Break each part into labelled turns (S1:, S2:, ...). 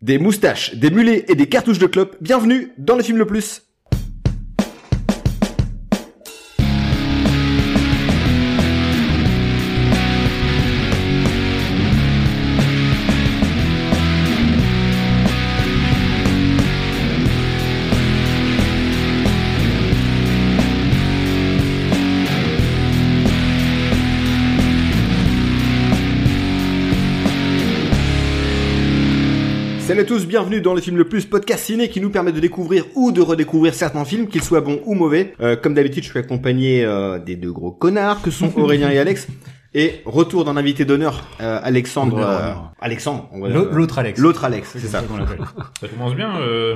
S1: Des moustaches, des mulets et des cartouches de clopes, bienvenue dans le film le plus. Salut à tous, bienvenue dans le film le plus podcast ciné qui nous permet de découvrir ou de redécouvrir certains films, qu'ils soient bons ou mauvais. Euh, comme d'habitude, je suis accompagné euh, des deux gros connards que sont Aurélien et Alex. Et retour d'un invité d'honneur, euh, Alexandre.
S2: Honneur,
S1: euh,
S2: honneur.
S1: Alexandre. on va- euh,
S2: L'au- L'autre Alex.
S1: L'autre Alex, c'est ça.
S2: qu'on l'appelle.
S3: Ça commence bien. Euh...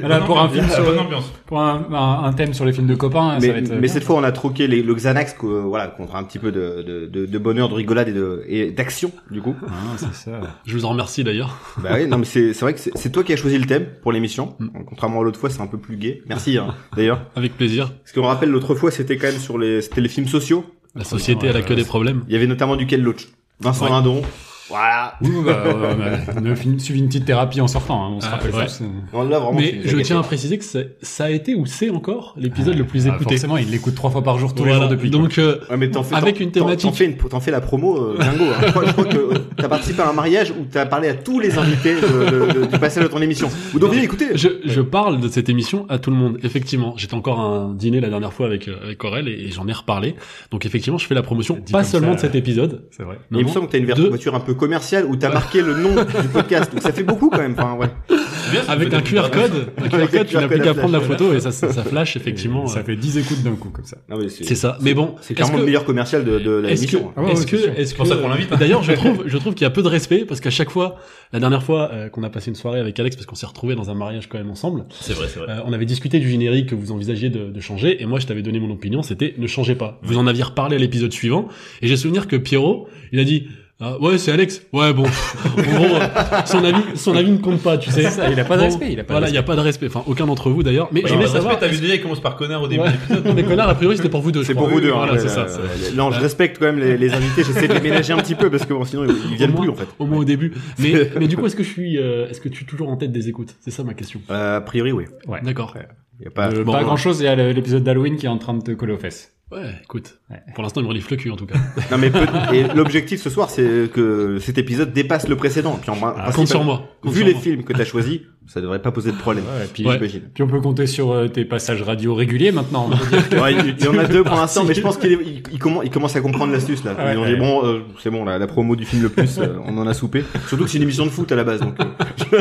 S2: Voilà,
S3: bonne
S2: pour un
S3: ambiance,
S2: film sur-
S3: bonne ambiance.
S2: Pour un, un- un thème sur les films de copains, ça
S1: Mais,
S2: va être. euh,
S1: mais cette fois, on a troqué les- le Xanax, que, euh, voilà, contre un petit peu de, de, de- de bonheur, de rigolade et de- et d'action, du coup.
S2: Ah, c'est ça.
S4: Je vous en remercie d'ailleurs.
S1: Bah oui, non mais c'est c'est vrai que c'est c'est toi qui as choisi le thème pour l'émission.
S4: Mm.
S1: Contrairement à l'autre fois, c'est un peu plus gai. Merci hein, d'ailleurs.
S4: Avec plaisir.
S1: Parce qu'on rappelle l'autre fois, c'était quand même sur les c'était les films sociaux.
S4: La société à la queue des problèmes.
S1: Il y avait notamment duquel l'autre Vincent
S4: Ouais.
S1: Lindon. Voilà.
S2: Oui, oui, bah, ouais, ouais, on a fini- suivi une petite thérapie en sortant, hein, on se
S4: Ah,
S2: rappelle
S4: ouais.
S2: tous. euh.
S1: Non, là vraiment. tu
S4: Mais
S1: nous as
S4: je
S1: gâtés.
S4: tiens à préciser que c'est- ça a été ou c'est encore l'épisode le plus
S2: Ah,
S4: écouté.
S2: forcément, il l'écoute trois fois par jour, tous les
S4: Voilà.
S2: jours depuis.
S4: Donc, euh,
S1: Ouais, mais t'en fais,
S4: Avec
S1: t'en-
S4: une
S1: t'en-
S4: thématique.
S1: T'en fais, une- t'en fais la promo, euh, dingo. hein. Je, crois, je crois que euh, t'as participé à un mariage où t'as parlé à tous les invités de- de- de- du passage de ton émission. Vous devriez écouter.
S4: je, je parle de cette émission à tout le monde. Effectivement, j'étais encore à un dîner la dernière fois avec, euh, avec Aurel et, et j'en ai reparlé. Donc effectivement, je fais la promotion
S2: Dit
S4: pas
S2: comme
S4: seulement
S2: ça,
S4: de cet
S2: euh,
S4: épisode.
S2: C'est vrai.
S1: Il me semble que t'as une ver-
S4: de-
S1: voiture un peu commerciale où t'as marqué le nom du podcast. Donc ça fait beaucoup quand même. Enfin, ouais.
S3: C'est bien, ça
S4: Avec
S3: fait
S4: un
S3: des-
S4: QR code, un QR
S1: Avec un
S4: code, tu n'as
S1: QR
S4: plus
S1: code à
S4: qu'à prendre la
S1: flash.
S4: photo et ça, ça, ça flash effectivement.
S2: Et Ça
S4: euh,
S2: fait 10 écoutes d'un coup, comme ça.
S1: Non, mais
S4: C'est ça. Mais bon,
S1: C'est clairement
S4: est-ce
S1: le
S4: que-
S1: meilleur commercial de, de la
S4: Est-ce que,
S1: émission. hein.
S2: Ah ouais,
S4: est-ce
S2: ouais,
S4: que,
S2: c'est sûr.
S4: est-ce
S3: pour ça
S4: que-
S3: qu'on l'invite, hein.
S4: D'ailleurs, je trouve, je trouve qu'il y a peu de respect parce qu'à chaque fois, la dernière fois euh, qu'on a passé une soirée avec Alex, parce qu'on s'est retrouvé dans un mariage quand même ensemble,
S3: C'est vrai, c'est vrai.
S4: euh, on avait discuté du générique que vous envisagiez de, de changer, et moi, je t'avais donné mon opinion, c'était ne changez pas. Vous en aviez reparlé à l'épisode suivant, et j'ai souvenir que Pierrot, il a dit. Ah, ouais, c'est Alex. Ouais, bon. pff, en gros, euh, son avis, son avis ne compte pas, tu sais.
S2: ça, il a pas de
S4: Bon,
S2: respect, il a pas de
S4: voilà, il y a pas de respect. Enfin, aucun d'entre vous d'ailleurs. Mais
S3: Ouais,
S4: je
S3: mais
S4: voulais
S3: respect,
S4: savoir.
S3: T'as vu déjà, il commence par connard au début.
S4: Ouais. Non, mais connard, a priori, c'était pour vous deux. je
S1: C'est
S4: crois.
S1: pour vous deux. hein.
S4: Voilà, c'est
S1: Euh,
S4: ça.
S1: Non, je respecte quand même les, les invités. J'essaie de les ménager un petit peu parce que bon, sinon ils, ils viennent
S4: Au moins-
S1: plus en fait.
S4: Au moins au début. Mais, mais du coup, est-ce que je suis, euh, est-ce que tu es toujours en tête des écoutes C'est ça ma question.
S1: Euh, a priori, oui.
S2: Ouais.
S4: D'accord.
S1: Y a pas.
S2: Euh,
S4: bon,
S2: pas
S4: bon.
S2: grand chose, il y a le- l'épisode d'Halloween qui est en train de te coller aux fesses.
S4: Ouais, écoute.
S2: Ouais.
S4: Pour l'instant, il me relève le cul en tout cas.
S1: Non mais peut- et l'objectif ce soir, c'est que cet épisode dépasse le précédent. Puis en
S4: Ah,
S1: principe,
S4: compte sur moi. Compte
S1: Vu
S4: sur
S1: les
S4: moi.
S1: films que t'as choisis, ça devrait pas poser de problème.
S2: Ouais, puis,
S4: Ouais.
S1: J'imagine.
S2: puis on peut compter sur euh, tes passages radio réguliers maintenant. on peut dire.
S1: Ouais, il il y en a deux pour
S4: Ah,
S1: l'instant, mais je pense qu'il est- il, il commen- il commence à comprendre l'astuce là.
S2: Ouais,
S1: Ils ont
S2: ouais.
S1: dit, bon, euh, c'est bon, la, la promo du film le plus, euh, on en a soupé. Surtout que c'est une émission de foot à la base, donc. euh,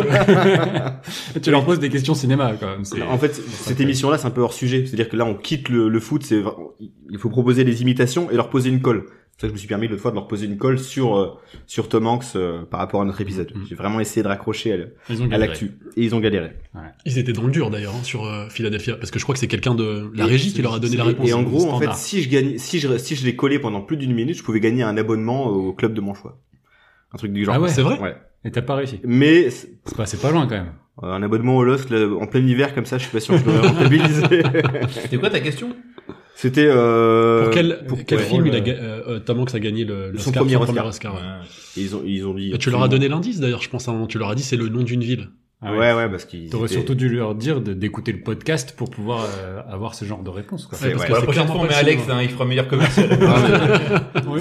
S2: tu leur poses des questions cinéma quand même. c'est-
S1: En fait, cette émission-là, c'est un peu hors sujet. C'est-à-dire que là, on quitte le, le foot, c'est vra- il faut proposer des imitations et leur poser une colle. C'est pour ça que je me suis permis l'autre fois de leur poser une colle sur euh, sur Tom Hanks euh, par rapport à notre épisode.
S4: Mm-hmm.
S1: J'ai vraiment essayé de raccrocher à, le-
S4: Ils ont
S1: à
S4: galéré.
S1: l'actu et ils ont galéré.
S4: Ils étaient dans le dur d'ailleurs hein, sur euh, Philadelphia parce que je crois que c'est quelqu'un de la régie qui leur a donné
S1: Et-
S4: la réponse.
S1: Et en gros, en fait,
S4: Standard.
S1: si je gagnais, si je si je les collais pendant plus d'une minute, je pouvais gagner un abonnement au club de mon choix. Un truc du genre.
S2: Ah ouais
S4: c'est vrai.
S2: Et t'as pas réussi.
S1: Mais c'est-
S2: C'est pas, c'est pas loin quand même.
S1: euh, un abonnement au LOSC là, en plein hiver comme ça, je suis pas sûr que je l'aurais rentabilisé.
S3: C'était quoi ta question
S1: C'était euh,
S4: Pour quel,
S1: pour-
S4: quel
S1: ouais.
S4: film il a,
S2: rôle,
S4: ga- euh, euh, Tom Hanks a gagné le,
S1: Son
S4: l'Oscar,
S1: premier Oscar.
S4: Oscar, ouais.
S1: Ils ont ils ont dit. euh,
S4: Et tu leur as
S1: absolument-
S4: donné l'indice d'ailleurs, je pense à un moment. Tu leur as dit c'est le nom d'une ville.
S2: Ah
S1: ouais. ouais, parce qu'ils
S2: T'aurais
S1: étaient-
S2: surtout dû leur dire de- d'écouter le podcast pour pouvoir euh, avoir ce genre de réponse. quoi.
S4: C'est
S1: Ouais,
S4: parce
S1: ouais.
S4: que
S3: La
S4: c'est
S3: prochaine
S4: clairement
S3: fois, on
S4: pas
S3: met
S4: le
S3: Alex,
S4: film, hein.
S3: hein, il fera meilleur commercial.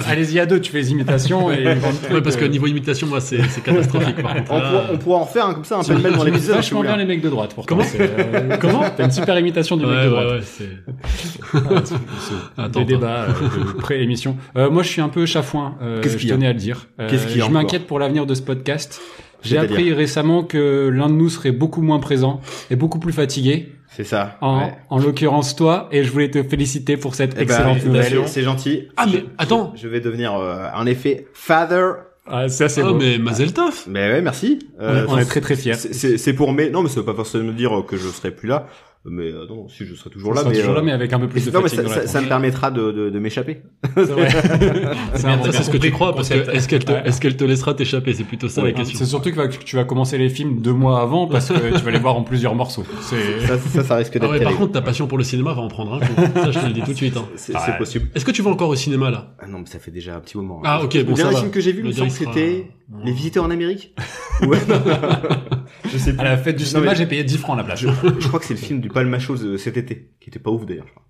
S2: Allez-y à deux, tu fais les imitations et
S4: Ouais, parce que niveau imitation, moi, c'est c'est catastrophique. par contre.
S1: On, pourra, on pourra en faire un comme ça, un peu de mal dans l'épisode. si vous
S2: Vachement
S1: voulez.
S2: bien les mecs de droite. Pourtant.
S4: Comment
S2: C'est, euh, Comment T'as une super imitation du mec
S4: Ouais,
S2: de
S4: ouais,
S2: droite.
S4: ouais, c'est.
S2: Des
S4: Attends,
S2: débats euh, de pré-émission. Euh, moi, je suis un peu chafouin. euh,
S1: Qu'est-ce
S2: je
S1: qu'il y a
S2: tenais à le dire. Euh,
S1: Qu'est-ce qu'il y a
S2: Je
S1: encore
S2: m'inquiète pour l'avenir de ce podcast. J'ai
S1: C'est-à-dire
S2: appris récemment que l'un de nous serait beaucoup moins présent et beaucoup plus fatigué.
S1: hein. C'est ça.
S2: En,
S1: Ouais.
S2: en l'occurrence, toi. Et je voulais te féliciter pour cette
S1: Eh ben,
S2: excellente nouvelle.
S1: félicitations, C'est gentil.
S4: Ah, mais attends.
S1: Je vais devenir euh, en effet father.
S2: Ah, ça, c'est
S4: Ah,
S2: beau.
S4: mais Mazel Tov
S1: Mais ouais, merci.
S2: On est-
S1: Euh,
S2: on est très très fiers.
S1: c'est- c'est c'est pour mes. Non, mais ça veut pas forcément dire que je serai plus là. Mais euh, non, si je serai toujours
S2: Toujours
S1: là.
S2: là,
S1: mais, euh,
S2: mais avec un peu plus de
S1: non, mais
S2: fatigue
S1: ça,
S2: dans la
S1: ça- ça
S2: tronche.
S1: me permettra de, de, de m'échapper.
S2: C'est vrai. C'est un
S3: Merde,
S2: bon
S4: Ça, c'est
S3: bien
S4: ce que
S3: compris
S4: tu crois,
S3: le
S4: parce que
S3: concept.
S4: est-ce qu'elle te,
S2: Ouais.
S4: est-ce qu'elle te laissera t'échapper C'est plutôt ça la
S2: Ouais,
S4: question.
S2: C'est surtout que va- que tu vas commencer les films deux mois avant parce que tu vas les voir en plusieurs morceaux. C'est
S1: Ça, ça, ça risque
S4: Ah
S1: d'être
S4: ouais, par
S1: terrible.
S4: contre, ta passion pour le cinéma va en prendre un coup. Ça, je te le dis tout de suite. hein.
S1: C'est c'est
S4: Ouais.
S1: possible.
S4: Est-ce que tu vas encore au cinéma là
S1: Ah non, mais ça fait déjà un petit moment. hein.
S4: Ah ok, bon
S1: le
S4: ça
S1: dernier
S4: va.
S1: film que j'ai vu,
S4: Le
S1: il me semble,
S4: gars, il sera-
S1: c'était
S4: Ouais.
S1: Les Visiteurs en Amérique. ouais, non. je sais
S2: à
S1: plus.
S2: la fête du
S1: Non,
S2: cinéma,
S1: mais-
S2: j'ai payé 10 francs la plage.
S1: Je, je crois que c'est le film du Palmachos de cet été, qui était pas ouf d'ailleurs. je crois.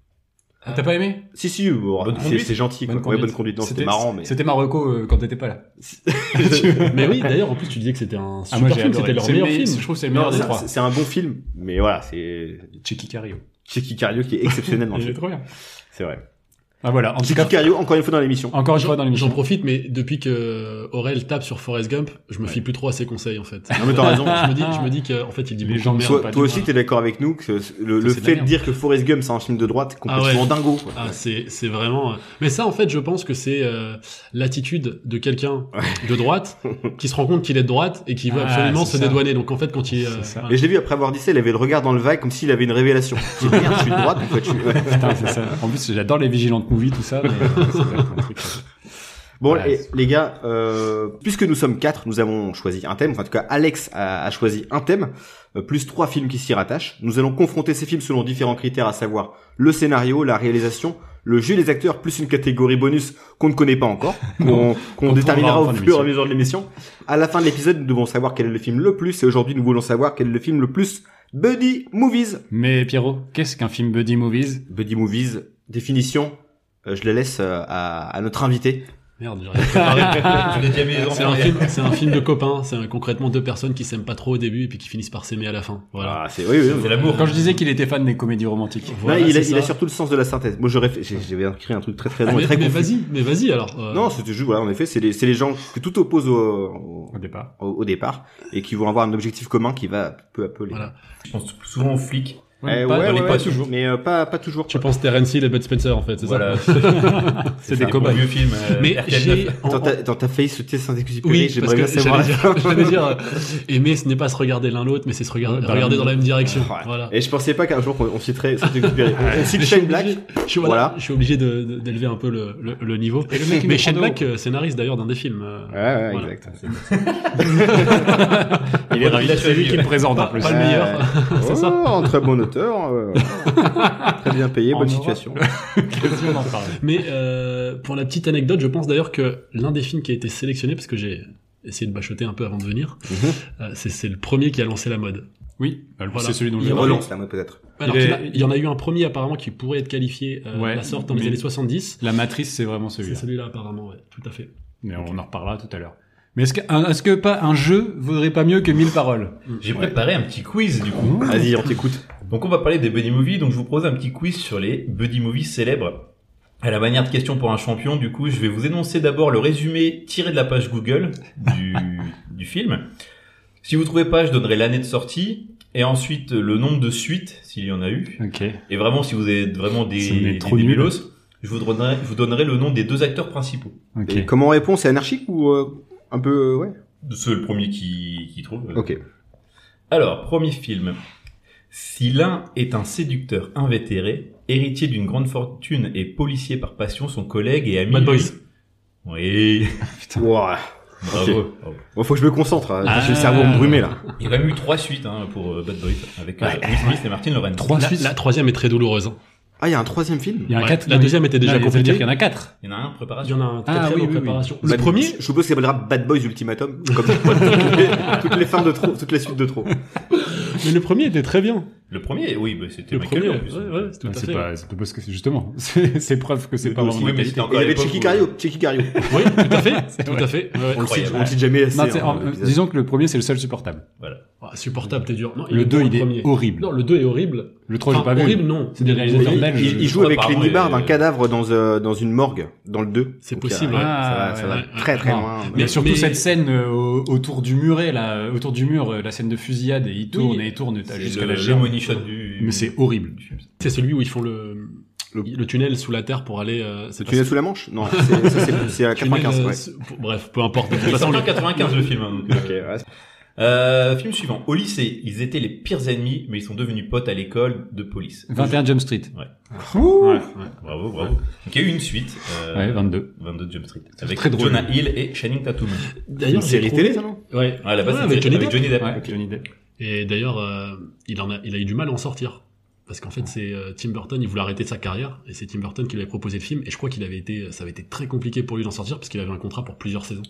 S2: Ah, T'as pas aimé
S1: Si, si, bon,
S3: Bonne
S1: c'est-
S3: conduite.
S1: c'est gentil. quoi. Ouais, bonne conduite. Non, C'était marrant, mais.
S2: C'était Marocco euh, quand t'étais pas là.
S4: Mais oui, d'ailleurs, en plus, tu disais que c'était un
S2: Ah,
S4: super
S2: moi j'ai
S4: film,
S2: adoré.
S4: c'était leur
S2: C'est le
S4: meilleur
S2: meilleur-
S4: film.
S2: Je trouve que c'est le
S1: Non,
S2: meilleur des
S1: c'est-
S2: trois.
S1: c'est- c'est un bon film, mais voilà, c'est
S2: Chicky Cario.
S1: Tchiki Cario qui est exceptionnel dans le
S2: J'ai
S1: film.
S2: trop bien.
S1: C'est vrai.
S2: Ah voilà, en tout
S1: Tchiki
S2: cas,
S1: Cario, encore une fois dans l'émission.
S2: encore une fois dans
S4: J'en
S2: l'émission.
S4: profite, mais depuis que Aurel tape sur Forrest Gump, je me fie plus trop à ses conseils en fait.
S1: Non, mais t'as raison.
S4: je me dis, je me dis qu'en fait, il dit
S2: Les
S4: beaucoup
S2: gens
S4: de
S2: me
S4: Ah, merde.
S1: Toi,
S2: pas
S1: toi
S2: du
S1: aussi,
S2: tout.
S1: t'es d'accord avec nous que ce- le, le
S4: c'est de la
S1: fait de
S4: merde.
S1: dire que Forrest Gump c'est un film de droite, c'est complètement
S4: Ah ouais.
S1: dingo. quoi.
S4: Ah, c'est c'est vraiment. Mais ça, en fait, je pense que c'est euh, l'attitude de quelqu'un de droite qui se rend compte qu'il est de droite et qui veut
S2: Ah,
S4: absolument
S2: c'est
S4: se
S2: ça.
S4: dédouaner. Donc en fait, quand il. euh,
S2: C'est ça.
S4: voilà.
S1: Et je l'ai vu après avoir dit ça, il avait le regard dans le vague comme s'il avait une révélation. Je dis, merde, je suis de droite, en fait, je suis- ouais.
S2: Putain, c'est ça. En plus, j'adore les Vigilantes Movie, tout ça. mais, euh, c'est un truc, euh,
S1: Bon,
S2: Voilà.
S1: et les gars, euh, puisque nous sommes quatre, nous avons choisi un thème. Enfin, en tout cas, Alex a, a choisi un thème, euh, plus trois films qui s'y rattachent. Nous allons confronter ces films selon différents critères, à savoir le scénario, la réalisation, le jeu des acteurs, plus une catégorie bonus qu'on ne connaît pas encore, qu'on qu'on
S2: Qu'on
S1: déterminera
S2: trouvera en
S1: au
S2: fin
S1: fur et à
S2: d'émission.
S1: mesure de l'émission. À la fin de l'épisode, nous devons savoir quel est le film le plus. Et aujourd'hui, nous voulons savoir quel est le film le plus buddy movies.
S2: Mais Pierrot, qu'est-ce qu'un film buddy movies
S1: Buddy movies, définition. euh, je la laisse euh, à, à notre invité.
S4: Merde, j'ai rien préparé.
S3: Tu l'as déjà mis les
S4: C'est
S3: enfants.
S4: un,
S3: derrière.
S4: film, c'est un film de copains, c'est un- concrètement deux personnes qui s'aiment pas trop au début et puis qui finissent par s'aimer à la fin. Voilà.
S1: Ah, c'est oui, oui, oui.
S3: C'est l'amour.
S2: Quand je disais qu'il était fan des comédies romantiques.
S1: Non,
S4: Voilà,
S1: Ah. il, a,
S4: c'est
S1: il a
S4: ça. Ah,
S1: surtout le sens de la synthèse. Moi, j'aurais fait- j'ai- j'avais écrit un truc très très long et
S4: mais,
S1: très
S4: mais
S1: confus.
S4: vas-y, mais vas-y alors. euh,
S1: Non, c'était juste, voilà, en effet, c'est les, c'est les gens que tout oppose au,
S2: Au départ.
S1: au, au départ et qui vont avoir un objectif commun qui va peu à peu les.
S4: Voilà.
S3: Je pense souvent aux flics.
S1: Eh,
S4: pas-
S1: ouais,
S3: mais
S1: ouais,
S3: pas
S1: ouais,
S3: toujours.
S1: Mais euh, pas, pas toujours.
S4: tu penses Terence Hill et Bud Spencer en fait, c'est
S3: Voilà.
S4: ça
S1: ça.
S2: C'est des
S1: Bon,
S3: Au
S2: cobayes.
S3: vieux film. euh,
S4: Mais
S3: RTL9.
S4: j'ai. en-
S1: Attends,
S4: en-
S1: t'as- Attends, t'as failli sauter sans excuser.
S4: Oui, parce
S1: j'aimerais
S4: que
S1: bien savoir.
S4: j'allais
S1: la
S4: dire,
S1: fin.
S4: j'allais dire, euh, aimer, ce n'est pas se regarder l'un l'autre, mais c'est se regarder,
S2: Dans la
S4: regarder
S2: même-
S4: dans la même direction.
S1: Ouais.
S4: Voilà.
S1: Et je pensais pas qu'un jour on, on citerait sans excuser. On cite Shane
S4: Mais je suis
S1: Black.
S4: obligé- Je suis, voilà,
S1: Voilà.
S4: je suis obligé de- de- d'élever un peu le, le- le niveau.
S2: Et le mec, il
S4: mais
S2: me
S4: Shane
S2: prend de
S4: Black, euh, scénariste d'ailleurs d'un des films. euh,
S1: Ouais, ouais,
S4: Voilà.
S1: exact.
S3: Il est ravi de
S2: C'est lui qui me présente en
S4: Pas,
S2: plus.
S4: pas le meilleur.
S1: Ouais.
S4: C'est ça.
S1: Oh, un très bon auteur. euh, très bien payé,
S2: En
S1: bonne
S2: Europe.
S1: situation.
S2: Qu'est-ce qu'on en parle
S4: Mais euh, pour la petite anecdote, je pense d'ailleurs que l'un des films qui a été sélectionné, parce que j'ai essayé de bachoter un peu avant de venir,
S1: Mhm.
S4: euh, c'est c'est le premier qui a lancé la mode.
S2: Oui, bah, le-
S4: Euh, Voilà.
S2: c'est celui dont
S4: Il
S2: j'ai
S1: Il
S4: est-
S2: parlé.
S1: relance là, moi peut-être.
S4: Alors
S2: Il
S4: qu'il
S2: est-
S4: a- il y en a eu un premier apparemment qui pourrait être qualifié euh,
S2: Ouais,
S4: à la sorte dans les
S2: mais-
S4: années 70.
S2: La matrice, c'est vraiment
S4: C'est
S2: celui-là.
S4: celui-là apparemment, ouais, tout à fait.
S2: Mais on en reparlera tout à l'heure. Mais est-ce que, un- est-ce que pas un jeu vaudrait pas mieux que mille paroles
S3: J'ai préparé un petit quiz du coup.
S1: Vas-y, on t'écoute.
S3: Donc on va parler des buddy movies, donc je vous propose un petit quiz sur les buddy movies célèbres. À la manière de question pour un champion, du coup, je vais vous énoncer d'abord le résumé tiré de la page Google du, du film. Si vous trouvez pas, je donnerai l'année de sortie et ensuite le nombre de suites s'il y en a eu.
S2: Ok.
S3: Et vraiment, si vous êtes vraiment
S2: Ça me met
S3: des,
S2: trop
S3: des
S2: nul.
S3: débilos, je vous donnerai, je vous donnerai le nom des deux acteurs principaux.
S2: Ok.
S1: Et comment on répond C'est anarchique ou euh, un peu euh, ouais
S3: C'est le premier qui, qui trouve.
S1: Ok.
S3: Alors, premier film. Si l'un est un séducteur invétéré, héritier d'une grande fortune et policier par passion, son collègue et ami...
S4: Bad Boys.
S3: Oui,
S1: Ouah.
S3: bravo.
S1: Ok. Bon, faut que je me concentre. hein.
S4: Ah.
S1: J'ai le cerveau embrumé là.
S3: Il y a quand même eu trois suites hein, pour euh, Bad Boys, avec euh, Will Smith et Martin Lawrence.
S2: Trois
S4: La,
S2: suites.
S4: la troisième est très douloureuse. hein.
S1: Ah, il y a un troisième film.
S2: Il y a un
S4: Ouais,
S2: quatre-
S4: la
S2: non,
S4: deuxième était déjà
S2: non, ça veut dire
S4: complétée.
S2: qu'il y en a quatre.
S3: Il y en a un,
S4: Il y
S3: préparation.
S4: en a un
S2: Ah,
S4: quatrième
S2: oui,
S4: en
S2: oui, oui.
S4: préparation.
S1: Bah,
S4: Le premier,
S1: Je suppose qu'il s'appellera Bad Boys Ultimatum. Comme toutes, les, toutes les fins de trop, toutes les suites de trop.
S4: mais le premier était très bien.
S3: Le premier, oui, bah, c'était
S4: Le
S3: Michael
S4: premier,
S3: Moore, en plus.
S4: ouais, ouais, c'est tout
S2: Ah,
S4: à
S2: C'est
S4: fait.
S2: pas, c'est pas parce que c'est justement, c'est c'est preuve que c'est
S1: Le
S2: pas
S1: dos
S2: vraiment
S1: aussi,
S2: la
S3: mais
S2: qualité.
S3: c'était encore
S1: Et il y
S3: à
S1: avait
S3: l'époque
S1: Chicky
S3: où-
S1: Cario. Chicky Cario.
S4: Oui, tout à fait, tout
S2: vrai.
S4: à fait. ouais, ouais.
S1: On le cite,
S3: Incroyable.
S1: on le cite jamais assez.
S2: Non, c'est-
S1: hein,
S2: en- euh,
S1: dans l'épisode.
S2: disons que le premier c'est le seul supportable.
S4: Ah, supportable, t'es dur. Non,
S2: Le
S4: est
S2: 2
S4: bon,
S2: il est
S4: premier.
S2: horrible.
S4: Non, le 2 est horrible.
S2: le 3 j'ai
S4: Enfin,
S2: pas vu.
S4: horrible, non.
S2: C'est des
S1: Mais
S2: réalisateurs
S1: il,
S2: belges.
S1: il- il joue
S3: Ouais,
S1: avec les
S3: apparemment,
S1: nibards
S3: il-
S1: d'un cadavre dans, euh, dans une morgue, dans le 2.
S4: C'est
S1: Donc, il y a-
S4: possible, ouais.
S1: ça va, ça va
S4: Ah, ouais.
S1: très très
S2: Non.
S1: loin.
S2: Mais,
S4: Mais-
S2: surtout
S4: mais-
S2: cette scène euh, au- autour du muret là, euh, autour du mur, euh, la scène de fusillade et il tourne et il tourne t'as
S3: C'est
S2: jusqu'à
S3: le-
S2: la
S3: le
S2: gerbe.
S3: money shot du...
S2: Mais c'est horrible.
S3: du film.
S4: C'est celui où ils font le,
S1: Le-
S4: le, tunnel sous la terre pour aller. euh, c'est
S1: Tu es
S4: pas-
S1: sous la manche Non, c'est- ça, c'est c'est à
S4: tunnel,
S1: 95.
S4: euh,
S1: ouais.
S4: sous- Bref, peu importe. De toute
S3: Il
S4: façon,
S3: sort
S4: le-
S3: en 95 le film. hein, donc, euh,
S1: Ok, ouais.
S3: Euh, film suivant. Au lycée, ils étaient les pires ennemis, mais ils sont devenus potes à l'école de police.
S5: 21 Jump Street.
S4: Ouais, ouais.
S3: Bravo, bravo. Donc il y a eu une suite. euh,
S5: Ouais, 22.
S3: 22 Jump Street. Avec
S4: très drôle.
S3: Jonah Hill et Channing Tatum. Ah,
S1: Une
S4: D'ailleurs, j'ai
S1: série
S4: trouvé-
S1: télé, ça, non
S4: Ouais.
S3: Ouais, là-bas,
S4: Ouais,
S3: c'est
S4: avec
S3: avec,
S4: Johnny Depp.
S3: Johnny Depp.
S5: Ouais.
S3: Ok. Johnny Depp.
S4: Et d'ailleurs, euh, il en a, il a eu du mal à en sortir. Parce qu'en fait, c'est euh, Tim Burton, il voulait arrêter sa carrière, et c'est Tim Burton qui lui avait proposé le film, et je crois qu'il avait été, ça avait été très compliqué pour lui d'en sortir, parce qu'il avait un contrat pour plusieurs saisons.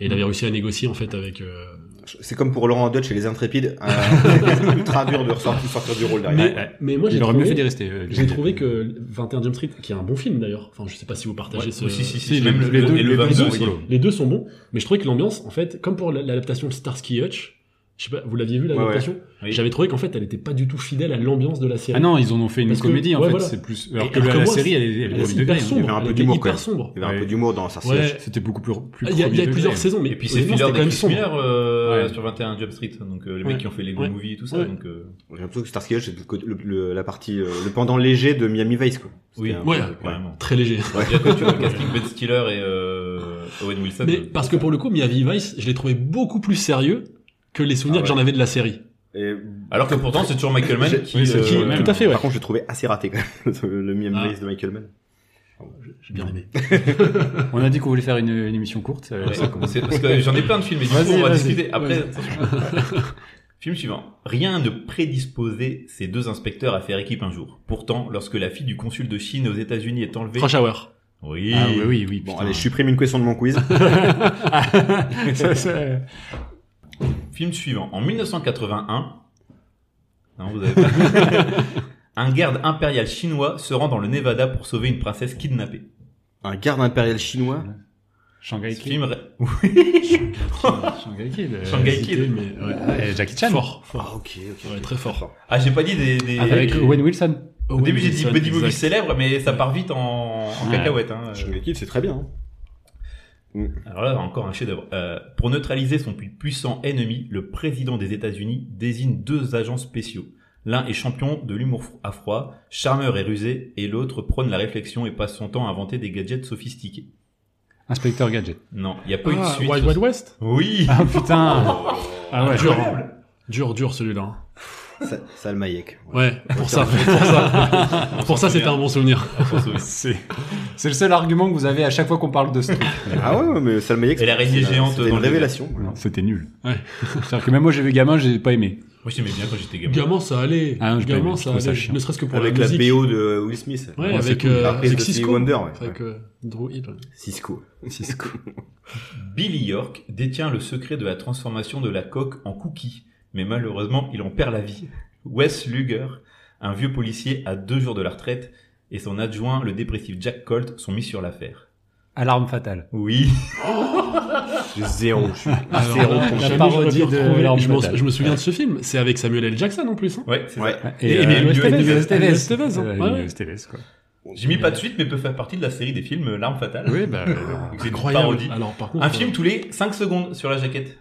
S4: Et il avait réussi à négocier, en fait, avec, euh,
S1: C'est comme pour Laurent Dutch et les Intrépides. euh, ultra dur de ressortir, sortir du rôle derrière.
S4: Mais, mais moi, j'ai
S5: Il aurait
S4: trouvé,
S5: mieux fait d'y rester. euh,
S4: j'ai
S5: Jump
S4: trouvé que 21 Jump Street, qui est un bon film d'ailleurs, enfin, je sais pas si vous partagez
S3: Ouais,
S4: ce...
S3: si, si, si,
S5: si,
S3: même
S5: les-
S3: le-
S5: les
S3: le-
S5: deux-
S3: et le
S5: les deux
S3: 22
S5: sont
S3: aussi.
S5: rigolos.
S4: Les deux sont bons, mais je trouvais que l'ambiance, en fait, comme pour l'adaptation de Starsky Hutch, je sais pas, vous l'aviez vu l'adaptation
S3: Oui.
S4: J'avais trouvé qu'en fait, elle était pas du tout fidèle à l'ambiance de la série.
S5: Ah non, ils en ont fait une
S4: Parce que-
S5: comédie en
S4: ouais,
S5: fait.
S4: voilà.
S5: C'est plus.
S4: Et
S5: Alors que
S4: alors
S5: la,
S4: que
S5: la
S4: moi,
S5: série, elle est, elle est
S4: Elle est
S5: comédien,
S4: hyper
S5: elle est-
S4: sombre.
S1: avait un peu
S4: elle était
S1: d'humour, quand
S4: hyper
S1: même.
S4: sombre.
S1: Il y avait un
S5: Ouais.
S1: peu d'humour dans Sarcy
S4: Ouais.
S1: Hutch.
S5: C'était beaucoup plus. plus
S4: Il y a, il y a
S5: premier degré.
S4: plusieurs saisons, mais
S3: Et puis
S4: au
S3: c'est
S4: départ,
S3: filler
S4: c'était
S3: des
S4: quand même
S3: Chris
S4: sombre.
S3: Miller euh,
S4: Ouais.
S3: sur 21 Jump Street. Donc euh, les mecs
S4: Ouais.
S3: qui ont fait les
S4: Ouais.
S3: Movie et tout ça.
S4: Ouais.
S3: Donc, euh,
S1: J'ai l'impression que Starsky Hutch, c'est le côté- le- le- la partie, euh, le pendant léger de Miami Vice, quoi. C'était
S3: oui,
S1: un-
S4: Ouais.
S3: carrément.
S4: Très léger.
S3: C'est-à-dire que tu vois le casting Ben Stiller et euh, Owen Wilson.
S4: Mais parce que pour le coup, Miami Vice, je l'ai trouvé beaucoup plus sérieux que les
S1: Ah ouais.
S4: souvenirs que j'en avais de la série.
S1: Et-
S3: Alors que pourtant, c'est toujours Michael Mann
S1: J'ai-
S3: qui. euh,
S4: oui, c'est qui-
S3: ouais.
S4: tout à fait, ouais.
S1: Par contre, je l'ai trouvé assez raté, quand même, le- le Miami
S4: Ah.
S1: Vice de Michael Mann.
S4: J'ai bien aimé.
S5: On a dit qu'on voulait faire une, une émission courte. euh,
S3: Ouais.
S5: ça commence.
S3: C'est- Parce que j'en ai plein de films, mais du coup,
S5: Vas-y,
S3: on va
S5: vas-y.
S3: discuter après. Film suivant. Rien ne prédisposait ces deux inspecteurs à faire équipe un jour. Pourtant, lorsque la fille du consul de Chine aux États-Unis est enlevée.
S4: Rush Hour.
S3: Oui.
S5: Ah oui, oui, oui.
S1: Bon,
S5: putain.
S1: allez, je supprime une question de mon quiz.
S5: Ça, ça-
S3: Film suivant. En 1981. Non, vous avez pas. Un garde impérial chinois se rend dans le Nevada pour sauver une princesse kidnappée.
S1: Un garde impérial chinois.
S5: Shanghai
S3: Ce
S5: Kid.
S3: film,
S5: Shanghai Kid. euh,
S3: Shanghai
S4: Hésité,
S3: Kid.
S4: mais ouais.
S5: et Jackie Chan.
S4: Fort, fort.
S1: Ah, ok, ok.
S4: Ouais, très fort.
S3: Ah, j'ai pas dit des. des-
S5: Avec Owen Wilson.
S3: Au début, j'ai dit
S4: Owen
S3: Buddy
S4: Wilson,
S3: Movie
S4: exact.
S3: célèbre, mais ça part vite en, en
S5: Ouais.
S3: cacahuète.
S4: Euh,
S3: Hein.
S1: Shanghai Kid, c'est très bien. hein.
S3: Alors là, encore un chef-d'œuvre. Euh, pour neutraliser son plus puissant ennemi, le président des États-Unis désigne deux agents spéciaux. L'un est champion de l'humour fro- à froid, charmeur et rusé, et l'autre prône la réflexion et passe son temps à inventer des gadgets sophistiqués.
S5: Inspecteur Gadget.
S3: Non, il n'y a pas une
S4: Ah,
S3: suite.
S4: Wild Wild West
S3: Oui.
S5: Ah putain. Ah ouais.
S4: Dur, hein. dur, dur celui-là. hein.
S1: Sa- Salma Hayek.
S4: Ouais, pour ça, pour ça, pour ça, c'était un bon souvenir.
S5: C'est c'est le seul argument que vous avez à chaque fois qu'on parle de ce truc.
S1: Ah ouais, ouais, mais Salma Hayek.
S3: Et l'araignée
S1: c'était-
S3: géante
S1: c'était
S3: dans
S1: une
S3: le désert.
S1: révélation.
S5: Non, C'était nul.
S4: Ouais.
S5: C'est-à-dire que même moi, j'ai vu gamin, j'ai pas aimé.
S3: Moi, j'aimais bien quand j'étais gamin.
S4: Gamin, ça allait.
S5: Ah non, j'ai pas aimé,
S4: Gamin,
S5: je
S4: ça
S5: trouve ça
S4: allait.
S5: chiant.
S4: ne serait-ce que pour
S1: Avec
S4: la
S1: la
S4: musique.
S1: BO de Will Smith.
S4: Ouais,
S5: Ouais, c'est
S4: avec,
S5: cool.
S4: euh,
S1: La reprise
S4: avec
S1: de Stevie
S4: Cisco.
S1: Wonder, ouais.
S4: Avec euh, Drew Hill.
S1: Cisco.
S5: Cisco.
S3: Billy York détient le secret de la transformation de la coque en cookie, mais malheureusement, il en perd la vie. Wes Luger, un vieux policier à deux jours de la retraite, et son adjoint, le dépressif Jack Colt, sont mis sur l'affaire.
S5: Alarme fatale.
S3: Oui.
S1: J'ai zéro. Je suis
S5: Ah,
S4: Alors,
S1: zéro
S4: là,
S1: pour
S4: jamais
S5: la
S1: Shanghai.
S5: parodie
S4: j'aurais pu
S5: de
S4: retrouver-
S5: Alarme
S4: je, m'en-
S5: Fatale.
S4: je me souviens de ce film. C'est avec Samuel L. Jackson en plus. hein.
S3: Ouais, c'est
S1: Ouais.
S3: ça.
S5: Et,
S3: Et
S5: Emilio
S3: Emilio
S5: Estevez.
S3: Estevez.
S5: Emilio Estevez,
S4: Estevez,
S5: hein.
S4: euh,
S5: Ouais,
S4: Emilio
S5: ouais.
S4: Estevez, quoi.
S3: J'ai mis pas de suite, mais peut faire partie de la série des films euh, L'arme fatale.
S5: Oui, Ah, bah,
S3: Donc, C'est une
S4: Incroyable.
S3: parodie.
S4: Alors, par contre,
S3: Un
S4: euh,
S3: film tous les 5 secondes sur la jaquette.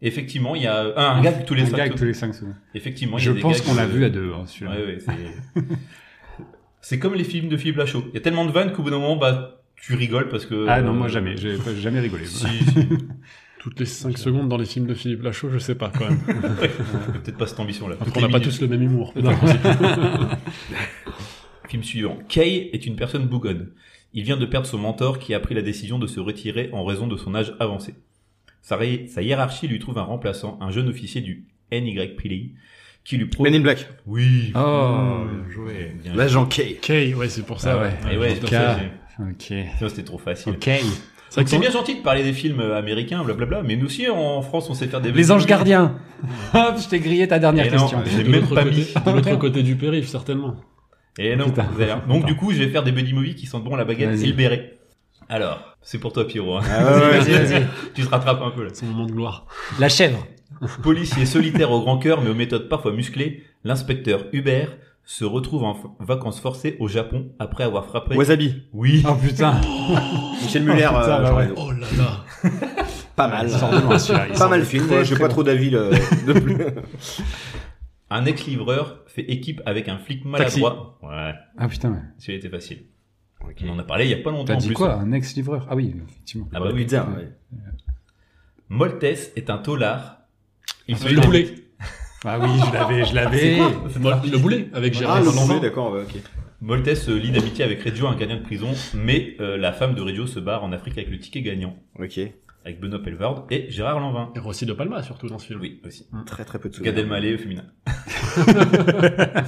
S3: Effectivement, il y a ah, un gag tous les
S5: un
S3: 5
S5: gag tous
S3: secondes.
S5: les 5 secondes.
S3: Effectivement, il y
S5: Je
S3: a des
S5: pense
S3: gags,
S5: qu'on l'a
S3: euh,
S5: vu à deux, hein, celui-là.
S3: Ouais, ouais, c'est... c'est comme les films de Philippe Lachaud. Il y a tellement de vannes qu'au bout d'un moment, bah, tu rigoles parce que...
S5: Ah non, moi
S3: euh,
S5: jamais, j'ai pas- j'ai jamais rigolé.
S3: Si, si.
S4: euh, toutes les 5 secondes dans les films de Philippe Lachaud, je sais pas quand même.
S3: Peut-être pas cette ambition-là.
S4: Parce
S3: Toutes les
S4: qu'on n'a pas
S3: minutes.
S4: tous le même humour.
S3: Film suivant. Kay est une personne bougonne. Il vient de perdre son mentor qui a pris la décision de se retirer en raison de son âge avancé. Sa, ré- sa hiérarchie lui trouve un remplaçant, un jeune officier du NYPD, qui lui pro...
S1: Men in Black.
S3: Oui.
S5: Oh,
S3: bien joué. Bien joué.
S1: L'agent K.
S4: Kay, ouais, c'est pour
S5: Ah
S4: ça.
S5: ouais.
S3: Et ouais,
S4: je
S3: c'est pour
S4: pense-
S3: ça
S5: K.
S3: que j'ai-
S5: ok.
S3: Sinon, c'était trop facile.
S5: Ok.
S4: C'est vrai que
S3: C'est
S4: sans-
S3: bien gentil de parler des films euh, américains, blablabla, mais nous aussi en France on sait faire des.
S5: Les anges gardiens. Hop, je t'ai grillé ta dernière
S3: Et non,
S5: question.
S3: j'ai
S4: de
S3: même
S4: l'autre
S3: pas
S4: côté-
S3: mis.
S4: de l'autre côté du périph', certainement.
S3: Et non,
S5: Putain.
S3: vous allez voir. Donc du coup, je vais faire des buddy movies qui sentent bon la baguette
S5: Vas-y.
S3: et le béret. Alors, c'est pour toi Pierrot. hein.
S1: Ah
S5: Vas-y, vas-y.
S3: tu te rattrapes un peu là.
S4: C'est mon moment de gloire.
S5: La chèvre.
S3: Policier solitaire au grand cœur mais aux méthodes parfois musclées, l'inspecteur Hubert se retrouve en f- vacances forcées au Japon après avoir frappé.
S1: Wasabi.
S3: Oui.
S5: Oh putain.
S1: Michel Muller.
S5: putain,
S1: euh,
S5: bah
S1: genre,
S5: ouais.
S4: Oh là là.
S1: Pas mal.
S5: Il sort de loin, celui-là. Il
S1: Pas
S5: sort
S1: mal
S5: de
S1: film.
S5: très,
S1: Moi, J'ai
S5: très
S1: pas
S5: loin.
S1: trop d'avis là, de plus.
S3: Un ex-livreur fait équipe avec un flic maladroit. Ouais,
S5: Ah putain, ouais.
S3: celui-là était facile.
S1: Ok.
S3: On en a parlé il y a pas longtemps
S5: T'as
S3: en
S5: dit
S3: plus.
S2: hein.
S5: quoi Un ex-livreur Ah oui, effectivement.
S3: Ah bah oui.
S1: Bizarre, ouais.
S3: Moltes est un taulard Il se
S4: Le boulet.
S2: Ah oui, je l'avais, je l'avais.
S4: Moi, Le boulet avec
S1: Ah,
S4: Gérard
S1: le
S4: Lanvin.
S1: boulet, d'accord, ouais, ok.
S3: Moltes se lie d'amitié avec Reggio, un Canadien de prison, mais euh, la femme de Reggio se barre en Afrique avec le ticket gagnant,
S1: Ok.
S3: avec Benoît Pelvard et Gérard Lanvin.
S4: Et Rossi de Palma surtout dans ce film.
S3: Oui, aussi.
S1: Très très peu de
S3: Gad
S1: souvenirs.
S3: Elmaleh au féminin.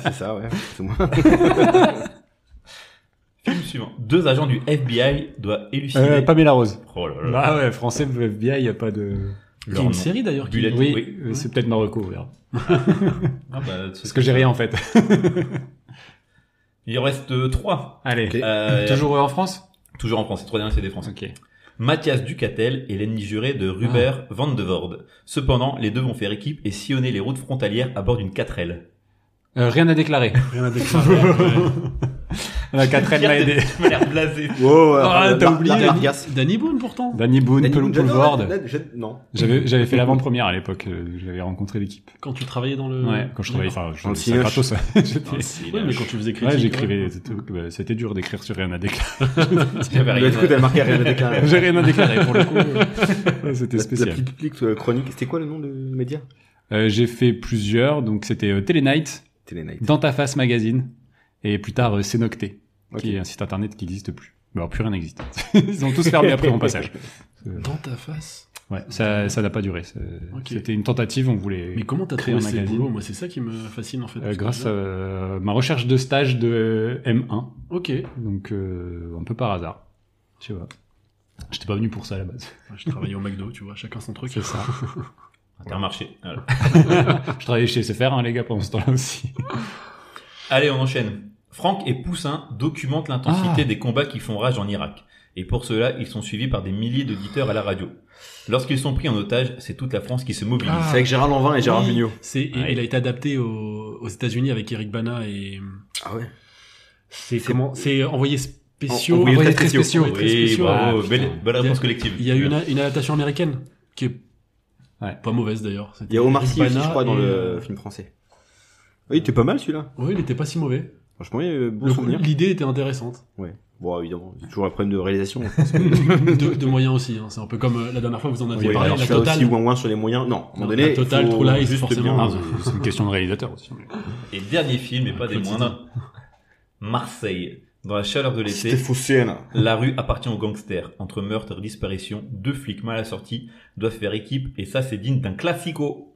S1: C'est ça, ouais. C'est moi.
S3: Film suivant. Deux agents du FBI doivent élucider.
S2: Euh, Pamela Rose.
S3: Oh là là.
S2: Bah ouais, français, FBI, il a pas de... Il
S3: Leur
S2: y a une
S3: nom.
S2: série d'ailleurs qui...
S3: Bullet,
S2: oui,
S3: oui.
S2: euh, c'est peut-être Marocco, regarde.
S3: Ah bah,
S2: Parce que j'ai rien en fait.
S3: Il en reste euh, trois.
S2: Allez.
S1: Ok.
S3: Euh,
S2: Toujours en France
S3: toujours en France. Les trois derniers, c'est des Français.
S2: Ok.
S3: Mathias Ducatel est l'ennemi juré de Rubert Van de Voorde. Cependant, les deux vont faire équipe et sillonner les routes frontalières à bord d'une 4L.
S2: Euh, rien à déclarer.
S4: Rien à déclarer. Ouais.
S2: La 4
S3: Pierre
S2: m'a aidé.
S3: Denis m'a l'air blasé.
S1: Wow, Oh, ouais,
S4: Ah,
S1: la-
S4: t'as
S1: la-
S4: oublié
S1: la-
S4: Danny-
S1: Largas.
S4: Danny Boone pourtant.
S2: Danny Boone, Pelou
S1: J'adore la-
S2: Boulevard.
S1: la- j'ai- Non.
S2: J'avais, j'avais fait l'avant-première à l'époque, euh, j'avais rencontré l'équipe.
S4: Quand tu travaillais dans le.
S2: Ouais, quand je travaillais, enfin,
S1: Dans le
S2: je ça
S1: cinoche.
S2: gratos,
S3: Oh,
S2: j'étais-
S4: Ouais, mais quand tu faisais critique.
S2: Ouais, j'écrivais, c'était, bah, c'était dur d'écrire sur rien à déclarer.
S3: J'avais
S1: Bah,
S3: rien
S1: du coup,
S3: à-
S1: t'as marqué rien à déclarer.
S2: J'ai rien à déclarer pour le coup. Ouais, c'était
S1: La-
S2: spécial.
S1: La petite clique, euh, chronique. C'était quoi le nom de média
S2: Euh, j'ai fait plusieurs, donc c'était euh, Telenight,
S1: Télénight.
S2: Dans ta face magazine, et plus tard euh, Cénocté,
S1: Ok.
S2: qui est un site internet qui n'existe plus. Bah, Alors plus rien n'existe. Ils ont tous fermé après mon passage.
S4: Dans ta face.
S2: Ouais, ça, ça n'a pas duré. c'est-
S4: Ok.
S2: C'était une tentative, on voulait.
S4: Mais comment t'as
S2: Créer
S4: trouvé
S2: un
S4: ces
S2: magazine.
S4: boulots Moi, c'est ça qui me fascine en fait.
S2: Euh, grâce à euh, ma recherche de stage de euh, M1,
S4: Ok.
S2: donc euh, un peu par hasard. Tu vois. J'étais pas venu pour ça à la base.
S4: Je travaillais au McDo, tu vois, chacun son truc.
S2: C'est ça.
S3: Intermarché. Voilà.
S2: Je travaillais chez SFR, hein, les gars, pendant ce temps-là aussi.
S3: Allez, on enchaîne. Franck et Poussin documentent l'intensité
S2: Ah.
S3: des combats qui font rage en Irak. Et pour cela, ils sont suivis par des milliers d'auditeurs à la radio. Lorsqu'ils sont pris en otage, c'est toute la France qui se mobilise.
S1: Ah.
S4: Ah,
S1: C'est avec Gérard Lanvin et Gérard
S4: Oui,
S1: Jugnot.
S4: C'est, et-
S3: Ouais.
S4: il a été adapté aux, aux États-Unis avec Eric Bana et
S1: Ah ouais.
S4: c'est comment C'est envoyé spéciaux.
S1: Envoyés
S2: envoyés
S1: très
S2: très
S1: spéciaux.
S4: Envoyés très
S3: Oui,
S4: spéciaux. hein.
S3: bravo,
S2: Ah, putain.
S3: belle, belle réponse collective.
S4: Il y a eu une, une adaptation américaine qui est
S2: Ouais.
S4: pas mauvaise d'ailleurs. C'était
S1: Il y a Omar Sy aussi,
S4: Bana
S1: je crois, dans
S4: et,
S1: le
S4: euh,
S1: film français. Oui, t'es pas mal celui-là.
S4: Ouais, il était pas si mauvais.
S1: Franchement, euh, bon
S4: Le-
S1: souvenir.
S4: L'idée était intéressante.
S1: Ouais. Bon, évidemment, c'est toujours un problème de réalisation. je pense.
S4: de, de moyens aussi. hein. C'est un peu comme euh, la dernière fois vous en avez
S1: Oui,
S4: parlé.
S1: alors
S4: La
S1: ça aussi,
S4: totale.
S1: ouin ouin sur les moyens. Non, à un moment
S4: Non,
S1: donné,
S4: la totale,
S1: faut
S4: True Lies,
S1: juste
S4: forcément.
S1: bien-
S4: Ah,
S2: c'est une question de réalisateur aussi.
S3: Et dernier film, mais pas des
S4: Claude
S3: moindres. Marseille. Dans la chaleur de
S1: C'était
S3: l'été,
S1: faussé, là.
S3: la rue appartient aux gangsters. Entre meurtres et disparitions, deux flics mal assortis doivent faire équipe, et ça, c'est digne d'un classico.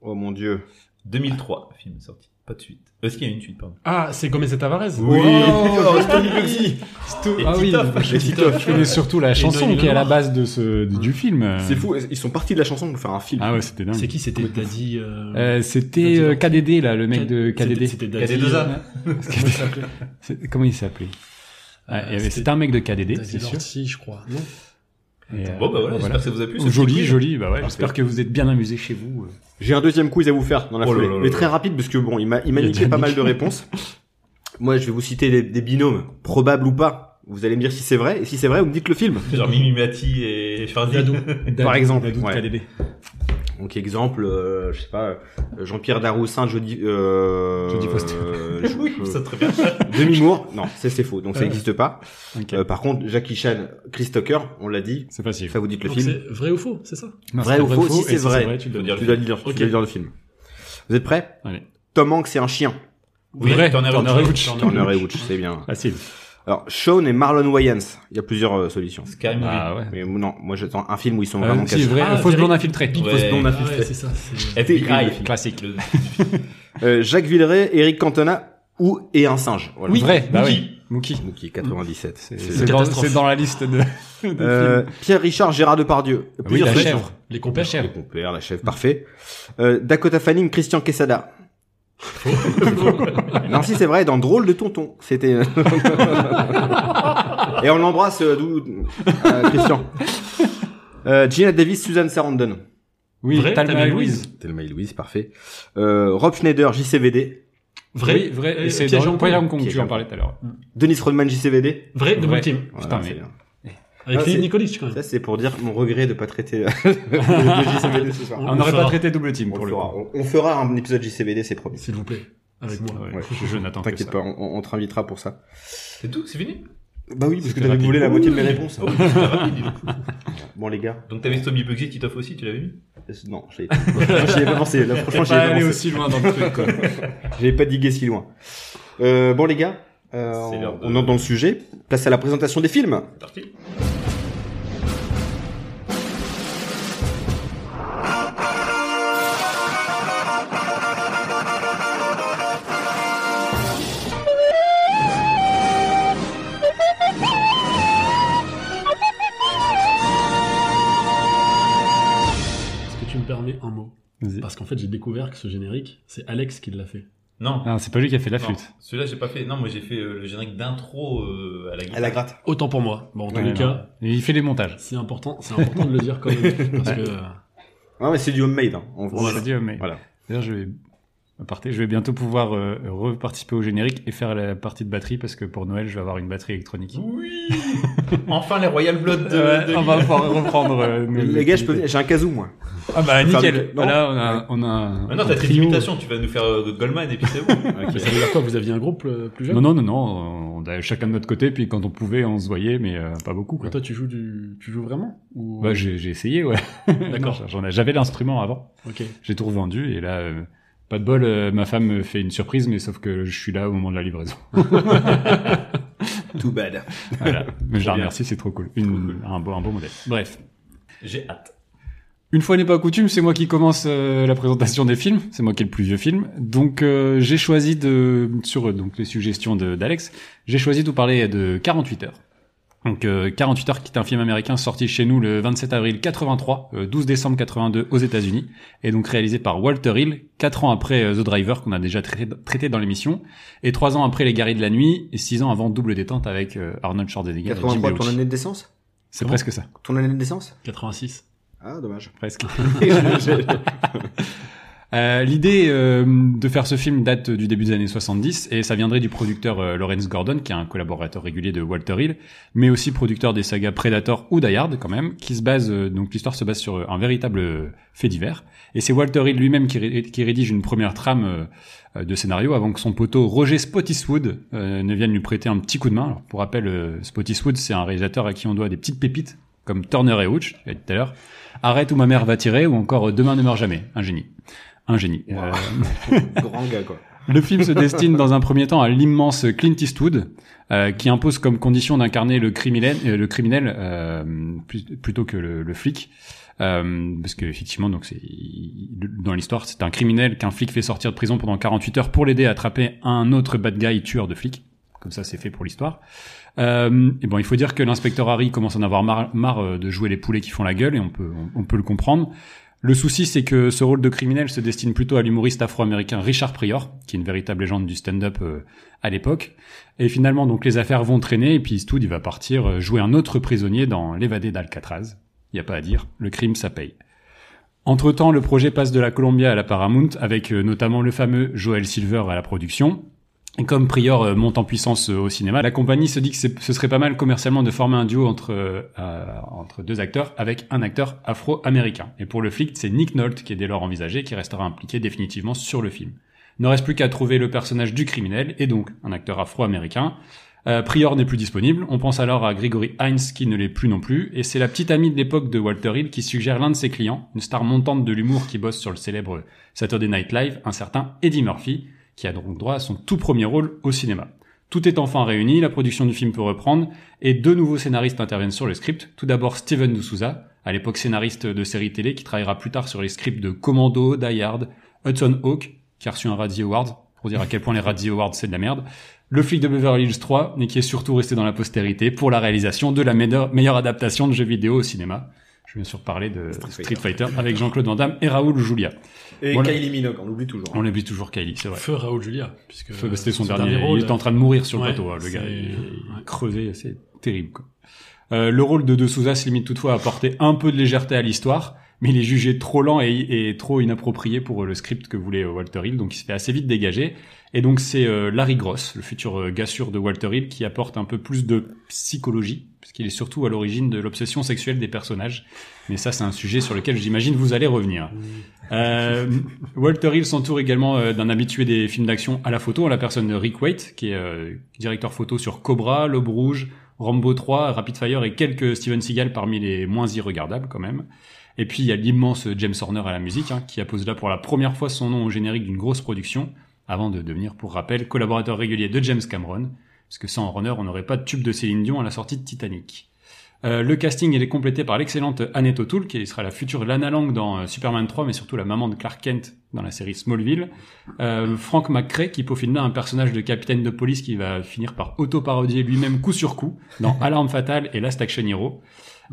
S1: Oh mon dieu.
S3: 2003, film sorti. Pas de suite. Euh, Est-ce qu'il y a une suite, pardon
S4: Ah, c'est Gomez et Tavares.
S1: Oui. Oh, Stony Bugsy.
S3: Et
S2: Ah oui,
S3: Titoff.
S1: Et Titoff.
S2: je connais surtout la chanson
S4: Noël
S2: qui est à la
S4: Lenoir.
S2: base de ce, du, du film.
S1: C'est fou, ils sont partis de la chanson pour faire un film.
S2: Ah ouais, c'était dingue.
S4: C'est qui C'était Daddy. euh,
S2: Euh, c'était euh, KDD, là, le mec de
S4: c'était-
S2: KDD.
S4: C'était Daddy.
S3: KD2A.
S4: Comment il s'appelait
S2: C'est- Comment il s'appelait Ouais, il y avait- C'était un mec de KDD,
S4: Daddy
S2: c'est sûr.
S4: Lortie, je crois. Non
S2: Et, euh,
S3: Bon, bah voilà,
S2: voilà.
S3: j'espère que ça vous a plu. ce petit
S2: Joli,
S3: quiz.
S2: joli, bah ouais, j'espère que vous êtes bien amusés chez vous. euh.
S1: J'ai un deuxième quiz à vous faire dans la
S3: Oh là
S1: foulée.
S3: là là
S1: mais
S3: là.
S1: très rapide parce que bon, il m'a, il m'a
S2: Il a
S1: niqué
S2: déjà
S1: pas mal de
S2: niqué.
S1: réponses. Moi, je vais vous citer des, des binômes, probables ou pas. Vous allez me dire si c'est vrai, et si c'est vrai, vous me dites le film.
S3: C'est Genre Mimimati et Schwarzy.
S4: Dadou.
S1: Par exemple,
S2: Dadou de
S1: ouais.
S2: KDD.
S1: Donc exemple, euh, je sais pas, euh, Jean-Pierre Daroussin, Jodie, euh,
S2: Jodie Foster.
S1: euh, je-
S3: Oui,
S1: je-
S3: ça très bien.
S1: Demi Moore, non, c'est c'est faux, donc ça
S2: Ouais.
S1: n'existe pas.
S2: Ok.
S1: Euh, par contre, Jackie Chan, Chris Tucker, on l'a dit.
S2: C'est facile.
S1: Ça vous dites le
S4: Donc
S1: film.
S4: c'est vrai ou faux, c'est ça
S2: Non,
S1: Vrai
S2: c'est
S1: ou faux, si
S2: et
S1: c'est vrai.
S2: tu dois
S3: Faut
S2: dire.
S3: dire
S1: Tu dois le dire, tu
S4: Ok.
S1: dois le dire le film. Vous êtes prêts
S2: Allez.
S1: Tom Hanks c'est un chien.
S3: Oui,
S4: Vrai.
S3: Turner et
S4: Turner et
S3: Hooch.
S4: Hooch.
S1: Turner et Hooch, c'est bien.
S2: Facile.
S1: Alors Sean et Marlon Wayans, il y a plusieurs euh, solutions.
S3: Sky Movie.
S2: Ah ouais.
S1: Mais non, moi j'attends un film où ils sont
S2: Euh,
S1: vraiment
S2: si,
S1: cachés.
S2: vrai,
S4: Ah,
S2: fausse
S4: Derek-
S2: blonde infiltrée.
S3: Ouais.
S1: Fausse blonde
S4: Ah
S1: infiltrée.
S4: ouais, c'est ça. c'est-
S1: Terrible,
S3: FBI.
S2: Classique.
S3: Le-
S1: Euh, Jacques Villeray, Eric Cantona ou et un singe. Voilà.
S2: Vrai, bah
S3: Mookie.
S2: oui. Mookie.
S1: Donc, il est 97.
S2: C'est-
S1: C'est-
S2: C'est dans,
S4: catastrophe.
S2: c'est dans la liste de, de
S1: Euh,
S2: films. Ah
S1: Pierre Richard, Gérard Depardieu.
S2: Oui, la
S1: solutions.
S2: chèvre.
S4: Les
S2: La
S4: compères.
S2: chèvre.
S1: Mon père, la chef, parfait. Euh, Dakota Fanning, Christian Quesada. non, si c'est vrai, dans Drôle de Tonton, c'était. euh, Et on l'embrasse, euh, d'où- euh, Christian. Euh, Gina Davis, Suzanne Sarandon.
S2: Oui,
S4: Vrai,
S2: Talma
S4: Thelma
S2: et
S4: et
S2: Louise.
S1: Thelma et Louise, parfait. Euh, Rob Schneider, JCVD.
S4: Vrai.
S2: Oui, vrai.
S4: Euh,
S2: Et c'est
S4: Piège
S2: dans
S4: en
S2: Piège
S4: Hong
S2: en
S4: Kong.
S2: Kong, tu en parlais tout à l'heure.
S1: Dennis Rodman, JCVD.
S4: Vrai de
S2: Vrai.
S4: mon team.
S1: Voilà,
S2: Putain, mais-
S1: c'est bien.
S4: Avec
S1: Ah,
S4: Philippe
S1: c'est-
S4: Nicolic, quand même.
S1: Ça, c'est pour dire mon regret de pas traiter euh, le JCVD ce soir.
S2: On
S4: On
S2: n'aurait pas
S4: fera.
S2: traité double team
S1: On
S2: pour
S1: le
S2: le
S1: fera.
S2: coup.
S1: On, on fera un épisode JCVD, c'est promis.
S4: S'il vous plaît. Avec moi.
S2: Ouais, je je n'attends que
S1: T'inquiète
S2: ça.
S1: pas, on, on- on te réinvitera pour ça.
S3: C'est tout, c'est fini
S1: Bah oui, parce que
S4: C'était
S1: t'avais
S4: rapide.
S1: volé la moitié de mes réponses.
S3: Oh, c'était rapide, dis donc.
S1: Bon les gars,
S3: Donc t'avais Tommy Bugsy, Titoff aussi, tu l'avais vu
S1: euh, non, j'y ai pas j'y ai pas pensé. Là, franchement, j'y ai
S5: pas
S1: pas
S5: aller
S1: pensé.
S5: aussi loin dans le truc, quoi.
S1: J'ai pas digué si loin. Euh, bon les gars, euh,
S3: C'est l'heure de-
S1: on entre dans le sujet. Place à la présentation des films.
S3: C'est parti.
S4: Est-ce que tu me permets un mot
S2: Vas-y.
S4: Parce qu'en fait, j'ai découvert que ce générique, c'est Alex qui l'a fait.
S3: Non.
S2: Ah, c'est pas lui qui a fait la
S3: non.
S2: flûte.
S3: Celui-là, j'ai pas fait. Non, moi, j'ai fait euh, le générique d'intro euh, à la guitare.
S1: À la gratte.
S4: Autant pour moi. Bon, en tous
S2: Ouais,
S4: les
S2: non.
S4: cas,
S2: Il fait les montages.
S4: c'est important, c'est important de le dire quand même. Parce que, euh,
S1: Non mais c'est du homemade. Hein. On- on-
S2: C'est du homemade.
S1: Voilà.
S2: D'ailleurs, je vais aparté, je vais bientôt pouvoir euh, reparticiper au générique et faire la partie de batterie parce que pour Noël, je vais avoir une batterie électronique.
S3: Oui
S4: euh,
S3: Enfin, les Royal Blood de, de
S2: Ouais, on va
S3: Lille.
S2: pouvoir reprendre. euh, nos-
S1: Les gars, je peux... j'ai un casou moi.
S2: Ah bah
S1: Faire
S2: nickel.
S1: du- non.
S2: Voilà, on a, on a. un-
S3: Maintenant,
S2: un
S3: Bah t'as tes
S2: trio.
S3: imitations, tu vas nous faire euh, Goldman et puis c'est bon.
S4: mais ça veut dire quoi Vous aviez un groupe euh, plus jeune
S2: Non non non non, on a chacun de notre côté puis quand on pouvait, on se voyait mais euh, pas beaucoup quoi.
S4: Mais toi, tu joues du, tu joues vraiment Ou...
S2: Bah j'ai j'ai essayé ouais.
S4: D'accord.
S2: Non, j'en ai- J'avais l'instrument avant.
S4: Ok.
S2: J'ai tout revendu et là. euh, Pas de bol, euh, ma femme me fait une surprise, mais sauf que je suis là au moment de la livraison.
S1: Too bad.
S2: Voilà. Mais je la
S3: bien.
S2: remercie, c'est trop cool. Une- un, beau, un beau modèle. Bref.
S3: J'ai hâte.
S2: Une fois n'est pas coutume, c'est moi qui commence euh, la présentation des films. C'est moi qui ai le plus vieux film. Donc euh, j'ai choisi de sur euh, donc les suggestions de- d'Alex, j'ai choisi de vous parler de 48 heures. Donc euh, 48 heures qui est un film américain sorti chez nous le 27 avril 83, euh, 12 décembre 82 aux États-Unis et donc réalisé par Walter Hill quatre ans après euh, The Driver qu'on a déjà traité, traité dans l'émission et trois ans après Les Guerriers de la nuit et six ans avant Double détente avec euh, Arnold Schwarzenegger et Jim
S1: 83 ton
S2: Belushi.
S1: année de naissance
S2: C'est
S4: Comment
S2: presque ça.
S1: Ton année de naissance
S4: 86.
S1: Ah dommage.
S2: Presque. Euh, L'idée euh, de faire ce film date du début des années 70 et ça viendrait du producteur euh, Lawrence Gordon, qui est un collaborateur régulier de Walter Hill, mais aussi producteur des sagas Predator ou Die Hard quand même, qui se base euh, donc l'histoire se base sur euh, un véritable euh, fait divers. Et c'est Walter Hill lui-même qui, ré- qui rédige une première trame euh, euh, de scénario avant que son poteau Roger Spottiswood euh, ne vienne lui prêter un petit coup de main. Alors, pour rappel, euh, Spottiswood c'est un réalisateur à qui on doit des petites pépites comme Turner et Hooch, tu l'as dit tout à l'heure. Arrête où ma mère va tirer ou encore euh, Demain ne meurt jamais, un génie. Un génie. Euh,
S1: Grand gars quoi.
S2: le film se destine dans un premier temps à l'immense Clint Eastwood, euh, qui impose comme condition d'incarner le criminel, euh, le criminel euh, plus- plutôt que le, le flic, Euh, parce que effectivement, donc c'est il- dans l'histoire, c'est un criminel qu'un flic fait sortir de prison pendant 48 heures pour l'aider à attraper un autre bad guy tueur de flic. Comme ça, c'est fait pour l'histoire. Euh, et bon, il faut dire que l'inspecteur Harry commence à en avoir marre, marre, euh, de jouer les poulets qui font la gueule, et on peut, on- on peut le comprendre. Le souci, c'est que ce rôle de criminel se destine plutôt à l'humoriste afro-américain Richard Pryor, qui est une véritable légende du stand-up euh, à l'époque. Et finalement, donc, les affaires vont traîner, et puis Eastwood, il va partir euh, jouer un autre prisonnier dans L'évadé d'Alcatraz. Il n'y a pas à dire, le crime, ça paye. Entre-temps, le projet passe de la Columbia à la Paramount, avec euh, notamment le fameux Joel Silver à la production. Et comme Prior euh, monte en puissance euh, au cinéma, la compagnie se dit que c'est- ce serait pas mal commercialement de former un duo entre, euh, euh, entre deux acteurs avec un acteur afro-américain. Et pour le flic, c'est Nick Nolte qui est dès lors envisagé, qui restera impliqué définitivement sur le film. Il ne reste plus qu'à trouver le personnage du criminel, et donc un acteur afro-américain. Euh, Prior n'est plus disponible, on pense alors à Gregory Hines qui ne l'est plus non plus, et c'est la petite amie de l'époque de Walter Hill qui suggère l'un de ses clients, une star montante de l'humour qui bosse sur le célèbre Saturday Night Live, un certain Eddie Murphy, qui a donc droit à son tout premier rôle au cinéma. Tout est enfin réuni, la production du film peut reprendre, et deux nouveaux scénaristes interviennent sur le script. Tout d'abord Steven D'Souza, à l'époque scénariste de séries télé, qui travaillera plus tard sur les scripts de Commando, Die Hard, Hudson Hawk, qui a reçu un Radzi Award, pour dire à quel point les Radzi Awards c'est de la merde, Le flic de Beverly Hills 3, mais qui est surtout resté dans la postérité pour la réalisation de la meilleure, meilleure adaptation de jeux vidéo au cinéma. Je vais bien sûr parler de Street, Fighter avec Jean-Claude Van Damme et Raoul Julia.
S1: Et
S2: Voilà.
S1: Kylie Minogue, on l'oublie toujours.
S2: On l'oublie toujours Kylie, c'est vrai.
S4: Feu Raoul Julia, puisque
S2: Feu, bah, c'était son,
S4: son
S2: dernier.
S4: dernier rôle.
S2: Il était en train de mourir sur
S4: Ouais,
S2: le bateau, hein, le gars.
S4: c'est-
S2: Il, il
S4: ouais.
S2: creusait, c'est terrible. Quoi. Euh, le rôle de De Souza se limite toutefois à apporter un peu de légèreté à l'histoire, mais il est jugé trop lent et, et trop inapproprié pour euh, le script que voulait euh, Walter Hill, donc il se fait assez vite dégager. Et donc c'est euh, Larry Gross, le futur euh, gars sûr de Walter Hill, qui apporte un peu plus de psychologie, puisqu'il est surtout à l'origine de l'obsession sexuelle des personnages. Mais ça, c'est un sujet sur lequel j'imagine vous allez revenir.
S4: Mmh.
S2: Euh, Walter Hill s'entoure également euh, d'un habitué des films d'action à la photo, à la personne de Rick Waite, qui est euh, directeur photo sur Cobra, L'Aube Rouge, Rambo 3, Rapid Fire et quelques Steven Seagal parmi les moins irregardables quand même. Et puis il y a l'immense James Horner à la musique, hein, qui appose là pour la première fois son nom au générique d'une grosse production, avant de devenir, pour rappel, collaborateur régulier de James Cameron, parce que sans Horner, on n'aurait pas de tube de Céline Dion à la sortie de Titanic. Euh, le casting il est complété par l'excellente Annette O'Toole, qui sera la future Lana Lang dans euh, Superman 3, mais surtout la maman de Clark Kent dans la série Smallville. Euh, Frank McCrae, qui peaufine là un personnage de capitaine de police qui va finir par auto-parodier lui-même coup sur coup dans Alarme Fatale et Last Action Hero.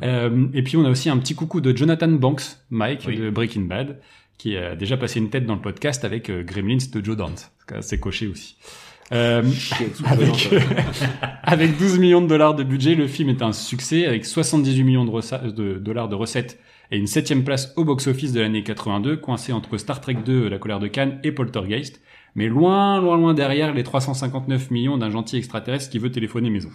S2: Euh, et puis on a aussi un petit coucou de Jonathan Banks, Mike
S3: Oui.
S2: de Breaking Bad, qui a déjà passé une tête dans le podcast avec euh, Gremlins de Joe Dante. C'est coché aussi. Euh,
S1: Ah,
S2: avec, euh, avec 12 millions de dollars de budget, le film est un succès avec 78 millions de, ressa- de dollars de recettes et une septième place au box-office de l'année 82, coincé entre Star Trek 2, La colère de Cannes et Poltergeist, mais loin, loin, loin derrière les 359 millions d'un gentil extraterrestre qui veut téléphoner maison.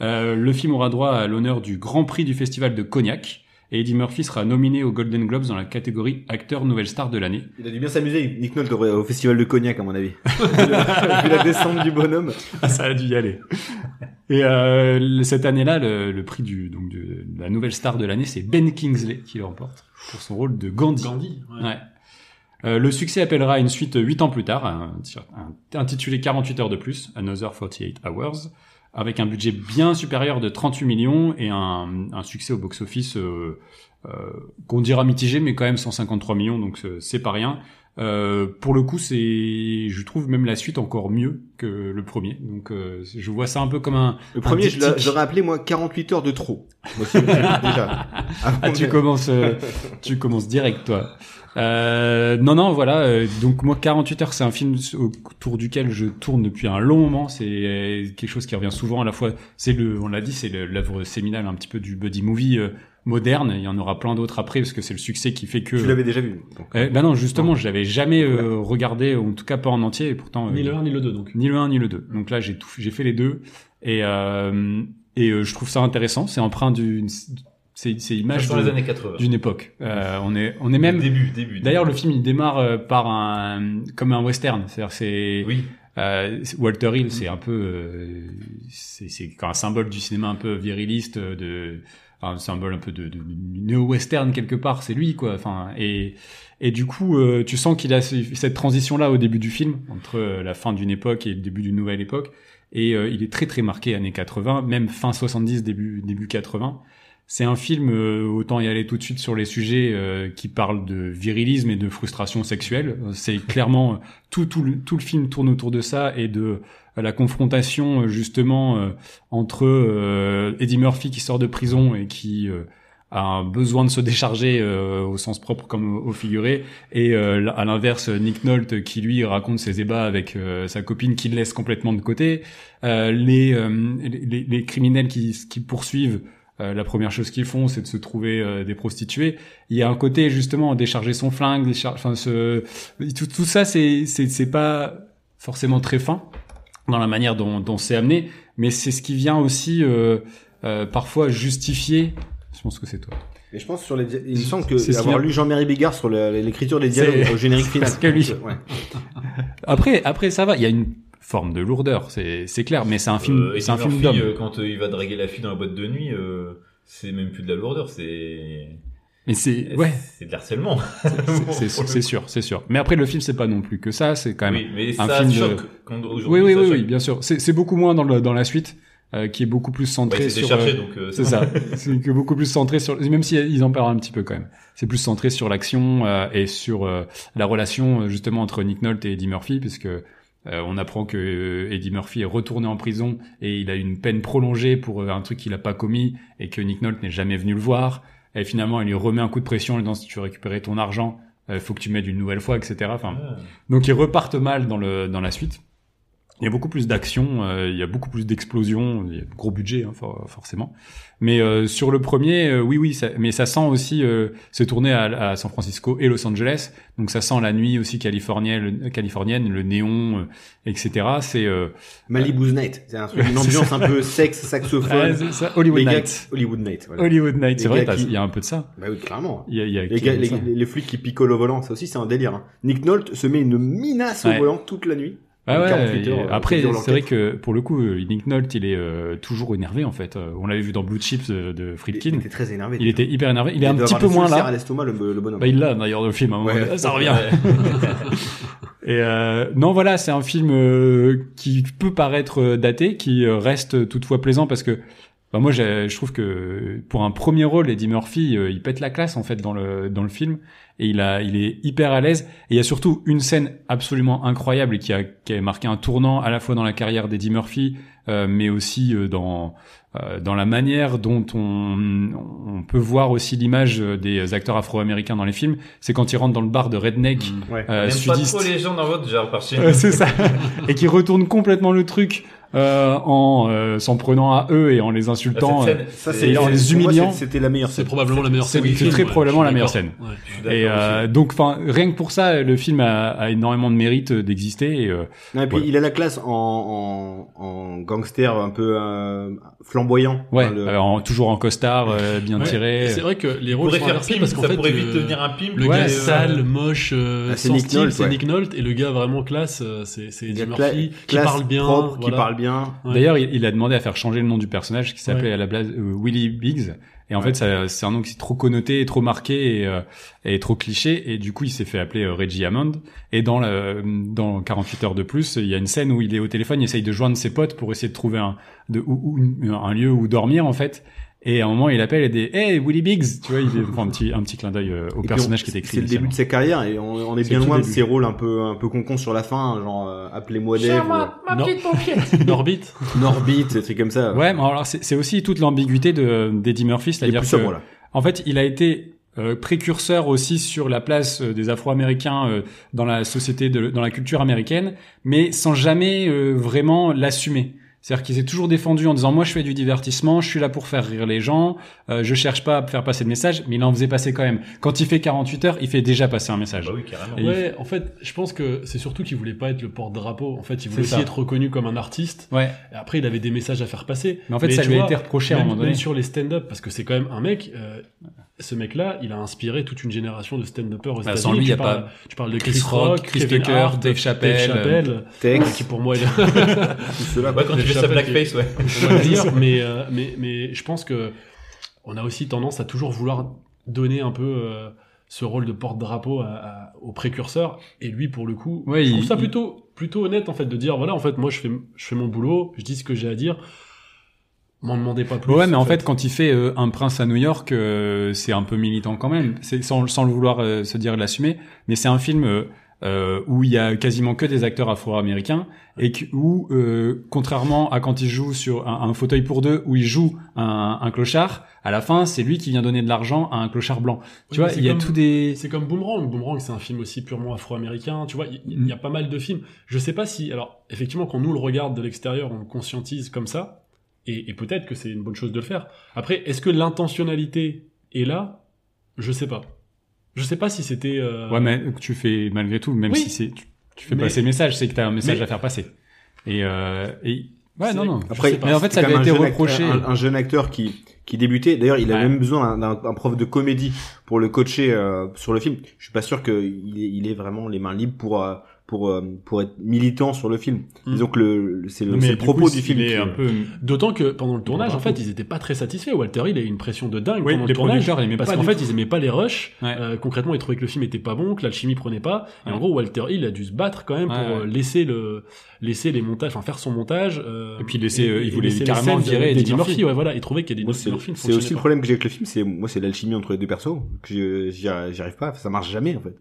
S2: Euh, le film aura droit à l'honneur du Grand Prix du Festival de Cognac, et Eddie Murphy sera nominé aux Golden Globes dans la catégorie acteur nouvelle star de l'année.
S1: Il a dû bien s'amuser, Nick Nolte, au au festival de Cognac, à mon avis. vu, la, vu la descente du bonhomme.
S2: ça a dû y aller. Et euh, le- cette année-là, le, le prix du, donc de, de la nouvelle star de l'année, c'est Ben Kingsley qui le remporte pour son rôle de Gandhi.
S4: Gandhi. ouais.
S2: Ouais. Euh, le succès appellera une suite 8 ans plus tard, un- un- intitulé 48 heures de plus, Another 48 Hours, avec un budget bien supérieur de 38 millions et un, un succès au box-office euh, euh, qu'on dira mitigé, mais quand même 153 millions, donc c'est- c'est pas rien. Euh, pour le coup, c'est, je trouve même la suite encore mieux que le premier. Donc, euh, je vois ça un peu comme un.
S1: Le premier, je l'a-
S2: diptyque.
S1: j'aurais appelé, moi, 48 heures de trop. Moi, c'est- déjà.
S2: Ah, tu commences, euh, tu commences direct, toi. Euh, non, non, voilà. euh, donc moi, 48 heures, c'est un film autour duquel je tourne depuis un long moment. C'est euh, quelque chose qui revient souvent à la fois. C'est le, on l'a dit, c'est le- l'œuvre séminale un petit peu du buddy movie euh, moderne. Il y en aura plein d'autres après parce que c'est le succès qui fait que.
S1: Tu l'avais déjà vu. donc.
S2: Eh ben non, justement, je l'avais jamais euh, regardé, ou en tout cas pas en entier, et pourtant. euh,
S4: Ni le 1 ni le 2 donc.
S2: ni le 1 ni le 2. Donc là, j'ai tout, j'ai fait les deux et euh, et euh, je trouve ça intéressant. C'est empreint d'une, c'est c'est image
S3: dans les
S2: de-
S3: années 80.
S2: d'une époque. Euh, on est on est même.
S3: Début, début.
S2: D'ailleurs, le film il démarre euh, par un comme un western. C'est-à-dire c'est
S3: Oui.
S2: euh, c'est- Walter Hill, c'est un peu euh, c'est c'est quand un symbole du cinéma un peu viriliste euh, de un symbole un peu de, de néo-western quelque part. C'est lui quoi. Enfin et et du coup, euh, tu sens qu'il a ce- cette transition-là au début du film, entre euh, la fin d'une époque et le début d'une nouvelle époque. Et euh, il est très très marqué années 80, même fin 70, début, début 80. C'est un film, euh, autant y aller tout de suite sur les sujets euh, qui parlent de virilisme et de frustration sexuelle. Euh, C'est clairement, euh, tout, tout, le, tout le film tourne autour de ça et de euh, la confrontation euh, justement euh, entre euh, Eddie Murphy qui sort de prison et qui... euh, a un besoin de se décharger euh, au sens propre comme au- au figuré et euh, à l'inverse, Nick Nolte qui lui raconte ses ébats avec euh, sa copine qui le laisse complètement de côté. Euh, les, euh, les, les criminels qui, qui poursuivent, euh, la première chose qu'ils font, c'est de se trouver euh, des prostituées. Il y a un côté justement décharger son flingue, déchar- enfin ce, tout, tout ça, c'est c'est c'est pas forcément très fin dans la manière dont, dont c'est amené, mais c'est ce qui vient aussi euh, euh, parfois justifier. Je pense que c'est toi.
S1: Mais je pense sur les, di- il me semble que
S2: C'est ce
S1: avoir
S2: qu'il y
S1: lu Jean-Marie Bigard sur la- l'écriture des
S2: C'est-
S1: dialogues au générique final.
S2: parce que lui-
S1: Donc, euh, ouais.
S2: Après, après ça va. Il y a une forme de lourdeur, c'est c'est clair, mais c'est un film,
S3: Euh, Eddie
S2: c'est un film
S3: Murphy,
S2: d'homme.
S3: euh, quand euh, il va draguer la fille dans la boîte de nuit, euh, c'est même plus de la lourdeur, c'est.
S2: Mais c'est ouais,
S3: C'est de l'harcèlement.
S2: c'est- c'est c'est sûr, c'est sûr. Mais après, le film, c'est pas non plus que ça. C'est quand même.
S3: Oui, mais
S2: un
S3: ça
S2: film de-
S3: choque. Quand
S2: Oui,
S3: aujourd'hui,
S2: oui,
S3: ça
S2: oui,
S3: choque.
S2: oui, bien sûr. C'est c'est beaucoup moins dans le dans la suite, euh, qui est beaucoup plus
S3: Ouais,
S2: centrée
S3: c'est
S2: sur.
S3: cherché,
S2: euh,
S3: donc. euh,
S2: c'est ça. C'est que beaucoup plus centré sur. Même si ils en parlent un petit peu quand même. C'est plus centré sur l'action euh, et sur euh, la relation euh, justement entre Nick Nolte et Eddie Murphy, puisque. euh, on apprend que euh, Eddie Murphy est retourné en prison et il a une peine prolongée pour euh, un truc qu'il a pas commis et que Nick Nolte n'est jamais venu le voir. Et finalement, il lui remet un coup de pression en lui disant si tu veux récupérer ton argent, euh, faut que tu m'aides une nouvelle fois, etc. Enfin,
S3: Ah.
S2: donc ils repartent mal dans, le, dans la suite. Il y a beaucoup plus d'action, euh, il y a beaucoup plus d'explosions, il y a gros budget hein, for- forcément. Mais euh, sur le premier, euh, oui, oui, ça, mais ça sent aussi, euh, c'est tourné à, à San Francisco et Los Angeles, donc ça sent la nuit aussi californienne, californienne le néon, euh, etc. C'est euh,
S1: Malibu's Night. C'est un truc, une ambiance un peu sexe, saxophone.
S2: ouais, ça, Ah, Hollywood
S1: les gars,
S2: Night.
S1: Hollywood Night. Voilà.
S2: Hollywood Night, c'est
S1: Les
S2: vrai,
S1: gars
S2: t'as-
S1: qui-
S2: il y a un peu de ça.
S1: Bah oui, clairement.
S2: Il y a, il y a
S1: Les, gars, les,
S2: ça.
S1: les- les flics qui picolent au volant, ça aussi c'est un délire. hein. Nick Nolte se met une minace
S2: Ouais.
S1: au volant toute la nuit.
S2: Ah
S1: Les
S2: ouais,
S1: 48
S2: et
S1: heures, euh,
S2: après,
S1: dure
S2: c'est vrai
S1: l'enquête.
S2: que pour le coup, euh, Nick Nolte, il est euh, toujours énervé en fait. Euh, On l'avait vu dans Blue Chips euh, de
S1: Il
S2: Friedkin.
S1: était très énervé.
S2: Il était hyper énervé. Il est un
S1: doit
S2: petit
S1: avoir
S2: peu
S1: des
S2: moins
S1: ulcères à
S2: là.
S1: l'estomac, le, le bonhomme.
S2: Bah, il l'a d'ailleurs dans le film. à un moment.
S1: Ouais.
S2: Ça revient. Et euh, non, voilà, c'est un film euh, qui peut paraître euh, daté, qui euh, reste toutefois plaisant parce que bah, moi, j'ai- je trouve que pour un premier rôle, Eddie Murphy, euh, il pète la classe en fait dans le dans le film et il a il est hyper à l'aise. Et il y a surtout une scène absolument incroyable et qui a qui a marqué un tournant à la fois dans la carrière d'Eddie Murphy, euh, mais aussi euh, dans euh, dans la manière dont on, on peut voir aussi l'image euh, des acteurs afro-américains dans les films, c'est quand ils rentrent dans le bar de Redneck
S4: Mm.
S1: Ouais.
S2: euh,
S3: Mm. J'aime pas
S2: sudiste.
S3: trop les gens dans votre genre par chez
S2: Euh,
S3: nous.
S2: c'est ça. et qui retourne complètement le truc euh, en euh, s'en prenant à eux et en les insultant.
S3: Cette
S2: euh,
S3: scène,
S1: Ça,
S2: Et
S1: c'est
S2: en les
S1: pour moi,
S2: humiliant.
S1: c'est- C'était la meilleure
S4: C'est
S1: scène.
S4: probablement la meilleure
S2: c'est-
S4: scène. du
S2: c'est
S4: film,
S2: très
S4: ouais,
S2: probablement
S4: je
S2: la
S4: suis
S2: meilleure
S4: d'accord. Ouais.
S3: Je suis
S2: Et
S3: d'accord aussi.
S2: euh, donc, enfin, rien que pour ça, le film a, a énormément de mérite euh, d'exister. Et, euh,
S1: Non, et puis
S2: Ouais.
S1: il a la classe en, en, en gangster un peu euh, flamboyant.
S2: ouais,
S1: Enfin, le-
S2: euh, en- toujours en costard, euh, bien
S4: Ah, Ouais.
S2: tiré.
S4: Et C'est vrai que les
S3: On
S4: rôles
S3: pourrait
S4: sont
S3: faire
S4: inversés
S3: pimp,
S4: parce qu'en
S3: ça
S4: fait
S3: pourrait vite
S4: euh,
S3: devenir un pimp.
S4: le
S2: Ouais,
S4: gars
S2: euh,
S4: sale, moche, euh,
S1: Ah, c'est
S4: sans
S1: Nick
S4: style,
S1: Nolte,
S4: c'est
S1: ouais.
S4: Nick Nolte et le gars vraiment classe, euh, c'est c'est
S1: il y
S4: Eddie
S1: a
S4: Murphy
S1: cla-
S4: qui
S1: classe
S4: parle bien,
S1: propre, qui
S4: voilà.
S1: parle bien.
S4: Ouais.
S2: D'ailleurs, il, il a demandé à faire changer le nom du personnage qui s'appelait
S4: Ouais.
S2: à la base euh, Willy Biggs. Et en fait, ça- c'est un nom qui est trop connoté, et trop marqué et, euh, et trop cliché. Et du coup, il s'est fait appeler euh, Reggie Hammond. Et dans, le, dans 48 heures de plus, il y a une scène où il est au téléphone, il essaye de joindre ses potes pour essayer de trouver un, de, ou- ou une- un lieu où dormir, en fait. Et à un moment, il appelle et dit « Hey, Willy Biggs !» Tu vois, il est- enfin, un petit, un petit clin d'œil euh, au
S1: Et puis,
S2: personnage
S1: on-
S2: qui est écrit
S1: C'est le début de
S2: initialement.
S1: sa carrière et on, on est
S2: C'est
S1: bien
S2: le tout
S1: loin de
S2: début.
S1: ses rôles un peu un peu concon sur la fin, genre euh, appelez-moi Dave, ou,
S4: Nor- Norbit.
S1: Norbit, des trucs comme ça.
S2: Ouais, mais alors c'est c'est aussi toute l'ambiguïté de- d'Eddie
S1: il
S2: Murphy,
S1: est
S2: c'est-à-dire
S1: plus
S2: que-
S1: sobre là.
S2: En fait, il a été euh, précurseur aussi sur la place euh, des Afro-Américains euh, dans la société, de- dans la culture américaine, mais sans jamais euh, vraiment l'assumer. C'est-à-dire qu'il s'est toujours défendu en disant moi je fais du divertissement, je suis là pour faire rire les gens, euh, je cherche pas à faire passer de message, mais il en faisait passer quand même. Quand il fait 48 heures, il fait déjà passer un message.
S3: Bah oui, carrément.
S2: Et-
S4: Ouais, en fait, je pense que c'est surtout qu'il voulait pas être le porte-drapeau. En fait, il voulait
S2: C'est ça.
S4: aussi être reconnu comme un artiste.
S2: Ouais,
S4: Et après, il avait des messages à faire passer.
S2: mais en fait ça
S4: tu
S2: lui a
S4: vois,
S2: été reproché à un
S4: même,
S2: moment donné.
S4: même sur les stand-up, parce que c'est quand même un mec. euh, ce mec-là, il a inspiré toute une génération de stand-uppers aux
S2: Bah,
S4: États-Unis.
S2: sans lui, il
S4: tu,
S2: y a
S4: parles,
S2: pas
S4: tu parles de
S2: Chris
S4: Chris Rock,
S2: Rock, Chris
S4: Kevin
S2: Tucker,
S4: Hart, euh,
S2: Dave Chappelle,
S1: Texte,
S4: qui pour moi est
S1: tout cela.
S3: Ouais, bah, quand il
S4: Jeff
S3: fait sa
S4: Chappelle
S3: blackface, ouais.
S4: on va le dire, mais, euh, mais, mais je pense que on a aussi tendance à toujours vouloir donner un peu euh, ce rôle de porte-drapeau à- à- au précurseur. Et lui, pour le coup,
S2: Ouais,
S4: je
S2: il-
S4: trouve ça
S2: il-
S4: plutôt, plutôt honnête en fait de dire voilà, en fait, moi je fais, je fais mon boulot, je dis ce que j'ai à dire, m'en demandez pas plus.
S2: Ouais, mais en fait, quand il fait euh, un prince à New York, euh, c'est un peu militant quand même. C'est sans, sans le vouloir euh, se dire l'assumer, mais c'est un film euh, euh, où il y a quasiment que des acteurs afro-américains et que- où, euh, contrairement à quand il joue sur un, un fauteuil pour deux, où il joue un, un clochard, à la fin, c'est lui qui vient donner de l'argent à un clochard blanc. Tu
S4: Oui, mais
S2: vois,
S4: c'est
S2: il y a
S4: comme-
S2: tout des.
S4: Et c'est comme Boomerang. Boomerang, c'est un film aussi purement afro-américain. Tu vois, il il y,
S2: Mm.
S4: a pas mal de films. Je sais pas si, alors, effectivement, quand nous le regarde de l'extérieur, on le conscientise comme ça. Et, et peut-être que c'est une bonne chose de le faire. Après, est-ce que l'intentionnalité est là Je sais pas. Je sais pas si c'était. euh,
S2: Ouais, mais tu fais malgré tout, même
S4: Oui.
S2: si c'est tu, tu fais
S4: Mais-
S2: passer le message, c'est que t'as un message
S4: Mais-
S2: à faire passer. Et, euh, et... ouais,
S4: C'est-
S2: non, non.
S4: je
S1: Après,
S4: sais pas.
S2: Mais en fait,
S1: C'est
S2: ça
S1: quand
S2: lui a
S1: même
S2: été
S1: un jeune acteur-
S2: reproché.
S1: un, un jeune acteur qui qui débutait. D'ailleurs, il a
S2: Ouais.
S1: même besoin d'un- d'un un prof de comédie pour le coacher euh, sur le film. Je suis pas sûr que il, est- il ait vraiment les mains libres pour euh, pour euh, pour être militant sur le film.
S4: Mm.
S1: Disons que le le- c'est le,
S4: Mais
S1: c'est le
S4: du coup,
S1: propos du
S4: il
S1: film.
S2: est
S1: qui-
S2: un peu
S4: D'autant que pendant le tournage, en
S2: Boomerang.
S4: fait, ils étaient pas très satisfaits. Walter, il a eu une pression de dingue
S2: Oui,
S4: pendant
S2: les
S4: le tournage.
S2: producteurs n'aimaient
S4: Parce
S2: pas
S4: qu'en
S2: du
S4: fait,
S2: tout.
S4: ils aimaient pas les rushs.
S2: Ouais.
S4: Euh, concrètement, ils trouvaient que le film était pas bon, que l'alchimie prenait pas. Et
S2: Ouais.
S4: en gros, Walter Hill a dû se battre quand même
S2: Ouais,
S4: pour
S2: ouais.
S4: euh, laisser le laisser les montages, enfin faire son montage. euh,
S2: Et puis laisser, euh, il
S4: et
S2: voulait
S4: laisser les
S2: carrément
S4: scènes de-
S2: virer Eddie
S4: d'Eddie Murphy.
S2: Murphy.
S4: Ouais, voilà, il trouvait qu'Eddie
S1: Moi, c'est
S4: Murphy ne
S1: c'est
S4: fonctionnait
S1: aussi le
S4: pas.
S1: problème que j'ai avec le film, c'est moi c'est l'alchimie entre les deux persos que je- j'y j'y arrive pas, ça marche jamais en fait.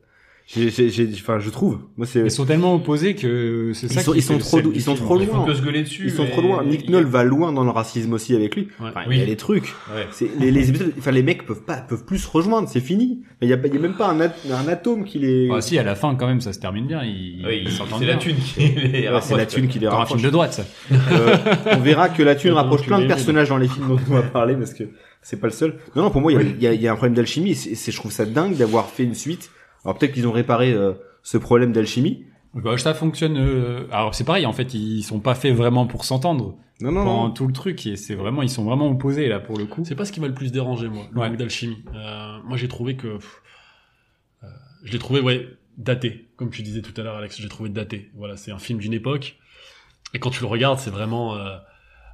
S1: J'ai- j'ai- j'ai- Enfin, je trouve. Moi, c'est
S2: Ils sont tellement opposés que c'est
S1: Ils
S2: ça
S1: sont-
S2: qui
S1: ils
S2: fait
S1: sont
S2: le
S1: trop
S2: sel
S1: doux,
S2: du
S1: ils sont
S2: film.
S1: trop
S3: Ils font
S1: loin.
S3: que se gueuler dessus.
S1: Ils sont
S3: et-
S1: trop loin. Nick Nolte va loin dans le racisme aussi avec lui.
S4: Ouais.
S1: Enfin,
S3: Oui.
S1: Il y a des trucs.
S3: Ouais.
S1: C'est- Les, les épisodes- enfin, les mecs peuvent pas, peuvent plus se rejoindre, c'est fini. Mais il y a, pas- il y a même pas un, at- un atome qui les.
S2: Ah si, à la fin quand même, ça se termine bien. Ils
S3: Oui,
S2: ils s'entendent
S3: c'est la
S2: bien.
S3: thune qui les
S1: Ouais, c'est la
S3: rapproche.
S1: thune qui les
S2: Encore un film
S1: rapproche.
S2: de droite, ça.
S1: Euh, on verra que la thune
S4: Attends,
S1: rapproche
S4: tu
S1: plein de
S4: l'as aimé,
S1: personnages dans les films dont on va parler parce que c'est pas le seul. Non, non, pour moi, il y a- il y, a- il y a un problème d'alchimie. C'est, c'est- je trouve ça dingue d'avoir fait une suite. Alors peut-être qu'ils ont réparé euh, ce problème d'alchimie.
S2: Bah, ça fonctionne. euh, Alors c'est pareil, en fait, ils sont pas faits vraiment pour s'entendre
S1: Non, non,
S2: pendant
S1: non.
S2: tout le truc. Et c'est vraiment, ils sont vraiment opposés là pour le coup.
S4: C'est pas ce qui m'a le plus dérangé, moi, le
S2: Ouais.
S4: manque d'alchimie. Euh, moi, j'ai trouvé que. pff, euh, je l'ai trouvé, ouais, daté. Comme tu disais tout à l'heure, Alex, j'ai trouvé daté. Voilà, c'est un film d'une époque. Et quand tu le regardes, c'est vraiment. euh,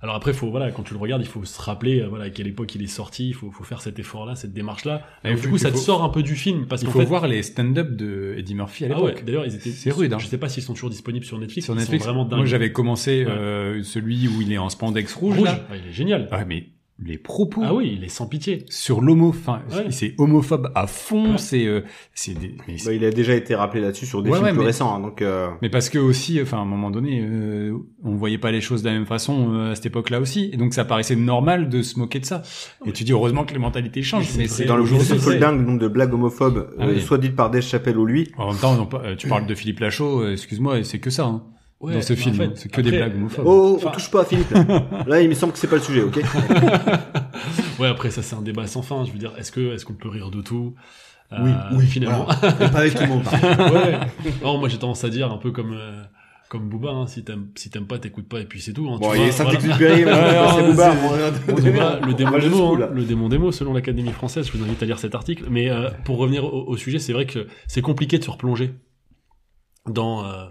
S4: Alors après, faut voilà, quand tu le regardes, il faut se rappeler euh, voilà à quelle époque il est sorti. Il faut, faut faire cet effort-là, cette démarche-là.
S2: Et
S4: Et
S2: faut-
S4: du coup,
S2: il
S4: ça te
S2: faut-
S4: sort un peu du film parce
S2: Il
S4: qu'en
S2: faut
S4: fait,
S2: voir les stand-up de Eddie Murphy à
S4: ah
S2: l'époque.
S4: ouais, d'ailleurs, ils étaient.
S2: C'est rude, hein.
S4: Je sais pas s'ils sont toujours disponibles sur Netflix.
S2: Sur
S4: ils sont
S2: Netflix,
S4: vraiment dingues.
S2: moi j'avais commencé
S4: Ouais.
S2: euh, celui où il est en spandex rouge.
S4: Rouge.
S2: là.
S4: Ouais, il est génial.
S2: Ouais, mais les propos
S4: Ah oui, il est sans pitié.
S2: sur l'homo, enfin,
S4: Ouais.
S2: c'est homophobe à fond.
S4: Ouais.
S2: C'est, euh, c'est des, mais, c'est-
S1: Bah, il a déjà été rappelé là-dessus sur des
S2: Ouais,
S1: films
S2: ouais,
S1: plus
S2: mais-
S1: récents, hein, donc euh,
S2: mais parce que aussi, enfin, à un moment donné, euh, on voyait pas les choses de la même façon euh, à cette époque-là aussi, et donc ça paraissait normal de se moquer de ça. Et tu dis heureusement que les mentalités changent.
S4: Mais
S2: Mais
S4: c'est
S2: c'est
S1: dans le
S4: aujourd'hui,
S1: Bouffon
S4: c'est-
S1: sous le dingue, le nombre de blagues homophobes,
S2: Ah
S1: euh,
S2: oui.
S1: soit dites par Deschapelle ou lui.
S2: en même temps, on en pa- euh, tu parles de Philippe Lachaud. euh, Excuse-moi, c'est que ça hein, dans ce
S4: mais en
S2: film.
S4: fait,
S2: hein, c'est que des
S4: après,
S2: blagues homophobes.
S1: Oh,
S4: Enfin-
S1: on touche pas à Philippe. Là, Là, il me semble que c'est pas le sujet, ok
S4: Ouais, après ça c'est un débat sans fin. Je veux dire, est-ce que est-ce qu'on peut rire de tout Euh,
S1: Oui, oui,
S4: finalement.
S1: Pas avec tout le monde. par contre.
S4: ouais. Non, moi j'ai tendance à dire un peu comme euh, comme Booba, hein, si t'aimes si t'aimes pas, t'écoutes pas, et puis c'est tout. hein,
S1: Bon,
S4: tu
S1: il
S4: vois,
S1: est
S4: voilà.
S1: Saint-Exupéry, mais
S4: Ouais,
S1: c'est
S4: ouais,
S1: Bouba.
S4: c'est-
S1: on-
S4: Bon, Booba, le démon
S1: va
S4: des
S1: jusqu'où,
S4: mots, hein,
S1: là
S4: le démon des mots, selon l'Académie française. Je vous invite à lire cet article. Mais euh, pour revenir au, au sujet, c'est vrai que c'est compliqué de se replonger dans euh,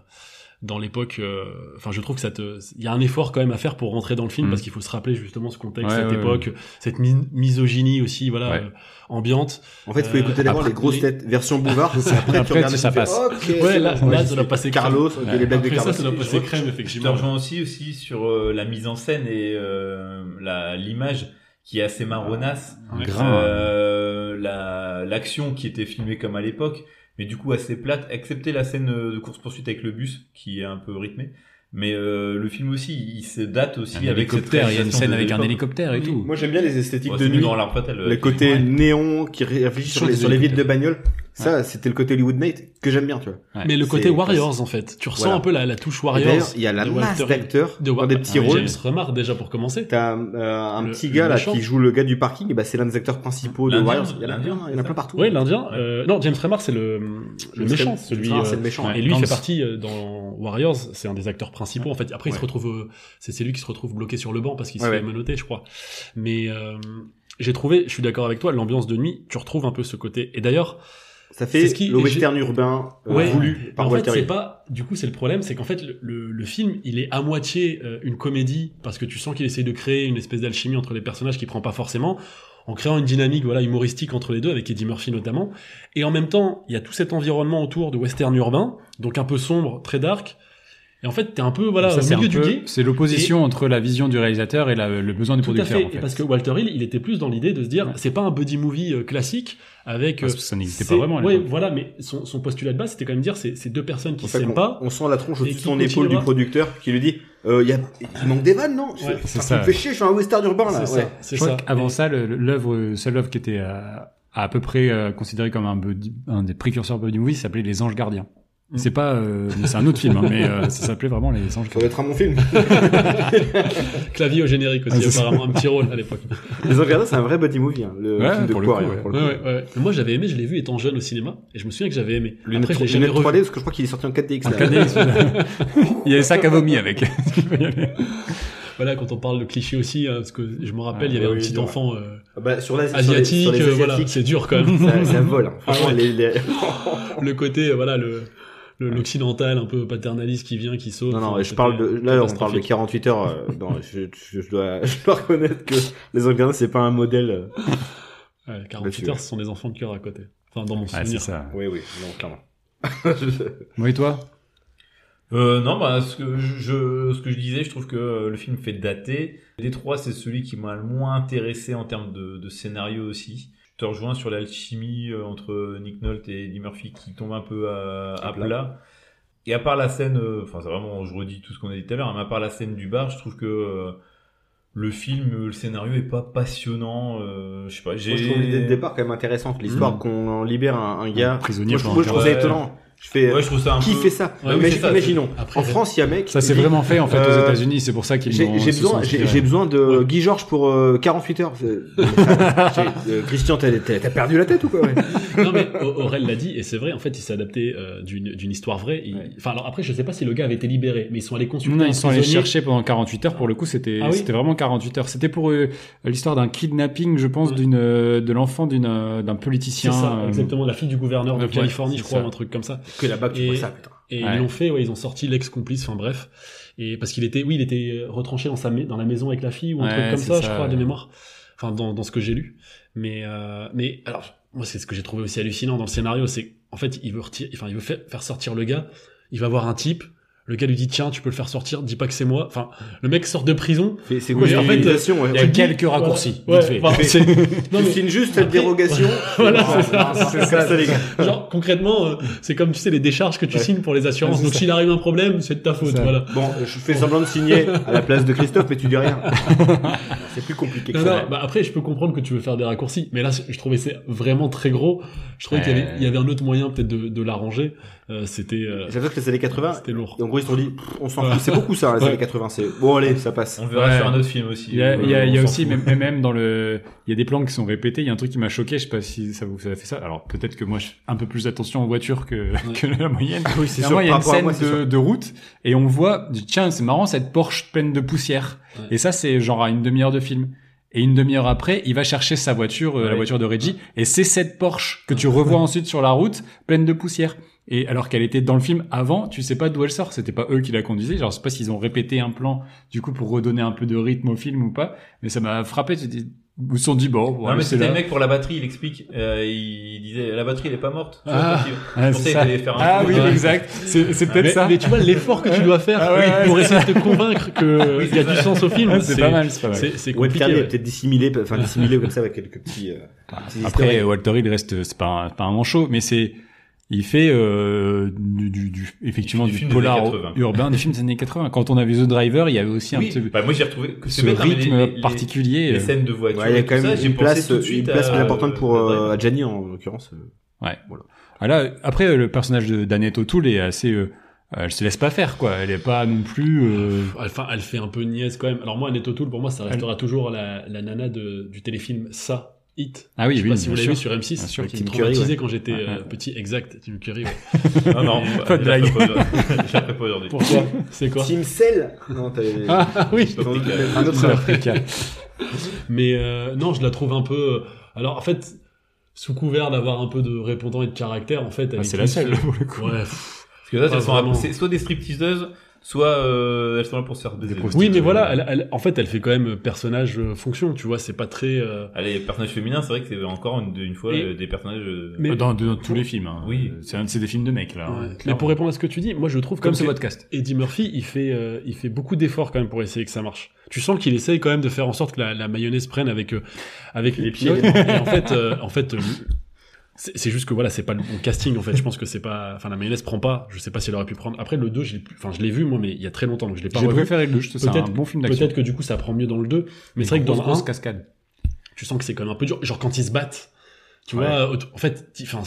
S4: dans l'époque. euh, Enfin, je trouve que ça te, il y a un effort quand même à faire pour rentrer dans le film
S2: Mhm.
S4: parce qu'il faut se rappeler justement ce contexte,
S2: Ouais,
S4: cette
S2: ouais,
S4: époque, cette mi- misogynie aussi, voilà,
S2: Ouais.
S4: euh, ambiante.
S1: En fait, il faut
S4: Euh,
S1: écouter d'abord
S4: après-
S1: les grosses têtes version Bouvard. Après, tu
S2: Après,
S1: regardes
S2: ça
S1: les films,
S2: passe.
S1: tu fais, Ok,
S4: Ouais, là,
S1: c'est bon.
S4: là, ça doit passer
S1: Carlos,
S4: crème.
S1: euh, les blagues de
S4: Après ça,
S1: Carlos.
S4: ça doit passer
S3: je-
S4: crème
S3: Je te
S4: effectivement.
S3: rejoins aussi, aussi sur euh, la mise en scène et euh, la- l'image qui est assez marronasse.
S2: Un
S4: Ouais.
S2: grain.
S3: Euh, la- L'action qui était filmée comme à l'époque, mais du coup assez plate, excepté la scène euh, de course-poursuite avec le bus qui est un peu rythmée. Mais euh, le film aussi, il se date aussi
S2: Un
S3: avec cette
S2: hélicoptère. Il y a une
S3: réalisation
S2: scène
S3: de
S2: avec un
S3: l'époque.
S2: hélicoptère et tout.
S1: Moi, j'aime bien les esthétiques
S3: Ouais,
S1: de
S3: c'est mieux
S1: nuit.
S3: dans l'arme fatale.
S1: Le côté néon qui réfléchit sur
S2: Je trouve
S1: les,
S2: que
S1: sur les
S2: c'est
S1: vitres de bagnole. Ça, c'était le côté Hollywood Night que j'aime bien, tu vois.
S4: Mais le côté
S1: C'est-
S4: Warriors en fait, tu ressens
S1: Voilà.
S4: un peu la, la touche
S1: Et D'ailleurs,
S4: Warriors.
S1: il y a la
S4: de
S1: masse
S4: Walter Hill.
S1: d'acteurs
S4: de
S1: dans des petits
S4: Warriors.
S1: rôles.
S4: Ah, James remarque déjà pour commencer.
S1: T'as euh, un
S4: Le-
S1: petit
S4: le
S1: gars là
S4: méchant.
S1: qui joue le gars du parking, et bah c'est l'un des acteurs principaux de
S3: L'Indien,
S1: Warriors. Il y en a
S3: l'Indien,
S1: plein, il y en a plein partout.
S4: Ouais, l'Indien.
S3: Ouais.
S4: euh, non, James Remar, c'est le, le
S1: James
S4: méchant,
S1: Remar,
S4: celui.
S1: Remar,
S4: euh,
S1: c'est le méchant,
S4: Et lui
S2: Dans
S4: fait
S2: ce-
S4: partie euh, dans Warriors. C'est un des acteurs principaux. En fait, après, il
S2: Ouais.
S4: se retrouve. euh, c'est c'est lui qui se retrouve bloqué sur le banc parce qu'il se
S2: Ouais,
S4: fait
S2: ouais.
S4: menotter, je crois. Mais euh, j'ai trouvé. Je suis d'accord avec toi. L'ambiance de nuit, tu retrouves un peu ce côté. Et d'ailleurs,
S1: Ça
S4: C'est
S1: fait
S4: ce qui-
S1: le
S4: et
S1: western urbain euh,
S4: Ouais.
S1: voulu par
S4: en fait,
S1: Walter
S4: c'est
S1: Hill.
S4: pas. Du coup, c'est le problème, c'est qu'en fait, le, le- le film, il est à moitié euh, une comédie parce que tu sens qu'il essaye de créer une espèce d'alchimie entre les personnages qui prend pas forcément, en créant une dynamique voilà humoristique entre les deux avec Eddie Murphy notamment. Et en même temps, il y a tout cet environnement autour de western urbain, donc un peu sombre, très dark. Et en fait, t'es un peu voilà
S2: Ça,
S4: au
S2: c'est
S4: milieu
S2: un
S4: du
S2: peu-
S4: guet.
S2: C'est l'opposition entre la vision du réalisateur et la- le besoin du
S4: Tout à
S2: producteur.
S4: fait,
S2: en
S4: Et
S2: fait.
S4: parce que Walter Hill, il était plus dans l'idée de se dire,
S2: Ouais.
S4: c'est pas un buddy movie euh, classique avec. euh,
S2: Parce que ça n'existait
S4: c'est-
S2: pas vraiment. à
S4: Ouais,
S2: l'époque.
S4: voilà, mais son, son postulat de base, c'était quand même dire, c'est c'est deux personnes qui
S1: En fait,
S4: s'aiment
S1: on,
S4: pas.
S1: on sent la tronche
S4: Et
S1: au-dessus de
S4: qui
S1: son épaule du
S4: continuera.
S1: producteur qui lui dit euh, y a, il manque des vannes non
S4: Ouais,
S2: c'est
S1: Enfin,
S2: ça.
S1: Tu me fais chier, je suis un western urbain là.
S4: C'est
S1: ouais.
S4: ça, c'est
S2: Je crois
S4: ça.
S2: qu'avant ça, le- le- l'œuvre, seule œuvre qui était euh, à, à peu près euh, considérée comme un, buddy- un des précurseurs buddy movie s'appelait Les Anges Gardiens.
S4: Mm.
S2: C'est pas, euh, mais c'est un autre film, hein, mais euh, ça s'appelait vraiment Les Anges
S1: Ça doit
S2: Gardiens.
S1: être un bon film.
S4: Clavier au générique
S2: Ah,
S4: aussi,
S2: c'est ça.
S4: apparemment, un petit rôle à l'époque.
S1: Les Anglais, c'est un vrai buddy movie. Hein, le
S2: Ouais,
S1: film de
S2: pour le
S1: Poirier,
S2: coup, ouais.
S1: pour le
S4: Ouais,
S1: coup.
S4: ouais, ouais. Moi, j'avais aimé, je l'ai vu étant jeune au cinéma, et je me souviens que j'avais aimé.
S1: Lunettes
S4: Après, je l'ai
S1: tro-
S4: jamais
S1: lunettes 3D
S4: revu.
S1: parce que je crois qu'il est sorti en 4DX.
S2: En
S1: là.
S2: 4DX, voilà. Il y avait sac à vomi avec. Tu peux y aller.
S4: Voilà, quand on parle de clichés aussi, hein, parce que je me rappelle,
S2: Ah,
S4: il y avait
S1: oui,
S4: un petit
S1: dur.
S4: enfant euh,
S1: Ah bah, sur l'Asie- sur les-
S4: asiatique,
S1: sur les
S4: euh, voilà,
S1: Asiatiques,
S4: c'est dur quand
S1: ça,
S4: même.
S1: ça vole. hein. Franchement,
S4: Ah ouais.
S1: les- les-
S4: le côté, euh, voilà, le le- l'occidental un peu paternaliste qui vient, qui saute.
S1: Non, non,
S4: Enfin,
S1: je parle de, là, on parle de
S4: catastrophique.
S1: 48 heures, euh, dans- je, je- je dois, je dois reconnaître que les Anglais, c'est pas un modèle. euh.
S4: Ouais, 48 heures, ce sont des enfants de cœur à côté. Enfin, dans mon
S2: Ah, c'est
S4: souvenir.
S2: ça.
S1: Oui, oui, non, clairement.
S2: Bon, et toi
S3: Euh, non, bah, ce que je- je, ce que je disais, je trouve que euh, le film fait dater. Les trois, c'est celui qui m'a le moins intéressé en termes de, de scénario aussi. Je te rejoins sur l'alchimie euh, entre Nick Nolte et Eddie Murphy qui tombe un peu à, à
S1: À plat.
S3: plat. Et à part la scène, euh, enfin, c'est vraiment, je redis tout ce qu'on a dit tout à l'heure, hein, mais à part la scène du bar, je trouve que euh, le film, euh, le scénario est pas passionnant. euh, je sais pas,
S1: Moi, je trouve l'idée de départ quand même intéressante, l'histoire
S4: Hmm.
S2: Mm.
S1: qu'on en libère un, un
S2: Un
S1: gars.
S2: prisonnier
S1: Moi, je,
S2: pendant
S1: moi, je trouve ça
S3: 40.
S1: étonnant. Je fais,
S3: Ouais, je trouve ça un
S1: qui
S3: peu-
S1: fait ça?
S3: Ouais, oui,
S1: Mais
S3: c'est ça,
S1: imaginons.
S4: c'est- après,
S1: en France, il y a un mec.
S2: Ça
S1: qui
S2: s'est
S1: dit,
S2: vraiment fait en fait
S1: Euh,
S2: aux États-Unis, c'est pour ça qu'ils
S1: J'ai
S2: l'ont-
S1: j'ai
S2: se
S1: besoin,
S2: sont
S1: j'ai
S2: inspirés.
S1: j'ai besoin de Guy Georges pour euh, 48 heures. C'est- J'ai- euh, Christian, t'as t'as- t'as perdu la tête ou quoi ouais
S4: non mais O- Aurel l'a dit et c'est vrai en fait il s'est adapté euh, d'une d'une histoire vraie. Il-
S1: Ouais.
S4: Enfin alors après je sais pas si le gars avait été libéré mais ils sont allés consulter.
S2: Non,
S4: un
S2: ils sont allés
S4: prisonnier.
S2: chercher pendant 48 heures. Pour le coup, c'était
S4: Ah oui
S2: c'était vraiment 48 heures. C'était pour euh, l'histoire d'un kidnapping, je pense,
S4: Ouais.
S2: d'une euh, de l'enfant d'une euh, d'un politicien.
S4: Mm. C'est ça,
S2: euh,
S4: exactement, la fille du gouverneur de
S2: ouais,
S4: Californie,
S2: c'est
S4: je crois,
S2: ça.
S4: un truc comme ça.
S1: Que là-bas, que tu
S4: Et-
S1: vois ça, putain.
S4: Et
S2: Ouais.
S4: ils l'ont fait, ouais, ils ont sorti l'ex-complice, enfin bref. Et parce qu'il était, oui, il était euh, retranché dans, sa ma- dans la maison avec la fille ou un
S2: Ouais,
S4: truc comme
S2: c'est
S4: ça, je
S2: ça,
S4: crois, de
S2: ouais.
S4: mémoire. Enfin, dans, dans ce que j'ai lu. Mais, euh, mais alors, moi, c'est ce que j'ai trouvé aussi hallucinant dans le scénario, c'est en fait, il veut, retirer, enfin, il veut faire, faire sortir le gars, il va voir un type, le gars lui dit, tiens, tu peux le faire sortir, dis pas que c'est moi. Enfin, le mec sort de prison.
S1: C'est c'est
S4: Oui,
S1: quoi
S4: mais
S1: cette
S4: en fait,
S1: organisation ouais,
S4: il y a
S1: ouais.
S4: dis-
S2: quelques raccourcis,
S4: Voilà.
S2: vite fait.
S4: Ouais, enfin, c'est- non,
S1: Tu
S4: mais-
S1: signes juste cette
S4: Après-
S1: dérogation.
S4: Voilà,
S1: Bon,
S4: c'est ça.
S1: C'est ça, les gars.
S4: Genre concrètement, euh, c'est comme tu sais les décharges que tu
S1: Ouais.
S4: signes pour les assurances.
S2: Ouais, c'est
S4: Donc
S2: ça.
S4: s'il arrive un problème, c'est de ta faute.
S2: ça.
S4: Voilà.
S1: Bon, je fais semblant de signer à la place de Christophe, mais tu dis rien. C'est plus compliqué que
S4: Non,
S1: ça.
S4: non, bah après, je peux comprendre que tu veux faire des raccourcis, mais là, je trouvais c'est vraiment très gros. Je trouvais qu'il y, avait-
S2: Ouais.
S4: il y avait un autre moyen peut-être de, de l'arranger. Euh, c'était euh,
S1: Ça fait que les années 80.
S4: c'était lourd.
S1: Et en gros, ils se sont dit, pff, on s'en
S4: Ouais.
S1: fout. C'est beaucoup ça, les
S4: Ouais.
S1: années 80. C'est bon, allez, ça passe.
S3: On verra
S2: Ouais.
S3: sur un autre film aussi.
S2: Il y a, il y a-
S3: Euh,
S2: il y a
S3: on s'en
S2: aussi,
S3: fout.
S2: même, mais même dans le, il y a des plans qui sont répétés. Il y a un truc qui m'a choqué. Je sais pas si ça vous ça a fait ça. Alors peut-être que moi, je fais un peu plus attention aux voitures que, que la moyenne.
S1: Ah Oui, c'est
S2: Et moi, il y a
S1: Par
S2: une
S1: rapport à
S2: scène
S1: moi, c'est
S2: de,
S1: sûr.
S2: de route et on voit, tiens, c'est marrant cette Porsche pleine de poussière.
S4: Ouais.
S2: Et ça, c'est genre à une demi-heure de film. Et une demi-heure après, il va chercher sa voiture, euh, la
S4: Ouais.
S2: voiture de Reggie, et c'est cette Porsche que tu revois ensuite sur la route, pleine de poussière. Et alors qu'elle était dans le film avant, tu sais pas d'où elle sort. C'était pas eux qui la conduisaient. Genre, je sais pas s'ils ont répété un plan du coup pour redonner un peu de rythme au film ou pas. Mais ça m'a frappé. Tu te dis, ils se sont dit bon,
S3: Non,
S2: voilà,
S3: mais
S2: c'est
S3: c'était
S2: là.
S3: le mec pour la batterie, il explique. Euh, il disait la batterie elle est pas morte. Tu vois,
S2: Ah.
S3: quand il-
S2: Ah,
S3: pensais
S2: c'est
S3: qu'il
S2: ça.
S3: allait faire un
S2: Ah
S3: coup.
S2: oui,
S4: Ouais.
S2: exact. C'est c'est peut-être
S4: Mais,
S2: ça.
S4: mais tu vois l'effort que tu dois faire
S2: Ah ouais,
S4: oui,
S2: ouais,
S4: pour
S2: c'est
S4: essayer de te convaincre que
S3: Oui,
S4: il y a
S3: c'est
S4: du
S3: ça.
S4: sens au film.
S2: Ouais, Euh, c'est pas mal, c'est pas mal.
S4: C'est c'est
S1: Ou être
S4: compliqué.
S1: fermé,
S4: ouais.
S1: peut-être dissimulé, enfin dissimulé comme ça avec quelques petits. euh, petits
S2: Après,
S1: historiques.
S2: Walter Hill reste, c'est pas, un- pas un manchot, mais c'est, il fait euh, du, du, du- effectivement
S3: Il fait
S2: du,
S3: du film des
S2: polar
S3: années 80.
S2: urbain, des films des années 80. Quand on avait The Driver, il y avait aussi un
S3: Oui,
S2: petit
S3: bah, moi j'ai retrouvé que c'est
S2: ce
S3: bête, hein, mais les-
S2: rythme
S3: les- les-
S2: particulier.
S3: Les
S2: euh,
S3: scènes de voiture.
S1: Ouais, il y a
S3: et
S1: quand
S3: tout ça,
S1: même
S3: j'ai
S1: une
S3: pensé
S1: place,
S3: tout de
S1: une
S3: suite
S1: place
S3: à,
S1: plus importante pour
S3: euh,
S1: euh, à Gianni en l'occurrence. euh.
S2: ah là, après, le personnage de- d'Annette O'Toole est assez, euh, elle se laisse pas faire, quoi. Elle est pas non plus. euh,
S4: Enfin, elle fait un peu niaise quand même. Alors moi, Annette O'Toole, pour moi, ça restera toujours la, la nana de, du téléfilm Ça, Hit.
S2: Ah oui,
S4: Je sais
S2: oui,
S4: pas si
S2: bien
S4: vous l'avez
S2: sûr.
S4: vu sur M6,
S2: Bien sûr,
S4: qui
S1: Tim
S4: me
S1: Curry,
S4: traumatisait
S1: ouais.
S4: quand j'étais
S2: Ouais,
S4: euh,
S2: ouais.
S4: petit, exact, Tim Curry. ouais.
S3: Ah non,
S2: Pas de blague.
S3: J'ai pas aujourd'hui.
S4: Pourquoi C'est quoi
S1: Tim Cell Non, t'avais.
S2: Ah oui.
S1: Sans doute,
S3: euh,
S1: un autre.
S2: Africa.
S4: Mais euh, non, je la trouve un peu. euh, Alors en fait, sous couvert d'avoir un peu de répondant et de caractère, en fait, elle
S2: Ah,
S4: est
S2: c'est la
S4: plus- euh,
S2: seule, pour le coup.
S4: Ouais, pff.
S3: Parce que là,
S4: Pas
S3: elles sont
S4: vraiment.
S3: là- c'est soit des stripteaseuses, soit euh, elles sont là pour se faire baiser.
S1: prostituées.
S4: Oui, mais voilà, elle, elle- en fait, elle fait quand même personnage euh, fonction. Tu vois, c'est pas très. euh,
S3: Allez, les personnages féminins, c'est vrai que c'est encore une, une fois
S4: Et-
S3: euh, des personnages. euh,
S4: Mais-
S2: Dans, dans tous les films. hein.
S3: Oui.
S2: C'est un- c'est des films de mecs là. hein,
S4: Mais
S2: clairement.
S4: pour répondre à ce que tu dis, moi, je trouve
S2: comme
S4: quand
S2: ce
S4: même que
S2: podcast.
S4: Eddie Murphy, il fait, euh, il fait beaucoup d'efforts quand même pour essayer que ça marche. Tu sens qu'il essaye quand même de faire en sorte que la, la mayonnaise prenne avec euh, avec les pieds. Et en fait, euh, en fait. euh, c'est c'est juste que voilà, c'est pas le bon casting en fait. Je pense que c'est pas. Enfin, la mayonnaise prend pas. Je sais pas si elle aurait pu prendre. Après, le 2, je l'ai plus- enfin, je l'ai vu moi, mais il y a très longtemps, donc je l'ai pas
S2: J'ai
S4: revu.
S2: préféré le je trouve que c'est un
S4: Peut-être-
S2: bon film d'action.
S4: Peut-être que du coup ça prend mieux dans le 2, mais c'est vrai que dans le 1,
S2: cascade.
S4: tu sens que c'est quand même un peu dur. Genre quand ils se battent, tu
S2: Ouais.
S4: vois, au- en fait, ils- enfin,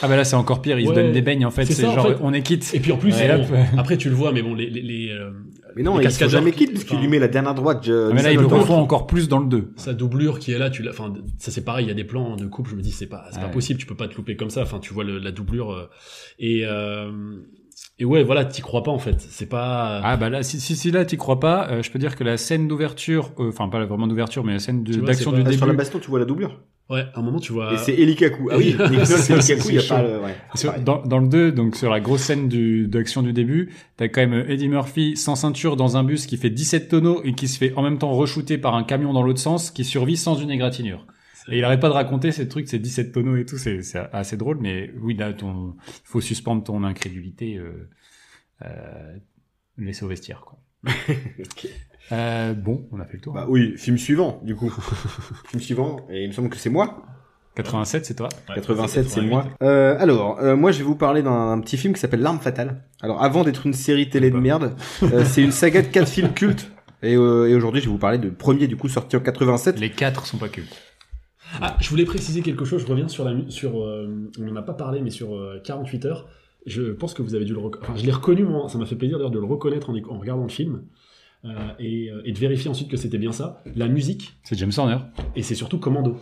S2: Ah bah là, c'est encore pire. Ils se
S4: Ouais.
S2: donnent des beignes en fait.
S4: C'est
S2: C'est
S4: ça, en
S2: genre,
S4: fait.
S2: on est quitte.
S4: et puis en plus,
S2: Ouais,
S4: bon,
S2: hop.
S4: après tu le vois, mais bon, les, les, les, euh,
S1: Mais non,
S4: Les
S1: il se
S4: cascadeurs
S1: jamais
S4: qui-
S1: quitte parce qu'il
S4: enfin-
S1: lui met la dernière droite. euh, je-
S2: Ah, mais là, ils
S1: Sam
S2: le
S1: Elton.
S2: refont encore plus dans le 2.
S4: sa doublure qui est là, tu l'as, enfin, ça c'est pareil, il y a des plans de coupe, je me dis c'est pas, c'est
S2: Ah
S4: pas
S2: ouais.
S4: possible, tu peux pas te louper comme ça, enfin, tu vois le- la doublure, euh, et, euh, et ouais, voilà, t'y crois pas en fait, c'est pas,
S2: Ah bah là, si si, si là t'y crois pas, euh, je peux dire que la scène d'ouverture, euh, enfin pas vraiment d'ouverture, mais la scène de-
S4: Tu vois,
S2: d'action
S4: c'est
S2: du
S4: pas-
S1: Ah,
S2: début,
S1: Sur la baston, tu vois la doublure.
S4: ouais, à un moment tu vois,
S1: Et c'est Elikaku. Ah oui,
S4: Oui.
S1: Nick Nolte, c'est Elikaku, il y a
S2: C'est
S1: pas
S2: chaud.
S1: le. ouais. Ah,
S2: sur-
S1: Ouais.
S2: dans, dans le 2, donc sur la grosse scène du- d'action du début, t'as quand même euh, Eddie Murphy sans ceinture dans un bus qui fait 17 tonneaux et qui se fait en même temps re-shooter par un camion dans l'autre sens, qui survit sans une égratignure. Et il arrête pas de raconter ces trucs, ces 17 tonneaux et tout, c'est c'est assez drôle, mais oui, là, ton, faut suspendre ton incrédulité, euh, euh, laisser au vestiaire, quoi.
S1: Ok.
S2: Euh, bon, on a fait le tour.
S1: Bah oui, film suivant, du coup. film suivant, et il me semble que c'est moi.
S2: 87, c'est toi
S3: ouais,
S1: 87, c'est moi. Euh, alors, euh, moi, je vais vous parler d'un un petit film qui s'appelle L'Arme Fatale. Alors, avant d'être une série télé de merde, euh, c'est une saga de quatre films cultes. Et, euh, et aujourd'hui, je vais vous parler du premier, du coup, sorti en 87.
S2: Les 4 sont pas cultes.
S4: Ah, je voulais préciser quelque chose, je reviens sur la mu- sur euh, on n'en a pas parlé mais sur euh, 48 heures, je pense que vous avez dû le rec- enfin je l'ai reconnu moi, ça m'a fait plaisir d'ailleurs de le reconnaître en, éc- en regardant le film. euh, et, euh, et de vérifier ensuite que c'était bien ça, la musique,
S2: C'est James Horner.
S4: et c'est surtout Commando,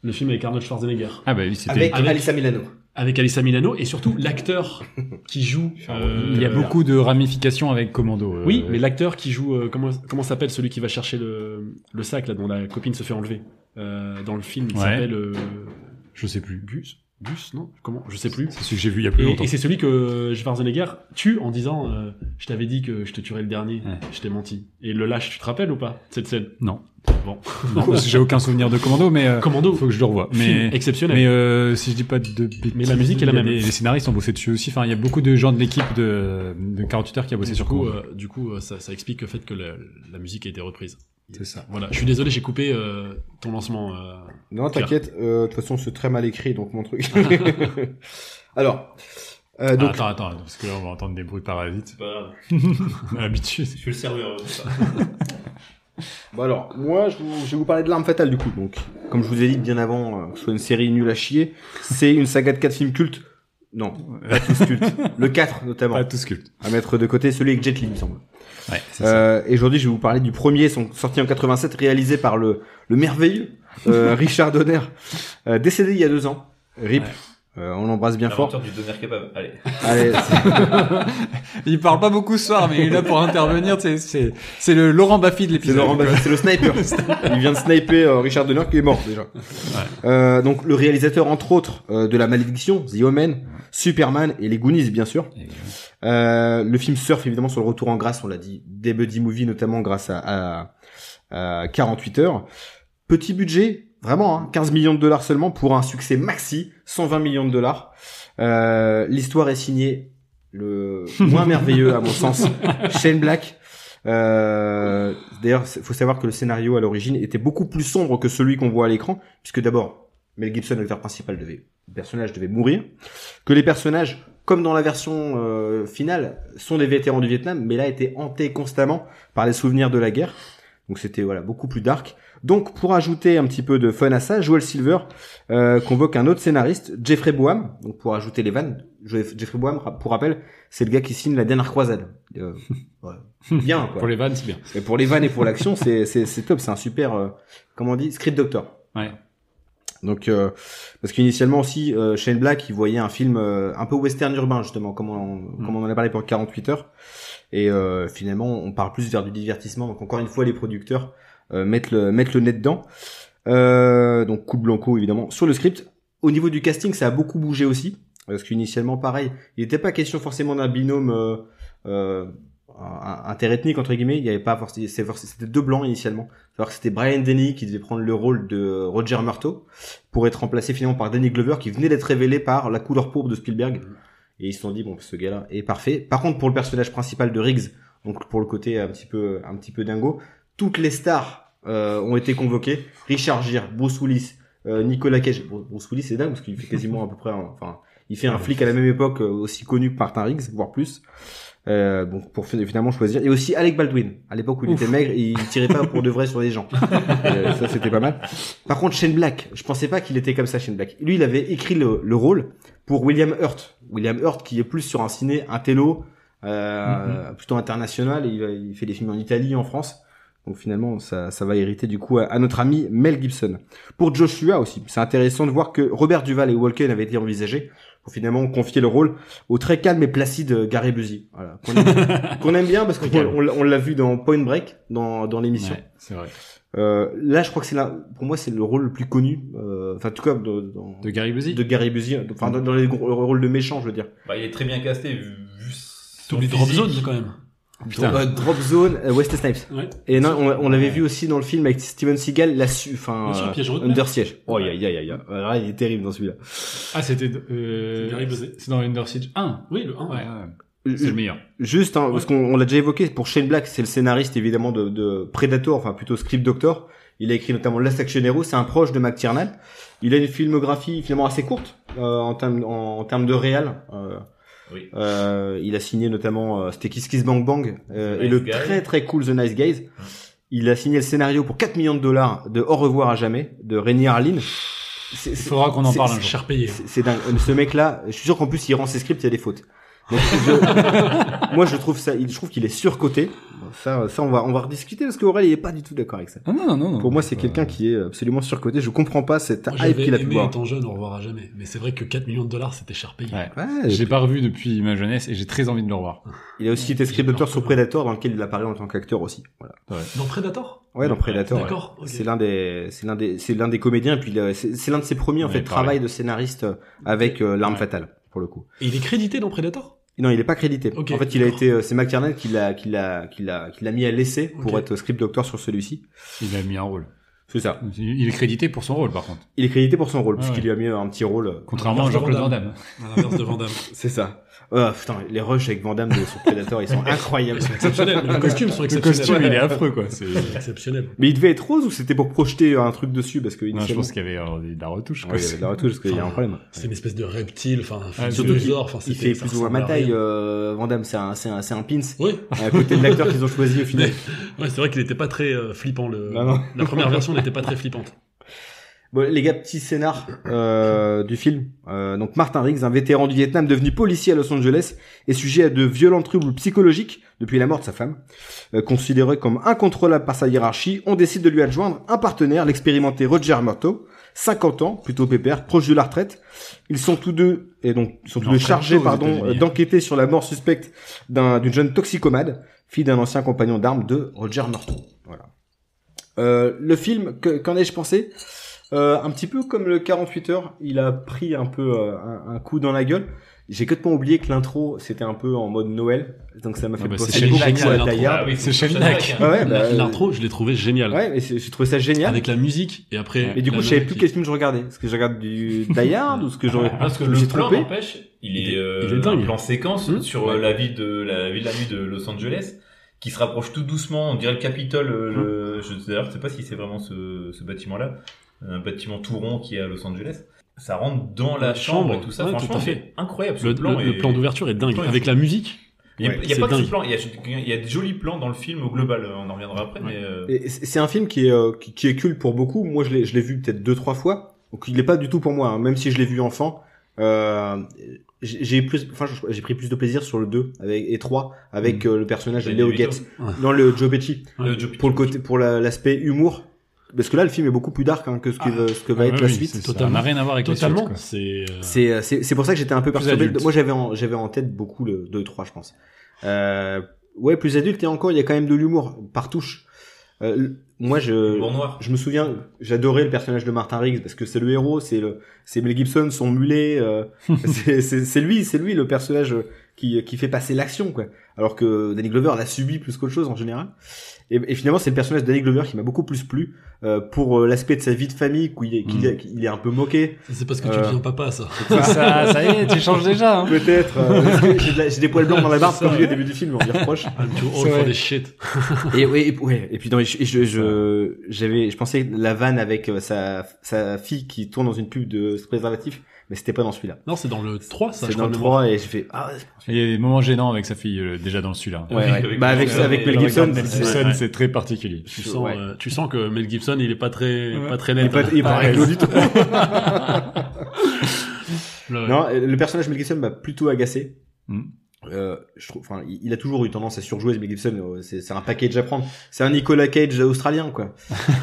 S4: le film avec Arnold Schwarzenegger,
S2: Ah bah oui, c'était...
S1: Avec,
S4: Avec-
S1: Alissa Milano.
S4: avec Alyssa Milano, et surtout l'acteur qui joue. euh,
S2: Il y a beaucoup de ramifications avec Commando. euh,
S4: Oui, mais l'acteur qui joue, euh, comment, comment s'appelle celui qui va chercher le, le sac là dont la copine se fait enlever euh, dans le film, il
S2: Ouais.
S4: s'appelle euh,
S2: Je sais plus.
S4: Gus Gus, non Comment Je sais plus.
S2: C'est ce que j'ai vu il y a plus
S4: Et,
S2: longtemps.
S4: et c'est celui que Schwarzenegger tue en disant euh, Je t'avais dit que je te tuerais le dernier,
S2: Ouais.
S4: je t'ai menti. Et le lâche, tu te rappelles ou pas Cette scène.
S2: Non.
S4: Bon.
S2: Non, parce que j'ai aucun souvenir de Commando, mais euh,
S4: Commando.
S2: faut que je le revoie.
S4: Film
S2: Mais
S4: exceptionnel.
S2: mais euh, si je dis pas de bêtises,
S4: Mais la musique est la
S2: il y a
S4: même.
S2: des- Les scénaristes ont bossé dessus aussi. Enfin, il y a beaucoup de gens de l'équipe de, de 48 heures qui a bossé
S4: du,
S2: sur
S4: coup,
S2: Commando.
S4: euh, du coup, euh, ça, ça explique le fait que la, la musique a été reprise.
S2: C'est ça.
S4: Voilà. Je suis désolé, j'ai coupé euh, ton lancement. euh.
S1: Non, t'inquiète, euh, de toute façon, c'est très mal écrit, donc mon truc. Alors, euh, donc,
S4: Ah, attends, attends.
S2: Parce que là, on va entendre des bruits parasites.
S3: C'est pas grave.
S2: L'habitude.
S3: Je suis le serveur. euh, ça.
S2: Ah.
S1: Bon bah alors, moi je, vous- je vais vous parler de l'arme fatale du coup. Donc, comme je vous ai dit bien avant, euh, que ce soit une série nulle à chier, c'est une saga de 4 films cultes. Non, pas tous cultes. Le 4 notamment,
S2: Pas tout sculpte.
S1: à mettre de côté celui avec Jet Li, il me semble.
S2: Ouais, c'est ça.
S1: Euh, et aujourd'hui, je vais vous parler du premier, son- sorti en 87, réalisé par le, le merveilleux euh, Richard Donner, euh, décédé il y a deux ans. Rip. Euh, on l'embrasse bien fort.
S3: L'aventure du donner capable. Allez.
S1: Allez, c'est-
S2: Il parle pas beaucoup ce soir, mais il est là pour intervenir. C'est- C'est c'est le Laurent Baffy de
S1: c'est
S2: l'épisode.
S1: Laurent Baffie, c'est le sniper. Il vient de sniper euh, Richard Donner qui est mort déjà. Euh, donc le réalisateur entre autres euh, de La Malédiction, The Omen, Superman et les Goonies bien sûr. Euh, le film surfe évidemment sur le retour en grâce, on l'a dit, des buddy movies notamment grâce à, à, à 48 heures. Petit budget, vraiment, hein, 15 millions de dollars seulement pour un succès maxi, 120 millions de dollars. Euh, L'histoire est signée le moins merveilleux à mon sens, Shane Black. Euh, D'ailleurs, c'est- faut savoir que le scénario à l'origine était beaucoup plus sombre que celui qu'on voit à l'écran, puisque d'abord Mel Gibson, l'acteur principal, devait, le personnage devait mourir, que les personnages comme dans la version euh, finale, sont des vétérans du Vietnam, mais là étaient hantés constamment par les souvenirs de la guerre. Donc c'était voilà beaucoup plus dark. Donc pour ajouter un petit peu de fun à ça, Joel Silver euh, convoque un autre scénariste, Jeffrey Boham. Donc pour ajouter les vannes, Jeff- Jeffrey Boham, ra- pour rappel, c'est le gars qui signe la dernière croisade. Euh, voilà. Bien
S2: euh,
S1: quoi.
S4: Pour les vannes, c'est bien.
S1: Et pour les vannes et pour l'action, c'est c'est c'est top, c'est un super euh, comment on dit script doctor.
S2: Ouais.
S1: Donc euh, parce qu'initialement aussi euh, Shane Black, il voyait un film euh, un peu western urbain justement, comme on comme on en a parlé pour 48 heures. Et euh, finalement, on part plus vers du divertissement. Donc encore une fois, les producteurs euh, mettent le mettent le nez dedans. Euh, donc coup de blanco évidemment sur le script. Au niveau du casting, ça a beaucoup bougé aussi parce qu'initialement pareil, il n'était pas question forcément d'un binôme euh, euh, un- interethnique entre guillemets, il y avait pas forcément c'est forc- c'était deux blancs initialement. Alors que c'était Brian Denny qui devait prendre le rôle de Roger Murtaugh pour être remplacé finalement par Danny Glover qui venait d'être révélé par la couleur pourpre de Spielberg. Et ils se sont dit bon ce gars-là est parfait. Par contre pour le personnage principal de Riggs, donc pour le côté un petit peu un petit peu dingo, toutes les stars euh, ont été convoquées. Richard Gere, Bruce Willis, euh, Nicolas Cage. Bru- Bruce Willis c'est dingue parce qu'il fait quasiment à peu près un- enfin il fait un flic à la même époque euh, aussi connu que Martin Riggs voire plus. Euh, donc pour fi- finalement choisir et aussi Alec Baldwin à l'époque où il
S4: Ouf.
S1: était maigre il tirait pas pour de vrai sur les gens Euh, ça c'était pas mal par contre Shane Black je pensais pas qu'il était comme ça Shane Black lui il avait écrit le, le rôle pour William Hurt William Hurt qui est plus sur un ciné un télo euh, plutôt international et il, va- il fait des films en Italie en France donc finalement ça, ça va hériter du coup à, à notre ami Mel Gibson pour Joshua aussi c'est intéressant de voir que Robert Duval et Walken avaient été envisagés pour finalement confier le rôle au très calme et placide Gary Busey, voilà, qu'on aime, qu'on aime bien parce qu'on
S4: calme.
S1: on, l'a- on l'a vu dans Point Break, dans, dans l'émission.
S2: Ouais, c'est vrai.
S1: Euh, là, je crois que c'est là, pour moi, c'est le rôle le plus connu, euh, enfin, en tout cas, de, dans-
S2: De Gary Busey.
S1: de Gary Busey, enfin, dans, dans les gros- euh, rôles de méchants, je veux dire.
S3: Bah, il est très bien casté vu, vu son
S4: T'oublies Drop
S3: physique.
S4: Zone quand même.
S2: Putain.
S1: Euh, Drop Zone, euh, Wesley Snipes.
S4: Ouais.
S1: Et non, on, on l'avait vu aussi dans le film avec Steven Seagal, la su, enfin,
S4: Bien sûr, Piège
S1: euh,
S4: Rotten.
S1: Under Siege. Oh, aïe, aïe, aïe, aïe. Alors là, il est terrible dans celui-là.
S2: Ah, c'était. euh,
S4: C'est Gary Busey.
S2: C'est dans Under Siege 1.
S4: Oui, le 1. Ouais.
S2: C'est le meilleur.
S1: Juste, hein, parce qu'on on l'a déjà évoqué, pour Shane Black, c'est le scénariste évidemment de, de Predator, enfin plutôt Script Doctor. Il a écrit notamment Last Action Hero, c'est un proche de McTiernan. Il a une filmographie finalement assez courte euh, en termes en, en termes de réal. Euh,
S3: Oui.
S1: euh, il a signé notamment euh, c'était Kiss Kiss Bang Bang euh,
S3: The
S1: et
S3: Nice
S1: le
S3: Guy.
S1: très très cool The Nice Guys. Il a signé le scénario pour 4 millions de dollars de Au revoir à jamais de Rémi Harlin. C'est-
S2: Il
S1: c'est-
S2: faudra qu'on en
S1: c'est-
S2: parle un
S1: c'est- Euh,
S2: jour.
S4: Cher payé.
S1: c'est c'est dingue. Ce mec-là, je suis sûr qu'en plus, il rend ses scripts, il y a des fautes. Moi, je trouve- moi, je trouve ça, je trouve qu'il est surcoté. Bon, Ça, ça, on va, on va rediscuter parce qu'Aurel, il est pas du tout d'accord avec ça.
S2: Ah non, non, non. non.
S1: Pour moi, c'est quelqu'un qui est absolument surcoté. Je comprends pas cette
S4: Moi,
S1: hype
S4: j'avais
S1: qu'il a pu
S4: aimé
S1: voir.
S4: étant jeune, on reverra jamais. Mais c'est vrai que 4 millions de dollars, c'était cher payé.
S2: Ouais.
S1: Ouais,
S2: Je l'ai pas revu depuis ma jeunesse et j'ai très envie de le revoir.
S1: il a aussi été scripteur sur Predator dans lequel il apparaît en tant qu'acteur aussi. Voilà.
S4: Dans Predator
S1: Ouais, dans Predator. ouais.
S4: D'accord. ok.
S1: C'est l'un des, c'est l'un des, c'est l'un des comédiens. Et puis il a- c'est c'est l'un de ses premiers en
S2: Ouais,
S1: fait
S2: pareil.
S1: travail de scénariste euh, avec euh, l'arme fatale pour le coup.
S4: Et il est crédité dans Predator
S1: Non, il est pas crédité.
S4: Ok,
S1: en fait, il a
S4: d'accord.
S1: été, euh, c'est McTiernan qui l'a, qui l'a, qui l'a, qui l'a mis à l'essai pour
S4: Ok.
S1: être script doctor sur celui-ci.
S2: Il a mis un rôle.
S1: C'est ça.
S2: Il est crédité pour son rôle, par contre.
S1: Il est crédité pour son rôle
S4: Ah
S2: Ouais,
S1: puisqu'il lui a mis un petit rôle. euh,
S2: Contrairement à Jean-Claude Van Damme.
S4: À l'inverse de Van Damme.
S1: C'est ça. Ah, putain, les rushs avec Van Damme de- sur Predator, ils sont incroyables.
S4: Ils sont exceptionnels. mais Les costumes sont
S2: Le
S4: exceptionnels.
S2: costume, il est affreux, quoi. C'est-
S4: C'est exceptionnel.
S1: Mais il devait être rose ou c'était pour projeter euh, un truc dessus parce que
S2: Non, je
S1: initialement-
S2: pense qu'il y avait euh, de la retouche.
S1: Ouais,
S2: quoi.
S1: il y avait de la retouche parce qu'il y a un problème.
S4: C'est une espèce de reptile, enfin, un
S2: surtout
S4: dinosaure. Enfin,
S1: Ah, Il
S4: c'était-
S1: fait
S4: ça
S1: plus ou moins ma
S4: ressemble à rien.
S1: taille, euh, Van Damme, c'est un, c'est un, c'est un pins
S4: Oui,
S1: à côté de l'acteur qu'ils ont choisi au final.
S4: ouais, c'est vrai qu'il n'était pas très euh, flippant. Le...
S1: Non, non.
S4: La première version n'était pas très flippante.
S1: Bon, les gars, petit scénar euh, du film. Euh, donc Martin Riggs, un vétéran du Vietnam devenu policier à Los Angeles, est sujet à de violents troubles psychologiques depuis la mort de sa femme. Euh, considéré comme incontrôlable par sa hiérarchie, on décide de lui adjoindre un partenaire, l'expérimenté Roger Murtaugh, 50 ans, plutôt pépère, proche de la retraite. Ils sont tous deux, et donc ils sont tous
S2: En
S1: deux
S2: retraite
S1: chargés,
S2: tôt aux
S1: pardon,
S2: États-Unis.
S1: euh, d'enquêter sur la mort suspecte d'un- d'une jeune toxicomane, fille d'un ancien compagnon d'armes de Roger Murtaugh. Voilà. Euh, le film, que- qu'en ai-je pensé Euh, Un petit peu comme le 48 heures, il a pris un peu euh, un, un coup dans la gueule. J'ai complètement oublié que l'intro c'était un peu en mode Noël, donc ça m'a fait
S2: bah, c'est
S1: penser
S2: chez
S1: beaucoup à
S2: Jack,
S1: Die
S4: l'intro.
S1: Hard.
S3: Ah oui,
S2: C'est
S3: faut-
S2: Sheldon.
S1: Ah ouais, bah, euh,
S4: L'intro, je l'ai trouvé génial.
S1: ouais, mais c'est- j'ai trouvé ça génial.
S4: Avec la musique et après.
S1: Et du coup,
S4: la
S1: je savais
S4: nana
S1: plus
S4: qui-
S1: quel film je regardais. Est-ce que je regarde du Die Hard ou ce que je
S3: Parce que
S1: je me
S3: le
S1: suis
S3: plan
S1: trompé
S3: n'empêche, il
S4: Il
S3: est,
S4: est-
S3: euh,
S4: il est dingue.
S3: un plan séquence
S4: Mmh.
S3: sur euh, la vie de la ville la nuit de Los Angeles qui se rapproche tout doucement, on dirait le Capitole. euh,
S4: Mmh.
S3: le- je d'ailleurs, je sais pas si c'est vraiment ce, ce bâtiment-là, un bâtiment tout rond qui est à Los Angeles. Ça rentre dans la
S4: La
S3: chambre,
S4: chambre.
S3: et tout ça.
S4: Ouais,
S3: Franchement,
S4: tout à fait.
S3: c'est incroyable. Ce
S4: Le,
S3: plan
S4: le- le
S3: est-
S4: plan d'ouverture est dingue.
S3: plan est
S4: Avec
S3: fou.
S4: la musique.
S3: Il y a,
S1: Ouais,
S3: il y a
S4: c'est
S3: pas que ce
S4: dingue.
S3: plan. Il y, a, il y a de jolis plans dans le film au global. euh, On en reviendra après, mais euh,
S1: Et c'est c'est un film qui est, euh, qui, qui est culte pour beaucoup. Moi, je l'ai, je l'ai vu peut-être deux, trois fois. Donc, il n'est pas du tout pour moi, hein. même si je l'ai vu enfant. Euh, j'ai j'ai plus, enfin, je- j'ai pris plus de plaisir sur le 2 avec, et 3
S2: Mm.
S1: avec euh, le personnage de
S3: Danny
S1: Leo
S3: DeVito.
S1: Gates. Dans le Joe Becci.
S3: le Joe
S1: Pour le côté, pour la- l'aspect humour. Parce que là, le film est beaucoup plus dark hein, que ce, que, ce que va être
S2: Ouais,
S1: la
S2: Ah. oui,
S1: suite.
S2: c'est- Ça
S4: Totalement.
S2: n'a rien à voir avec la suite,
S4: Totalement.
S2: quoi.
S4: C'est. euh,
S1: C'est, euh, c'est, c'est pour ça que j'étais un peu
S2: Plus
S1: perturbé.
S2: adulte.
S1: Moi, j'avais en, j'avais en tête beaucoup le 2 3, je pense. Euh, ouais, plus adulte et encore, il y a quand même de l'humour par touche. Euh, l- moi, je,
S3: Humour noir.
S1: je me souviens, j'adorais le personnage de Martin Riggs parce que c'est le héros, c'est le, c'est Mel Gibson, son mulet, euh, c'est, c'est, c'est lui, c'est lui le personnage qui, qui fait passer l'action, quoi. Alors que Danny Glover l'a subi plus qu'autre chose en général. Et, et finalement, c'est le personnage de Danny Glover qui m'a beaucoup plus plu euh, pour euh, l'aspect de sa vie de famille, où il est,
S2: Hmm.
S1: qu'il est- qu'il est un peu moqué.
S4: C'est parce que
S1: Euh,
S4: tu deviens papa, ça.
S2: ça, ça y est, tu changes déjà. hein.
S1: Peut-être. euh, parce que j'ai de la- j'ai des poils blancs dans la barbe
S4: C'est ça,
S1: comme j'ai
S4: ouais.
S1: au début du film, on y reproche.
S4: I'm too
S2: C'est
S4: old
S2: vrai.
S4: for this shit.
S1: Et oui, et- ouais. Et puis non, et je, et je, je- j'avais, je pensais la vanne avec euh, sa, sa fille qui tourne dans une pub de préservatif, mais c'était pas dans celui-là.
S4: Non, c'est dans le 3, ça,
S1: C'est
S4: je
S1: dans
S4: crois.
S1: le
S4: de mémoire.
S1: 3 et j'ai fait ah
S2: Il y a des moments gênants avec sa fille, euh, déjà dans celui-là.
S1: ouais, ouais.
S3: avec-
S1: bah avec
S3: avec-
S1: avec Mel
S3: avec-
S1: Gibson,
S2: Mel
S1: c'est-
S2: Gibson,
S4: ouais.
S2: c'est très particulier.
S4: Tu sens,
S1: Ouais.
S4: euh, tu sens que Mel Gibson, il est pas très,
S2: Ouais.
S4: pas très
S1: il est
S4: net. hein.
S1: pas, il est pas
S2: Ouais.
S1: réglo du tout.
S4: Ouais.
S1: Non, euh, le personnage Mel Gibson m'a plutôt agacé.
S2: Mm.
S1: Euh, je trouve, enfin, il il a toujours eu tendance à surjouer ce Mel Gibson. euh, C'est c'est un package à prendre. C'est un Nicolas Cage australien, quoi.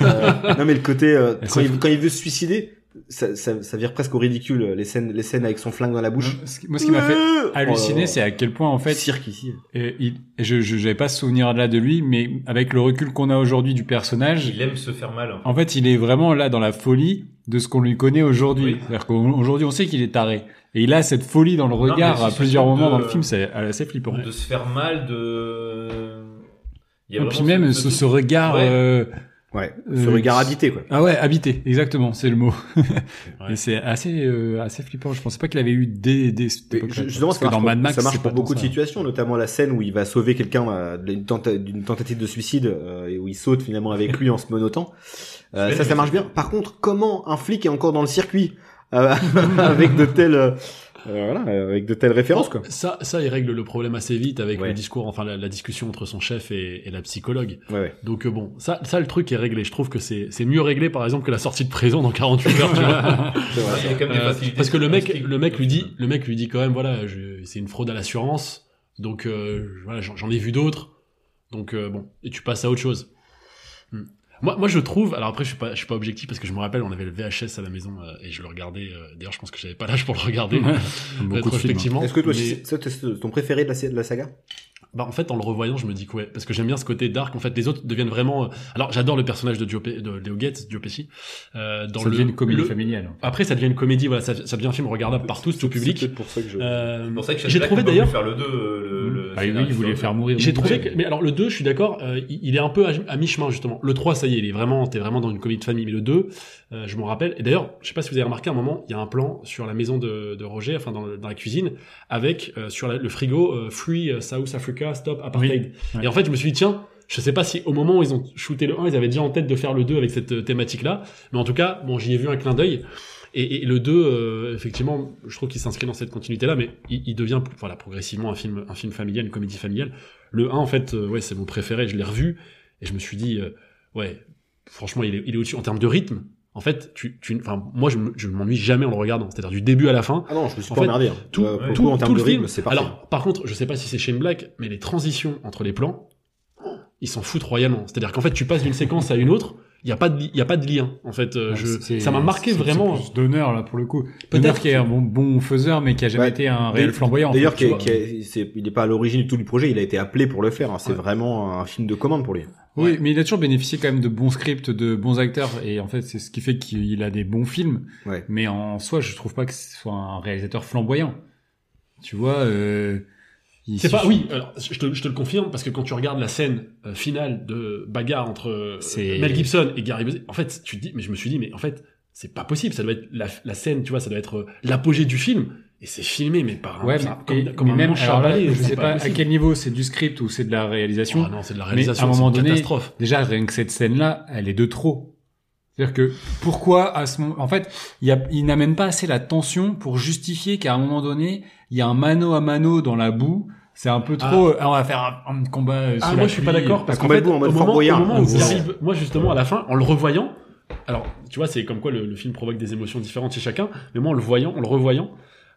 S1: Euh, non, mais le côté euh,
S2: Et
S1: quand,
S2: ça-
S1: il, quand il veut se suicider, ça, ça, ça vire presque au ridicule. euh, Les scènes, les scènes avec son flingue dans la bouche.
S2: Ce qui- Moi, Oh. ce qui m'a fait halluciner, c'est à quel point, en
S1: fait
S2: fait,
S1: cirque ici.
S2: euh, il, je, je, j'avais pas ce souvenir là de lui, mais avec le recul qu'on a aujourd'hui du personnage,
S3: Il aime se faire mal. hein.
S2: En fait, il est vraiment là dans la folie de ce qu'on lui connaît aujourd'hui.
S3: Oui.
S2: C'est-à-dire qu'aujourd'hui, on sait qu'il est taré. Et il a cette folie dans le
S3: mais
S2: regard
S3: si
S2: à
S3: ce
S2: plusieurs
S3: truc
S2: moments
S3: de-
S2: dans le film, c'est assez flippant.
S3: de se faire mal, de. Il y a
S2: Et puis
S3: vraiment
S2: même ce, ce regard...
S3: Ouais.
S2: euh,
S1: Ouais. Ce
S2: euh,
S1: regard habité, quoi.
S2: Ah ouais, habité, exactement, c'est le mot.
S4: Ouais.
S2: Et c'est assez, euh, assez flippant. Je pensais pas qu'il avait eu des... des cette
S1: Mais
S2: époque-là.
S1: ju- Justement,
S2: Parce
S1: ça
S2: que
S1: marche,
S2: dans
S1: pour-
S2: Mad Max,
S1: ça marche
S2: c'est
S1: pour
S2: pas
S1: beaucoup de
S2: tant ça.
S1: situations, notamment la scène où il va sauver quelqu'un euh, d'une tenta- d'une tentative de suicide euh, et où il saute finalement avec lui en se monotant. Euh,
S3: C'est
S1: ça, ça
S3: bien,
S1: marche bien. Par contre, comment un flic est encore dans le circuit euh, avec de tels euh, Euh, voilà, euh, avec de telles références, quoi.
S4: Ça, ça, il règle le problème assez vite avec
S1: Ouais.
S4: le discours, enfin la, la discussion entre son chef et, et la psychologue.
S1: Ouais, ouais.
S4: Donc euh, bon, ça, ça, le truc est réglé. Je trouve que c'est c'est mieux réglé, par exemple, que la sortie de prison dans 48 heures. tu vois.
S1: C'est vrai.
S3: Il y a quand même des
S4: Euh,
S3: facilités euh,
S4: parce que le mec,
S3: statistiques.
S4: le mec lui dit, le mec lui dit quand même, voilà, je- c'est une fraude à l'assurance. Donc euh, je- voilà, j'en j'en ai vu d'autres. Donc euh, bon, et tu passes à autre chose. Hmm. Moi, moi, je trouve. Alors après, je suis pas, je suis pas objectif parce que je me rappelle, on avait le VHS à la maison euh, et je le regardais. euh, D'ailleurs, je pense que j'avais pas l'âge pour le regarder.
S2: Beaucoup hein. de films.
S4: rétrospectivement.
S1: hein. Est-ce que toi,
S4: Mais-
S1: c'est- c'est c'est ton préféré de la, de la saga
S4: bah en fait en le revoyant je me dis que ouais parce que j'aime bien ce côté dark en fait les autres deviennent vraiment euh, alors j'adore le personnage de, Dio Pe- de Léo Gates Dio Pesci euh, dans
S2: Ça
S4: le,
S2: devient une comédie
S4: le-
S2: familiale.
S4: après ça devient une comédie voilà ça, ça devient un film regardable par tous tout public
S1: C'est peut-être pour ça que je.
S4: Euh,
S3: C'est pour ça que
S4: j'ai trouvé d'ailleurs
S3: faire le 2 le, le euh,
S2: Bah oui,
S3: scénariste,
S2: il voulait
S3: quoi.
S2: faire mourir.
S4: j'ai
S2: mon
S4: trouvé que
S2: père.
S4: mais alors le 2 je suis d'accord euh, il il est un peu à, à mi-chemin justement le 3 ça y est il est vraiment t'es vraiment dans une comédie de famille mais le 2 euh, je m'en rappelle et d'ailleurs je sais pas si vous avez remarqué à un moment il y a un plan sur la maison de, de Roger enfin dans, le- dans la cuisine avec euh, sur la- le frigo euh, Free euh, South Africa Stop Apartheid
S2: ouais.
S4: et en fait je me suis dit tiens je sais pas si au moment où ils ont shooté le 1 ils avaient déjà en tête de faire le 2 avec cette thématique là mais en tout cas bon j'y ai vu un clin d'œil et, et le 2, euh, effectivement, je trouve qu'il s'inscrit dans cette continuité-là, mais il, il devient voilà, progressivement un film, un film familial, une comédie familiale. Le 1, en fait, euh, ouais, c'est mon préféré, je l'ai revu, et je me suis dit, euh, ouais, franchement, il est, il est au-dessus en termes de rythme. En fait, tu, tu, enfin, moi, je, me- je m'ennuie jamais en le regardant, c'est-à-dire du début à la fin.
S1: Ah non, je me suis
S4: en
S1: pas
S4: fait,
S1: emmerdé. hein.
S4: Tout,
S1: Euh, pour
S4: tout,
S1: le coup, en termes
S4: tout
S1: de
S4: le film.
S1: rythme, c'est parfait.
S4: Alors, par contre, je sais pas si c'est Shane Black, mais les transitions entre les plans, ils s'en foutent royalement. C'est-à-dire qu'en fait, tu passes d'une séquence à une autre, il y a pas de, li- il y a pas de lien. En fait, euh,
S2: Ouais,
S4: je,
S2: c'est-
S4: ça m'a marqué
S2: c'est-
S4: vraiment.
S2: c'est plus d'honneur là pour le coup.
S4: Peut-être
S2: Peut-être qu'il est un bon, bon faiseur, mais qui a jamais
S1: Ouais.
S2: été un réel
S1: D'ailleurs-
S2: flamboyant. en
S1: D'ailleurs,
S2: fait,
S1: qui
S2: tu
S1: est-
S2: vois.
S1: qui est- c'est- il n'est pas à l'origine du tout du projet, il a été appelé pour le faire. hein. C'est vraiment un film de commande pour lui.
S2: Oui, mais il a toujours bénéficié quand même de bons scripts, de bons acteurs, et en fait, c'est ce qui fait qu'il a des bons films.
S1: Ouais.
S2: Mais en soi, je trouve pas que ce soit un réalisateur flamboyant. Tu vois, euh, il
S4: C'est pas,
S2: suffit-
S4: oui, alors, je, te, je te le confirme, parce que quand tu regardes la scène euh, finale de bagarre entre euh,
S2: C'est-
S4: Mel Gibson et Gary Busey, en fait, tu te dis, mais je me suis dit, mais en fait, c'est pas possible, ça doit être la, la scène, tu vois, ça doit être euh, l'apogée du film, et c'est filmé, mais par un,
S2: Ouais,
S4: ça-
S2: mais-
S4: comme,
S2: et-
S4: comme
S2: mais
S4: un
S2: même,
S4: manche à
S2: alors là,
S4: balayer,
S2: je
S4: c'est
S2: sais pas, à
S4: possible.
S2: quel niveau c'est du script ou c'est de la réalisation.
S4: Ah non, c'est de la
S2: Mais à
S4: réalisation,
S2: un moment donné,
S4: catastrophe.
S2: déjà rien que cette scène-là, elle est de trop. C'est-à-dire que pourquoi à ce moment, en fait, il y a- il n'a même pas assez la tension pour justifier qu'à un moment donné, il y a un mano à mano dans la boue. C'est un peu trop. euh, ah, on va faire un, un combat. euh, sous
S4: Ah,
S2: la
S4: moi, je suis pas
S2: pluie.
S4: d'accord, parce
S1: Un
S4: qu'en
S1: combat
S4: fait,
S1: debout en
S4: au
S1: mode
S4: moment, au
S1: flamboyant.
S4: moment où
S1: Ouais.
S4: il arrive, moi, justement, à la fin, en le revoyant, alors, tu vois, c'est comme quoi le, le film provoque des émotions différentes chez chacun, mais moi, en le voyant, en le revoyant,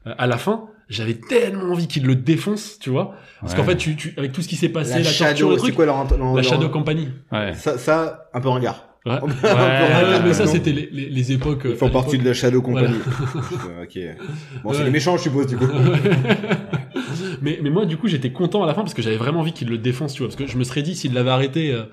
S4: euh, à la fin, j'avais tellement envie qu'il le défonce, tu vois, parce qu'en
S2: Ouais.
S4: fait, tu, tu- avec tout ce qui s'est passé, la,
S1: La
S4: torture,
S1: Shadow,
S4: le
S1: c'est
S4: truc,
S1: quoi leur, leur-
S4: la
S1: leur-
S4: Shadow Company.
S2: Ouais.
S1: ça, ça, un peu ringard.
S4: Ouais.
S1: Un peu
S4: Ah,
S1: ringard.
S4: mais ça, c'était euh, les, les- les époques.
S1: Oh, Ils font partie de la Shadow Company. Euh, ok. Bon, c'est
S4: Ouais.
S1: les méchants, je suppose, du coup.
S4: mais, mais moi, du coup, j'étais content à la fin parce que j'avais vraiment envie qu'il le défonce, tu vois, parce que je me serais dit s'il l'avait arrêté euh, euh,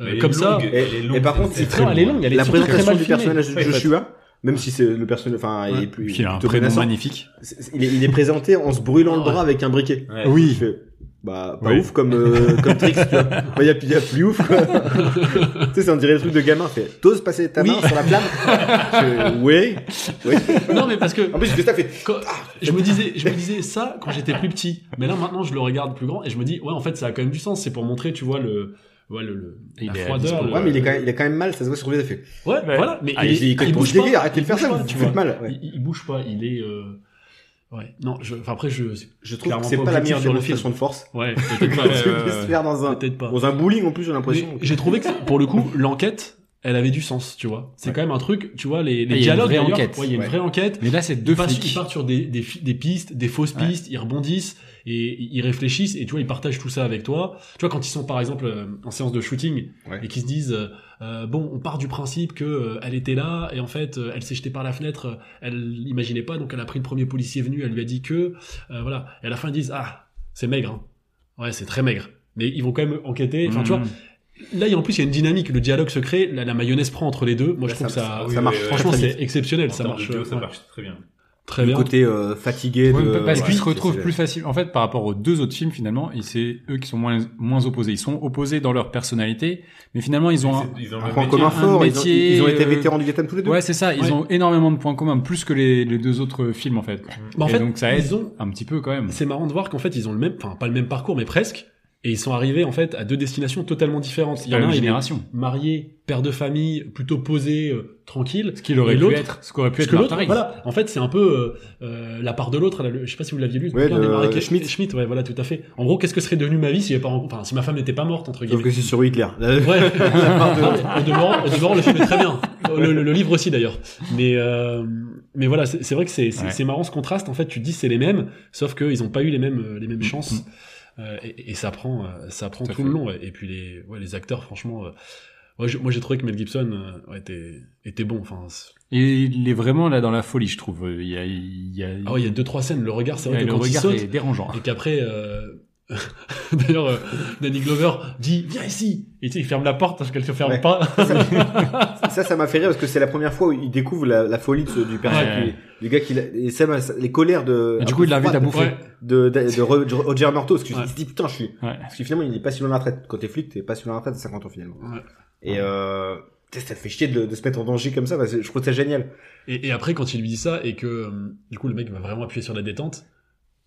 S3: Mais elle est
S4: comme ça.
S3: longue,
S4: Non,
S1: Et-
S3: elle est longue,
S1: et par
S3: cette
S1: contre,
S3: scène.
S1: c'est très-
S4: elle est longue, elle est
S1: La
S4: surtout très
S1: présentation
S4: mal
S1: du
S4: filmée.
S1: personnage de
S4: Ouais, en fait.
S1: Joshua, même si c'est le personnage, enfin, il est plus
S2: Puis il a un
S1: plutôt
S2: prénom
S1: menaçant,
S2: magnifique.
S1: c'est- il est, il est présenté en se brûlant le
S4: Ouais.
S1: bras avec un briquet.
S4: Ah
S3: Ouais.
S1: Eh, Je
S2: Oui.
S1: fais, bah, pas
S2: Oui.
S1: ouf comme, euh, comme tricks, tu vois. Il y a, y a plus ouf. tu sais, ça on dirait le truc de gamin. Fait, t'oses passer ta main
S4: Oui.
S1: sur la flamme? Je fais, oui. Oui.
S4: Non, mais parce que
S1: En plus, ce que ça fait,
S4: Quand- je me disais, je me disais ça quand j'étais plus petit, mais là maintenant je le regarde plus grand et je me dis ouais en fait ça a quand même du sens. C'est pour montrer tu vois le, ouais, le, le-
S2: Il
S4: la
S2: est à
S4: froideur.
S2: dispo.
S4: le-
S1: Ouais, mais il est quand même, il est quand même mal, ça se voit sur lui, ça fait.
S4: Ouais, voilà. Mais
S1: Ah,
S4: il, est-
S1: il, il,
S4: il
S1: bouge
S4: bouge
S1: délire,
S4: pas.
S1: arrêtez de faire
S4: Il bouge
S1: ça,
S4: pas,
S1: vous
S4: tu
S1: vous faites
S4: vois.
S1: mal. ouais.
S4: Il, il bouge pas. Il est euh, ouais. Non, je, enfin après je.
S1: Je trouve
S4: clairement
S1: que c'est
S4: pas
S1: pas la
S4: objectif
S1: meilleure
S4: sur le
S1: démonstration de force.
S4: Ouais. Peut-être pas.
S1: Parce que se faire dans un,
S4: Peut-être pas.
S1: dans un bowling, en plus, j'ai
S4: Mais
S1: l'impression.
S4: J'ai trouvé que pour le coup l'enquête. Elle avait du sens, tu vois. C'est quand même un truc, tu vois, les,
S2: Ah, il y a
S4: les
S2: une
S4: dialogues.
S2: vraie
S4: d'ailleurs,
S2: enquête.
S4: ouais, Il y a une
S1: Ouais.
S4: vraie enquête.
S2: Mais là, c'est deux
S4: ils partent,
S2: flics.
S4: ils partent sur des, des, fi- des pistes, des fausses
S2: Ouais.
S4: pistes, ils rebondissent et ils réfléchissent et tu vois, ils partagent tout ça avec toi. Tu vois, quand ils sont par exemple euh, en séance de shooting
S1: Ouais.
S4: et qu'ils se disent euh, euh, bon, on part du principe que euh, elle était là et en fait, euh, elle s'est jetée par la fenêtre, euh, elle l'imaginait pas, donc elle a pris le premier policier venu, elle lui a dit que euh, voilà. Et à la fin, ils disent ah, c'est maigre, hein. ouais, c'est très maigre. Mais ils vont quand même enquêter. Enfin, tu
S2: Mm.
S4: vois, là, il y a- en plus, il y a une dynamique, le dialogue se crée, la, la mayonnaise prend entre les deux. Moi,
S1: Ouais,
S4: je trouve
S1: ça-
S4: que ça,
S1: ça marche
S3: Ah oui,
S4: franchement,
S1: très, très
S4: c'est exceptionnel,
S3: En
S4: ça
S3: termes de
S4: marche,
S3: vidéo, ça
S4: ouais.
S3: marche très bien.
S4: très
S1: Le
S4: bien.
S1: côté euh, fatigué
S2: Ouais,
S1: de.
S2: parce
S1: ouais,
S2: qu'ils se
S1: c'est-
S2: retrouvent
S1: c'est-
S2: plus facile. En fait, par rapport aux deux autres films, finalement, et c'est eux qui sont moins, moins opposés. Ils sont opposés dans leur personnalité, mais finalement, ils ont un,
S3: C'est- ils ont
S1: Un
S3: le
S1: point
S3: métier.
S1: commun
S2: un
S1: fort, ils ont-
S2: métier,
S1: ils ont été
S2: euh,
S1: vétérans du Vietnam tous les deux.
S2: Ouais, c'est ça. Ils
S4: Ouais.
S2: ont énormément de points communs, plus que les, les deux autres films, en fait.
S4: Bah,
S2: Et
S4: en
S3: Mmh,
S4: fait,
S2: donc, ça aide
S4: ils ont-
S2: un petit peu quand même.
S4: c'est marrant de voir qu'en fait, ils ont le même, enfin, pas le même parcours, mais presque. Et ils sont arrivés en fait à deux destinations totalement différentes. Il y
S2: la
S4: en a un, il est
S2: génération.
S4: marié, père de famille, plutôt posé, euh, tranquille.
S2: Ce qu'il aurait
S4: Et
S2: pu
S4: l'autre-
S2: être, ce qu'aurait pu
S4: Parce
S2: être
S4: que l'autre,
S2: Martin Riggs.
S4: voilà, en fait, c'est un peu euh, euh, la part de l'autre. là, le- Je sais pas si vous l'aviez lu. le
S1: Ouais,
S4: bouquin
S1: de-
S4: des Marais-
S1: de Schmitt.
S4: Schmitt, ouais, voilà, tout à fait. En gros, qu'est-ce que serait devenu ma vie si, mes parents- enfin, si ma femme n'était pas morte entre
S1: Sauf
S4: guillemets
S1: que c'est sur Hitler.
S4: Ouais.
S1: Ah, bah
S4: au, demeurant, au demeurant, le film est très bien. Le, le- le livre aussi d'ailleurs. Mais euh, mais voilà, c'est c'est vrai que c'est c'est-
S2: Ouais.
S4: c'est marrant ce contraste. En fait, tu te dis c'est les mêmes, sauf qu'ils n'ont pas eu les mêmes euh, les mêmes chances. Euh, et, et ça prend euh, ça prend
S2: Mm, Tout
S4: tout,
S2: à
S4: le
S2: fait.
S4: long. ouais. Et puis les ouais, les acteurs, franchement. euh, ouais, je- moi, j'ai trouvé que Mel Gibson euh, ouais, était, était bon. Enfin, c'est-
S2: Et il est vraiment là dans la folie, je trouve. Il y a, il y a,
S4: ah ouais, il y a deux trois scènes. Le regard, c'est
S2: il y a
S4: vrai que
S2: le
S4: quand il
S2: regard
S4: saute,
S2: est dérangeant.
S4: et qu'après, euh, d'ailleurs, euh, Danny Glover dit viens ici. Et tu sais, il ferme la porte parce qu'elle se ferme
S1: Ouais.
S4: pas.
S1: ça, ça m'a fait rire parce que c'est la première fois où il découvre la, la folie de ce- du personnage,
S2: Ouais.
S1: qui- du gars qui, l'a- et ça, m'a- ça- les colères de.
S2: Et du coup, il l'invite à bouffer.
S4: Ouais.
S1: De, de, de Ro- de Roger Murtaugh, parce que
S4: Ouais.
S1: je me dis putain, je suis.
S2: Ouais.
S1: Parce que finalement, il est pas si loin de la retraite. Quand t'es flic, t'es pas si loin de la retraite à 50 ans finalement.
S4: Ouais.
S1: Et euh, putain, ça te fait chier de, de se mettre en danger comme ça, parce que je trouve ça génial.
S4: Et, et après, quand il lui dit ça, et que euh, du coup le mec va vraiment appuyer sur la détente,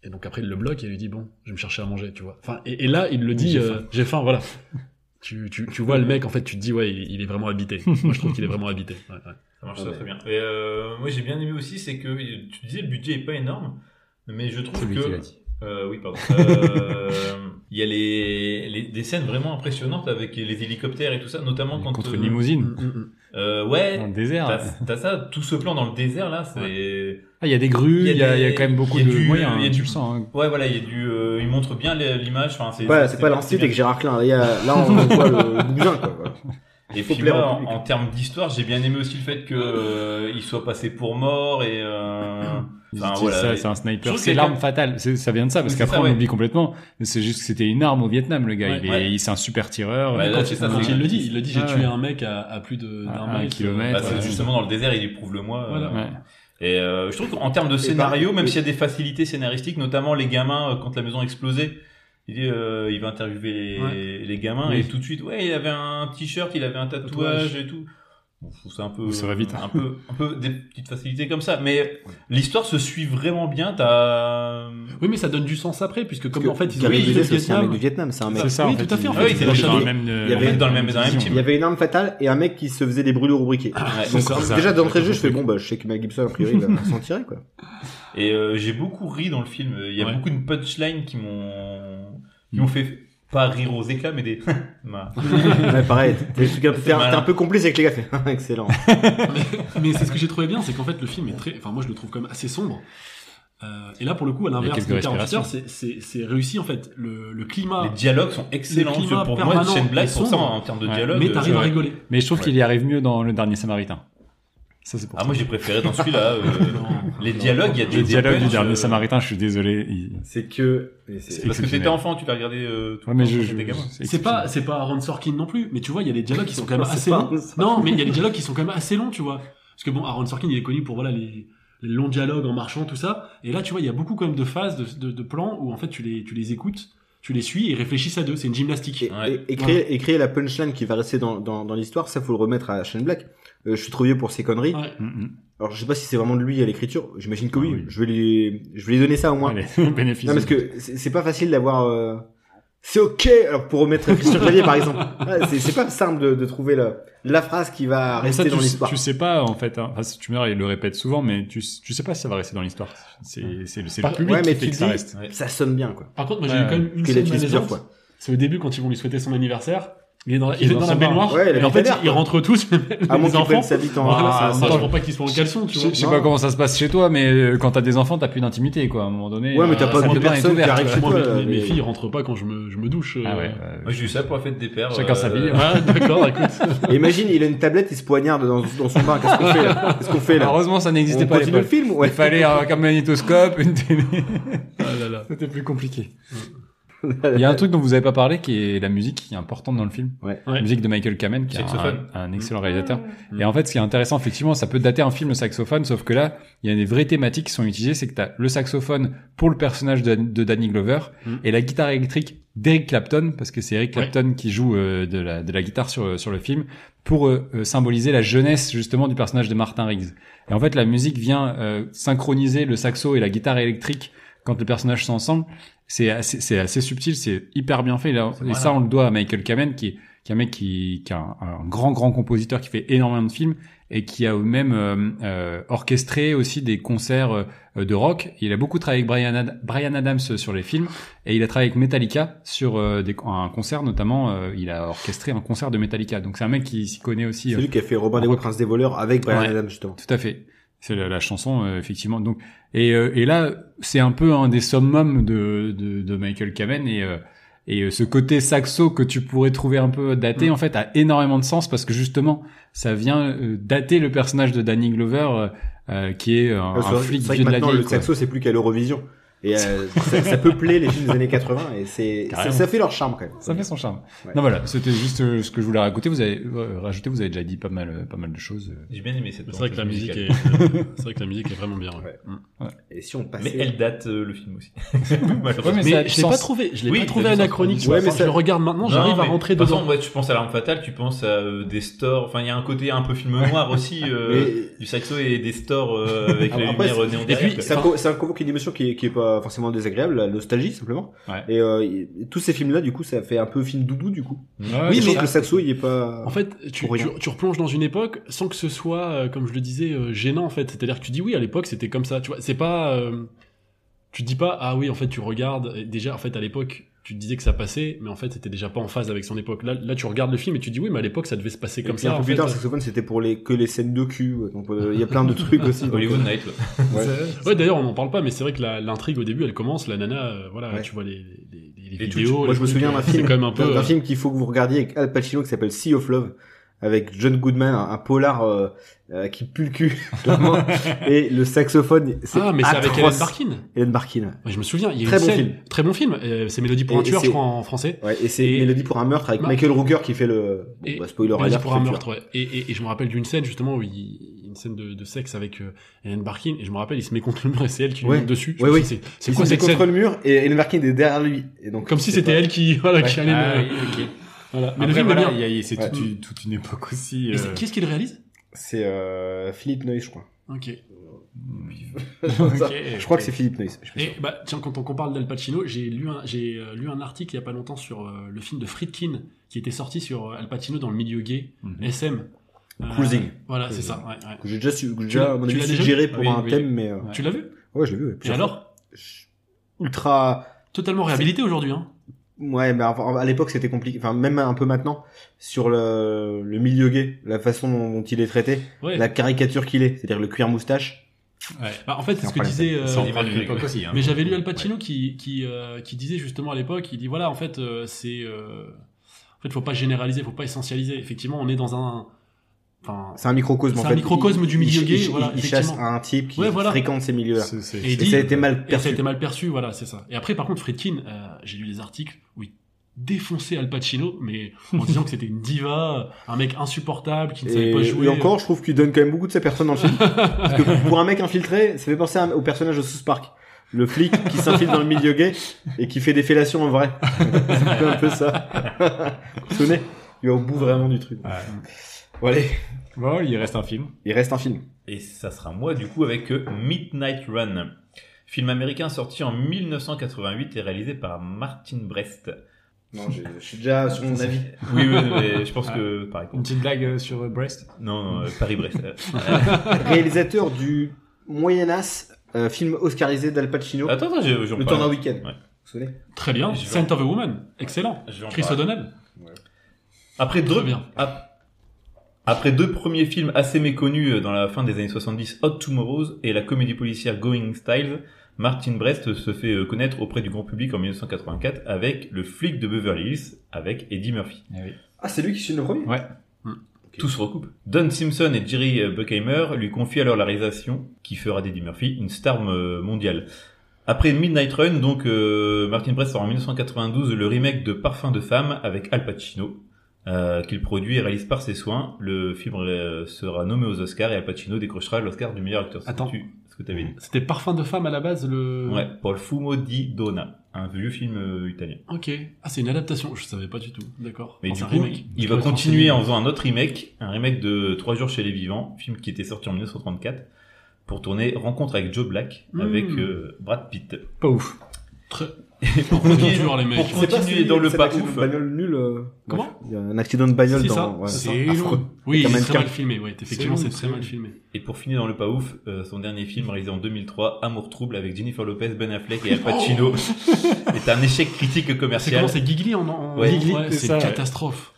S4: et donc après il le bloque et il lui dit bon, je vais me chercher à manger, tu vois. Enfin, et, et là il le dit,
S2: J'ai
S4: euh, j'ai faim. voilà. tu, tu, tu vois le mec, en fait, tu te dis ouais, il, il est vraiment habité. Moi je trouve qu'il est vraiment habité. Ouais, ouais.
S3: Ça marche
S1: Ouais,
S3: ça
S1: ouais.
S3: très bien. Et euh, moi j'ai bien aimé aussi, c'est que tu disais le budget est pas énorme, mais je trouve
S2: C'est lui
S3: que
S2: qui l'a dit.
S3: Euh, oui pardon. Euh, Il y a les, les- des scènes vraiment impressionnantes avec les hélicoptères et tout ça, notamment quand
S2: Contre
S3: euh,
S2: une limousine,
S4: Mm, mm, mm.
S3: euh, ouais.
S2: dans le désert.
S3: T'as t'as ça, tout ce plan dans le désert là, c'est
S2: Ah, il y a des grues, il y, a- il y a quand même beaucoup
S3: il y a
S2: de
S3: du-
S2: moyens.
S3: il y a
S2: hein,
S3: du-
S2: tu le sens, hein.
S3: ouais voilà, il y a du, euh, il montre bien les- l'image, enfin c'est
S1: C'est pas, c'est pas
S3: c'est
S1: l'instit
S3: bien.
S1: avec Gérard Klein. Là, il y a- là, on voit le bousin, quoi. voilà.
S3: Et
S1: Faut
S3: puis
S1: plaire
S3: moi,
S1: au
S3: en,
S1: public.
S3: en termes d'histoire, j'ai bien aimé aussi le fait que euh, il soit passé pour mort et euh,
S2: Ils
S3: enfin,
S2: utilisent
S3: voilà.
S2: ça,
S3: Et-
S2: c'est un
S3: je
S2: sniper.
S3: trouve
S2: C'est
S3: que-
S2: l'arme fatale. C'est- Ça vient de ça, parce
S3: C'est
S2: qu'après
S3: ça,
S2: on
S3: ouais.
S2: oublie complètement. Mais C'est juste que c'était une arme au Vietnam, le gars.
S4: Ouais,
S2: il est,
S3: ouais.
S2: il- c'est un super tireur.
S3: Ouais, là,
S2: Quand
S3: c'est
S2: il-
S3: ça,
S2: quand
S3: c'est
S4: Quand
S2: il-
S4: il le dit, il le dit, j'ai
S2: Ah,
S4: tué
S2: ouais.
S4: un mec à, à plus de
S2: À
S4: d'un
S2: un
S4: mile.
S2: kilomètre.
S3: Bah, c'est
S2: Ouais.
S3: justement dans le désert, il est prouve-le-moi. euh,
S2: Ouais.
S3: Et euh, je trouve qu'en termes de
S1: par-
S3: scénario, même s'il y a des facilités scénaristiques, notamment les gamins, euh, quand la maison explosait, il, dit, euh, il va interviewer les, les gamins
S2: Oui.
S3: et tout de suite, ouais, il avait un t-shirt, il avait un tatouage,
S4: Tatouage.
S3: et tout. Bon, je trouve ça un peu,
S2: Ça va vite, hein.
S3: un peu, un peu des petites facilités comme ça. Mais l'histoire se suit vraiment bien. T'as,
S4: Oui, mais ça donne du sens après, puisque comme
S1: Parce
S4: en fait ils ont
S1: Gary
S4: fait le
S1: Busey, c'est aussi un mec
S4: Vietnam.
S1: du Vietnam, c'est un mec.
S2: C'est ça,
S4: Oui,
S2: en fait,
S4: tout à fait, en
S2: il-
S3: fait,
S2: il
S3: c'est
S2: est
S3: dans
S2: dans
S3: le-
S2: le même, euh,
S1: il y avait-
S2: dans la
S3: dans le même- dans la même
S2: vision.
S1: Il y avait une arme fatale et un mec qui se faisait des brûlures au
S4: Ah.
S1: briquet.
S3: Ouais.
S1: Donc,
S4: ça, ça.
S1: déjà d'entrée de jeu, je fais bon, bah, je sais que Mel Gibson, a priori, il va s'en tirer, quoi.
S3: Et euh, j'ai beaucoup ri dans le film. Il y a
S4: Ouais.
S3: beaucoup de punchlines qui m'ont qui
S2: Mm.
S3: m'ont fait pas rire aux éclats, mais des. Ma.
S1: Ouais, pareil. T'es t'es- t'es un, t'es un peu complice avec les gars. fait, Excellent.
S4: mais, mais c'est ce que j'ai trouvé bien, c'est qu'en fait le film est très, enfin moi je le trouve quand même assez sombre. Euh, et là pour le coup à l'inverse
S2: quelques
S4: de 48 heures,
S2: respirations.
S4: c'est- c'est c'est réussi en fait. Le, le climat,
S3: Les dialogues sont excellents.
S4: Ah. Le climat
S3: Pour moi,
S4: permanent
S3: Shane Black,
S4: et
S3: pour ça,
S4: sombre.
S3: en termes de
S2: Ouais,
S3: dialogue.
S4: mais
S3: euh,
S4: t'arrives à
S2: ouais.
S4: rigoler.
S2: Mais je trouve
S3: Ouais.
S2: qu'il y arrive mieux dans le dernier Samaritain. Ça, c'est pour
S3: Ah,
S2: ça.
S3: moi j'ai préféré dans celui-là. euh, les dialogues, il y a des
S2: Le dialogue du
S3: punchs,
S2: dernier
S3: euh,
S2: Samaritain, je suis désolé. il-
S1: C'est que.
S3: C'est parce que
S2: exceptionnel.
S3: t'étais enfant, tu l'as regardé euh, tout
S2: Ouais, mais
S3: le temps
S2: je.
S3: quand t'étais
S2: je-
S3: gamin.
S4: C'est pas c'est pas Aaron Sorkin non plus, mais tu vois il y a des dialogues qui sont quand même
S1: C'est
S4: assez
S1: pas
S4: longs.
S1: Aaron Sorkin.
S4: Non, mais il y a des dialogues qui sont quand même assez longs, tu vois. Parce que bon, Aaron Sorkin il est connu pour voilà les, les longs dialogues en marchant tout ça. Et là tu vois il y a beaucoup quand même de phases de, de, de plans où en fait tu les tu les écoutes, tu les suis et réfléchissent à deux. C'est une gymnastique.
S1: Et,
S3: Ouais.
S1: et- et créer, et créer la punchline qui va rester dans, dans, dans l'histoire, ça faut le remettre à Shane Black. Euh, je suis trop vieux pour ces conneries.
S4: Ouais.
S2: Mm, mm.
S1: Alors je sais pas si c'est vraiment de lui à l'écriture. J'imagine que oui.
S2: Ah oui.
S1: Je vais lui, je vais lui donner ça au moins.
S2: Allez, bénéfice.
S1: Non, parce que c'est c'est pas facile d'avoir. euh, C'est ok. Alors pour remettre Christian Clavier par exemple, Ah, c'est c'est pas simple de, de trouver la, la phrase qui va
S2: Mais
S1: rester
S2: ça, tu,
S1: dans
S2: sais-
S1: l'histoire.
S2: tu sais pas en fait. hein. Enfin, si tu meurs, il le répète souvent, mais tu, s- tu sais pas si ça va rester dans l'histoire. C'est c'est le c'est le
S4: Par-
S2: public
S1: ouais, mais
S2: qui fait
S1: tu
S2: que ça
S1: dis-
S2: reste.
S1: Ça sonne bien quoi.
S4: Par contre, moi j'ai
S2: Ouais,
S4: eu quand même une
S1: Parce qu'il a
S4: scène
S1: utilisé plusieurs
S4: malaisante.
S1: fois.
S4: C'est au début quand ils vont lui souhaiter son anniversaire. Il est dans,
S2: Il
S4: il est dans la
S2: son
S4: baignoire.
S1: bain. Ouais, il a
S4: et en
S1: mis
S4: fait,
S1: ta mère,
S4: ils
S1: quoi.
S4: rentrent tous, les,
S1: À moins
S4: les
S1: qu'il
S4: enfants.
S1: prenne sa bite en.
S4: Voilà,
S1: Ah,
S4: ça, ça,
S1: ça-
S4: je ne pas qu'ils soient en caleçon,
S2: Je
S4: tu vois.
S2: je sais pas
S1: Non.
S2: comment ça se passe chez toi, mais euh, quand t'as des enfants, t'as plus d'intimité, quoi. À un moment donné.
S1: Ouais, mais t'as
S2: euh,
S1: pas
S2: la
S1: de
S2: salle bain est
S1: personne qui
S2: ouverte,
S1: arrive
S2: quoi.
S1: chez
S4: Moi,
S1: toi,
S4: mes,
S1: là,
S4: mes- mes
S1: mais-
S4: filles rentrent pas quand je me, je me douche. euh.
S2: Ah ouais. ouais.
S3: Moi j'ai eu ça pour la fête des pères. euh,
S2: Chacun sa vie.
S4: Ouais, d'accord, écoute.
S1: Imagine, il a une tablette, il se poignarde dans, dans son bain. Qu'est-ce qu'on fait là Qu'est-ce qu'on fait là
S2: Heureusement, ça n'existait
S1: On
S2: Ah, pas à
S1: continue le
S2: l'époque.
S1: film ou-
S2: Il
S1: ouais
S2: fallait un un magnétoscope, une télé.
S4: Ah là là.
S2: C'était plus compliqué. Il y a un truc dont vous avez pas parlé qui est la musique qui est importante dans le film.
S1: Ouais.
S4: Ouais. Mm.
S2: La musique de Michael Kamen, qui est un,
S3: Saxophone.
S2: un excellent réalisateur. Et en fait, ce qui est intéressant, effectivement, ça peut dater un film le saxophone, sauf que là, il y a des vraies thématiques qui sont utilisées, c'est que t'as le saxophone pour le personnage de, de Danny Glover
S4: Mm.
S2: et la guitare électrique d'Eric Clapton, parce que c'est Eric
S4: Ouais.
S2: Clapton qui joue euh, de, la, de la guitare sur, sur le film, pour euh, euh, symboliser la jeunesse justement du personnage de Martin Riggs. Et en fait, la musique vient euh, synchroniser le saxo et la guitare électrique quand les personnages sont ensemble. C'est assez, c'est assez subtil, c'est hyper bien fait. Là, et
S3: malin.
S2: ça, on le doit à Michael Kamen, qui, est- qui est un mec qui, qui est un, un grand, grand compositeur, qui fait énormément de films et qui a même euh, euh, orchestré aussi des concerts euh, de rock. Il a beaucoup travaillé avec Brian, Ad- Brian Adams euh, sur les films et il a travaillé avec Metallica sur euh, des, un concert, notamment. euh, il a orchestré un concert de Metallica. Donc c'est un mec qui s'y connaît aussi. euh,
S1: C'est lui qui a fait Robin des Bois, Prince des voleurs avec Brian
S2: Ouais.
S1: Adams, justement.
S2: tout à fait. C'est la, la chanson, euh, effectivement. Donc, et, euh, et là, c'est un peu un des summums de, de, de Michael Kamen et, euh, et euh, ce côté saxo que tu pourrais trouver un peu daté,
S1: Mm.
S2: en fait, a énormément de sens parce que justement, ça vient euh, dater le personnage de Danny Glover euh, euh, qui est un,
S1: Parce que
S2: un
S1: Ah, c'est
S2: flic
S1: vrai
S2: vieux
S1: que
S2: de la
S1: maintenant,
S2: vieille.
S1: le
S2: quoi.
S1: saxo, c'est plus qu'à l'Eurovision. Et euh, ça, ça peuplait les films des années 80 et c'est ça,
S2: Carrément.
S1: ça fait leur charme quand même.
S2: Ça fait son charme.
S1: Ouais.
S2: Non voilà, c'était juste euh, ce que je voulais raconter. Vous avez euh, rajouté, vous avez déjà dit pas mal, euh, pas mal de choses. euh.
S3: J'ai bien aimé cette
S4: C'est vrai que la
S3: parenthèse
S4: musique est,
S3: musicale.
S4: c'est vrai que la musique est vraiment bien. ouais.
S1: Ouais. Et si on passait
S3: Mais elle date euh, le film aussi.
S2: Ouais, mais
S4: Mais,
S2: ça a du
S4: je l'ai
S2: sens.
S4: pas trouvé, je l'ai
S3: Oui,
S4: pas
S3: ça
S4: trouvé
S3: a du sens.
S4: anachronique. tu
S1: Ouais,
S4: vois,
S1: mais
S4: quand
S1: ça-
S4: je le regarde maintenant, j'arrive à
S3: mais
S4: rentrer
S3: de toute
S4: dedans.
S3: façon, ouais, tu penses à l'arme fatale, tu penses à euh, des stores. Enfin, il y a un côté un peu film noir aussi euh,
S1: Mais-
S3: du saxo et des stores euh, avec
S1: Après,
S3: les lumières néon
S1: Et
S3: derrière.
S1: puis, ça, co- ça convoque une émotion qui est, qui est pas forcément désagréable, la nostalgie simplement.
S2: Ouais.
S1: Et euh, y- tous ces films-là, du coup, ça fait un peu film doudou, du coup.
S2: Oui,
S1: Oui, mais
S2: mais-
S1: que le saxo, il est pas.
S4: En fait, tu,
S1: Pour rien.
S4: tu- tu replonges dans une époque sans que ce soit, euh, comme je le disais, euh, gênant en fait. C'est-à-dire que tu dis oui, à l'époque c'était comme ça. Tu vois, c'est pas, euh, tu te dis pas ah oui en fait tu regardes Et déjà en fait à l'époque tu te disais que ça passait, mais en fait c'était déjà pas en phase avec son époque. Là, là tu regardes le film et tu dis oui mais à l'époque ça devait se passer
S1: Et
S4: comme
S1: puis,
S4: ça.
S1: Un
S4: en
S1: peu
S4: fait.
S1: plus tard, le saxophone, c'était pour les que les scènes de cul. ouais. Donc, euh, il y a plein de trucs aussi. donc,
S3: Hollywood
S1: euh,
S3: Night. ouais.
S1: ouais.
S4: Ouais d'ailleurs on n'en parle pas, mais c'est vrai que la- l'intrigue au début elle commence, la nana, euh, voilà
S1: Ouais.
S4: tu vois les, les, les- les
S3: Les
S4: vidéos.
S1: Moi,
S4: les
S1: je me
S4: trucs,
S1: souviens
S4: euh,
S1: d'un
S4: c'est
S1: film,
S4: quand même un peu.
S1: d'un
S4: euh,
S1: film qu'il faut que vous regardiez avec Al Pacino qui s'appelle Sea of Love avec John Goodman, un, un polar euh, euh, qui pue le cul clairement. et le saxophone. c'est
S4: Ah mais c'est avec
S1: atroce.
S4: Ellen Barkin.
S1: Ellen Barkin.
S4: Ouais, je me souviens, il y a
S1: Très
S4: une
S1: bon
S4: scène-
S1: film.
S4: très bon film. euh, C'est Mélodie pour
S1: Et-
S4: un
S1: et
S4: tueur,
S1: c'est-
S4: je crois en français.
S1: Ouais, et c'est
S4: Et-
S1: Mélodie pour un meurtre avec
S4: Ma-
S1: Michael Rooker qui fait le bon,
S4: Et-
S1: bah, spoiler
S4: Mélodie
S1: alert,
S4: pour
S1: qui
S4: un
S1: fait le
S4: meurtre, ouais. Et, et- et je me rappelle d'une scène justement où il, une scène de, de sexe avec euh, Hélène Barkin et je me rappelle il se met contre le mur et c'est elle qui lui
S1: Ouais.
S4: monte dessus. Je
S1: Ouais,
S4: me
S1: ouais.
S4: dis, C'est c'est
S1: Il
S4: quoi
S1: se met
S4: cette scène
S1: contre le mur et Ellen Barkin est derrière lui. Et donc,
S4: Comme si
S1: c'est
S4: c'était
S1: pas-
S4: elle qui voilà qui allait.
S2: Ah,
S4: le-
S2: oui, ok.
S4: voilà. Mais
S2: Après,
S4: le film est
S2: voilà,
S4: bien.
S2: il y a- c'est
S1: Ouais.
S2: toute, une- toute une époque aussi.
S4: Et c'est-
S2: euh,
S4: Qui est-ce qui le réalise
S1: C'est euh, Philippe Noyce, je crois.
S4: Ok.
S2: Ok.
S1: Je crois que c'est Philippe Noyce. je suis
S4: Et
S1: sûr.
S4: bah tiens quand on, qu'on parle d'Al Pacino, j'ai lu un j'ai euh, lu un article il y a pas longtemps sur euh, le film de Friedkin qui était sorti sur euh, Al Pacino dans le milieu gay
S2: Mhm.
S4: SM. Euh,
S1: Cruising.
S4: Voilà c'est
S1: Cruising.
S4: ça. ouais, ouais.
S1: Que J'ai déjà, su, que j'ai
S4: Tu l'as-
S1: déjà à mon
S4: tu
S1: avis,
S4: l'as déjà
S1: suggéré
S4: vu
S1: pour
S4: Oui,
S1: un
S4: oui.
S1: thème, mais euh, ouais,
S4: Tu l'as vu
S1: je l'ai vu. ouais,
S4: Et
S1: plusieurs
S4: alors
S1: fois. Je- Ultra.
S4: Totalement réhabilité aujourd'hui hein.
S1: Ouais, mais avant- à l'époque c'était compliqué. Enfin, même un peu maintenant, sur le, le milieu gay, la façon dont, dont il est traité,
S4: Ouais.
S1: la caricature qu'il est, c'est-à-dire le cuir moustache.
S4: Bah, en fait c'est ce que
S1: pas la
S4: disait euh,
S3: C'est en parle de l'époque aussi. hein.
S4: Mais j'avais lu Al Pacino qui, qui, euh, qui disait justement à l'époque, il dit voilà, en fait, euh, c'est. euh, en fait, faut pas généraliser, faut pas essentialiser. Effectivement, on est dans un. Enfin.
S1: C'est un microcosme.
S4: C'est
S1: en
S4: un
S1: fait.
S4: microcosme
S1: Il-
S4: du milieu
S1: il-
S4: gay,
S1: Il, il-
S4: voilà,
S1: il chasse
S4: effectivement.
S1: un type qui
S4: Ouais, voilà.
S1: fréquente ces milieux-là.
S2: c'est- c'est-
S4: Et il
S1: Et
S4: dit-
S1: ça a été mal
S4: et ça a
S1: perçu.
S4: été mal perçu, voilà, c'est ça. Et après, par contre, Friedkin, euh, j'ai lu des articles où il défonçait Al Pacino, mais en disant que c'était une diva, un mec insupportable qui ne savait
S1: Et,
S4: pas jouer.
S1: et encore, je trouve qu'il donne quand même beaucoup de sa personne dans le film. Parce que pour un mec infiltré, ça fait penser à- au personnage de South Park. Le flic qui s'infiltre dans le milieu gay et qui fait des fellations en vrai. C'est un peu ça. Sonné. Il est au bout vraiment du truc. Bon, allez.
S2: Bon, il reste un film.
S1: Il reste un film.
S3: Et ça sera moi du coup avec euh, Midnight Run, film américain sorti en 1988 et réalisé par Martin Brest.
S1: Non, je, je suis déjà sur mon avis. Ah.
S3: Oui, oui, mais je pense que pareil.
S2: Une petite blague euh, sur euh, Brest.
S3: Non, non, euh, Paris-Brest.
S1: Réalisateur du Moyen As, euh, film oscarisé d'Al Pacino,
S3: Attends, attends, j'ai- j'en
S1: Le
S3: parle.
S1: Temps d'un Week-end.
S3: Ouais.
S1: Vous savez
S4: Très bien.
S3: Je bah, vais-
S4: Saint of a Woman, excellent.
S3: Je vais en
S4: Chris
S3: parler.
S4: O'Donnell.
S3: Après deux,
S4: Très bien.
S3: ap- après deux premiers films assez méconnus euh, dans la fin des années 70, Hot Tomorrows et la comédie policière Going Styles, Martin Brest se fait euh, connaître auprès du grand public en 1984 avec Le flic de Beverly Hills avec Eddie Murphy.
S1: Ah, c'est lui qui filme le premier
S2: Ouais.
S3: Tout se recoupe. Don Simpson et Jerry euh, Buckheimer lui confient alors la réalisation qui fera d'Eddie Murphy une star euh, mondiale. Après Midnight Run, donc euh, Martin Brest sort en 1992 le remake de Parfum de femme avec Al Pacino, euh, qu'il produit et réalise par ses soins. Le film euh, sera nommé aux Oscars et Al Pacino décrochera l'Oscar du meilleur acteur. C'est
S4: Attends. Euh.
S3: tu- ce que t'avais dit.
S4: C'était Parfum de femme à la base, le.
S3: Ouais, Paul Fumo di Donna, un vieux film euh, italien.
S4: Ok. Ah, c'est une adaptation. Je savais pas du tout. D'accord.
S3: Mais
S4: Enfin,
S3: du
S4: c'est un
S3: coup,
S4: remake.
S3: il
S4: Je
S3: va
S4: me
S3: continuer
S4: renseigne.
S3: en faisant un autre remake, un remake de Trois jours chez les vivants, film qui était sorti en 1934. pour tourner Rencontre avec Joe Black
S4: Mmh.
S3: avec euh, Brad Pitt.
S5: Pas ouf.
S4: Très...
S3: Et pour
S4: Ils sont
S3: continuer,
S4: durs, les mecs.
S3: pour
S4: C'est
S1: C'est pas
S3: continuer
S1: si-
S3: dans le
S1: c'est
S3: pas
S1: l'accident de
S3: ouf,
S1: bagnole nul. euh,
S4: Comment
S1: bref, Il y a un accident de bagnole
S4: C'est
S1: dans.
S4: ça,
S1: ouais,
S4: c'est
S1: affreux.
S4: long.
S1: Avec
S4: Oui,
S1: un
S4: c'est
S1: mannequin.
S4: très mal filmé. Ouais, effectivement,
S5: C'est
S4: c'est
S5: long,
S4: très
S5: c'est
S4: mal
S5: long.
S4: filmé.
S3: Et pour finir dans le pas ouf, euh, son dernier film réalisé en 2003, Amour trouble avec Jennifer Lopez, Ben Affleck et Al Pacino, est un échec critique et
S4: Oh. C'est
S3: commercial
S4: comment C'est Gigli en, en...
S3: Ouais.
S4: Gigli,
S5: Ouais,
S4: c'est
S5: c'est ça,
S4: une
S5: ouais.
S4: catastrophe.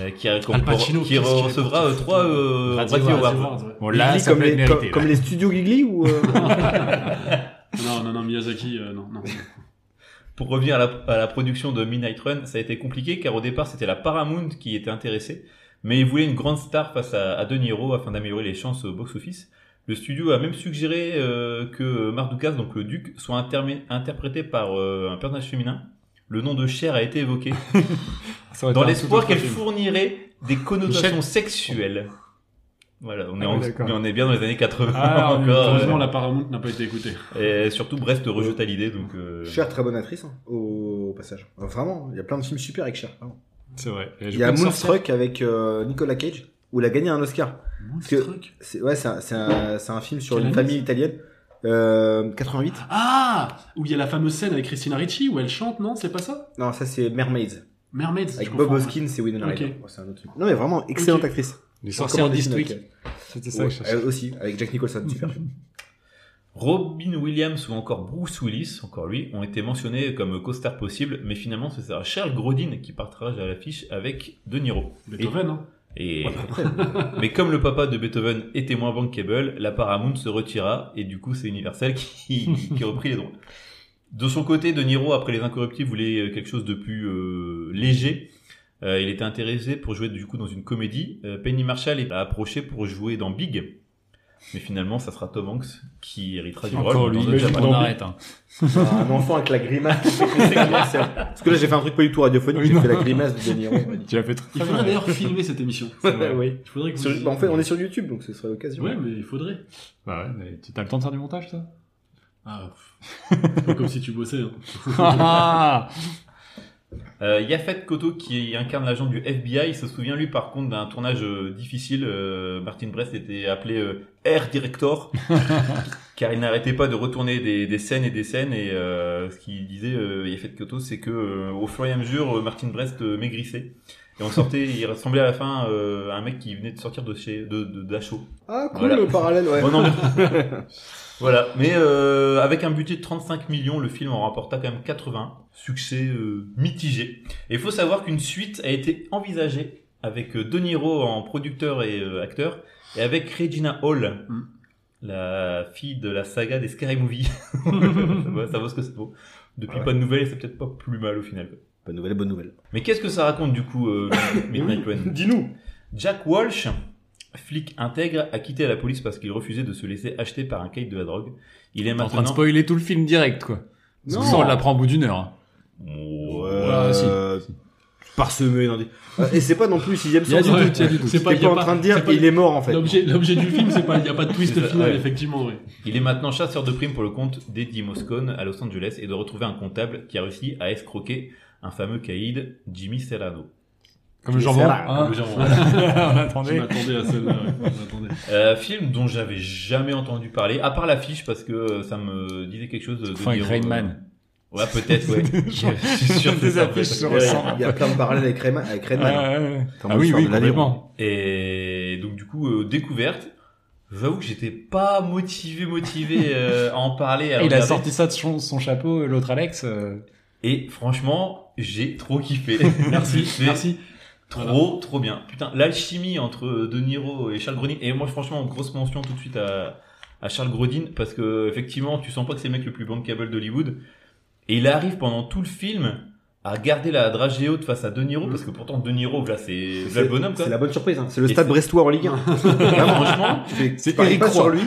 S3: euh, qui, récompor-
S4: Al Pacino,
S3: qui
S4: qu'est-ce qu'il
S3: recevra
S4: est-
S3: euh, trois euh,
S4: Radio
S3: Radio
S4: Awards,
S3: Awards.
S4: ouais.
S5: Bon,
S1: Ghibli
S5: là, ça
S1: comme,
S5: peut
S1: les,
S5: être mérité.
S1: comme, comme les studios Ghibli ou euh,
S4: Non, non, non, Miyazaki, euh, non, non.
S3: Pour revenir à la, à la production de Midnight Run, ça a été compliqué car au départ c'était la Paramount qui était intéressée, mais ils voulaient une grande star face à, à De Niro afin d'améliorer les chances au box-office. Le studio a même suggéré euh, que Mardukas, donc le duc, soit intermé- interprété par euh, un personnage féminin. Le nom de Cher a été évoqué.
S5: Ça aurait été
S3: dans
S5: un tout
S3: l'espoir
S5: autre
S3: qu'elle
S5: film.
S3: fournirait des connotations
S5: Michel.
S3: sexuelles. Voilà, on est,
S5: Ah
S3: en-
S5: oui, d'accord.
S3: mais on est bien dans les années 80
S4: Ah,
S3: encore.
S4: heureusement,
S3: euh,
S4: la Paramount n'a pas été écoutée.
S3: Et surtout, Brest rejeta l'idée, donc... euh,
S1: Cher, très bonne actrice, hein, au, au passage. Enfin, vraiment, il y a plein de films super avec Cher. vraiment.
S5: C'est vrai. Et je
S1: Il y a
S5: pense sortir-
S1: Moonstruck avec euh, Nicolas Cage, où il a gagné un Oscar. que-
S4: Moonstruck.
S1: C'est ouais, c'est un, c'est un, c'est un film sur
S4: Quelle
S1: une
S4: année,
S1: famille italienne. Euh, 88.
S4: Ah Où il y a la fameuse scène avec Christina Ricci où elle chante, non C'est pas ça
S1: Non, ça c'est Mermaids.
S4: Mermaids. je
S1: Avec
S4: confonds.
S1: Bob Hoskins et Winona
S4: Ok.
S1: Ryder. Ouais, c'est un autre truc. Non, mais vraiment, excellente
S4: Ok.
S1: actrice.
S5: Les sorcières
S1: Sorcière
S5: district. C'était ça que je cherchais.
S1: aussi, avec Jack Nicholson, super film.
S3: Robin Williams ou encore Bruce Willis, encore lui, ont été mentionnés comme co-stars possibles, mais finalement, ce sera Charles Grodin qui partagera l'affiche avec De Niro.
S4: Beethoven, hein.
S3: Et...
S1: bah,
S3: mais comme le papa de Beethoven était moins bankable, la Paramount se retira, et du coup, c'est Universal qui, qui a repris les droits. De son côté, De Niro, après Les Incorruptibles, voulait quelque chose de plus euh, léger. Euh, il était intéressé pour jouer du coup dans une comédie. Euh, Penny Marshall est approché pour jouer dans Big. Mais finalement, ça sera Tom Hanks qui héritera du
S5: Encore
S3: rôle.
S5: lui,
S3: dans The
S5: mais
S3: Japan.
S5: on arrête. hein.
S1: un enfant avec la grimace. Parce que là, j'ai fait un truc pas du tout radiophonique,
S5: Oui,
S1: j'ai
S5: non.
S1: fait la grimace de Denis
S5: Tu l'as fait très
S4: Il faudrait d'ailleurs filmer cette émission. c'est vrai.
S1: oui.
S4: Il faudrait que vous...
S1: Sur- bah, en fait, on est sur YouTube, donc ce serait l'occasion.
S4: Ouais, mais il faudrait.
S5: Bah ouais, mais tu as le temps de faire du montage, ça
S4: Ah, pff. C'est pas comme si tu bossais. hein.
S5: Ah
S3: Euh, Yafet Koto, qui incarne l'agent du FBI, il se souvient lui par contre d'un tournage euh, difficile. Euh, Martin Brest était appelé euh, Air Director, car il n'arrêtait pas de retourner des, des scènes et des scènes. Et euh, ce qu'il disait, euh, Yafet Koto, c'est que euh, au fur et à mesure, euh, Martin Brest euh, maigrissait. Et on sortait, il ressemblait à la fin euh, à un mec qui venait de sortir de chez de, de d'Acho.
S1: Ah, cool
S3: Voilà.
S1: le parallèle, ouais.
S3: Bon, Oh non, mais- voilà, mais euh, avec un budget de 35 millions, le film en rapporta quand même 80. Succès euh, mitigé. Et il faut savoir qu'une suite a été envisagée avec euh, De Niro en producteur et euh, acteur et avec Regina Hall,
S1: Hmm.
S4: Mm.
S3: la fille de la saga des Scary Movie. Ouais, ça vaut ce que ça vaut. Depuis
S1: Ouais.
S3: pas de nouvelles, c'est peut-être pas plus mal au final.
S1: Bonne nouvelle, bonne nouvelle.
S3: Mais qu'est-ce que ça raconte du coup euh, Midnight Run
S1: Dis-nous.
S3: Jack Walsh, flic intègre, a quitté la police parce qu'il refusait de se laisser acheter par un caïd de la drogue. Il est
S5: T'es en train de
S3: maintenant.
S5: spoiler tout le film direct, quoi. Parce que ça, on l'apprend au bout d'une heure. hein.
S3: Ouais.
S1: Parsemé dans des. Euh, Et c'est pas non plus sixième
S5: Il y a
S1: sens.
S5: du
S1: hein.
S5: doute, il y a du doute.
S1: T'es
S4: C'est pas-
S1: pas,
S4: y a
S1: en
S4: pas-
S1: train de dire
S4: c'est pas-
S1: il est mort en fait.
S4: L'objet, l'objet du film, c'est pas, il n'y a pas de twist
S3: C'est ça,
S4: final,
S3: ouais.
S4: effectivement, ouais.
S3: Il est maintenant chasseur de primes pour le compte d'Eddie Moscone à Los Angeles et de retrouver un comptable qui a réussi à escroquer un fameux caïd, Jimmy Serrano.
S5: Comme le
S1: C'est
S5: jambon.
S1: là,
S3: Ah.
S5: hein.
S4: Le genre, ouais.
S5: on
S4: Je
S5: attendait.
S4: m'attendais à celle-là, ouais. Je m'attendais.
S3: Euh, film dont j'avais jamais entendu parler, à part l'affiche parce que euh, ça me disait quelque chose de.
S5: Enfin, avec
S3: dire,
S5: Rain
S3: euh,
S5: Man.
S3: Ouais, peut-être, ouais. Je suis sûr que
S5: Des
S3: ça
S5: affiches
S3: peut-
S5: se
S1: Ouais,
S5: ressemblent.
S1: Il y a plein de parallèles avec Rayman. Avec Rayman.
S5: Ouais, ouais, ouais.
S1: Quand
S5: Ah
S1: on
S5: oui,
S1: sort
S5: oui,
S1: de l'avion.
S5: complètement.
S3: Et donc du coup, euh, découverte. J'avoue que j'étais pas motivé, motivé euh, à en parler. à
S5: Et il a
S3: regarder.
S5: sorti ça de son, son chapeau, euh, l'autre Alex. euh,
S3: Et franchement, j'ai trop kiffé.
S4: Merci,
S3: J'ai
S4: merci.
S3: Trop,
S4: Voilà.
S3: trop bien. Putain, l'alchimie entre De Niro et Charles Grodin. Et moi, franchement, grosse mention tout de suite à, à Charles Grodin parce que effectivement, tu sens pas que c'est le mec le plus bankable d'Hollywood. Et il arrive pendant tout le film à garder la dragée haute face à De Niro parce que pourtant De Niro, là, c'est voilà le bonhomme. Quoi.
S1: C'est la bonne surprise. hein. C'est le
S3: Et
S1: stade
S3: c'est-
S1: brestois en Ligue 1.
S3: Franchement,
S1: C'est
S5: C'est Eric
S1: pas sur
S5: Roy.
S1: lui.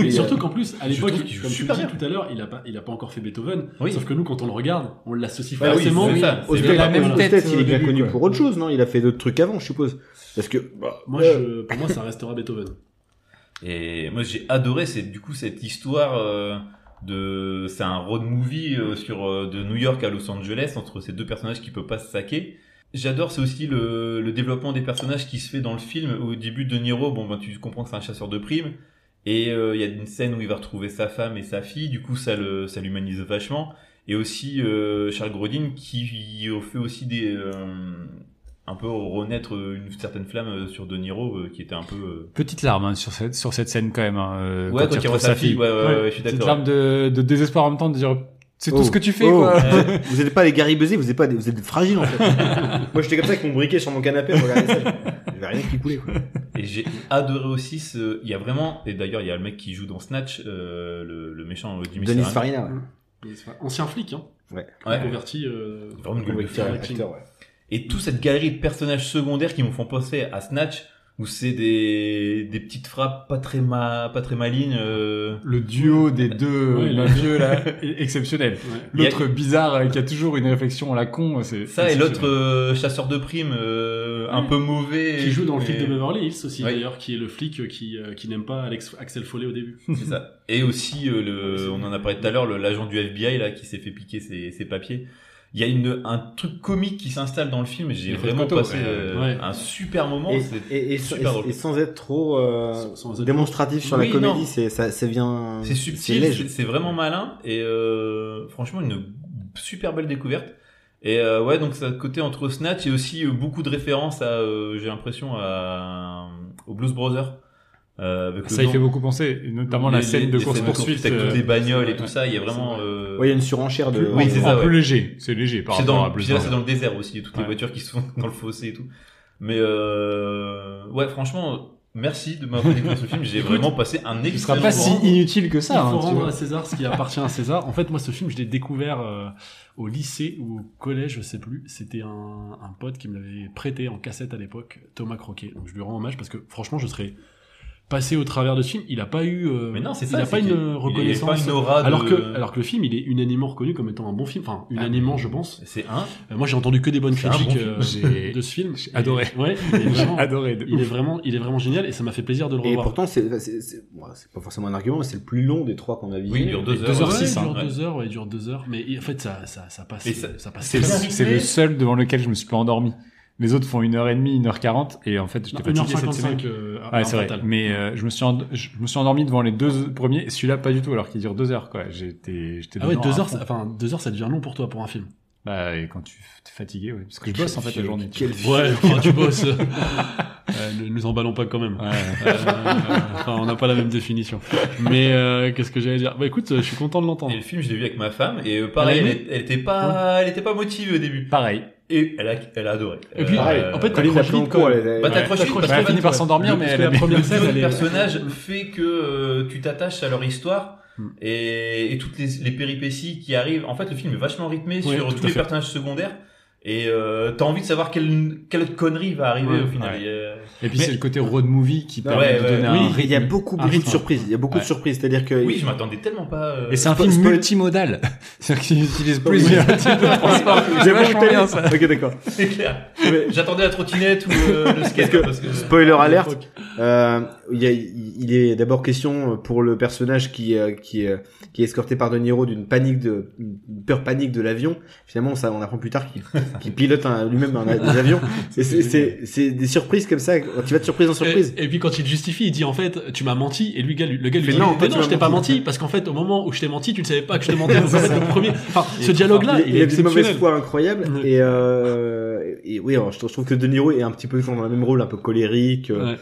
S4: Mais
S1: Et,
S4: surtout qu'en plus, à
S3: je trouve
S4: l'époque,
S3: qu'il
S4: comme tu
S3: joue
S4: le dis
S3: super bien.
S4: tout à l'heure, il a pas, il a pas encore fait Beethoven.
S3: Oui.
S4: Sauf que nous, quand on le regarde, on l'associe
S1: Bah oui,
S4: forcément
S3: c'est ça.
S1: Au
S4: C'est
S1: stade-
S4: la
S1: au
S4: même
S1: stade,
S5: tête,
S1: il
S5: euh,
S1: est bien
S5: début,
S1: connu
S5: quoi.
S1: pour autre chose, non Il a fait d'autres trucs avant, je suppose. Parce que bah,
S4: Moi,
S1: euh,
S4: je, pour moi, ça restera Beethoven.
S3: Et moi j'ai adoré c'est du coup cette histoire euh, de c'est un road movie euh, sur euh, de New York à Los Angeles entre ces deux personnages qui peuvent pas se saquer. J'adore c'est aussi le, le développement des personnages qui se fait dans le film au début de Niro bon ben tu comprends que c'est un chasseur de primes Et euh, il y a une scène où il va retrouver sa femme et sa fille, du coup ça le ça l'humanise vachement. Et aussi euh, Charles Grodin qui fait aussi des euh, un peu renaître une certaine flamme euh, sur De Niro euh, qui était un peu euh,
S2: Petite larme hein, sur cette sur cette scène quand même. hein, euh,
S3: ouais quand, il
S2: retrouve
S3: revoit sa fille, ouais, ouais, ouais, je suis
S2: Petite
S3: d'accord.
S2: larme de, de désespoir en même temps de dire c'est
S1: Oh.
S2: tout ce que tu fais
S1: Oh.
S2: quoi.
S1: Vous êtes- vous êtes pas des garibusiers, vous êtes pas des, vous êtes des fragiles en fait. Moi j'étais comme ça avec mon briquet sur mon canapé, je regardais ça. J'avais rien qui coulait quoi.
S3: Et j'ai adoré aussi ce. Il y a vraiment. Et d'ailleurs, il y a le mec qui joue dans Snatch, euh, le, le méchant euh, Jimmy
S1: Denis
S3: Serrano.
S1: Farina, ouais.
S4: Ancien flic, hein.
S3: Ouais.
S4: Converti. euh,
S3: Vraiment une gueule de
S4: acteur,
S3: fer,
S4: acting.
S1: Acteur, ouais.
S3: Et toute cette galerie de personnages secondaires qui me font penser à Snatch, où c'est des, des petites frappes pas très, ma, pas très malignes. euh,
S2: Le duo des deux
S4: Ouais,
S2: le
S4: le-
S2: vieux là est exceptionnel. L'autre bizarre euh, qui a toujours une réflexion à la con, c'est
S3: Ça et l'autre
S2: exceptionnel.
S3: euh, chasseur de primes, euh, un
S4: Ouais.
S3: peu mauvais.
S4: Qui joue dans le
S3: mais-
S4: film de Beverly Hills aussi,
S3: Ouais.
S4: d'ailleurs, qui est le flic euh, qui, euh, qui n'aime pas Alex, Axel Follet au début.
S3: C'est ça. Et aussi, euh,
S4: Ouais,
S3: le,
S4: c'est
S3: on
S4: bon.
S3: en a parlé tout à l'heure, le- l'agent du FBI là qui s'est fait piquer ses, ses papiers. Il y a une, un truc comique qui s'installe dans le film. J'ai
S2: Il fait le
S3: vraiment
S2: poteau,
S3: passé
S2: ouais,
S3: euh,
S4: ouais.
S3: un super moment.
S1: Et,
S3: C'est-
S1: et- et-
S3: super
S1: et-
S3: drôle.
S1: et sans être trop euh,
S4: Sans être-
S1: démonstratif sur la
S3: Oui,
S1: comédie,
S3: non.
S1: c'est ça, ça vient.
S3: C'est subtil,
S1: léger.
S3: c'est- c'est vraiment malin et euh, franchement une super belle découverte. Et euh, ouais, donc ça côté entre Snatch et aussi euh, beaucoup de références à, euh, j'ai l'impression à au Blues Brothers. Euh, avec
S2: Ah, ça
S3: le
S2: y fait
S3: nom-
S2: beaucoup penser, et notamment la
S3: les- les-
S2: scène de euh,
S3: les
S2: course
S3: scènes
S2: poursuite
S3: avec toutes les bagnoles et
S4: ouais,
S3: tout ça. Il y a
S4: c'est
S3: vraiment.
S4: vrai.
S3: euh,
S1: Ouais, il y a une surenchère de.
S3: Oui, c'est
S2: un
S3: ça,
S2: peu
S3: ouais.
S2: léger, c'est léger par
S3: c'est
S2: rapport
S3: dans,
S2: à
S3: puis
S2: Blues
S3: là,
S2: Brothers.
S3: c'est dans le désert aussi, toutes les
S2: Ouais.
S3: voitures qui sont dans le fossé et tout. Mais euh, ouais, franchement, merci de m'avoir découvert ce film. J'ai vraiment passé un
S2: Ce sera
S3: excellent
S2: pas si
S3: moment.
S2: inutile que ça.
S4: Il faut
S2: hein, tu
S4: rendre
S2: vois.
S4: à César ce qui appartient à César. En fait, moi, ce film, je l'ai découvert euh, au lycée ou au collège, je sais plus. C'était un, un pote qui me l'avait prêté en cassette à l'époque, Thomas Croquet. Donc, je lui rends hommage parce que, franchement, je serais passé au travers de ce film. Il a pas eu. euh,
S3: Mais non, c'est
S4: il
S3: ça.
S4: a
S3: c'est
S4: pas
S3: qu'il-
S4: une
S3: il a- il a
S4: reconnaissance.
S3: pas une aura de-
S4: Alors que, alors que le film, il est unanimement reconnu comme étant un bon film. Enfin, unanimement, je pense.
S3: c'est un.
S4: Euh, Moi, j'ai entendu que des bonnes
S3: C'est un bon
S4: critiques
S3: film.
S4: euh,
S2: J'ai-
S4: de ce film.
S2: j'ai adoré.
S4: Ouais, il est vraiment,
S2: adoré. de
S4: il est
S2: ouf.
S4: vraiment, il est vraiment génial et ça m'a fait plaisir de le
S1: Et
S4: revoir.
S1: pourtant, c'est c'est- c'est- bon, c'est pas forcément un argument, mais c'est le plus long des trois qu'on a vu.
S3: Oui, il dure deux
S4: Deux
S3: heures.
S4: heures
S3: ouais.
S4: six,
S3: Ouais.
S4: hein, ouais. deux heures, ouais, il dure deux heures, mais il- en fait, ça, ça, ça passe,
S3: Mais
S4: ça,
S3: ça-
S4: passe.
S2: C'est le-
S4: très
S3: bien
S2: c'est le
S3: rythmé.
S2: seul devant lequel je me suis pas endormi. Les autres font 1h30, 1h40, et en fait, j'étais
S4: vite.
S2: fatigué cette semaine.
S4: 1h55, euh,
S2: Ouais,
S4: en
S2: c'est vrai.
S4: total.
S2: Mais euh, je me suis endo- je me suis endormi devant les deux premiers, et celui-là pas du tout, alors qu'il dure deux heures quoi. J'étais j'étais
S4: Ah ouais,
S2: dedans
S4: deux
S2: à
S4: heures,
S2: fond.
S4: ça- enfin, deux heures, ça devient long pour toi, pour un film.
S2: Bah et quand tu t'es fatigué, ouais. Parce que je bosse en fait la journée. tu
S1: Quel
S2: vois.
S4: Ouais, enfin, tu bosses. Euh, ne nous emballons pas quand même.
S2: Ouais, ouais.
S4: Euh, enfin, on n'a pas la même définition. Mais euh, qu'est-ce que j'allais dire Bah écoute, euh, je suis content de l'entendre.
S3: Et le film, je l'ai vu avec ma femme, et euh, pareil,
S4: Elle
S3: elle,
S4: a
S3: est- elle était pas, elle était pas motivée au début.
S2: Pareil.
S3: Et elle a, elle a adoré. Euh,
S4: Et puis,
S1: Pareil.
S4: en fait,
S1: Colline
S4: t'accroches
S1: appelait en
S4: vite,
S1: cours,
S4: quand même.
S1: elle- elle-
S3: Bah, t'as- t'accroches vite,
S4: t'accroches
S2: Elle a
S4: vite,
S2: fini par
S4: ouais.
S2: s'endormir,
S4: Le-
S2: mais
S4: parce
S2: elle
S4: que
S2: a
S4: la
S2: mis-
S4: première
S3: le
S4: scène,
S3: duo
S4: elle
S3: de
S4: est-
S3: personnages fait que euh, tu t'attaches à leur histoire
S2: Hmm.
S3: et, et toutes les, les péripéties qui arrivent. En fait, le film est vachement rythmé sur
S4: tout
S3: tous
S4: à
S3: les
S4: fait.
S3: personnages secondaires et euh, t'as envie de savoir quelle, quelle connerie va arriver
S4: Ouais,
S3: au final.
S2: ouais.
S3: Et, euh,
S2: Et puis
S4: Mais-
S2: c'est le côté road movie qui
S1: Non,
S2: permet
S3: ouais,
S2: de
S3: ouais.
S2: donner
S4: Oui,
S2: un
S1: Il y a
S2: rythme.
S1: beaucoup,
S2: Un
S1: beaucoup de
S2: rythme.
S1: surprises. Il y a beaucoup
S2: Ouais.
S1: de surprises. C'est-à-dire que.
S3: oui, je m'attendais tellement pas. euh,
S2: Et c'est un
S1: Spo-
S2: film
S1: spoil-
S2: multimodal. C'est-à-dire qu'il utilise plusieurs types de transport. C'est vachement bien ça.
S1: Ok, d'accord.
S3: c'est clair.
S1: Mais-
S3: J'attendais la trottinette ou euh, le skate
S1: que-
S3: parce que.
S1: Spoiler alerte. Euh, il, y a- il est d'abord question pour le personnage qui euh, qui euh, qui est escorté par De Niro d'une panique de une peur panique de l'avion. Finalement, ça on apprend plus tard qu'il qu'il pilote un- lui-même un, des avions. Et C'est c'est c'est des surprises comme ça. Quand tu vas de surprise en surprise.
S4: Et, et puis quand il justifie, il dit en fait, tu m'as menti. Et lui, gars, lui- le gars lui
S1: Mais
S4: dit,
S1: non,
S4: non,
S1: en fait,
S4: non,
S1: tu m'as
S4: je t'ai pas
S1: menti.
S4: menti parce qu'en fait, au moment où je t'ai menti, tu ne savais pas que je t'ai menti. Donc, en fait, le premier. Enfin,
S2: Il est
S4: ce
S2: trop
S4: dialogue-là, il,
S1: il,
S4: est
S1: a une mauvaise
S4: exceptionnel.
S1: foi incroyable
S4: Ouais.
S1: et, euh, et oui alors, je trouve je trouve que De Niro est un petit peu toujours dans le même rôle un peu colérique euh,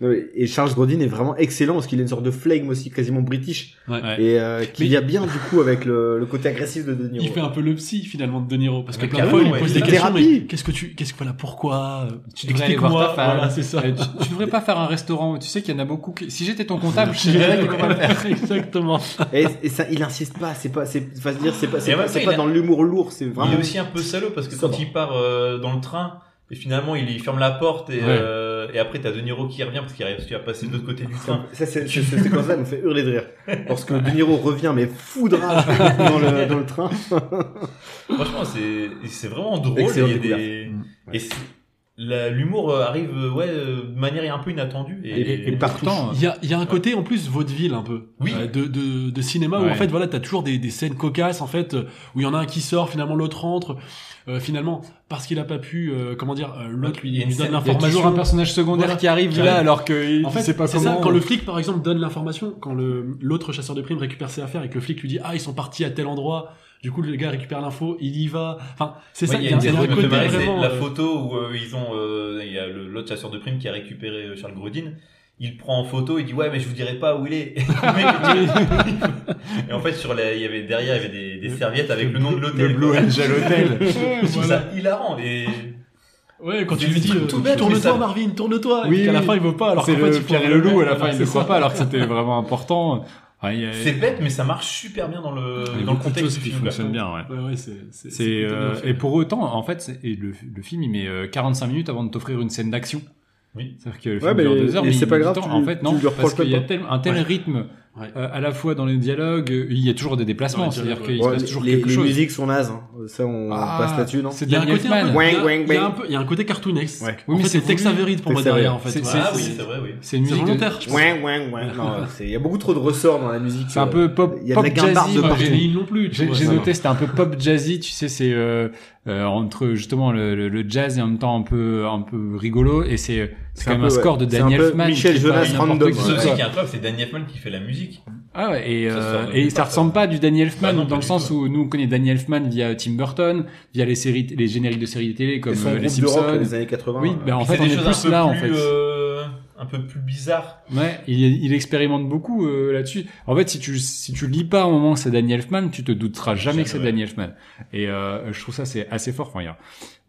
S1: ouais, et Charles Grodin est vraiment excellent parce qu'il a une sorte de flegme aussi quasiment british
S4: Ouais.
S1: et euh, qui
S4: Mais-
S1: vient bien du coup avec le, le côté agressif de De Niro
S4: Il fait un peu le psy finalement de De Niro parce que
S3: Mais
S4: plein de fois il lui
S3: carrément,
S4: pose
S3: ouais.
S4: des
S1: La
S4: questions.
S1: thérapie.
S4: Mais qu'est-ce que tu, qu'est-ce que voilà, pourquoi euh, Tu
S2: devrais aller voir
S4: expliques-moi.
S2: ta femme.
S4: Voilà, c'est ça.
S2: Euh, tu- Tu devrais pas faire un restaurant où tu sais qu'il y en a beaucoup. qui- Si j'étais ton comptable, je dirais qu'il faut pas le faire.
S4: Exactement.
S1: et, et ça il insiste pas c'est pas c'est enfin, je veux dire c'est pas c'est
S3: Et en
S1: pas,
S3: même
S1: c'est
S3: temps,
S1: pas
S3: il a-
S1: dans l'humour lourd c'est
S3: Il
S1: vraiment
S3: est aussi un peu salaud parce que
S1: Ça
S3: quand
S1: va.
S3: il part euh, dans le train et finalement il, il ferme la porte et,
S4: Ouais.
S3: euh, et après t'as De Niro qui revient parce qu'il arrive parce qu'il a passé de l'autre côté du train.
S1: ça c'est c'est- cette séquence-là me fait hurler de rire parce que De Niro revient mais foudra dans le dans le train
S3: Franchement c'est c'est vraiment drôle.
S1: Excellente
S3: il y a des-
S4: découverte.
S3: et c'est- la- l'humour euh, arrive euh, ouais euh, de manière un peu inattendue et,
S1: Et, et- et partant,
S4: Il y a, il y a un côté en plus vaudeville un peu
S3: Oui.
S4: Euh, de, de, de cinéma où
S6: Ouais.
S4: en fait voilà t'as toujours des, des scènes cocasses en fait euh, où il y en a un qui sort finalement l'autre rentre euh, finalement parce qu'il a pas pu euh, comment dire euh, l'autre lui,
S3: Il y a une
S4: lui donne
S3: scène-
S2: Il y a toujours un
S4: l'information
S2: personnage secondaire
S4: Voilà.
S2: qui arrive
S4: Qui
S2: là
S4: arrive.
S2: alors que
S4: en
S2: il
S4: fait
S2: sait
S4: c'est
S2: pas comment. euh,
S4: ça quand le flic par exemple donne l'information quand le l'autre chasseur de primes récupère ses affaires et que le flic lui dit ah ils sont partis à tel endroit du coup le gars récupère l'info il y va enfin c'est ça
S3: Ouais, il y a une
S4: un
S3: scène de
S4: côté
S3: Marais, c'est
S4: vraiment,
S3: la
S4: euh,
S3: photo où euh, ils ont euh, il y a le- l'autre chasseur de primes qui a récupéré euh, Charles Grodin il prend en photo il dit ouais mais je vous dirai pas où il est et en fait sur la il y avait derrière il y avait des, des serviettes avec le nom de l'hôtel
S2: le Blue
S3: quoi.
S2: Angel Hotel.
S3: je trouve ça hilarant et
S4: ouais quand
S3: c'est
S4: tu
S3: des
S4: lui dis
S3: trucs
S4: euh,
S3: tout bêtes, mais
S4: tourne-toi
S3: ça-
S4: Marvin tourne-toi
S2: Oui,
S4: et qu'à la
S2: oui.
S4: fin il veut pas alors
S2: c'est
S4: qu'en fait,
S2: le
S4: il faut
S2: Pierre et le
S4: vraiment-
S2: loup à la fin,
S4: voilà,
S2: il
S4: c'est
S2: ne
S4: ça.
S2: croit pas alors que c'était vraiment important. Enfin, il y a-
S3: c'est bête mais ça marche super bien dans le
S2: il y a
S3: dans le
S2: beaucoup de
S3: contexte
S2: choses
S3: du
S2: qui
S3: film quoi.
S2: fonctionnent bien, ouais.
S4: Ouais, ouais, c'est,
S2: C'est,
S4: c'est, c'est plutôt
S2: euh,
S4: bien fait.
S2: et pour autant, en fait, c'est- et le, le film il met euh, 45 minutes avant de t'offrir une scène d'action.
S3: Oui.
S2: C'est-à-dire que le
S1: Ouais,
S2: film
S1: mais-
S2: dure deux heures,
S1: et
S2: mais
S1: c'est
S2: il
S1: pas
S2: met du
S1: grave,
S2: temps.
S1: tu-
S2: en fait,
S1: tu
S2: non,
S1: lui reproches
S2: parce qu'il y a
S1: pas.
S2: tel- un tel
S4: Ouais.
S2: rythme
S4: Ouais.
S2: euh, à la fois dans les dialogues, euh, il y a toujours des déplacements,
S4: Dans les
S2: c'est-à-dire
S4: dialogues,
S2: qu'il
S1: Ouais,
S2: se passe toujours
S1: les,
S2: quelque
S1: les
S2: chose.
S1: musiques sont nazes. hein. Ça, on
S2: Ah,
S1: passe là-dessus, non
S2: C'est
S4: Il y a un
S2: Daniel
S4: côté un
S2: Elfman.
S4: peu, il y a-
S1: Wing, wing,
S4: il y a un
S1: wing.
S4: peu- il y a un côté cartoonesque.
S1: Ouais.
S4: Oui, mais c'est Tex
S2: voulu.
S4: Avery pour moi
S1: Tex
S4: derrière
S1: Avery.
S4: en fait.
S2: C'est-
S4: Ouais.
S2: c'est-
S3: ah
S4: Ah
S3: oui
S4: oui.
S3: c'est vrai oui
S2: C'est une
S4: C'est
S2: musique de-
S4: volontaire. je pense.
S1: Ouais, ouais, ouais. Non, c'est- il y a beaucoup trop de ressorts dans la musique. euh,
S2: C'est un peu pop,
S1: Il y a de
S2: pop
S1: la guimbarde
S2: jazzy.
S1: de
S2: quoi.
S4: Pas
S1: partout.
S2: J'ai-
S4: Génie non plus. tu
S2: J'ai
S4: vois,
S2: j'ai
S4: ça
S2: noté, c'était un peu pop jazzy, tu sais, c'est euh, euh, entre justement le, le, le jazz et en même temps un peu un peu rigolo et c'est c'est
S1: C'est
S2: quand
S1: un
S2: même
S1: peu,
S2: un score de
S1: ouais. C'est un
S2: Daniel
S1: peu
S2: Elfman.
S1: Michel
S2: qui est pas
S1: Jonas
S2: n'importe
S1: Random,
S2: qui,
S1: ouais.
S3: c'est aussi
S2: quoi.
S3: qui est incroyable c'est Danny Elfman qui fait la musique
S2: Ah ouais, et,
S3: Ça
S2: euh,
S3: sort de
S2: et
S3: nulle
S2: ça
S3: part,
S2: ressemble
S3: ça.
S2: pas à du Danny Elfman
S3: Bah non,
S2: dans
S3: pas
S2: le
S3: du
S2: sens
S3: tout,
S2: où nous on connaît Danny Elfman via Tim Burton, via les séries, les génériques de séries de télé
S1: Et
S2: comme
S1: son
S2: euh, les
S1: groupe de rock
S2: Simpsons.
S1: des années 80.
S2: Oui,
S1: euh,
S2: ben en
S3: Il fait
S2: fait on
S3: des
S2: est
S3: choses un
S2: plus
S3: peu
S2: là en
S3: plus,
S2: fait.
S3: euh, un peu plus bizarres
S2: Ouais, il, il expérimente beaucoup euh, là-dessus. En fait, si tu si tu lis pas au moment que c'est Daniel Elfman, tu te douteras jamais que c'est
S3: Jamais, ouais.
S2: Daniel Elfman. Et euh, je trouve ça c'est assez fort. Enfin, il y a-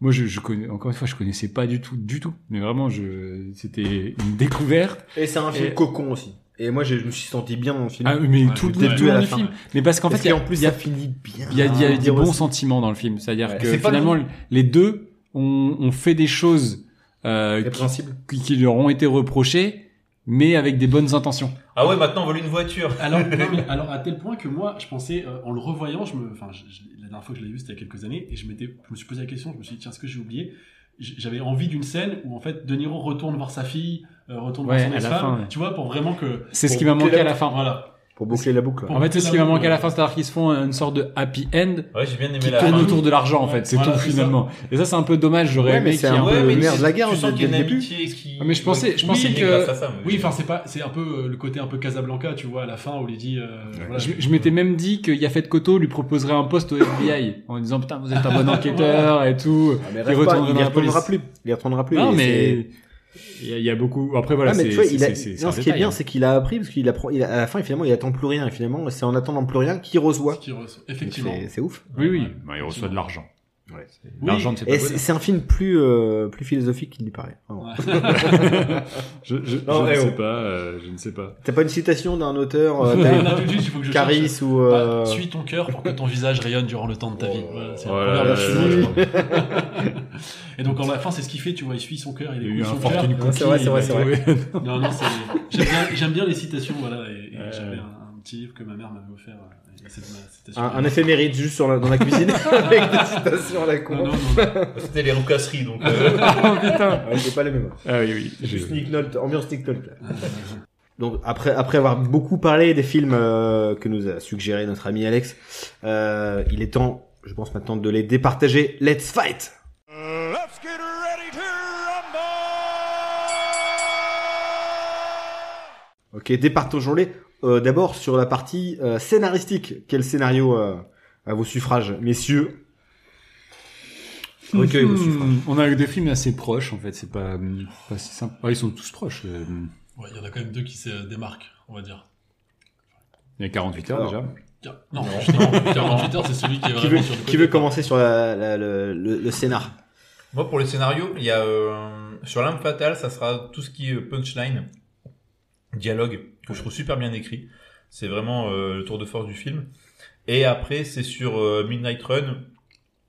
S2: moi, je, je connais encore une fois, je connaissais pas du tout, du tout. Mais vraiment, je c'était une découverte.
S1: Et c'est un film
S2: Et-
S1: cocon aussi. Et moi, je, je me suis senti bien dans le film.
S2: Ah, mais
S4: Ouais,
S2: tout,
S4: du
S2: le-
S4: début
S2: tout
S1: à
S2: le
S1: la
S2: long du
S1: fin.
S2: film. Mais parce qu'en
S1: En
S2: fait, il y a-
S1: en plus,
S2: il y a-
S1: ça finit bien.
S2: Il y a, il y a
S1: à
S2: des
S1: dire
S2: bons
S1: aussi.
S2: sentiments dans le film, c'est-à-dire
S1: Ah, Ouais.
S2: que
S3: C'est pas
S2: finalement les deux ont, ont fait des choses euh,
S1: C'est sensible.
S2: qui, qui leur ont été reprochées, mais avec des bonnes intentions.
S3: ah ouais maintenant on vole une voiture
S4: Alors, non, mais alors à tel point que moi, je pensais, euh, en le revoyant, je me, enfin, je- je- la dernière fois que je l'ai vu, c'était il y a quelques années, et je m'étais, je me suis posé la question, je me suis dit, tiens, est-ce que j'ai oublié J- J'avais envie d'une scène où en fait De Niro retourne voir sa fille, euh, retourne
S2: Ouais,
S4: voir son
S2: à la
S4: ex-femme,
S2: fin, ouais.
S4: tu vois, pour vraiment que.
S2: C'est ce
S4: pour
S2: qui m'a manqué
S4: boucler
S2: à la fin.
S4: Voilà.
S1: Pour boucler la boucle.
S2: En fait, c'est ce qui m'a manqué à la fin, c'est-à-dire qu'ils se font une sorte de happy end
S3: ouais j'ai bien aimé
S2: qui
S3: la
S2: tourne
S3: fin.
S2: autour de l'argent en
S4: Ouais,
S2: fait. C'est
S4: voilà,
S2: tout
S4: c'est ça.
S2: finalement. Et ça, c'est un peu dommage. J'aurais
S1: Ouais, mais
S2: aimé
S1: c'est
S2: qu'il y ait
S1: un
S2: un
S1: peu
S2: peu.
S1: le
S3: tu-
S1: nerf de la guerre,
S3: tu sens
S1: dès
S3: qu'il y a
S1: le
S3: une
S1: début.
S3: amitié qui-
S2: Ah, mais je pensais- je
S3: Oui,
S2: pensais
S3: mais
S2: que-
S3: grâce à ça, moi,
S4: Oui,
S3: j'ai-
S4: enfin, c'est pas, c'est un peu euh, le côté un peu Casablanca, tu vois, à la fin où il dit. euh, voilà,
S2: Je, je m'étais même dit que Yafet Koto lui proposerait un poste au FBI en disant putain vous êtes un bon enquêteur et tout.
S1: Ah, mais
S2: Il
S1: rêve pas,
S2: retournera
S1: il
S2: dans
S1: y
S2: la
S1: retournera
S2: police.
S1: plus. Il y retournera plus.
S2: Non
S1: Et c'est-
S2: mais il y, a- il y a beaucoup. Après voilà,
S1: Ah, mais
S2: c'est
S1: tu vois,
S2: c'est-
S1: il a,
S2: c'est- c'est- c'est
S1: non,
S2: un
S1: ce qui est
S2: détail,
S1: bien,
S2: hein.
S1: c'est qu'il a appris, parce qu'il apprend, il a- à la fin, finalement, il attend plus rien, et finalement, c'est en attendant plus rien qu'il
S4: ce
S1: reçoit.
S4: qu'il reçoit.
S1: Donc,
S4: Effectivement.
S1: C'est c'est ouf.
S2: hein. Oui, oui.
S4: Ouais.
S2: il reçoit de l'argent.
S4: Oui.
S2: L'argent, c'est pas hein.
S1: Et c'est c'est un film plus, euh, plus philosophique qu'il n'y paraît. vraiment.
S2: Je, je,
S1: Non,
S2: je
S1: eh oh.
S2: ne sais pas. euh, je ne sais pas.
S1: T'as pas une citation d'un auteur, euh,
S4: Ouais,
S1: t'as-
S4: là, tout de suite, il faut que je cherche.
S1: Caris ou,
S2: Bah,
S1: euh,
S4: Ah, suis ton cœur pour que ton visage rayonne durant le temps de ta vie. Voilà, c'est un
S2: Ouais,
S4: proverbe
S2: ouais,
S4: chinois, je
S2: ouais.
S4: crois. Et donc, en la fin, c'est ce qu'il fait, tu vois, il suit son cœur, il
S2: Il y a eu
S4: écoute
S2: un
S4: son
S2: fortune
S4: cœur.
S2: cookie.
S1: Ouais, c'est vrai, c'est
S2: il
S1: vrai,
S2: a
S1: c'est vrai.
S2: trouvé-
S4: Non, non, c'est, j'aime bien, j'aime bien les citations, voilà, et, et
S2: Ouais.
S4: j'avais un, un petit livre que ma mère m'avait offert, euh, et c'est ma citation.
S1: un, un éphéméride juste sur la, dans la cuisine, avec des citations à la
S4: Non, non,
S1: con.
S4: non.
S3: C'était les roucasseries, donc. euh,
S2: Oh, putain.
S1: Ah, J'ai pas les mêmes.
S2: Ah oui, oui.
S1: C'est
S2: je-
S1: juste Nick Nolte, ambiance Nick Nolte, là. Donc après après avoir beaucoup parlé des films euh, que nous a suggéré notre ami Alex, euh, il est temps, je pense maintenant de les départager. Let's fight.
S7: Let's get ready to rumble!
S1: Ok, départageons-les. Euh, D'abord sur la partie euh, scénaristique. Quel scénario euh, à vos suffrages, messieurs Recueil vos hein. suffrages.
S2: Hmm, On a eu des films assez proches en fait, c'est pas, euh, pas si simple. Ah, ils sont tous proches. euh,
S4: Ouais, il y en a quand même deux qui se démarquent, on va dire.
S2: Il y a 48 heures
S1: Alors,
S2: déjà.
S4: Tiens, Non, justement, 48 heures, c'est celui qui est
S1: Qui
S4: vraiment
S1: veut,
S4: sur le côté.
S1: qui veut commencer sur la, la- le, le, le scénar
S3: Moi, pour le scénario, il y a. euh, Sur l'âme fatale, ça sera tout ce qui est punchline, dialogue, que je trouve super bien écrit. C'est vraiment euh, le tour de force du film. Et après, c'est sur euh, Midnight Run,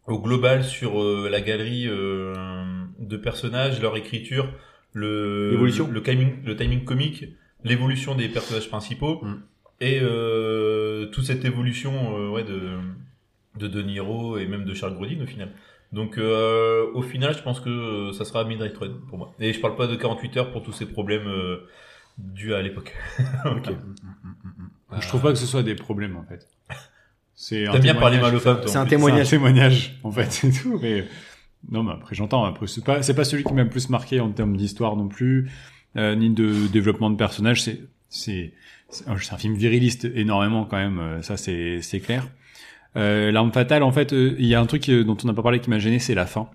S3: au global, sur euh, la galerie euh, de personnages, leur écriture, le,
S1: L'évolution.
S3: le, timing, le timing comique, l'évolution des personnages principaux
S4: Mm.
S3: et euh, toute cette évolution euh, ouais, de, de De Niro et même de Charles Grodin au final. Donc euh, au final, je pense que euh, ça sera Midnight Run pour moi. Et je parle pas de 48 heures pour tous ces problèmes euh, dus à l'époque. ok.
S1: bah,
S2: Je trouve pas que ce soit des problèmes en fait. C'est un
S3: T'aimes bien parler
S2: témoignage.
S3: mal aux femmes, toi.
S1: C'est un
S2: C'est
S1: témoignage.
S2: témoignage, en fait, c'est tout. Mais non, mais après j'entends. Après c'est pas, c'est pas celui qui m'a le plus marqué en termes d'histoire non plus, euh, ni de développement de personnage. C'est, c'est, c'est c'est un film viriliste énormément quand même. euh, Ça c'est, c'est clair. Euh, L'arme fatale, en fait, euh, il y a un truc euh, dont on n'a pas parlé qui m'a gêné, c'est la fin.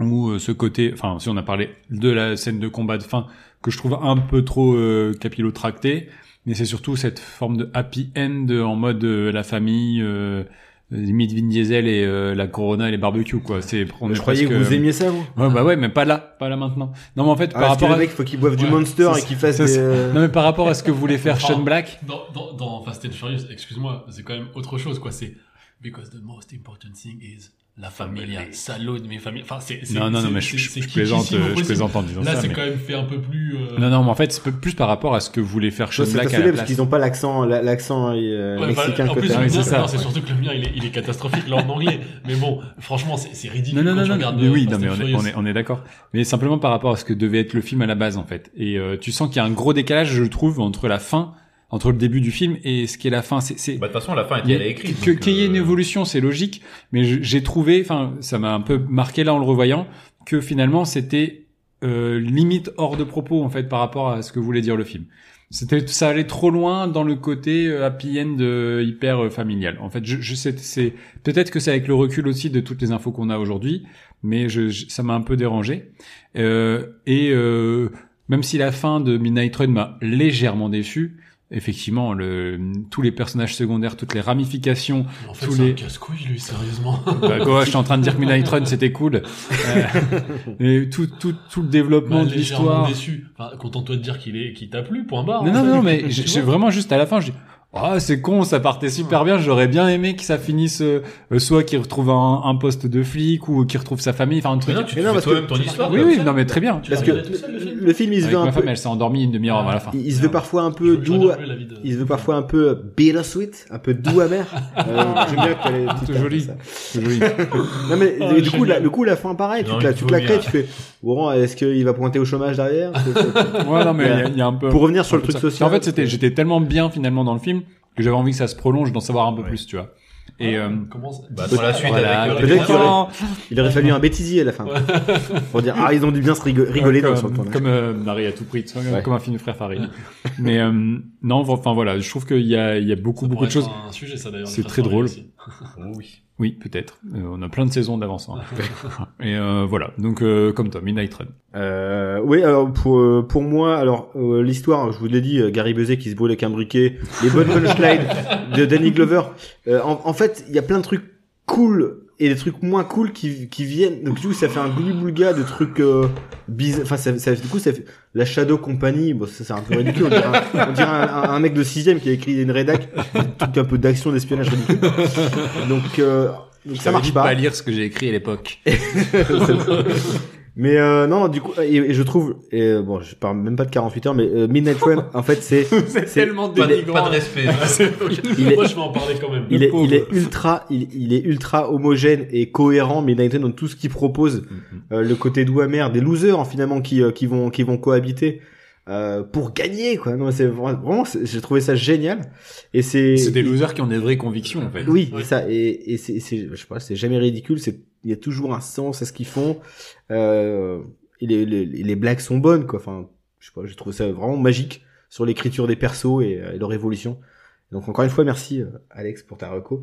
S2: Où euh, ce côté, enfin, si on a parlé de la scène de combat de fin que je trouve un peu trop euh, capillotractée, mais c'est surtout cette forme de happy end euh, en mode euh, la famille. euh, limite Vin Diesel et euh, la Corona et les barbecues quoi c'est on est
S1: Je croyais que
S2: presque-
S1: vous aimiez ça, vous.
S2: ouais, bah ouais mais pas là pas là maintenant non mais en fait
S1: Ah,
S2: par
S1: parce que
S2: rapport
S1: le
S2: à...
S1: mec, faut qu'il boive du
S2: Ouais,
S1: Monster
S2: c'est
S1: et qu'il fasse
S2: ça,
S1: des...
S2: c'est-
S1: euh,
S2: non mais par rapport à ce que voulait faire Sean Black
S4: Dans, dans, dans Fast and Furious, excuse-moi, c'est quand même autre chose, quoi. C'est because the most important thing is la familia, salaud de mes familles. Enfin, c'est. c'est-
S2: non non non
S4: c'est-
S2: mais je,
S4: c'est-
S2: je-
S4: c'est
S2: je plaisante
S4: kitschissime au
S2: euh, je
S4: possible.
S2: plaisante en disant
S4: Là,
S2: ça
S4: c'est
S2: mais...
S4: quand même fait un peu plus. euh,
S2: non non mais en fait c'est peu- plus par rapport à ce que voulait faire Sean
S1: c'est
S2: Black à
S1: particulier
S2: la
S1: parce
S2: place
S1: qu'ils ont pas l'accent, la- l'accent euh,
S4: ouais, enfin,
S1: mexicain
S4: en
S1: que
S4: plus,
S1: t'as.
S2: Ah
S4: le
S2: oui, c'est
S4: mien,
S2: ça.
S4: non, c'est surtout que le mien, il est, il est catastrophique là en anglais. Mais bon, franchement, c'est c'est ridicule.
S2: non non
S4: quand
S2: non
S4: tu
S2: non,
S4: regardes,
S2: mais
S4: euh,
S2: oui non
S4: Fast
S2: mais
S4: and
S2: on est,
S4: Furious.
S2: on est on est d'accord mais simplement par rapport à ce que devait être le film à la base en fait et euh, tu sens qu'il y a un gros décalage je trouve entre la fin entre le début du film et ce qui est la fin c'est c'est
S3: Bah, de toute façon, la fin
S2: Il y
S3: était
S2: a-
S3: elle est écrite.
S2: que-
S3: donc,
S2: Qu'il y ait une
S3: euh,
S2: évolution, c'est logique, mais je- j'ai trouvé, enfin, ça m'a un peu marqué là en le revoyant, que finalement c'était euh, limite hors de propos en fait par rapport à ce que voulait dire le film. C'était, ça allait trop loin dans le côté euh, happy end euh, hyper euh, familial. En fait, je, je sais, c'est peut-être que c'est avec le recul aussi de toutes les infos qu'on a aujourd'hui, mais je, je- ça m'a un peu dérangé. Euh, et euh, même si la fin de Midnight Run m'a légèrement déçu, effectivement, le, tous les personnages secondaires, toutes les ramifications.
S4: En fait,
S2: tous
S4: c'est un
S2: les-
S4: casse-couille, lui, sérieusement.
S2: Bah, quoi, je suis en train de dire que Midnight Run c'était cool. Euh, et tout, tout, tout le développement
S4: Bah,
S2: de
S4: légèrement
S2: l'histoire.
S4: déçu. Enfin, content-toi de dire qu'il est, qu'il t'a plu, point barre.
S2: Non, non, non, mais
S4: Tu
S2: j'ai
S4: vois
S2: j'ai vraiment juste à la fin, je dis, ah, c'est con, ça partait super bien, j'aurais bien aimé que ça finisse, euh, euh, soit qu'il retrouve un, un poste de flic ou qu'il retrouve sa famille, enfin, un
S3: Mais
S2: truc.
S3: non, tu te
S1: Mais non,
S3: fais
S1: parce
S3: toi-même
S1: que-
S3: ton histoire.
S2: oui,
S3: quoi.
S2: oui, non, mais très bien.
S4: Tu l'as
S1: Parce que
S4: regardé tout seul, le film
S1: le film, il se
S2: Avec
S1: veut un
S2: ma
S1: peu...
S2: femme, elle s'est endormie une demi-heure avant la fin.
S1: Il se veut parfois un
S4: Je
S1: peu
S4: regarde
S1: doux,
S4: un peu la vie de-
S1: il se veut parfois un peu bittersweet, un peu doux amer. Euh, J'aime bien que t'as les petites
S2: C'est
S1: tables
S2: joli.
S1: comme ça.
S2: C'est joli.
S1: Non mais
S4: Oh,
S1: et du coup,
S4: génial.
S1: la, le coup, la fin pareil, tu
S3: Non,
S1: te la,
S3: il
S1: tu te la
S3: faut
S1: crées,
S3: bien.
S1: tu fais, bon, est-ce qu'il va pointer au chômage derrière C'est- c'est-
S2: Ouais, non, mais il y a- il y, a un peu.
S1: Pour revenir sur
S2: un
S1: le
S2: peu
S1: truc
S2: de ça.
S1: social.
S2: En fait, c'était, j'étais tellement bien finalement dans le film que j'avais envie que ça se prolonge, d'en savoir un peu
S3: Ouais.
S2: plus, tu vois. Et, euh,
S4: Comment ça-
S3: Bah, attends la suite
S2: voilà,
S3: avec. euh,
S1: peut-être
S3: les
S1: qu'il y aurait-
S3: trois.
S1: Il aurait fallu un bêtisier à la fin. Pour dire, ah, ils ont dû bien se rigo- rigoler dans sur le
S2: comme,
S1: tournage.
S2: comme euh, Marie à tout prix, tu vois,
S1: Ouais.
S2: comme un film de frère Farid. mais euh, non, enfin voilà, je trouve qu'il y a, il y a beaucoup
S4: Ça
S2: beaucoup de
S4: pourrait
S2: choses.
S4: être un sujet, ça, d'ailleurs,
S2: C'est
S4: de
S2: très
S4: faire
S2: drôle.
S4: parler aussi.
S3: Oh oui.
S2: Oui, peut-être. Euh, on a plein de saisons d'avance. hein. Et euh, voilà, donc euh, comme toi, Midnight Run.
S1: Euh, oui, alors pour euh, pour moi, alors euh, l'histoire, je vous l'ai dit, euh, Gary Busey qui se brûle avec un briquet, les bonnes punchlines de Danny Glover. Euh, en, en fait, il y a plein de trucs cool et des trucs moins cool qui qui viennent. Donc du coup, ça fait un gloubi-boulga de trucs euh, bizarres. Enfin, ça, ça- du coup, ça fait la Shadow Company. Bon, ça c'est un peu ridicule. On dirait un, on dirait un- un- un mec de sixième qui a écrit une rédac, un truc un peu d'action d'espionnage ridicule. Donc euh, donc ça marche pas.
S2: lire ce que j'ai écrit à l'époque.
S1: Mais euh, non, du coup, et, et je trouve, et, euh, bon, je parle même pas de 48 heures, mais euh, Midnight Run, en fait, c'est, c'est-
S2: C'est tellement
S3: Pas de, pas
S2: dénigrant.
S3: de respect.
S1: il est,
S4: Moi, je vais en parler quand même.
S1: il est,
S2: pauvre.
S1: il est ultra, il, il est ultra homogène et cohérent, Midnight Run dans tout ce qu'il propose,
S2: Mm-hmm.
S1: Euh, le côté doux amer des losers hein, finalement qui, euh, qui vont, qui vont cohabiter. euh, pour gagner quoi non c'est vra- vraiment c'est- j'ai trouvé ça génial et c'est
S2: C'est des losers qui ont des vraies convictions en fait.
S1: oui
S4: Ouais.
S1: ça et, et c'est c'est- je sais pas c'est jamais ridicule c'est il y a toujours un sens à ce qu'ils font euh, et les, les, les blagues sont bonnes quoi enfin je sais pas j'ai trouvé ça vraiment magique sur l'écriture des persos et, euh, et leur évolution donc encore une fois merci euh, Alex pour ta reco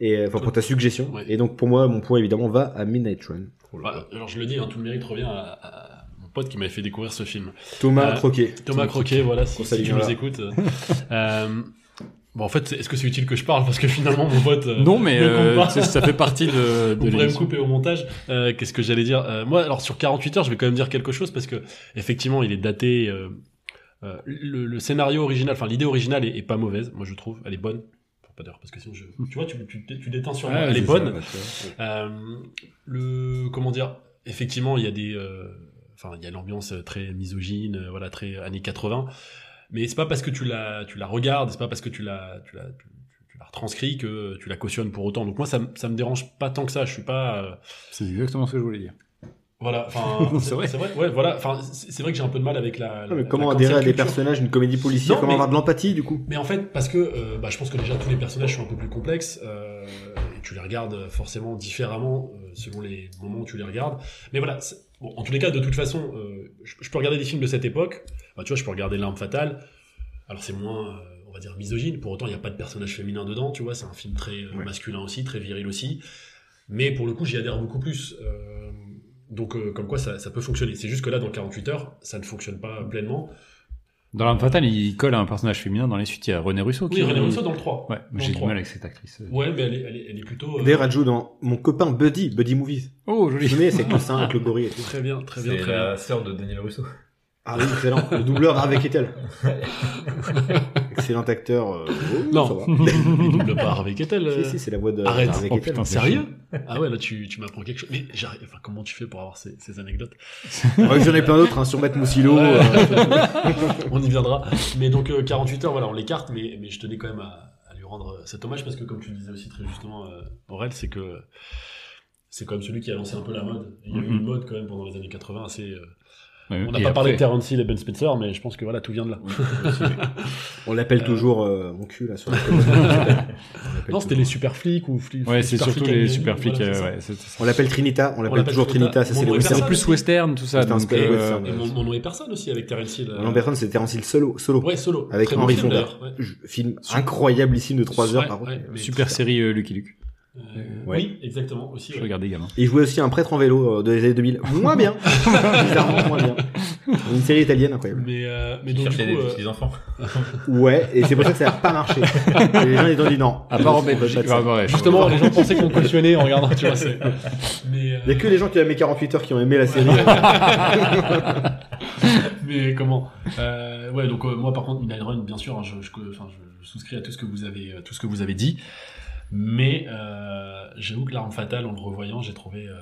S1: et euh, enfin pour ta suggestion
S4: Ouais.
S1: et donc pour moi mon point évidemment va à Midnight Run
S4: Bah, alors, je le dis, hein, tout le mérite revient à- à mon pote qui m'avait fait découvrir ce film.
S1: Thomas
S4: Euh,
S1: Croquet
S4: Thomas Croquet, voilà, si,
S1: Qu'on salue,
S4: si tu nous
S1: voilà.
S4: écoutes. Euh, bon, en fait, c'est- est-ce que c'est utile que je parle Parce que finalement, mon pote. euh,
S2: Non, mais
S4: ne compte
S2: euh,
S4: pas.
S2: c'est- ça fait partie de. de
S4: Vous pourrez me
S2: l'émission.
S4: couper au montage. Euh, Qu'est-ce que j'allais dire Euh, Moi, alors sur 48 heures, je vais quand même dire quelque chose parce que effectivement, il est daté. euh, euh, le, le scénario original, enfin l'idée originale est, est pas mauvaise, moi je trouve. Elle est bonne. Faut Pas dire, parce que sinon, je, tu vois, tu, tu, tu déteins sur moi.
S2: Ouais,
S4: Elle est
S2: c'est
S4: bonne.
S2: ça.
S4: Euh, le comment dire effectivement il y a des euh, enfin il y a l'ambiance euh, très misogyne euh, voilà très années 80 mais c'est pas parce que tu la tu la regardes c'est pas parce que tu la tu la tu, tu- tu l'as retranscrit, que tu la cautionnes pour autant. Donc moi, ça, me- ça me dérange pas tant que ça. Je suis pas euh,
S2: C'est exactement ce que je voulais dire.
S4: voilà. Enfin,
S2: C'est vrai.
S4: C'est vrai. Ouais, voilà. Enfin, c'est c'est vrai que j'ai un peu de mal avec la. la-
S1: mais
S4: la
S1: comment
S4: cancel
S1: adhérer à des
S4: culture.
S1: personnages d'une comédie policière
S4: Non,
S1: Comment
S4: mais-
S1: avoir de l'empathie, du coup
S4: Mais en fait, parce que euh, bah, je pense que déjà tous les personnages sont un peu plus complexes euh, et tu les regardes euh, forcément différemment euh, selon les moments où tu les regardes. Mais voilà, c'est- bon, en tous les cas, de toute façon, euh, je, je peux regarder des films de cette époque. Bah, tu vois, je peux regarder L'arme fatale. Alors c'est moins, euh, on va dire, misogyne. Pour autant, il n'y a pas de personnage féminin dedans. Tu vois, c'est un film très euh,
S1: Ouais.
S4: masculin aussi, très viril aussi. Mais pour le coup, j'y adhère beaucoup plus. Euh, donc, euh, comme quoi, ça, ça peut fonctionner. C'est juste que là, dans 48 heures, ça ne fonctionne pas pleinement.
S2: Dans L'Arme Fatale, il colle à un personnage féminin dans les suites. Il y a René Russo qui.
S4: Oui, René Russo dans le 3.
S2: Ouais, mais
S4: Dans
S2: j'ai
S4: le
S2: du
S4: trois.
S2: mal avec cette actrice.
S4: Ouais, mais elle est, elle est, elle est plutôt. euh,
S1: D'ailleurs, elle joue dans mon copain Buddy, Buddy Movies.
S2: Oh,
S1: Vous
S2: joli.
S1: connaissez, c'est avec le sein, avec le gorille et tout.
S4: Très bien, très bien,
S3: C'est
S4: très
S3: la sœur de Daniel Russo.
S1: Ah oui, excellent. Le doubleur d'Harvey Keitel. excellent acteur. euh, oh,
S4: Non.
S1: ça va.
S4: bien. Il double pas Harvey Keitel. euh.
S1: Si, si, c'est la voix de
S4: Arrête.
S1: Harvey
S2: Oh,
S1: Keitel.
S2: putain,
S4: Sérieux Ah ouais, là tu, tu m'apprends quelque chose. Mais j'arrive. Enfin, comment tu fais pour avoir ces, ces anecdotes
S1: Ouais, J'en ai plein d'autres, hein, sur Matt Moussilo.
S4: Ouais.
S1: euh,
S4: On y viendra. Mais donc euh, 48 heures, voilà, on l'écarte, mais, mais je tenais quand même à, à lui rendre euh, cet hommage parce que, comme tu le disais aussi très justement, euh, Aurel, c'est que c'est quand même celui qui a lancé un peu la mode. Il y a eu
S2: Mhm.
S4: une mode quand même pendant les années 80 assez. euh,
S2: Ouais,
S4: On n'a
S2: et
S4: pas parlé de
S2: après-
S4: Terence Hill et Ben Spencer, mais je pense que voilà, tout vient de là.
S1: on l'appelle toujours euh, mon cul, là, sur la commande. On l'appelle
S4: Non, c'était
S1: toujours.
S4: les super flics ou flics.
S2: Ouais, c'est surtout les super flics.
S4: Voilà,
S2: euh,
S4: c'est ça.
S2: ouais, c'est- c'est-
S1: On l'appelle Trinita, on l'appelle toujours Trinita, ça c'est
S4: Mon
S1: les
S4: nom est
S1: westerns.
S2: c'est plus western, tout ça.
S1: Western,
S2: donc,
S1: c'est-
S2: euh,
S1: ouais,
S4: Et mon, mon nom est personne aussi avec Terence Hill. euh,
S1: Alan Bertrand, c'est Terence Hill solo. solo.
S4: Ouais, solo.
S1: Avec
S4: Très bon
S1: Henry
S4: film,
S1: Fonda.
S4: d'ailleurs, ouais.
S1: Je- Film incroyable ici de 3 heures,
S4: Ouais,
S1: par contre.
S4: ouais, mais
S2: Super
S4: tout
S2: série euh, Lucky Luke.
S4: ça. Euh,
S1: Ouais.
S4: Oui, exactement. Aussi.
S2: Je
S4: ouais.
S2: regardais gamin.
S1: Il jouait aussi un prêtre en vélo euh, des années 2000. Moins bien. Bizarrement, moins bien. Une série italienne incroyable.
S4: Mais, euh, mais
S3: Il
S4: donc, du coup,
S3: cherchait des,
S4: euh,
S3: des enfants.
S1: Ouais, et c'est pour ça que ça n'a pas marché. Et les gens, ils ont dit non.
S2: À part en
S1: On veut pas de
S2: Belgique.
S1: ça.
S2: Ouais, ouais, je-
S4: euh, justement, les gens pensaient qu'on cautionnait en regardant, tu vois. c'est- Mais, euh,
S1: Il n'y a que les gens qui avaient mes 48 heures qui ont aimé la série.
S4: mais comment Euh, Ouais, donc euh, moi, par contre, Midnight Run, bien sûr, hein, je, je, enfin, je- je souscris à tout ce que vous avez, euh, tout ce que vous avez dit. Mais euh, j'avoue que l'arme fatale, en le revoyant, j'ai trouvé. euh,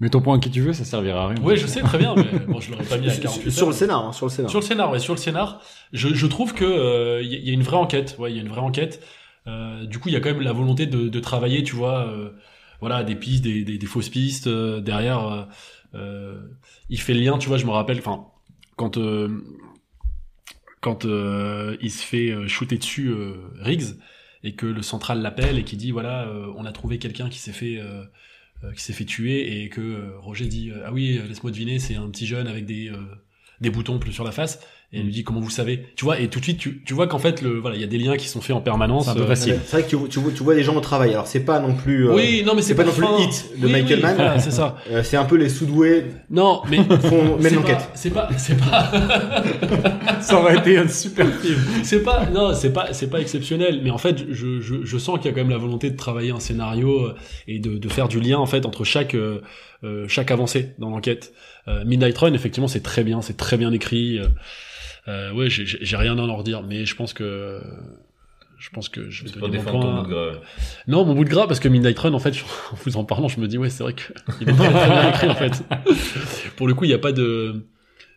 S2: Mets ton point à qui tu veux, ça servira à rien.
S4: Ouais, je sais très bien, mais bon, je l'aurais pas mis à 48
S1: Sur- sur le
S4: heures.
S1: scénar, hein, sur le scénar.
S4: Sur le scénar, ouais, sur le scénar, je, je trouve que euh, y, a- y a une vraie enquête. Ouais, il y a une vraie enquête. Euh, du coup, il y a quand même la volonté de, de travailler, tu vois, euh, voilà, des pistes, des, des, des fausses pistes euh, derrière. euh, euh, il fait le lien, tu vois. Je me rappelle, enfin, quand euh, quand euh, il se fait euh, shooter dessus euh, Riggs et que le central l'appelle et qui dit voilà, euh, on a trouvé quelqu'un qui s'est fait euh, euh, qui s'est fait tuer et que euh, Roger dit euh, ah oui euh, laisse-moi deviner c'est un petit jeune avec des euh, des boutons plus sur la face et elle lui dit comment vous le savez tu vois et tout de suite tu, tu vois qu'en fait le voilà il y a des liens qui sont faits en permanence
S2: C'est un peu
S4: euh,
S2: facile.
S1: Ouais, C'est vrai que tu, vois- tu vois- tu vois des gens au travail. Alors c'est pas non plus. euh,
S4: oui non mais
S1: c'est
S4: c'est
S1: pas non
S4: la
S1: plus
S4: fin.
S1: Hit de
S4: Oui,
S1: Michael
S4: oui,
S1: Mann.
S4: voilà, c'est ça
S1: euh, c'est un peu les sous-doués
S4: non mais
S1: font même
S4: c'est
S1: l'enquête.
S4: pas- c'est pas c'est pas
S2: ça aurait été un super film.
S4: c'est pas non c'est pas c'est pas exceptionnel mais en fait je, je, je sens qu'il y a quand même la volonté de travailler un scénario euh, et de, de faire du lien en fait entre chaque euh, euh, chaque avancée dans l'enquête euh, Midnight Run effectivement c'est très bien c'est très bien écrit euh, euh, ouais j'ai- j'ai j'ai rien à en redire mais je pense que je pense que je vais
S3: C'est pour
S4: donner mon
S3: défendre
S4: point
S3: ton bout de gras.
S4: non mon bout de gras parce que Midnight Run en fait je- en vous en parlant je me dis ouais c'est vrai que il est très, très bien écrit en fait pour le coup il n'y a pas de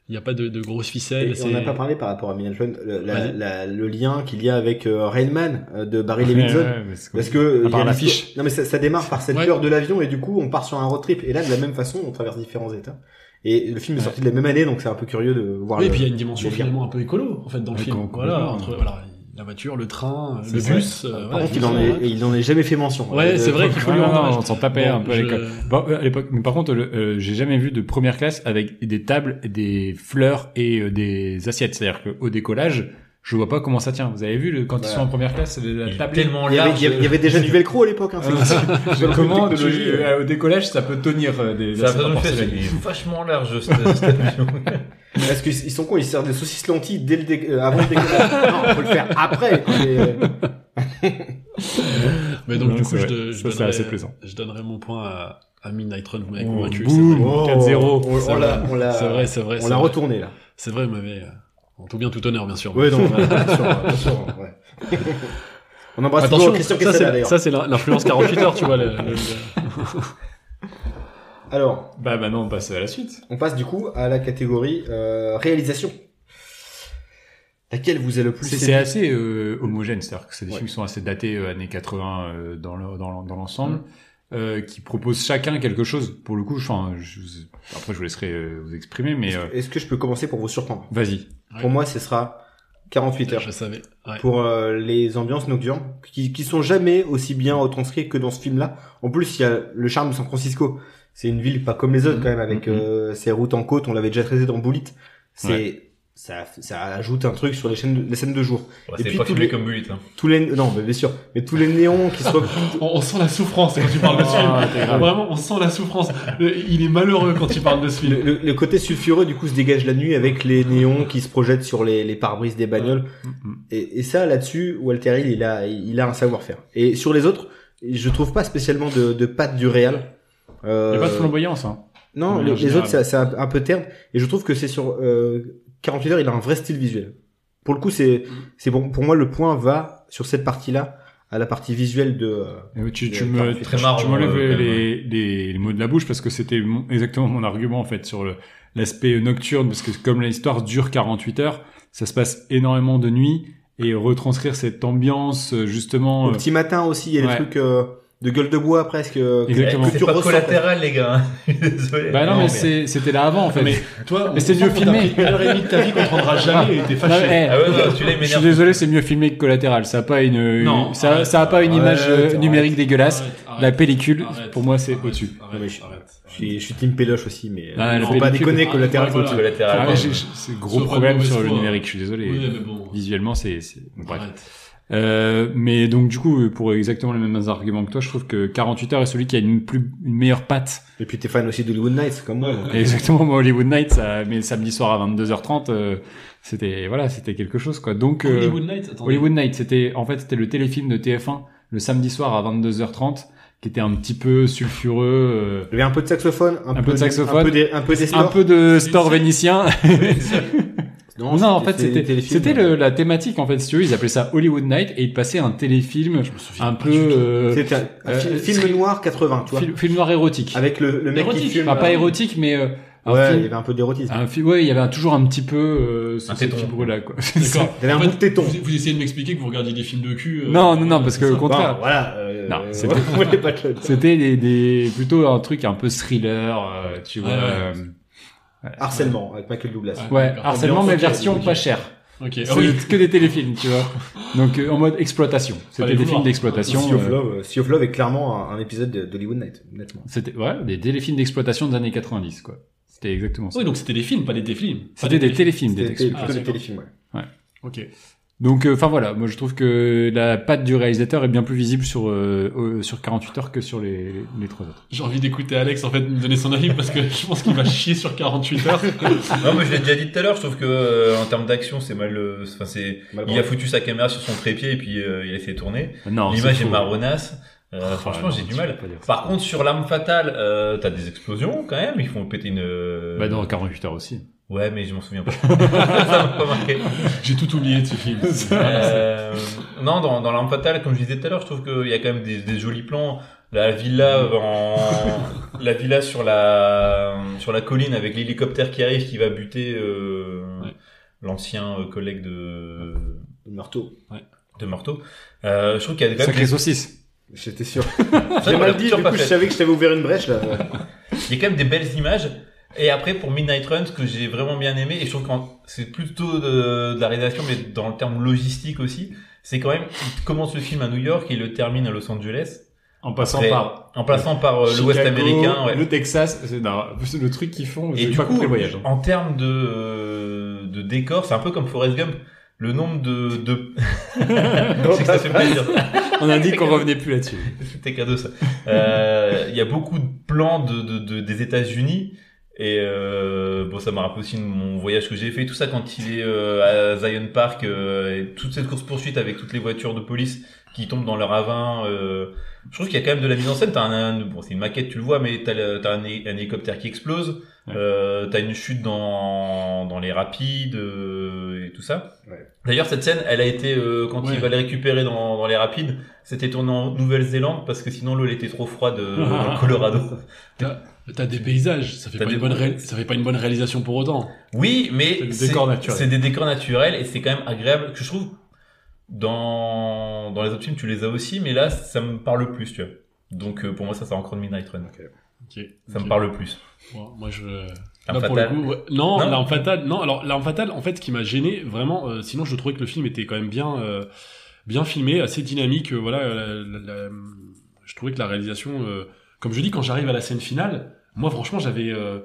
S4: il n'y a pas de, de grosses ficelles
S1: Et on n'a
S4: c'est-
S1: pas parlé par rapport à Midnight Run, le, la-
S4: Vas-y.
S1: la- le lien qu'il y a avec euh, Rain Man euh, de Barry
S2: Ouais,
S1: Levinson.
S2: ouais, mais c'est cool.
S1: Parce que
S2: À part
S1: il y a
S2: l'affiche.
S1: l'histoire- Non mais ça, ça démarre par cette
S4: Ouais.
S1: peur de l'avion et du coup on part sur un road trip et là de la même façon on traverse différents états. Et le film est sorti de la même année donc c'est un peu curieux de voir.
S4: Oui, et
S1: le-
S4: puis il y
S2: euh,
S4: a une dimension
S1: le lien.
S4: finalement un peu écolo en fait dans le
S2: Ouais,
S4: film.
S2: complètement.
S4: Voilà, entre voilà, la voiture, le train, euh, le
S2: C'est
S4: bus. euh,
S1: Par
S4: voilà,
S1: contre il en, est, il en est jamais fait mention.
S4: Ouais,
S1: Euh,
S4: c'est vrai qu'il faut
S2: Ouais,
S4: lui
S2: non,
S4: rendre hommage.
S2: on s'en tapait
S4: Bon,
S2: un peu à
S4: je-
S2: l'école. Bon, euh, à l'époque, mais par contre, le- euh, j'ai jamais vu de première classe avec des tables, des fleurs et euh, des assiettes. C'est-à-dire qu'au décollage, je vois pas comment ça tient. Vous avez vu le, quand
S1: Bah.
S2: ils sont en première classe, la
S3: Il est
S2: table.
S3: tellement
S1: Il y, avait,
S3: large.
S1: il y avait- il y avait déjà du velcro à l'époque. Hein, c'est-
S2: Euh,
S1: c'est pas non plus
S2: Comment
S1: une
S2: tu-
S1: technologie, euh,
S2: euh, au décollage ça peut tenir euh, des
S3: Ça a
S2: assiettes
S3: pas
S2: en
S3: besoin de faire,
S2: porcelaine.
S3: il est vachement large, ce- cet avion.
S1: Parce qu'ils ils sont cons, ils servent des saucisses lentilles dès le dé- euh, avant le décollage. non, faut le faire après. quand les-
S4: Mais donc
S2: Non,
S4: du coup,
S2: c'est
S4: je,
S2: vrai.
S4: de- je
S2: Ça, c'est
S4: donnerai-
S2: assez plaisant.
S4: je donnerai mon point à, à Midnight Run. Vous m'avez
S2: Oh,
S4: convaincu. c'est
S2: boum.
S4: vrai.
S1: Oh,
S2: 4-0,
S1: on-
S4: ça
S1: On l'a,
S4: va.
S1: on l'a,
S4: C'est vrai, c'est vrai.
S1: on
S4: c'est
S1: l'a
S4: vrai.
S1: retourné là.
S4: C'est vrai, vous m'avez. euh, En tout bien, tout honneur, bien sûr.
S1: Ouais, non, ouais, bien sûr, bien sûr, ouais. On embrasse
S4: Attention,
S1: toujours Christian
S4: ça,
S1: Kessel
S4: c'est-
S1: d'ailleurs.
S4: ça c'est la- l'influence 48 heures, tu vois. le- le- le-
S1: Alors,
S2: Bah maintenant on passe à la suite.
S1: on passe du coup à la catégorie euh, réalisation. Laquelle vous a le plus
S2: C'est
S1: aimé
S2: c'est assez euh, homogène, c'est-à-dire que c'est des
S1: Ouais.
S2: films qui sont assez datés euh, années 80 euh, dans le- dans l'en- dans l'ensemble, euh, qui proposent chacun quelque chose. Pour le coup, je, enfin, je vous- après je vous laisserai euh, vous exprimer, mais euh,
S1: Est-ce que je peux commencer pour vous surprendre
S2: vas-y.
S1: Pour moi, ce sera 48 heures.
S4: je savais. Ouais.
S1: pour euh, les ambiances nocturnes qui, qui sont jamais aussi bien retranscrites que dans ce film-là. En plus, il y a le charme de San Francisco. C'est une ville pas comme les autres quand même avec euh, ses routes en côte. On l'avait déjà traité dans Bullet. C'est ça, ça ajoute un truc sur les chaînes, de- les scènes de jour.
S3: Bon,
S1: Et
S3: c'est
S1: puis
S3: pas
S1: tous
S3: filmé
S1: les-
S3: comme Bullet. Hein.
S1: Tous les non, mais bien sûr, mais tous les néons qui se re-
S4: On, on sent la souffrance quand tu parles de ce
S2: Ah, t'es
S4: film.
S2: grave.
S4: Vraiment, on sent la souffrance. Le- il est malheureux quand il parle de ce
S1: le,
S4: film.
S1: le- le côté sulfureux du coup se dégage la nuit avec les néons qui se projettent sur les, les pare-brises des bagnoles.
S2: Mm,
S1: Et, et ça, là-dessus, Walter Hill, il a, il a un savoir-faire. Et sur les autres, je trouve pas spécialement de, de patte du réel.
S2: Il
S1: Euh,
S2: n'y a pas de flamboyance. Hein.
S1: Non,
S2: Ouais,
S1: les,
S2: en
S1: les
S2: général.
S1: autres, c'est c'est un, un peu terne. Et je trouve que c'est sur euh, 48 heures, il a un vrai style visuel. Pour le coup, c'est c'est bon. Pour moi, le point va sur cette partie-là à la partie visuelle de. euh,
S2: Euh, Tu, tu
S1: Euh,
S2: me,
S1: c'est
S3: très
S2: tu-
S3: marrant,
S2: tu m'enlèves
S3: euh, quand
S2: les, les, les mots de la bouche parce que c'était mon- exactement mon argument en fait sur le- l'aspect nocturne parce que comme l'histoire dure 48 heures, ça se passe énormément de nuit et retranscrire cette ambiance euh, justement
S1: Au
S2: euh,
S1: petit matin aussi, il y a des
S2: Ouais.
S1: trucs euh, de gueule de bois presque. euh, que-
S2: Exactement.
S1: que
S3: C'est
S1: tu
S3: pas
S1: ressens,
S3: collatéral, les gars. hein. Je suis Désolé.
S2: Bah non, mais, c'est- c'était là avant en fait.
S4: Mais toi,
S2: Mais c'est
S4: mieux
S2: mieux filmé.
S4: Une heure et demie de ta vie qu'on te rendra jamais et t'es
S2: Non,
S4: fâché.
S2: mais, eh,
S3: Ah ouais, non, celui-là, il
S2: je suis
S3: m'énerve.
S2: désolé, c'est mieux filmé que collatéral. Ça a pas une, une-
S4: Non,
S2: ça,
S4: arrête,
S2: ça a pas une
S1: arrête,
S2: image euh,
S1: arrête,
S2: numérique dégueulasse.
S4: Arrête, arrête,
S2: La pellicule,
S4: arrête,
S2: pour moi, c'est
S4: arrête,
S2: au-dessus.
S4: arrête,
S1: Non, mais je-
S4: arrête.
S1: Je suis, je suis team Péloche aussi, mais
S2: Ah,
S1: euh,
S2: le
S1: faut pas
S2: pellicule.
S1: déconner
S4: Ah,
S1: collatéral.
S4: voilà.
S1: c'est au-dessus.
S3: Collatéral.
S2: Ah
S3: ouais.
S2: ouais, j'ai- j'ai- c'est gros
S4: Sauf
S2: problème
S4: la
S2: sur le
S4: mauvaise foi.
S2: numérique. Je suis désolé.
S4: Oui, mais bon.
S2: Visuellement, c'est c'est- bref.
S4: Arrête.
S2: Euh, mais donc du coup, euh, pour exactement les mêmes arguments que toi, je trouve que 48 heures est celui qui a une plus une meilleure patte.
S1: Et puis t'es fan aussi d'Hollywood Nights comme moi. donc.
S2: Et exactement, moi Hollywood Night, ça, mais samedi soir à 22h30, euh, c'était voilà, c'était quelque chose quoi. Donc euh,
S4: Hollywood Night, attendez.
S2: Hollywood Night, c'était en fait c'était le téléfilm de TF1 le samedi soir à 22h30, qui était un petit peu sulfureux,
S1: Il y avait euh, un peu de saxophone, un,
S2: Un
S1: peu,
S2: peu de
S1: un
S2: saxophone.
S1: peu des, un peu des
S2: euh, un
S1: stores.
S2: peu de store vénitien. Non, en fait,
S1: des
S2: c'était
S1: téléfilms.
S2: c'était le- la thématique en fait. Si tu veux, ils appelaient ça Hollywood Night et ils passaient un téléfilm
S1: Ah,
S2: un peu euh,
S1: C'était un, un
S2: euh,
S1: fi- film
S2: c'est-
S1: noir 80, tu vois. Ah,
S2: film, film noir érotique.
S1: Avec le, le mec qui
S4: Érotique,
S1: fume.
S2: Enfin, pas
S1: euh,
S2: érotique, mais euh, un
S1: Ouais, il y
S2: film-
S1: avait un peu d'érotisme.
S2: un film- ouais, il y avait un- toujours un petit peu euh, ce,
S3: Un
S2: ce
S3: téton.
S2: petit bruit-là, quoi.
S4: D'accord.
S1: Il y avait un
S4: En
S1: bout de téton.
S4: Vous, vous essayez de m'expliquer que vous regardiez des films de cul. euh,
S2: non, non, non, parce que
S4: c'est
S2: au
S4: ça.
S1: Bon,
S2: contraire,
S1: voilà. euh,
S2: Non,
S1: euh,
S2: c'était-
S1: on voulait pas te le dire.
S2: c'était des, des- plutôt un truc un peu thriller, euh, tu
S4: Ouais,
S2: vois.
S4: ouais.
S2: euh,
S1: Harcèlement avec Michael Douglas.
S4: Ouais.
S2: Ouais, harcèlement, mais
S4: ok,
S2: version
S4: ok.
S2: pas chère.
S4: Ok.
S2: C'est
S4: Ah oui.
S2: que des téléfilms, tu vois. Donc euh, en mode exploitation. C'était
S4: Fallait
S2: des films
S4: vouloir.
S1: Sea
S2: d'exploitation.
S1: of
S2: euh,
S1: Love, euh, Sea of Love est clairement un, un épisode de- d'Hollywood Night, honnêtement.
S2: C'était ouais, des téléfilms d'exploitation des années 90, quoi. C'était exactement ça.
S4: Oui, donc c'était des films, pas des téléfilms. Pas
S2: C'était des téléfilms,
S4: téléfilms.
S2: des
S1: C'était
S2: textes.
S1: plutôt
S4: Ah,
S1: des
S4: d'accord.
S1: téléfilms, ouais.
S4: Ok.
S2: Donc, euh, enfin voilà, moi je trouve que la patte du réalisateur est bien plus visible sur euh, euh, sur 48 heures que sur les les trois autres.
S4: J'ai envie d'écouter Alex en fait me donner son avis parce que je pense qu'il va chier sur 48 heures.
S3: Non, mais je l'ai déjà dit tout à l'heure, je trouve que euh, en termes d'action, c'est mal. euh, Enfin, c'est.
S1: Mal
S3: Il a foutu sa caméra sur son trépied et puis euh, il a fait tourner.
S2: Non,
S3: L'image
S2: c'est
S3: est
S2: faux. Ah,
S3: marronasse. Euh, franchement,
S2: non,
S3: j'ai
S2: tu
S3: du
S2: peux
S3: mal.
S2: pas dire ça.
S3: Par contre, sur l'arme fatale, euh, t'as des explosions quand même. Ils font péter une. euh,
S2: Bah dans 48 heures aussi.
S3: Ouais, mais je m'en souviens pas. Ça m'a pas marqué.
S4: J'ai tout oublié de ce film.
S3: Euh, non, dans, dans l'arme fatale, comme je disais tout à l'heure, je trouve qu'il y a quand même des, des jolis plans. La villa
S2: Mm.
S3: en, la villa sur la sur la colline avec l'hélicoptère qui arrive, qui va buter euh,
S4: Ouais.
S3: l'ancien euh, collègue de
S1: Le marteau.
S3: de Morteau. Euh, je trouve qu'il y a quand même
S2: Sacré saucisse.
S1: J'étais sûr.
S3: des-
S1: J'ai
S3: on l'a
S1: mal dit,
S3: toujours
S1: du
S3: pas
S1: coup, je
S3: fait.
S1: savais que je t'avais ouvert une brèche, là.
S3: Il y a quand même des belles images. Et après, pour Midnight Run, ce que j'ai vraiment bien aimé, et je trouve que c'est plutôt de, de la réalisation, mais dans le terme logistique aussi, c'est quand même, il commence le film à New York et il le termine à Los Angeles.
S2: En passant
S3: Après,
S2: par
S3: En passant par euh, l'Ouest
S2: Chicago,
S3: américain. ouais.
S2: le Texas, c'est non, c'est le truc qu'ils font.
S3: Et
S2: j'ai
S3: du
S2: pas
S3: coup,
S2: compris le voyage. hein.
S3: en termes de, euh, de décor, c'est un peu comme Forrest Gump. Le nombre de... de... Je sais que ça fait plaisir.
S2: On a dit qu'on revenait plus là-dessus.
S3: C'était cadeau ça. Euh, Il y a beaucoup de plans de, de, de- des États-Unis et euh, bon ça me rappelle aussi mon voyage que j'ai fait tout ça quand il est euh, à Zion Park euh, et toute cette course poursuite avec toutes les voitures de police qui tombent dans le ravin. euh, je trouve qu'il y a quand même de la mise en scène. T'as un, un- bon c'est une maquette tu le vois mais t'as le- t'as un, hé- un hélicoptère qui explose,
S2: Ouais.
S3: euh, t'as une chute dans dans les rapides euh, et tout ça.
S1: Ouais.
S3: D'ailleurs cette scène elle a été euh, quand
S4: Ouais.
S3: il va les récupérer dans, dans les rapides c'était tourné en Nouvelle-Zélande parce que sinon l'eau elle était trop froide euh, dans le Colorado.
S4: T'as des paysages, ça fait,
S3: T'as
S4: pas une,
S3: des-
S4: bonne ré- ça fait pas une bonne réalisation pour autant.
S3: Oui,
S5: C'est
S3: mais
S5: des
S3: c'est
S5: décors naturels.
S3: c'est des décors naturels et c'est quand même agréable que je trouve dans dans les autres films tu les as aussi, mais là ça me parle le plus, tu vois. Donc euh, pour moi ça sort encore de Midnight Run.
S4: Ok.
S3: Ça
S4: Ok.
S3: me parle le plus.
S4: Moi, moi, je...
S3: Un
S4: Là, pour le
S3: fatal.
S4: coup, ouais. Non,
S3: Non.
S4: l'arme fatale. Non, alors l'arme fatale, en fait, ce qui m'a gêné vraiment, euh, sinon je trouvais que le film était quand même bien, euh, bien filmé, assez dynamique. euh, voilà, euh, la- la- la- je trouvais que la réalisation, euh, comme je dis, quand j'arrive à la scène finale, moi franchement, j'avais, euh,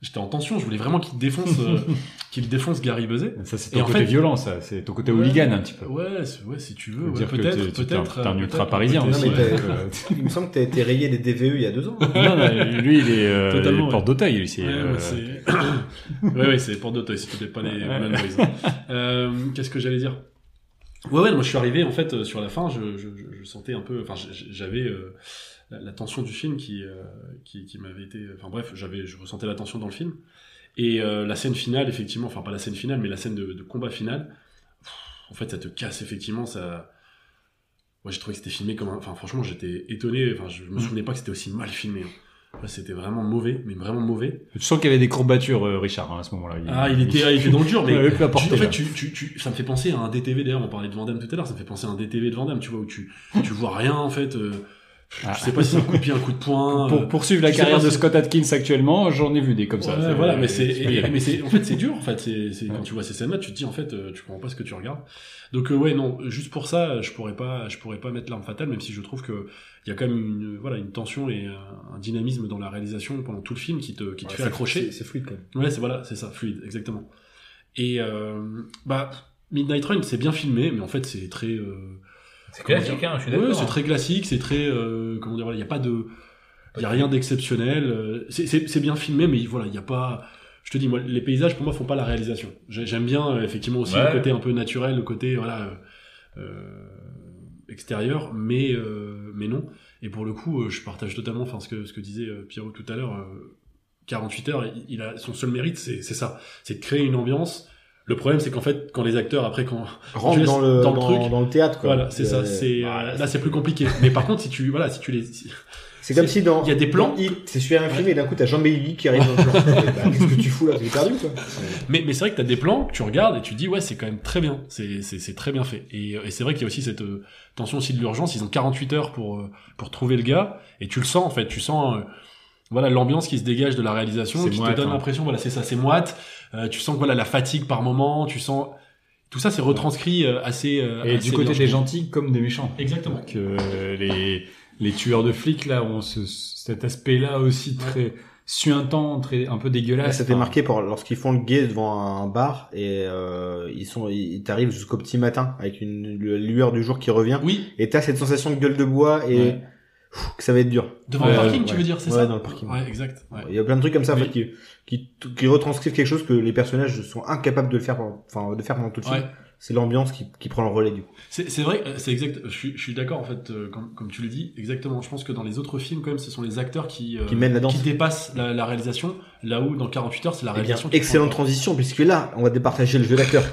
S4: j'étais en tension. Je voulais vraiment qu'il défonce, euh, qu'il défonce Gary Buzet.
S2: Ça, c'est
S4: Et
S2: ton
S4: en
S2: côté
S4: fait-
S2: violent, ça. C'est ton côté
S4: Ouais.
S2: hooligan, un petit peu.
S4: Ouais, c'est- ouais, si tu veux,
S2: Faut
S4: ouais,
S2: dire que
S4: peut-être,
S2: t'es- t'es- t'es un-
S4: peut-être.
S2: t'es un
S4: euh,
S2: ultra
S4: peut-être,
S2: parisien,
S4: peut-être,
S1: Non, mais
S4: ouais.
S1: t'as- Il me semble que t'as été rayé des DVE il y a deux ans.
S2: non, non, lui, il est, euh,
S4: Totalement,
S2: il est
S4: ouais.
S2: porte d'auteuil. C'est,
S4: Ouais,
S2: euh,
S4: ouais, c'est- ouais, ouais, c'est pour d'autres, si tu pas les Roland Boys. Euh, Qu'est-ce que j'allais dire Ouais, ouais, moi je suis arrivé en fait euh, sur la fin, je, je, je- je sentais un peu, enfin j- j- j'avais euh, la, la tension du film qui, euh, qui, qui m'avait été, enfin bref, j'avais, je ressentais la tension dans le film. Et euh, la scène finale, effectivement, enfin pas la scène finale, mais la scène de, de combat final, pff, en fait ça te casse effectivement, ça. Moi j'ai trouvé que c'était filmé comme, un- enfin franchement j'étais étonné, enfin je me
S2: Mmh.
S4: souvenais pas que c'était aussi mal filmé. hein. Ouais, c'était vraiment mauvais, mais vraiment mauvais.
S2: Tu sens qu'il y avait des courbatures, euh, Richard, hein, à ce moment-là.
S4: Ah, il était, ah, il était dans le dur, mais
S2: Il avait plus à
S4: tu-
S2: porter,
S4: en
S2: là.
S4: fait, tu, tu, tu- ça me fait penser à un DTV d'ailleurs. On parlait de Vandame tout à l'heure, ça me fait penser à un DTV de Vandame, tu vois, où tu, tu vois rien en fait. euh,
S2: Ah.
S4: Je sais pas si c'est un coup de pied, un coup de poing. euh,
S2: Pour poursuivre la
S4: je sais
S2: carrière
S4: pas
S2: de
S4: si-
S2: Scott Atkins actuellement, j'en ai vu des comme ça.
S4: ouais,
S2: C'est-
S4: voilà, mais c'est,
S2: tu peux y
S4: et-
S2: aller.
S4: mais c'est, en fait, c'est dur. En fait, c'est, c'est- quand tu vois ces scènes-là, tu te dis en fait, euh, tu comprends pas ce que tu regardes. Donc euh, ouais, non, juste pour ça, je pourrais pas, je pourrais pas mettre l'arme fatale, même si je trouve que il y a quand même une, voilà, une tension et un, un dynamisme dans la réalisation pendant tout le film qui te, qui te fait accrocher.
S1: C'est fluide quand même.
S4: Ouais, c'est voilà, c'est ça, fluide, exactement. Et euh, bah Midnight Run, c'est bien filmé, mais en fait, c'est très euh,
S3: C'est
S4: Comment
S3: classique, hein, je suis
S4: ouais,
S3: d'accord.
S4: c'est
S3: hein.
S4: très classique, c'est très euh, comment dire, il y a pas de il y a rien d'exceptionnel, euh, c'est- c'est c'est bien filmé mais voilà, il y a pas je te dis moi les paysages pour moi font pas la réalisation. J'ai- J'aime bien euh, effectivement aussi
S3: Ouais.
S4: le côté un peu naturel, le côté voilà euh, euh, extérieur, mais euh, mais non. Et pour le coup, euh, je partage totalement enfin ce que ce que disait euh, Pierrot tout à l'heure euh, 48 heures, il- il a son seul mérite c'est c'est ça, c'est de créer une ambiance. Le problème c'est qu'en fait quand les acteurs après quand
S1: Rentre
S4: laisses
S1: dans le,
S4: dans le
S1: dans-
S4: truc.
S1: dans le théâtre. Quoi.
S4: voilà, c'est ça,
S1: Euh,
S4: c'est
S1: bah,
S4: euh, là c'est plus compliqué. Mais par contre si tu voilà, si tu les si-
S1: C'est comme si dans.
S4: il y a des plans.
S1: dans Hit, c'est super infilmé et d'un coup t'as Jean Bailey qui arrive dans le plan. Bah, Qu'est-ce que tu fous là T'es perdu quoi.
S4: Mais, mais c'est vrai que t'as des plans que tu regardes et tu dis ouais c'est quand même très bien, c'est c'est- c'est très bien fait. Et, euh, et c'est vrai qu'il y a aussi cette euh, tension aussi de l'urgence, ils ont 48 heures pour, euh, pour trouver le gars et tu le sens en fait, tu sens euh, voilà l'ambiance qui se dégage de la réalisation,
S2: C'est
S4: qui
S2: moite,
S4: te donne
S2: hein.
S4: l'impression voilà c'est ça, c'est moite, Euh, tu sens que voilà la fatigue par moment, tu sens... Tout ça c'est retranscrit euh, assez... euh,
S2: Et
S4: assez
S2: du côté
S4: bien, je
S2: des
S4: trouve.
S2: gentils comme des méchants.
S4: Exactement.
S2: que euh, les, les tueurs de flics là ont ce- cet aspect-là aussi très suintant, très un peu dégueulasse.
S1: ça fait
S2: Enfin,
S1: marquer pour lorsqu'ils font le guet devant un bar et euh, ils sont ils t'arrivent jusqu'au petit matin avec une lu- lueur du jour qui revient
S4: Oui,
S1: et t'as cette sensation de gueule de bois et
S2: Ouais.
S1: Pfff, que ça va être dur.
S4: devant
S2: Euh,
S4: le parking tu
S1: ouais.
S4: veux dire, c'est
S1: Ouais,
S4: ça
S1: dans le parking.
S4: Ouais, exact. ouais.
S1: Il y a plein de trucs comme ça en
S4: Oui.
S1: fait, qui, qui t- qui retranscrivent quelque chose que les personnages sont incapables de le faire pendant- enfin de faire pendant tout le film.
S4: Ouais.
S1: C'est l'ambiance qui, qui prend le relais du coup.
S4: C'est c'est vrai, euh, c'est exact. Je suis, je suis d'accord en fait, euh, comme, comme tu le dis, exactement. Je pense que dans les autres films, quand même, ce sont les acteurs qui euh,
S1: Qui mènent la danse.
S4: qui dépassent la, la réalisation. Là où dans 48 heures, c'est la
S1: Eh bien,
S4: réalisation. qui
S1: excellente
S4: prend-
S1: transition puisque là on va départager le jeu d'acteur.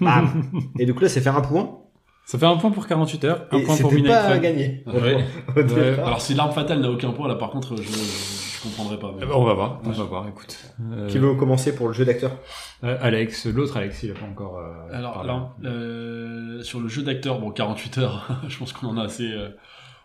S1: Bam. et donc là c'est faire un point
S2: Ça fait un point pour 48 heures, un
S1: et
S2: point pour
S1: c'était
S2: Midnight
S1: pas
S2: Run.
S1: gagné.
S3: Ouais.
S1: Au départ.
S2: Ouais.
S4: Alors si l'arme fatale n'a aucun point, là par contre, je, je, je comprendrais pas. mais-
S2: Eh ben, on va voir, on va voir, écoute. Euh,
S1: Qui veut commencer pour le jeu d'acteur
S2: euh, Alex, l'autre Alex, il a pas encore. euh,
S4: Alors
S2: parlé.
S4: là, euh, sur le jeu d'acteur, bon, 48 heures. je pense qu'on en a assez. euh,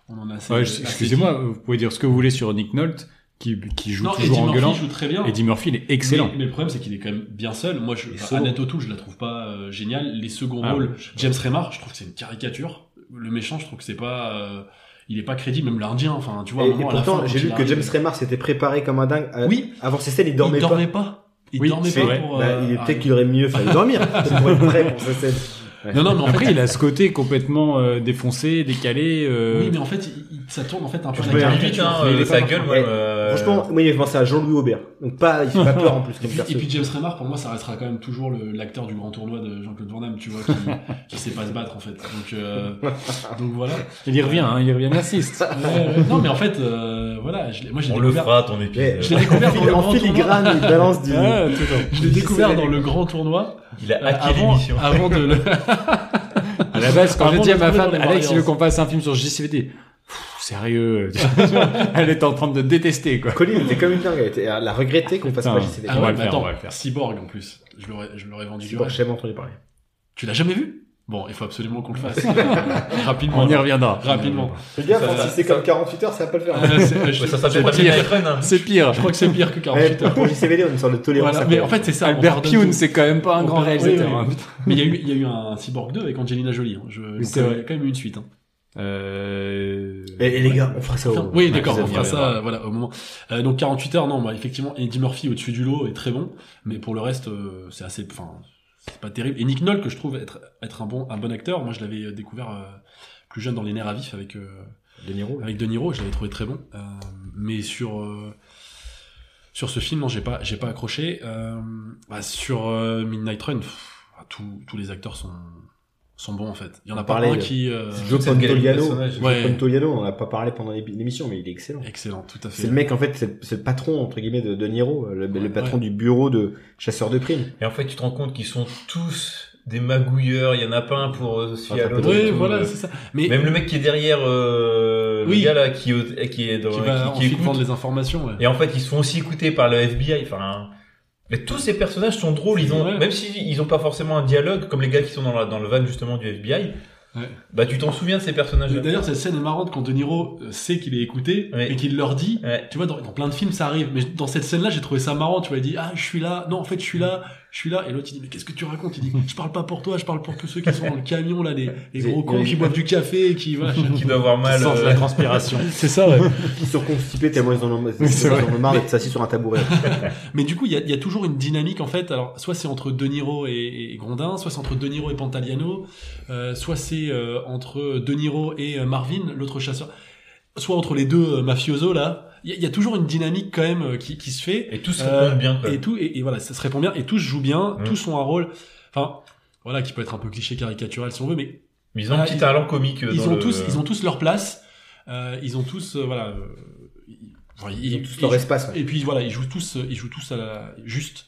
S4: on en a assez.
S2: Ouais,
S4: assez
S2: je- excusez-moi, vous pouvez dire ce que vous voulez sur Nick Nolte, qui, qui
S4: dit.
S2: joue
S4: Non, Eddie
S2: toujours en gueulant.
S4: Murphy joue très bien.
S2: Eddie Murphy, il est excellent.
S4: Mais, mais le problème, c'est qu'il est quand même bien seul. Moi, je,
S1: Il est
S4: bah,
S1: solo.
S4: Annette O'Toole, je la trouve pas euh, géniale. Les seconds
S2: Ah,
S4: rôles, James Remar, je trouve que c'est une caricature. Le méchant, je trouve que c'est pas, euh, il est pas crédible, même l'Indien. Enfin, tu vois. à
S1: Et,
S4: un
S1: et
S4: moment, à la fin,
S1: pourtant,
S4: quand
S1: j'ai
S4: il
S1: lu que
S4: arrive-
S1: James Remar s'était préparé comme un dingue. à-
S4: Oui,
S1: Avant ces scènes, il
S4: il dormait,
S1: dormait pas.
S4: pas. Il
S2: Oui,
S4: dormait
S2: c'est
S4: pas
S2: vrai.
S4: pour.
S1: Bah,
S4: euh,
S1: il est-
S4: arriver.
S1: Peut-être qu'il aurait mieux fallu dormir pour être prêt pour ces scènes.
S2: Non, non, mais en fait, il a ce côté complètement euh, défoncé, décalé. euh,
S4: Oui, mais en fait, il- il- ça tourne en fait un peu. à la
S1: peux
S3: Très
S1: aller
S4: caricature.
S3: vite, hein,
S1: Mais
S3: euh,
S1: il est
S3: sa
S1: pas-
S3: gueule, moi.
S1: Eh,
S3: euh,
S1: Franchement, moi, il pensé à Jean-Louis Aubert. Donc pas, il fait pas peur en plus
S4: Et
S1: comme
S4: puis, et
S1: personne.
S4: puis James Remar, pour moi, ça restera quand même toujours le- l'acteur du grand tournoi de Jean-Claude Van Damme, tu vois, qui, qui sait pas se battre en fait. Donc, euh, donc voilà.
S2: Il y revient, hein, il revient assiste.
S4: Ouais, ouais. non, mais en fait, euh, voilà, je l'ai- moi j'ai
S3: On le
S4: découvert
S3: fera, ton
S4: Je
S3: épisode.
S4: l'ai découvert dans le
S1: en
S4: grand tournoi.
S1: filigrane, il balance du.
S2: Ah, toujours.
S4: Je l'ai découvert dans le grand tournoi
S3: Il a
S4: euh,
S3: hacké
S4: avant,
S3: l'émission.
S4: avant de le.
S2: À la base, quand
S4: Avant
S2: j'ai dit à
S4: de
S2: ma
S4: trouver
S2: femme,
S4: dans les
S2: Alex, il
S4: Warriors.
S2: veut qu'on fasse un film sur JCVD. Pff, sérieux Elle est en train de détester, quoi.
S1: Colin était comme une dingue, elle, était- elle a regretté qu'on fasse
S2: Putain.
S1: pas JCD.
S2: Ah ouais,
S4: mais
S2: le faire,
S4: attends,
S2: on va le faire.
S4: Cyborg en plus. Je l'aurais, je l'aurais vendu
S1: C'est
S4: Ah, du
S1: pour que
S4: rêve.
S1: j'ai jamais entendu parler.
S4: Tu l'as jamais vu Bon, il faut absolument qu'on le fasse. Rapidement.
S2: On y reviendra.
S4: Rapidement.
S1: Fais gaffe,
S3: Ça-
S1: hein, si c'est comme 48 heures, ça va pas le faire. hein.
S4: Euh, c'est- euh, je-
S3: Ouais, ça s'appelle
S4: je-
S3: pas
S4: je-
S3: Midnight Run. hein.
S2: C'est pire.
S4: Je crois que c'est pire que
S1: Ouais,
S4: 48 heures.
S1: pour JCVD, on est sur le tolérance.
S4: Voilà,
S1: à
S4: Mais
S1: faire.
S4: en fait, c'est ça. on
S2: Albert
S4: pardonne tout.
S2: Pioun, c'est quand même pas un
S4: On
S2: grand
S4: pardonne-
S2: réalisateur.
S4: oui, oui,
S2: hein.
S4: Mais il y, a eu- il y a eu un Cyborg 2 avec Angelina Jolie. hein. Je... donc,
S2: c'est
S4: euh,
S2: vrai.
S4: il y a quand même eu une suite. hein.
S2: Euh...
S1: Et, et Eh, les gars, on fera ça
S4: Enfin,
S1: au.
S4: oui, d'accord, on
S1: épisode, on
S4: fera
S1: verra.
S4: ça euh, voilà, au moment. Euh, donc 48 heures, non, bah, effectivement, Eddie Murphy au-dessus du lot est très bon, mais pour le reste, euh, c'est assez. Enfin, c'est pas terrible. Et Nick Nolte, que je trouve être, être un, bon, un bon acteur, moi je l'avais euh, découvert euh, plus jeune dans Les Nerfs à Vif avec, euh,
S1: De Niro.
S4: avec De Niro, je l'avais trouvé très bon. Euh, mais sur. euh, sur ce film, non, j'ai pas, j'ai pas accroché. Euh, bah, sur euh, Midnight Run, pff, bah, tous, tous les acteurs sont, sont bons en fait. Il y en a
S1: On
S4: pas
S1: parlait
S4: un
S1: de-
S4: qui. euh,
S1: C'est Joe
S3: C'est le gars du
S1: Pantoliano.
S3: personnage.
S1: Joe
S4: Ouais.
S1: Pantoliano, on en a pas parlé pendant l'ép- l'émission, mais il est excellent.
S4: Excellent, tout à fait.
S1: C'est le mec, en fait, c'est c'est le patron, entre guillemets, de, de Niro, le, le
S4: Ouais.
S1: patron du bureau de chasseurs de primes.
S3: Et en fait, tu te rends compte qu'ils sont tous des magouilleurs. Il y en a pas un pour euh, se fier à
S1: Ah, t'as
S3: l'autre
S1: pas
S3: et
S4: Oui,
S3: tout,
S4: voilà,
S3: euh.
S4: c'est ça. Mais
S3: Même le mec qui est derrière euh,
S4: Oui.
S3: le gars là qui, euh, qui est dans
S4: qui va
S3: qui- qui
S4: ensuite
S3: écoute.
S4: vendre les informations. ouais.
S3: Et en fait, ils se font aussi écouter par le FBI. Enfin, hein. mais tous ces personnages sont drôles. Ils ont,
S4: Ouais.
S3: même s'ils ils ont pas forcément un dialogue, comme les gars qui sont dans, la- dans le van justement du FBI.
S4: Ouais.
S3: Bah, tu t'en souviens de ces
S4: Mais
S3: personnages-là.
S4: D'ailleurs, cette scène est marrante quand De Niro euh, sait qu'il est écouté
S3: Ouais.
S4: et qu'il leur dit.
S3: Ouais.
S4: Tu vois, dans, dans plein de films, ça arrive. Mais dans cette scène-là, j'ai trouvé ça marrant. Tu vois, il dit Ah, je suis là. Non, en fait, je suis là. Je suis là. Et l'autre, il dit Mais qu'est-ce que tu racontes Il dit Je parle pas pour toi, je parle pour tous ceux qui sont dans le camion, là, les, les gros
S1: C'est-
S4: cons
S1: oui.
S4: qui boivent du café et qui. Voilà,
S3: Qui doit avoir mal.
S2: sens
S3: euh,
S2: la transpiration.
S4: C'est ça, ouais.
S1: Ils sont constipés tellement ils en ont, ils
S2: c'est
S1: en
S2: vrai.
S1: ont marre d'être assis sur un tabouret.
S4: Mais du coup, il y a, il y a toujours une dynamique en fait. Alors, soit c'est entre De Niro et, et Grondin, soit c'est entre De Niro et Pantaliano, euh, soit c'est euh, entre De Niro et euh, Marvin, l'autre chasseur, soit entre les deux euh, mafiosos là. Il y, a- il y a toujours une dynamique quand même euh, qui, qui se fait.
S3: Et tous se
S4: Euh,
S3: répondent bien. quoi.
S4: Et tout et, et voilà, ça se répond bien. Et tous jouent bien,
S3: Mm.
S4: tous ont un rôle. Enfin, voilà, qui peut être un peu cliché caricatural si on veut, mais
S3: Mais ils ont un
S4: voilà,
S3: petit
S4: ah, ils-
S3: talent comique. euh,
S4: ils
S3: dans
S4: ont
S3: le-
S4: tous ils ont tous leur place. Euh, ils ont tous euh, voilà. euh, ils- enfin,
S1: Ils ont
S4: ils-
S1: tous
S4: ils
S1: leur
S4: jouent-
S1: espace. ouais.
S4: et puis voilà, ils jouent tous, ils jouent tous à la juste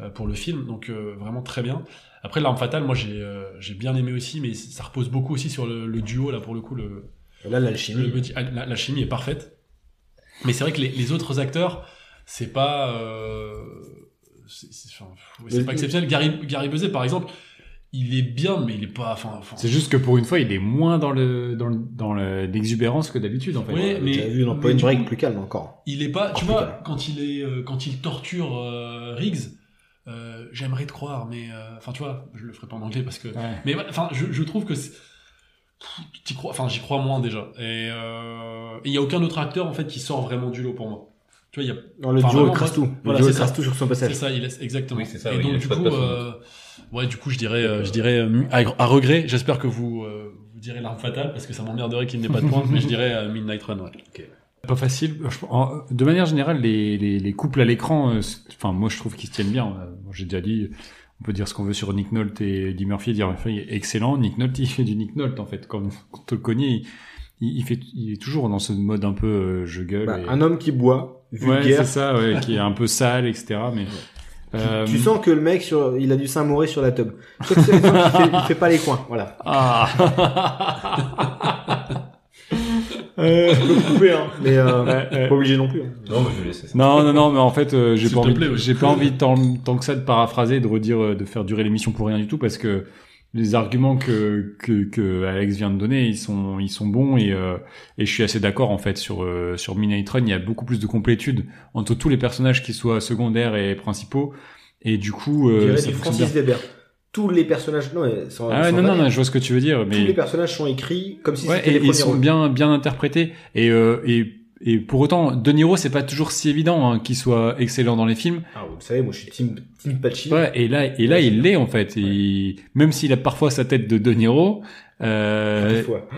S4: euh, pour le film, donc euh, vraiment très bien. Après, l'arme fatale, moi j'ai euh, j'ai bien aimé aussi, mais ça repose beaucoup aussi sur le, le duo là pour le coup. Le,
S1: Là,
S4: le
S1: l'alchimie.
S4: buddy- la, la chimie est parfaite, mais c'est vrai que les, les autres acteurs, c'est pas euh, c'est c'est- enfin, pff, c'est
S1: Mais-
S4: pas exceptionnel. Gary, Gary Busey, par exemple, il est bien, mais il est pas. Enfin, enfin,
S2: C'est juste que pour une fois, il est moins dans le dans le- dans le- l'exubérance que d'habitude, en fait.
S4: Ouais, mais-
S1: J'ai vu dans
S4: mais
S1: Point
S4: du
S1: Break
S4: coup-
S1: plus calme encore.
S4: Il est pas, tu
S1: Oh,
S4: vois,
S1: putain.
S4: quand il est, euh, quand il torture euh, Riggs, euh, j'aimerais te croire, mais euh, enfin, tu vois, je le ferai pas en anglais parce que,
S2: Ouais.
S4: mais voilà, enfin, je, je trouve que c'est- Pff, t'y crois, enfin, j'y crois moins déjà. Et euh, et il y a aucun autre acteur en fait qui sort vraiment du lot pour moi. Tu vois, il y a,
S1: Non, le
S4: Enfin,
S1: duo
S4: vraiment,
S1: crasse
S4: moi,
S1: tout. Le
S4: voilà,
S1: duo
S4: c'est ça.
S1: crasse tout sur son
S4: c'est
S1: passage.
S4: ça, il est exactement.
S3: Oui, c'est ça,
S4: Et
S3: oui, il
S4: donc
S3: laisse
S4: du
S3: pas de
S4: coup,
S3: place au
S4: euh, ouais, du coup, je dirais, euh, je dirais euh, à, à regret. J'espère que vous, euh, vous direz l'arme fatale parce que ça m'emmerderait qu'il n'ait pas de points, mais je dirais euh, Midnight Run. Ouais.
S2: Pas facile. Je- en- De manière générale, les, les, les couples à l'écran, euh, c'est- enfin moi je trouve qu'ils se tiennent bien. Euh, moi, J'ai déjà dit, on peut dire ce qu'on veut sur Nick Nolte et Eddie Murphy. Eddie Murphy est excellent. Nick Nolte, il fait du Nick Nolte en fait. Quand quand on le connaît, il, il fait, il est toujours dans ce mode un peu euh, je gueule.
S1: Bah,
S2: et-
S1: Un homme qui boit,
S2: ouais, c'est
S1: vulgaire.
S2: ça, ouais, qui est un peu sale, etc. Mais euh,
S1: Tu sens que le mec, sur, il a du Saint-Mauré sur la tub. Sauf que c'est le homme qui fait- il fait pas les coins. Voilà.
S2: Ah. Euh,
S1: Je peux couper, hein. Mais euh,
S2: ouais, ouais.
S1: pas obligé non plus. hein.
S3: Non, mais je vais laisser ça.
S2: Non, non, non, mais en fait, euh, j'ai
S4: S'il
S2: pas,
S4: te
S2: envie,
S4: plaît,
S2: de-
S4: oui.
S2: j'ai pas envie tant, tant que ça de paraphraser, de redire, euh, de faire durer l'émission pour rien du tout, parce que les arguments que, que, que Alex vient de donner, ils sont, ils sont bons et, euh, et je suis assez d'accord en fait sur, euh, sur Midnight Run. Il y a beaucoup plus de complétude entre tous les personnages qui soient secondaires et principaux, et du coup,
S1: Je
S2: euh,
S1: dirais
S2: ça
S1: du
S2: fonctionne
S1: Francis
S2: bien.
S1: Weber. Tous les personnages, non, mais sans,
S2: Ah
S1: sans
S2: ouais, non, non,
S1: vanner,
S2: non, je vois ce que tu veux dire, mais
S1: tous les personnages sont écrits comme si
S2: Ouais,
S1: c'était
S2: et
S1: les
S2: ils
S1: premiers
S2: sont
S1: rôles.
S2: bien bien interprétés et euh, et et pour autant, De Niro, c'est pas toujours si évident hein, qu'il soit excellent dans les films.
S1: Ah, vous le savez, moi je suis Team, team Pacino.
S2: Ouais, et là, et là, il l'est en fait. Il- Même s'il a parfois sa tête de De Niro,
S1: Des
S2: euh,
S1: fois.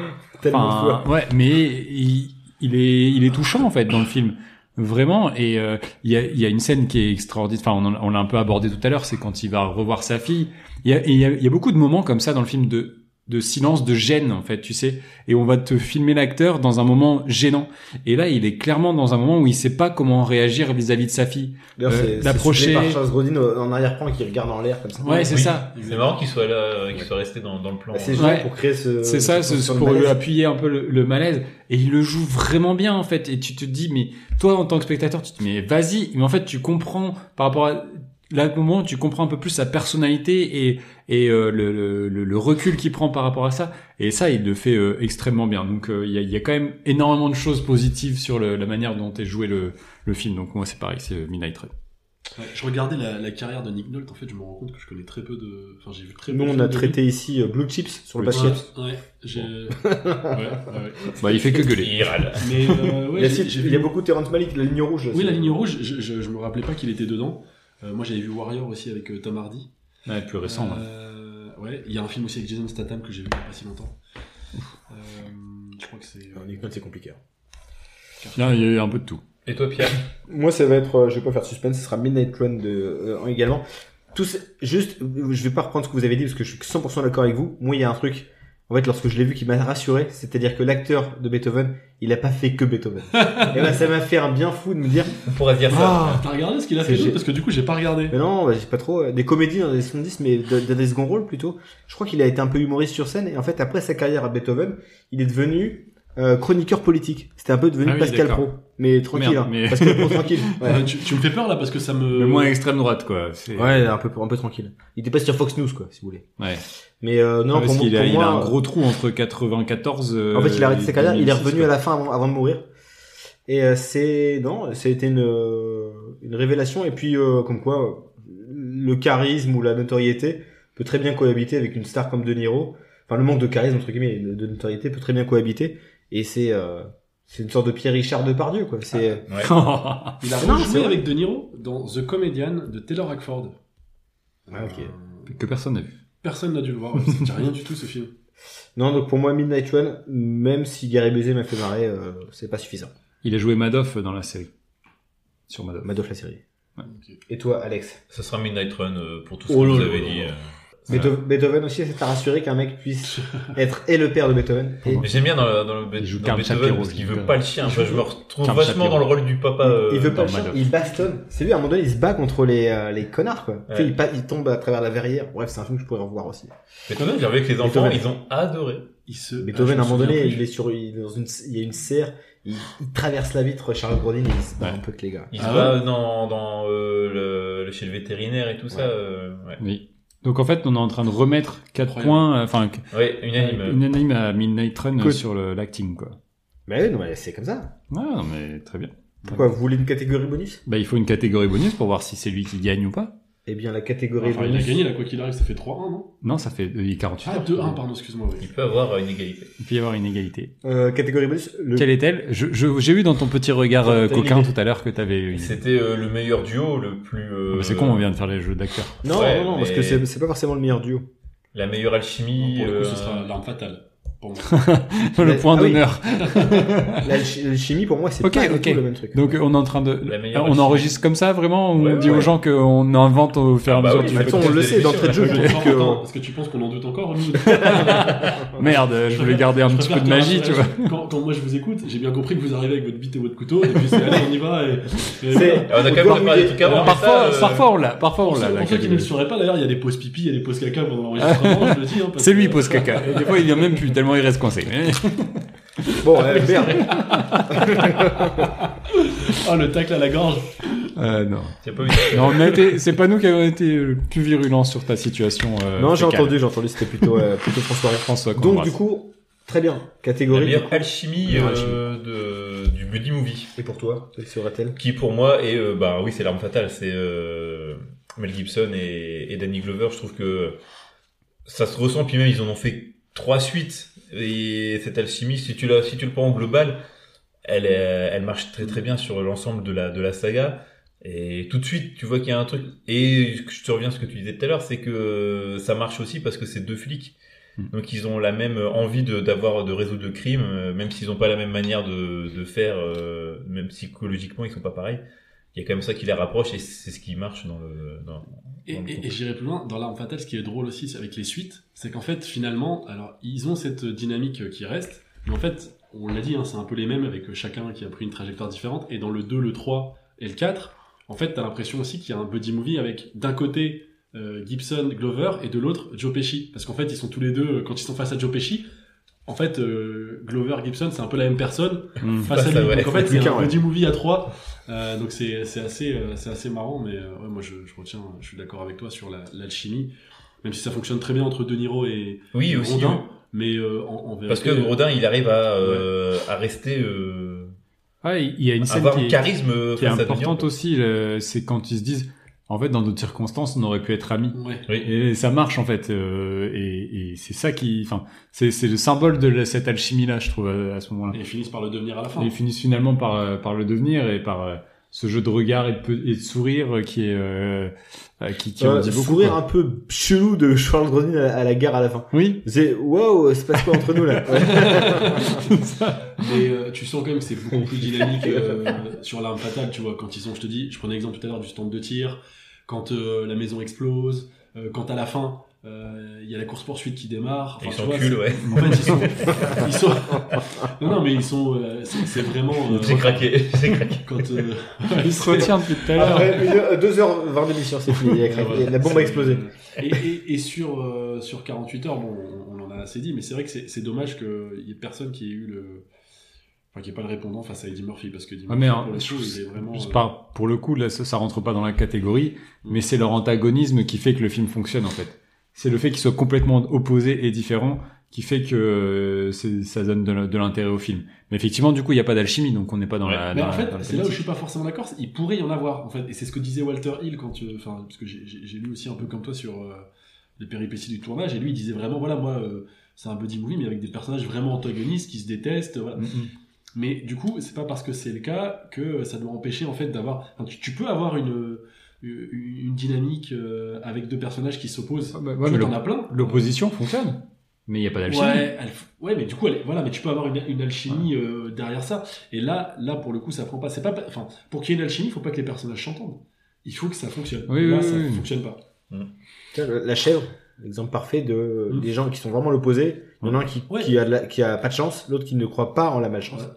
S1: Tellement de
S2: enfin,
S1: fois.
S2: ouais, mais il, il est, il est touchant en fait dans le film, vraiment. Et euh, il y, a, il y a une scène qui est extraordinaire. Enfin, on, en- on l'a un peu abordé tout à l'heure. C'est quand il va revoir sa fille. Il y a, et il y a, il y a beaucoup de moments comme ça dans le film de de silence, de gêne en fait, tu sais. Et on va te filmer l'acteur dans un moment gênant. Et là, il est clairement dans un moment où il sait pas comment réagir vis-à-vis de sa fille.
S1: D'ailleurs,
S2: Euh,
S1: c'est- c'est
S2: d'approcher.
S1: soulevé par Charles Grodin euh, en arrière-plan qui regarde en l'air comme ça.
S2: Ouais, c'est
S3: Oui.
S2: ça.
S3: C'est marrant qu'il soit là, euh, qu'il soit resté dans, dans le plan.
S1: Bah, c'est juste
S2: Ouais.
S1: pour créer ce.
S2: Euh, C'est ça,
S1: ce-
S2: c'est
S1: ce
S2: pour
S1: malaise.
S2: appuyer un peu le, le malaise. Et il le joue vraiment bien, en fait. Et tu te dis, mais toi, en tant que spectateur, tu te dis, mais vas-y. Mais en fait, tu comprends par rapport à... Là, au moment, où tu comprends un peu plus sa personnalité et, et euh, le, le- le- le recul qu'il prend par rapport à ça. Et ça, il le fait euh, extrêmement bien. Donc, euh, il y, a, il y a quand même énormément de choses positives sur le- la manière dont est joué le, le film. Donc, moi, c'est pareil, c'est euh, Midnight Train.
S4: Ouais, je regardais la, la carrière de Nick Nolte, en fait, je me rends compte que je connais très peu de. Enfin, j'ai vu très peu
S1: Nous,
S4: de
S1: on
S4: films
S1: a
S4: de
S1: traité ici euh, Blue Chips sur le
S4: lui.
S1: basket.
S4: Ouais, ouais, j'ai. ouais, ouais, ouais.
S2: Bah, il fait que gueuler.
S3: Il râle.
S4: Mais euh, ouais,
S1: il, y a,
S4: j'ai-
S1: si-
S4: j'ai
S1: il
S4: vu-
S1: y a beaucoup de Terrence Malick, la ligne rouge.
S4: Oui,
S1: c'est-
S4: la ligne rouge, je, je, je me rappelais pas qu'il était dedans. Euh, moi, j'avais vu Warrior aussi avec euh, Tom Hardy.
S2: Ouais, plus récent. ouais.
S4: Euh, ouais, il y a un film aussi avec Jason Statham que j'ai vu il y a pas si longtemps. Euh, je crois que c'est. euh,
S1: Non, Nick Nolte, c'est compliqué. hein.
S2: Là, il y a eu un peu de tout.
S3: Et toi, Pierre
S1: Moi, ça va être, euh, je vais pas faire suspense, ce sera Midnight Run de, euh, également. Tous, juste, euh, je vais pas reprendre ce que vous avez dit parce que je suis 100% d'accord avec vous. Moi, il y a un truc. En fait, lorsque je l'ai vu, qui m'a rassuré, c'est-à-dire que l'acteur de Beethoven, il a pas fait que Beethoven. et ben, ça m'a fait un bien fou de me dire,
S3: On pourrait se dire ça.
S1: ah,
S4: T'as regardé ce qu'il a
S1: C'est
S4: fait d'autre
S1: gé-
S4: Parce que du coup, j'ai pas regardé.
S1: mais non, bah, j'ai pas trop, euh, des comédies dans les années 70, mais de- dans des seconds rôles plutôt. Je crois qu'il a été un peu humoriste sur scène et en fait, après sa carrière à Beethoven, il est devenu, euh, chroniqueur politique. C'était un peu devenu
S2: Ah oui,
S1: Pascal
S2: d'accord. Oh,
S1: Pro. Mais tranquille,
S2: Merde,
S1: hein.
S2: mais-
S1: Pascal Pro tranquille. Ouais.
S4: Euh, tu, tu me fais peur là parce que ça me.
S2: Le moins extrême droite, quoi. C'est-
S1: Ouais, un peu, un peu tranquille. Il était pas sur Fox News, quoi, si vous voulez.
S2: ouais.
S1: Mais euh, non,
S2: parce
S1: pour, moi-
S2: qu'il a,
S1: pour
S2: il
S1: moi,
S2: a un gros trou entre euh, 94.
S1: en fait, il a arrêté sa carrière, il est revenu à
S2: la
S1: la fin avant, avant de mourir. Et euh, c'est non, ça a été une euh, une révélation. Et puis euh, comme quoi, euh, le charisme ou la notoriété peut très bien cohabiter avec une star comme De Niro. Enfin, le manque de charisme entre guillemets, et de, de notoriété peut très bien cohabiter. Et c'est euh, c'est une sorte de Pierre Richard Depardieu, quoi. C'est
S3: Ouais.
S4: Il a
S1: Non, c'est
S4: rejoué
S1: vrai.
S4: avec De Niro dans The Comedian de Taylor Hackford.
S1: Ah,
S4: Euh,
S2: que personne n'a vu.
S4: Personne n'a dû le voir. ouais, Ça ne dit rien du tout ce film.
S1: Non, donc pour moi, Midnight Run, même si Gary Busey m'a fait marrer, euh, c'est pas suffisant.
S2: Il a joué Madoff dans la série. Sur Madoff.
S1: Madoff la série.
S4: Ok.
S1: Et toi, Alex
S3: Ce sera Midnight Run euh, pour tout ce
S1: Oh
S3: que
S1: là
S3: vous
S1: là
S3: avez
S1: là
S3: dit.
S1: là.
S3: euh.
S1: Beethoven, Beethoven aussi, c'est à rassurer qu'un mec puisse être et le père de Beethoven. Et,
S3: Mais J'aime bien dans, le- dans le
S2: Il joue
S3: dans
S2: Karl
S3: Beethoven
S2: Shapiro,
S3: parce qu'il
S2: il
S3: veut
S2: joue-
S3: pas le chien.
S2: il
S3: Enfin,
S2: joue-
S3: je me retrouve
S2: Karl
S3: vachement
S2: Shapiro.
S3: dans le rôle du papa. euh,
S1: il veut pas
S2: dans
S1: le chien,
S2: Madoff.
S1: il bastonne. C'est lui, à un moment donné, il se bat contre les, euh, les connards, quoi. Tu sais,
S3: Ouais.
S1: il, pa- il tombe à travers la verrière. Bref, c'est un film que je pourrais revoir aussi.
S3: Beethoven, j'ai avec les enfants,
S1: Beethoven.
S3: ils ont adoré.
S4: Il se...
S1: Beethoven,
S4: Ah,
S1: à un
S4: je me
S1: moment
S4: souviens
S1: donné,
S4: plus.
S1: il est sur, il est dans une, il y a une serre, il, il traverse la vitre, Charles Grodin, il se bat
S2: Ouais.
S1: un peu que les gars.
S3: Ils
S4: Ah
S3: se battent dans, dans euh, le, le- chez le vétérinaire et tout ça.
S1: Ouais.
S3: euh, ouais.
S2: Oui. Donc en fait, on est en train de remettre 4
S4: Incroyable.
S2: points, euh, enfin
S3: Ouais, unanime.
S2: une anime à Midnight Run euh,
S1: Cool.
S2: sur le- l'acting, quoi.
S1: Mais oui, non, mais c'est comme ça.
S2: Ouais, non, mais très bien.
S1: Pourquoi, vous voulez une catégorie bonus?
S2: Bah, il faut une catégorie bonus pour voir si c'est lui qui gagne ou pas.
S1: Eh bien, la catégorie
S4: Enfin, il a
S1: bonus.
S4: gagné là, quoi qu'il arrive, ça fait 3-1, non
S2: Non, ça fait euh, 48
S4: Ah,
S2: heures.
S4: 2-1, pardon, excuse-moi. ouais.
S3: Il peut avoir une égalité.
S2: Il peut y avoir une égalité.
S1: Euh, catégorie bonus, le,
S2: Quelle est-elle Je- je- J'ai vu dans ton petit regard euh,
S1: T'as une
S2: coquin
S1: idée.
S2: tout à l'heure que t'avais eu. une-
S3: C'était euh, le meilleur duo, le plus. euh,
S2: Bah, C'est con, on vient de faire les jeux d'acteurs.
S1: non,
S3: Ouais,
S1: non, non, parce
S3: mais-
S1: que c'est c'est pas forcément le meilleur duo.
S3: La meilleure alchimie.
S4: Pour le coup,
S3: euh,
S4: ce sera l'arme fatale. Pour moi.
S2: le
S1: Mais-
S2: point
S1: ah oui.
S2: d'honneur.
S1: L'alchi- L'alchimie, pour moi, c'est
S2: Ok,
S1: pas du
S2: ok.
S1: tout le même truc.
S2: Donc euh, on est en train de, euh,
S3: La meilleure
S2: on
S3: version.
S2: enregistre comme ça vraiment, on
S3: Ouais,
S2: dit
S3: ouais.
S2: aux gens qu'on invente au fur et à
S3: Ah bah
S2: mesure
S3: oui,
S2: du
S1: De toute façon,
S2: podcast.
S1: on le sait, d'entrée de jeu, je
S4: Attends,
S1: te dis
S4: attends,
S1: que...
S4: Parce que tu penses qu'on en doute encore, nous
S2: Merde, euh, je voulais garder un petit peu de magie,
S3: euh,
S2: tu vois.
S4: Quand, quand moi je vous écoute, j'ai bien compris que vous arrivez avec votre bite et votre couteau, et puis c'est allez, on y va. Et, et voilà.
S1: C'est-
S3: Ah, On a quand même
S1: doit
S3: préparé des
S1: mouiller.
S3: trucs avant. mais
S2: Parfois,
S3: ça, euh,
S2: parfois on l'a, parfois on
S4: Pour
S2: l'a.
S4: ceux,
S2: la
S4: pour ceux qui ne le
S2: catégorie.
S4: sauraient pas, d'ailleurs, il y a des pauses pipi, il y a des pauses caca pendant l'enregistrement, je le dis. hein, parce
S2: C'est lui
S4: que-
S2: pose caca. Et des fois il vient même plus tellement il reste coincé. Mais-
S1: Bon, ouais, merde.
S4: Ah, le tacle à la gorge.
S2: Euh, non,
S3: C'est pas une-
S2: non on a été- c'est pas nous qui avons été le plus virulents sur ta situation. euh,
S1: non, j'ai
S2: fécale.
S1: entendu, j'ai entendu, c'était plutôt, euh, plutôt François Ré.
S2: François. qu'on
S1: Donc,
S2: embrasse.
S1: du coup, très bien.
S3: La
S1: Catégorie.
S3: meilleure alchimie
S1: Meilleure
S3: euh, de, du buddy movie.
S1: Et pour toi, quelle sera-t-elle
S3: Qui pour moi est, euh, bah oui, c'est l'arme fatale, c'est euh, Mel Gibson et, et Danny Glover. Je trouve que ça se ressent, puis même ils en ont fait trois suites. Et cette alchimie, si tu, la, si tu le prends en global, elle, est- elle marche très très bien sur l'ensemble de la, de la saga. Et tout de suite, tu vois qu'il y a un truc. Et je te reviens à ce que tu disais tout à l'heure, c'est que ça marche aussi parce que c'est deux flics.
S2: Mm.
S3: Donc ils ont la même envie de d'avoir de résoudre le crime, euh, même s'ils n'ont pas la même manière de, de faire, euh, même psychologiquement ils sont pas pareils. il y a quand même ça qui les rapproche et c'est ce qui marche dans le. Dans...
S4: Et, et- et j'irai plus loin, dans l'arme fatale, ce qui est drôle aussi c'est avec les suites, c'est qu'en fait, finalement, alors ils ont cette dynamique euh, qui reste, mais en fait, on l'a dit, hein, c'est un peu les mêmes avec euh, chacun qui a pris une trajectoire différente, et dans le 2, le 3 et le 4, en fait, t'as l'impression aussi qu'il y a un buddy movie avec d'un côté euh, Gibson, Glover, et de l'autre Joe Pesci, parce qu'en fait, ils sont tous les deux, euh, quand ils sont face à Joe Pesci, en fait, euh, Glover, Gibson, c'est un peu la même personne,
S2: Mm.
S4: face à
S3: Face à-
S4: lui.
S3: ouais.
S4: Donc en fait, c'est
S1: Lucas,
S4: un
S1: ouais.
S4: buddy movie à trois. Euh, donc c'est c'est assez euh, c'est assez marrant, mais euh, ouais, moi je, je retiens, je suis d'accord avec toi sur la- l'alchimie, même si ça fonctionne très bien entre De Niro et
S3: Oui,
S4: et
S3: aussi.
S4: Rodin,
S3: oui.
S4: mais euh, en, en vérité,
S3: Parce que Rodin, il arrive à, euh, à rester, euh,
S2: Ouais, Ah, il y a une
S3: à
S2: scène
S3: avoir
S2: qui
S3: un
S2: est-
S3: charisme
S2: qui est
S3: face à De Niro.
S2: importante aussi, le- c'est quand ils se disent, en fait, dans d'autres circonstances, on aurait pu être amis.
S4: euh, ouais.
S3: Oui.
S2: Et ça marche en fait, euh, et, et c'est ça qui, enfin, c'est c'est le symbole de la- cette alchimie là, je trouve, euh, à ce moment-là.
S4: Et ils finissent par le devenir à la fin.
S2: Et Ils finissent finalement par euh, par le devenir et par euh, ce jeu de regard et de, pe- et de sourire euh, qui est euh, euh, qui, qui en
S1: Euh,
S2: dit beaucoup.
S1: sourire hein.
S2: quoi.
S1: un peu chelou de Charles Grodin à, à la gare à la fin.
S2: Oui.
S1: C'est waouh, se passe quoi entre nous là
S4: Mais euh, tu sens quand même que c'est beaucoup plus dynamique euh, sur l'arme fatale, tu vois. Quand ils sont, je te dis, je prenais l'exemple tout à l'heure du stand de tir, quand euh, la maison explose, euh, quand à la fin, euh, il y a la course-poursuite qui démarre.
S3: Et Ils
S4: tu vois,
S3: s'enculent, ouais.
S4: En fait, ils sont. ils sont- non, non, mais ils sont. euh, c'est c'est vraiment. euh,
S3: J'ai craqué, j'ai craqué.
S4: Quand. euh,
S2: Il se retient depuis tout à l'heure.
S1: Après 2h20 d'émission, c'est fini. il y a- il y a- La bombe a explosé.
S4: Et, et- et sur, euh, sur 48 heures, bon, on, on en a assez dit, mais c'est vrai que c'est c'est dommage qu'il n'y ait personne qui ait eu le. Enfin, qui ait pas le répondant face à Eddie Murphy, parce que Eddie
S2: Ouais,
S4: Murphy,
S2: mais hein,
S4: pour le
S2: je-
S4: coup, il est vraiment.
S2: je
S4: euh,
S2: pars- pour le coup, là, ça, ça rentre pas dans la catégorie, mais c'est leur antagonisme qui fait que le film fonctionne en fait. C'est le fait qu'ils soient complètement opposés et différents qui fait que euh, c'est- ça donne de la- de l'intérêt au film. Mais effectivement, du coup, il n'y a pas d'alchimie, donc on n'est pas dans
S3: Ouais.
S2: la.
S4: Mais
S2: dans
S4: en
S2: la-
S4: fait,
S2: Ah dans la
S4: c'est là où je
S2: thématique.
S4: suis pas forcément d'accord. Il pourrait y en avoir, en fait. Et c'est ce que disait Walter Hill quand, euh, enfin, parce que j'ai- j'ai j'ai lu aussi un peu comme toi sur euh, les péripéties du tournage. Et lui, il disait vraiment, voilà, moi, euh, c'est un buddy movie, mais avec des personnages vraiment antagonistes qui se détestent. Voilà.
S2: Mhm.
S4: Mais du coup, c'est pas parce que c'est le cas que euh, ça doit empêcher, en fait, d'avoir. enfin, tu, tu peux avoir une une une dynamique euh, avec deux personnages qui s'opposent.
S2: Ah bah, ouais,
S4: Tu
S2: mais
S4: vois, T'en
S2: l'op-
S4: as plein.
S2: L'opposition fonctionne, mais il n'y a pas d'alchimie.
S4: Ouais, elle- ouais, mais du coup, elle- voilà, mais tu peux avoir une, une alchimie euh, derrière ça. Et là, là, pour le coup, ça prend pas. C'est pas, enfin, pour qu'il y ait une alchimie, il faut pas que les personnages s'entendent. Il faut que ça fonctionne.
S2: Oui,
S4: là,
S2: oui,
S4: ça
S2: oui.
S4: fonctionne pas.
S1: Tiens, le- La chèvre, exemple parfait de
S4: Mm.
S1: des gens qui sont vraiment l'opposé. Il y en a un qui,
S4: Ouais.
S1: qui, a de la- qui a pas de chance, l'autre qui ne croit pas en la malchance.
S4: Ouais.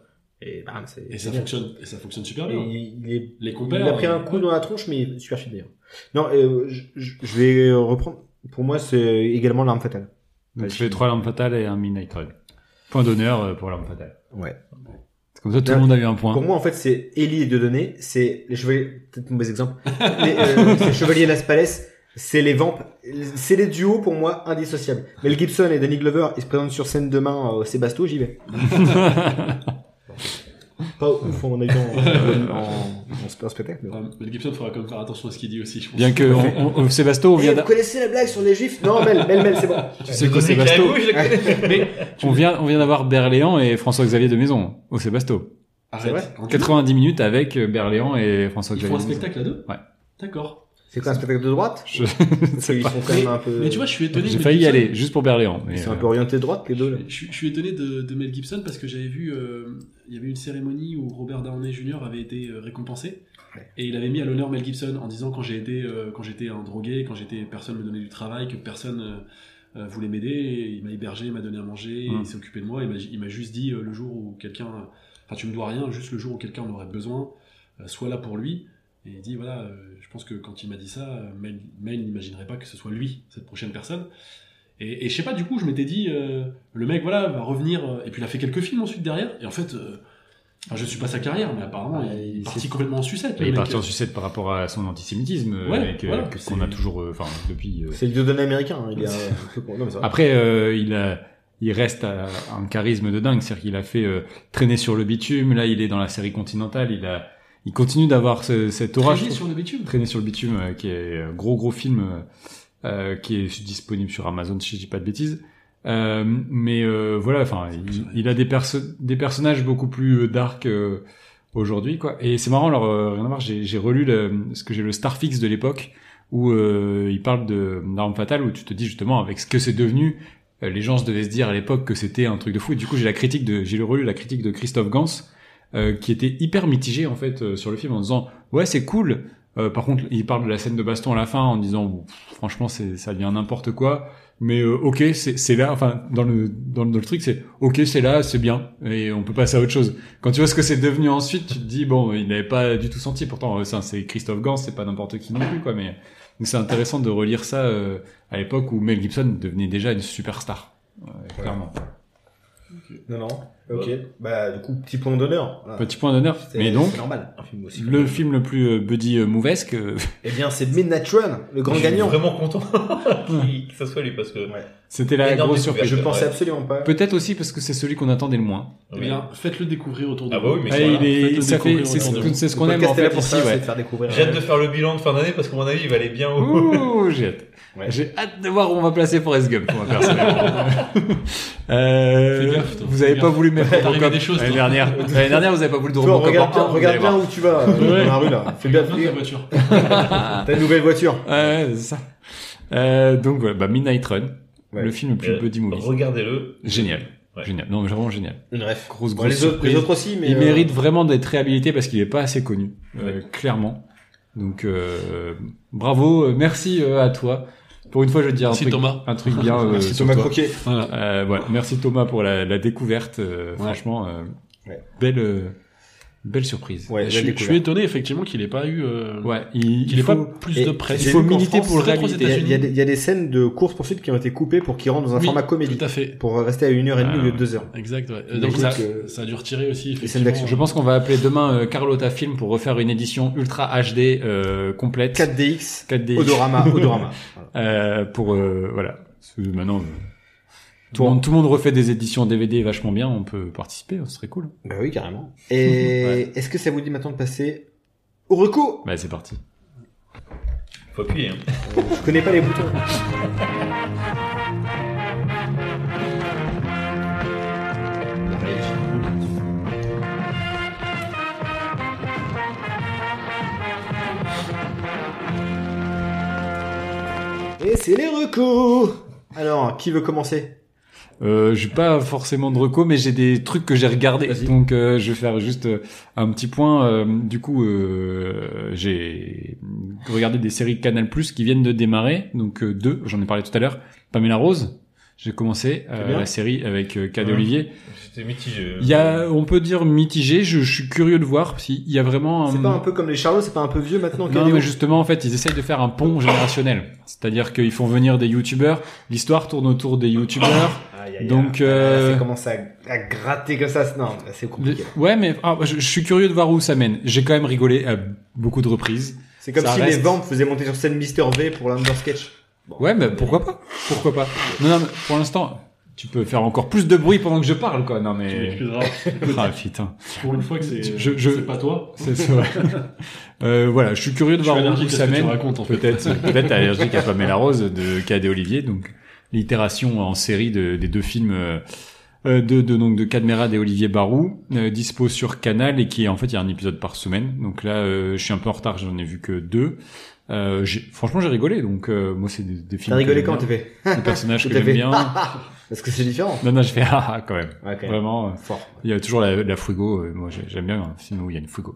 S1: Et bam, c'est.
S4: Et
S1: c'est
S4: ça
S1: bien.
S4: fonctionne. Et ça fonctionne super
S1: Et
S4: bien.
S1: il- il est
S4: Les
S1: Il
S4: compères.
S1: a pris un
S4: euh,
S1: coup dans la tronche, mais super fit d'ailleurs. Non, euh, je, je- je vais reprendre. Pour moi, c'est également l'arme fatale.
S2: Donc je fais trois larmes fatales et un midnight run. Point d'honneur euh, pour l'arme fatale.
S1: Ouais.
S2: Comme ça, tout le
S1: Là,
S2: monde a eu un point.
S1: Pour moi, en fait, c'est Ellie et Dieudonné, c'est les chevaliers, peut-être mauvais exemple, mais euh, c'est Chevalier Las Palais, c'est les vampes, c'est les duos pour moi indissociables. Mel Gibson et Danny Glover, ils se présentent sur scène demain euh, au Sébasto, j'y vais. Pas ouf, on a eu en, en, en, en spectacle. mais bon.
S4: euh, Mel Gibson fera quand même faire attention à ce qu'il dit aussi. Je pense.
S2: Bien que on, on- Sébasto, on
S1: Eh,
S2: vient
S1: vous
S2: d'a-
S1: connaissez la blague sur les juifs Non, Mel, Mel, Mel, c'est bon.
S2: tu sais quoi, Sébasto On vient, on vient d'avoir Berléand et François-Xavier de Maison au Sébasto.
S1: C'est
S4: Arrête.
S1: vrai
S4: Quand tu-
S2: 90 minutes avec euh, Berléand et
S4: Ils font
S2: François-Xavier
S4: un
S2: de Maison.
S4: spectacle à deux.
S2: Ouais.
S4: D'accord.
S1: C'est quoi un spectacle de droite
S2: Je-
S1: Parce qu'ils sont quand
S4: Mais-
S1: même un peu.
S4: Mais tu vois, je suis étonné.
S2: J'ai
S4: Mel
S2: failli y
S4: Gibson-
S2: aller, juste pour Berléand. mais,
S1: Ils sont
S2: euh,
S1: un peu orientés de droite, les deux, là.
S4: Je, suis- je suis étonné de, de Mel Gibson parce que j'avais vu, euh, il y avait une cérémonie où Robert Downey Jr. avait été euh, récompensé
S1: Ouais.
S4: et il avait mis à l'honneur Mel Gibson en disant quand j'ai été, euh, quand j'étais un drogué, quand j'étais personne me donnait du travail, que personne euh, euh, voulait m'aider, et il m'a hébergé, il m'a donné à manger,
S2: Mm.
S4: il s'est occupé de moi, il m'a- il m'a juste dit euh, le jour où quelqu'un, enfin tu me dois rien, juste le jour où quelqu'un en aurait besoin, euh, sois là pour lui. Et il dit voilà, euh, je pense que quand il m'a dit ça, euh, Mel, Mel n'imaginerait pas que ce soit lui, cette prochaine personne. Et, et je sais pas, du coup, je m'étais dit, euh, le mec, voilà, va revenir. euh, et puis il a fait quelques films ensuite derrière. Et en fait, euh, enfin, je ne suis pas sa carrière, mais apparemment,
S1: Ouais,
S4: il est
S1: il
S4: parti
S1: s'est-
S4: complètement en sucette.
S2: Il
S4: le
S2: est
S4: mec. euh,
S2: parti en sucette par rapport à son antisémitisme, euh,
S4: Ouais,
S2: avec, euh,
S4: voilà,
S2: que-
S4: c'est-
S2: qu'on a toujours, euh, enfin depuis. euh,
S1: C'est le Dieudonné américain, hein, il est un un peu con. Non, mais c'est vrai.
S2: Après, euh, il a, il reste à un charisme de dingue, c'est-à-dire qu'il a fait euh, traîner sur le bitume. Là, il est dans la série continentale. Il a, il continue d'avoir ce- cet
S4: Traîner
S2: orage.
S4: sur le bitume.
S2: Traîner sur le bitume, euh, qui est un gros gros film euh, euh, qui est disponible sur Amazon, si je dis pas de bêtises. Euh, mais euh, voilà, enfin, il, il a des perso- des personnages beaucoup plus euh, dark euh, aujourd'hui, quoi. Et c'est marrant, alors euh, rien à voir, j'ai j'ai relu le, ce que j'ai le Starfix de l'époque où euh, il parle de d'arme fatale, où tu te dis justement avec ce que c'est devenu. euh, Les gens se devaient se dire à l'époque que c'était un truc de fou. Et du coup, j'ai la critique de, j'ai relu la critique de Christophe Gans euh, qui était hyper mitigé en fait euh, sur le film en disant ouais c'est cool. Euh, par contre, il parle de la scène de baston à la fin en disant bon, pff, franchement c'est ça devient n'importe quoi. Mais euh, ok, c'est c'est là. Enfin, dans le dans, le- dans le truc, c'est ok, c'est là, c'est bien, et on peut passer à autre chose. Quand tu vois ce que c'est devenu ensuite, tu te dis bon, il n'avait pas du tout senti. Pourtant, euh, ça, c'est Christophe Gans, c'est pas n'importe qui non plus, quoi. Mais donc c'est intéressant de relire ça euh, à l'époque où Mel Gibson devenait déjà une superstar. Ouais, clairement.
S1: Non, non. Ok. Bah, du coup, petit point d'honneur. Voilà.
S2: Ah. Petit point d'honneur.
S1: C'est-
S2: Mais donc,
S1: Ah. c'est normal. Un film aussi.
S2: le film le plus euh, buddy euh, mouvesque, euh,
S1: Eh bien, c'est Midnight Run, le grand
S3: Je suis
S1: gagnant.
S3: vraiment content qu'il- que ça soit lui parce que
S1: Ouais.
S2: c'était la
S3: Énorme
S2: grosse
S3: découverte.
S2: surprise.
S1: Je pensais
S3: Ouais.
S1: absolument pas.
S2: Peut-être aussi parce que c'est celui qu'on attendait le moins.
S4: Eh
S3: Oui.
S4: bien, faites-le découvrir autour de
S3: Ah bah
S4: vous.
S3: oui, mais
S2: Ah,
S3: voilà.
S2: il est-
S4: Faites-le
S2: ça fait,
S4: découvrir
S2: c'est
S4: autour de
S2: ce-
S4: vous.
S2: c'est ce
S1: Le
S2: qu'on aime
S1: podcast
S2: en
S1: est là
S2: fait
S1: pour
S2: ici.
S1: ça, c'est
S2: ouais.
S1: de faire découvrir.
S3: j'ai hâte de
S1: euh,
S3: faire le bilan de fin d'année parce qu'à mon avis il va aller bien au
S2: Ouh, j'ai hâte.
S1: Ouais.
S2: J'ai hâte de voir où on va placer Forrest Gump, moi, personnellement. Euh,
S4: Fais gaffe, toi.
S2: vous avez
S4: Fais
S2: pas
S4: gaffe.
S2: voulu mettre
S4: T'arrives à
S2: Robocop
S4: des choses, toi.
S2: l'année dernière. L'année dernière, vous avez pas voulu de
S1: Toi,
S2: Robocop
S1: regarde
S2: en un,
S1: bien,
S2: vous
S1: regarde
S2: allez voir.
S1: bien où tu vas euh,
S4: Ouais.
S1: dans la rue là. Fais bien
S4: Regarde ta voiture.
S1: ta nouvelle voiture.
S2: Ouais, c'est ça. Euh, donc voilà, bah, Midnight Run,
S1: Ouais.
S2: le film le plus
S3: Euh,
S2: buddy movie.
S3: Regardez-le.
S2: Génial.
S3: Ouais.
S2: Génial. Non, mais vraiment génial.
S1: Bref.
S2: Grosse,
S1: Bon,
S2: grosse
S1: les, autres,
S2: surprise.
S1: les autres aussi, mais
S2: il
S1: euh,
S2: mérite vraiment d'être réhabilité parce qu'il est pas assez connu, euh, clairement. Donc euh, bravo, euh, merci euh, à toi. Pour une fois, je vais te dire un
S4: Merci
S2: truc,
S4: Thomas.
S2: un truc bien. euh,
S1: Merci
S2: sur
S1: Thomas
S2: toi.
S1: Croquet.
S4: Voilà.
S2: Euh, voilà. Merci Thomas pour la, la découverte. euh, Franchement, euh,
S1: Ouais.
S2: belle, euh, belle surprise.
S1: Ouais,
S4: Je suis- je suis étonné effectivement qu'il ait pas eu euh,
S2: Ouais, il,
S4: qu'il ait
S2: il faut,
S4: pas plus de
S1: Et
S4: presse.
S1: j'ai lu qu'en
S2: militer
S1: France,
S2: pour le
S4: très trop
S1: Il y, a,
S2: réhabiliter.
S1: il y a des- il y a des scènes de course poursuite qui ont été coupées pour qu'ils rentrent dans un
S4: Oui,
S1: format comédie
S4: Tout à fait.
S1: pour rester à une heure et demie
S2: Ah,
S1: au lieu
S2: ouais.
S1: de deux heures.
S4: Exact. ouais. Euh,
S1: Mais
S4: Donc
S1: écoute,
S4: ça,
S1: euh,
S4: ça a dû retirer
S1: scènes
S4: aussi. effectivement.
S1: d'action.
S2: Je pense qu'on va appeler demain euh, Carlotta Film pour refaire une édition ultra HD euh, complète
S1: 4DX,
S2: 4D
S1: odorama, odorama. Voilà.
S2: Euh, pour euh, voilà. Parce que Maintenant, euh, tout, le monde- tout le monde refait des éditions DVD vachement bien. On peut participer, ce serait cool.
S1: Bah oui, carrément. Et est-ce que ça vous dit maintenant de passer au recours
S2: Bah c'est parti.
S3: Faut appuyer. hein.
S1: Je connais pas les boutons. Et c'est les recours Alors, qui veut commencer
S2: Euh, j'ai pas forcément de recos, mais j'ai des trucs que j'ai regardés.
S1: Vas-y.
S2: Donc euh, je vais faire juste euh, un petit point. Euh, du coup, euh, j'ai regardé des séries Canal Plus qui viennent de démarrer. Donc euh, deux, j'en ai parlé tout à l'heure. Pamela Rose. J'ai commencé euh,
S1: C'est bien. Hein.
S2: la série avec euh, Cad
S3: Ouais.
S2: Olivier.
S3: J'étais mitigé. euh,
S2: Il y a, euh, on peut dire mitigé. Je, je suis curieux de voir s'il y a vraiment.
S1: C'est pas un peu comme les Charlots, c'est pas un peu vieux maintenant
S2: Non,
S1: Caléo
S2: mais justement, en fait, ils essayent de faire un pont générationnel. C'est-à-dire qu'ils font venir des youtubeurs. L'histoire tourne autour des youtubeurs.
S1: Aïe, aïe, aïe.
S2: Donc,
S1: Ah,
S2: euh,
S1: ça commence à, à gratter comme ça. Non, là, c'est compliqué.
S2: Ouais, mais ah, je, je suis curieux de voir où ça mène. J'ai quand même rigolé à beaucoup de reprises.
S1: C'est comme
S2: ça
S1: si les
S2: reste-
S1: Vamps faisaient monter sur scène Mister V pour l'Under Sketch.
S2: Ouais, mais pourquoi pas Pourquoi pas Non, non, mais pour l'instant, tu peux faire encore plus de bruit pendant que je parle, quoi. Non,
S4: Tu
S2: mais...
S4: m'excuseras.
S2: Ah, putain.
S4: Pour une fois que c'est
S2: Je- je-
S4: c'est pas toi.
S2: C'est c'est vrai. Euh, voilà, je suis curieux de
S4: Je suis
S2: voir
S4: allergique
S2: où
S4: à ce
S2: ça
S4: que tu
S2: mène.
S4: racontes, en fait.
S2: Peut-être, peut-être allergique à Pamela Rose de Cad et Olivier, donc l'itération en série de- des deux films euh, euh, de, de donc de Cadmerade et Olivier Barou, euh, dispo sur Canal et qui est en fait il y a un épisode par semaine. Donc là, euh, je suis un peu en retard, j'en ai vu que deux. Euh, j'ai- franchement, j'ai rigolé. Donc euh, moi, c'est des, des films.
S1: T'as rigolé
S2: que
S1: quand
S2: j'aime
S1: t'es fait
S2: bien, Des personnages que
S1: Tout à fait. Ah
S2: j'aime bien.
S1: Parce que c'est différent.
S2: Non, non, je fais ah, ah, quand même.
S1: Ouais, quand même.
S2: Vraiment. euh,
S1: Fort.
S2: il y a toujours la, la frigo. euh, Moi, j'ai- j'aime bien un film où il y a une frigo.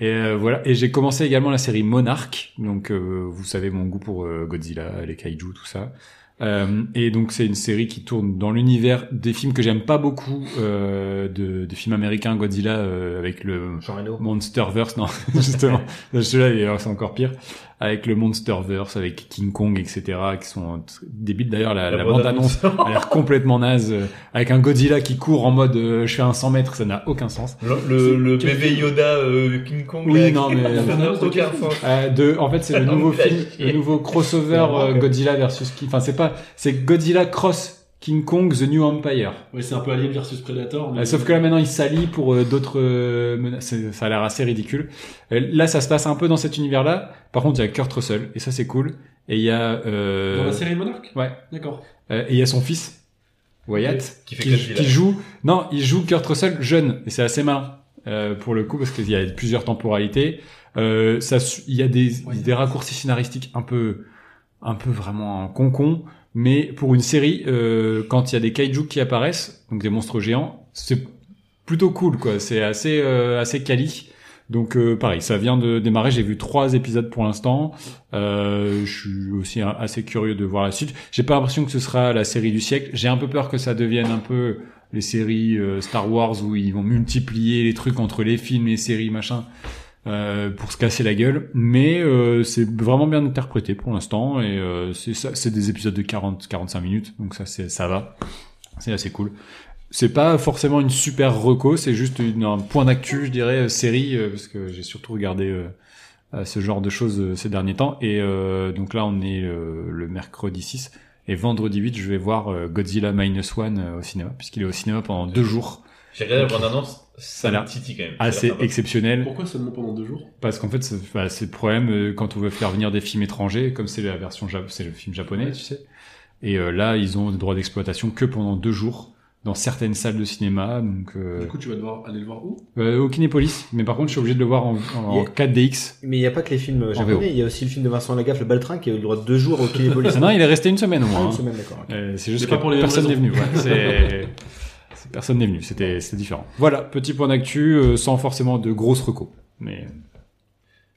S2: Et euh, voilà. Et j'ai commencé également la série Monarch. Donc, euh, vous savez mon goût pour euh, Godzilla, les kaiju, tout ça. Euh, et donc, c'est une série qui tourne dans l'univers des films que j'aime pas beaucoup, euh, de, des films américains Godzilla euh, avec le
S1: Jean Reno. Monsterverse,
S2: Monsterverse, non, justement. Non, Celui-là, il est- c'est encore pire. Avec le Monsterverse, avec King Kong, etc., qui sont tr- débiles. D'ailleurs, la, la bande-annonce a l'air complètement naze. euh, Avec un Godzilla qui court en mode euh, je fais un 100 mètres, ça n'a aucun sens.
S3: Le, le, le
S4: Quel
S3: bébé Yoda euh, King Kong.
S2: Oui,
S3: là,
S2: non,
S3: qui-
S2: mais-
S3: Ça n'a aucun sens.
S2: Euh, de, en fait, c'est le
S3: Ça
S2: nouveau
S3: me fait
S2: film,
S3: chier.
S2: le nouveau crossover euh, Godzilla versus King. Enfin, c'est pas, c'est Godzilla cross King Kong The New Empire.
S4: Ouais, c'est un peu Alien versus Predator.
S2: Euh,
S4: Mais...
S2: Sauf que là maintenant il s'allie pour euh, d'autres euh, menaces. C'est- Ça a l'air assez ridicule. Euh, Là ça se passe un peu dans cet univers-là. Par contre il y a Kurt Russell et ça c'est cool. Et il y a euh,
S4: Dans la série Monarch
S2: ouais.
S4: D'accord.
S2: Euh, et il y a son fils Wyatt
S3: Qui fait
S2: qui,
S3: Godzilla.
S2: qui joue. Non il joue Kurt Russell jeune et c'est assez malin euh, pour le coup parce qu'il y a plusieurs temporalités. Euh, ça su- il y a des
S4: Ouais.
S2: des raccourcis scénaristiques un peu un peu vraiment concon. Mais pour une série, euh, quand il y a des kaiju qui apparaissent, donc des monstres géants, c'est plutôt cool, quoi. C'est assez, euh, assez quali. Donc euh, pareil, ça vient de démarrer. J'ai vu trois épisodes pour l'instant. Euh, je suis aussi euh, assez curieux de voir la suite. J'ai pas l'impression que ce sera la série du siècle. J'ai un peu peur que ça devienne un peu les séries euh, Star Wars où ils vont multiplier les trucs entre les films, les séries, machin, euh, pour se casser la gueule. Mais euh, c'est vraiment bien interprété pour l'instant et euh, c'est ça- c'est des épisodes de 40-45 minutes, donc ça c'est ça va. C'est assez cool. C'est pas forcément une super reco, c'est juste une- un point d'actu, je dirais, euh, série, euh, parce que j'ai surtout regardé euh, euh, ce genre de choses euh, ces derniers temps. Et euh, donc là, on est euh, le mercredi 6. Et vendredi 8, je vais voir euh, Godzilla Minus One euh, au cinéma, puisqu'il est au cinéma pendant deux jours.
S3: J'ai regardé la bande-annonce, ça
S2: a l'air
S3: me titille quand même. Ça a
S2: Assez
S3: l'air sympa.
S2: exceptionnel.
S4: Pourquoi seulement pendant deux jours
S2: Parce qu'en fait, c'est bah, c'est le problème euh, quand on veut faire venir des films étrangers, comme c'est la version ja- c'est le film japonais, tu sais. Et euh, là, ils ont le droit d'exploitation que pendant deux jours dans certaines salles de cinéma. Donc, euh,
S4: Du coup, tu vas devoir aller le voir où
S2: euh, au Kinépolis. Mais par contre, je suis obligé de le voir en, en
S1: Yeah.
S2: 4DX.
S1: Mais il n'y a pas que les films
S2: VO.
S4: oh.
S1: japonais, il y a aussi le film de Vincent Lagaffe, Le Baltrin, qui a eu le droit de deux jours au Kinépolis.
S2: non, il est resté une semaine au moins.
S1: Ah, une
S2: hein.
S1: semaine, d'accord. ok.
S2: Euh, c'est juste
S4: Mais
S2: que
S4: pas pour les mêmes
S2: personne n'est
S4: raisons.
S2: venu. ouais. C'est- c'est- personne n'est venu. C'était c'était différent. Voilà, petit point d'actu, euh, sans forcément de grosses recos. Mais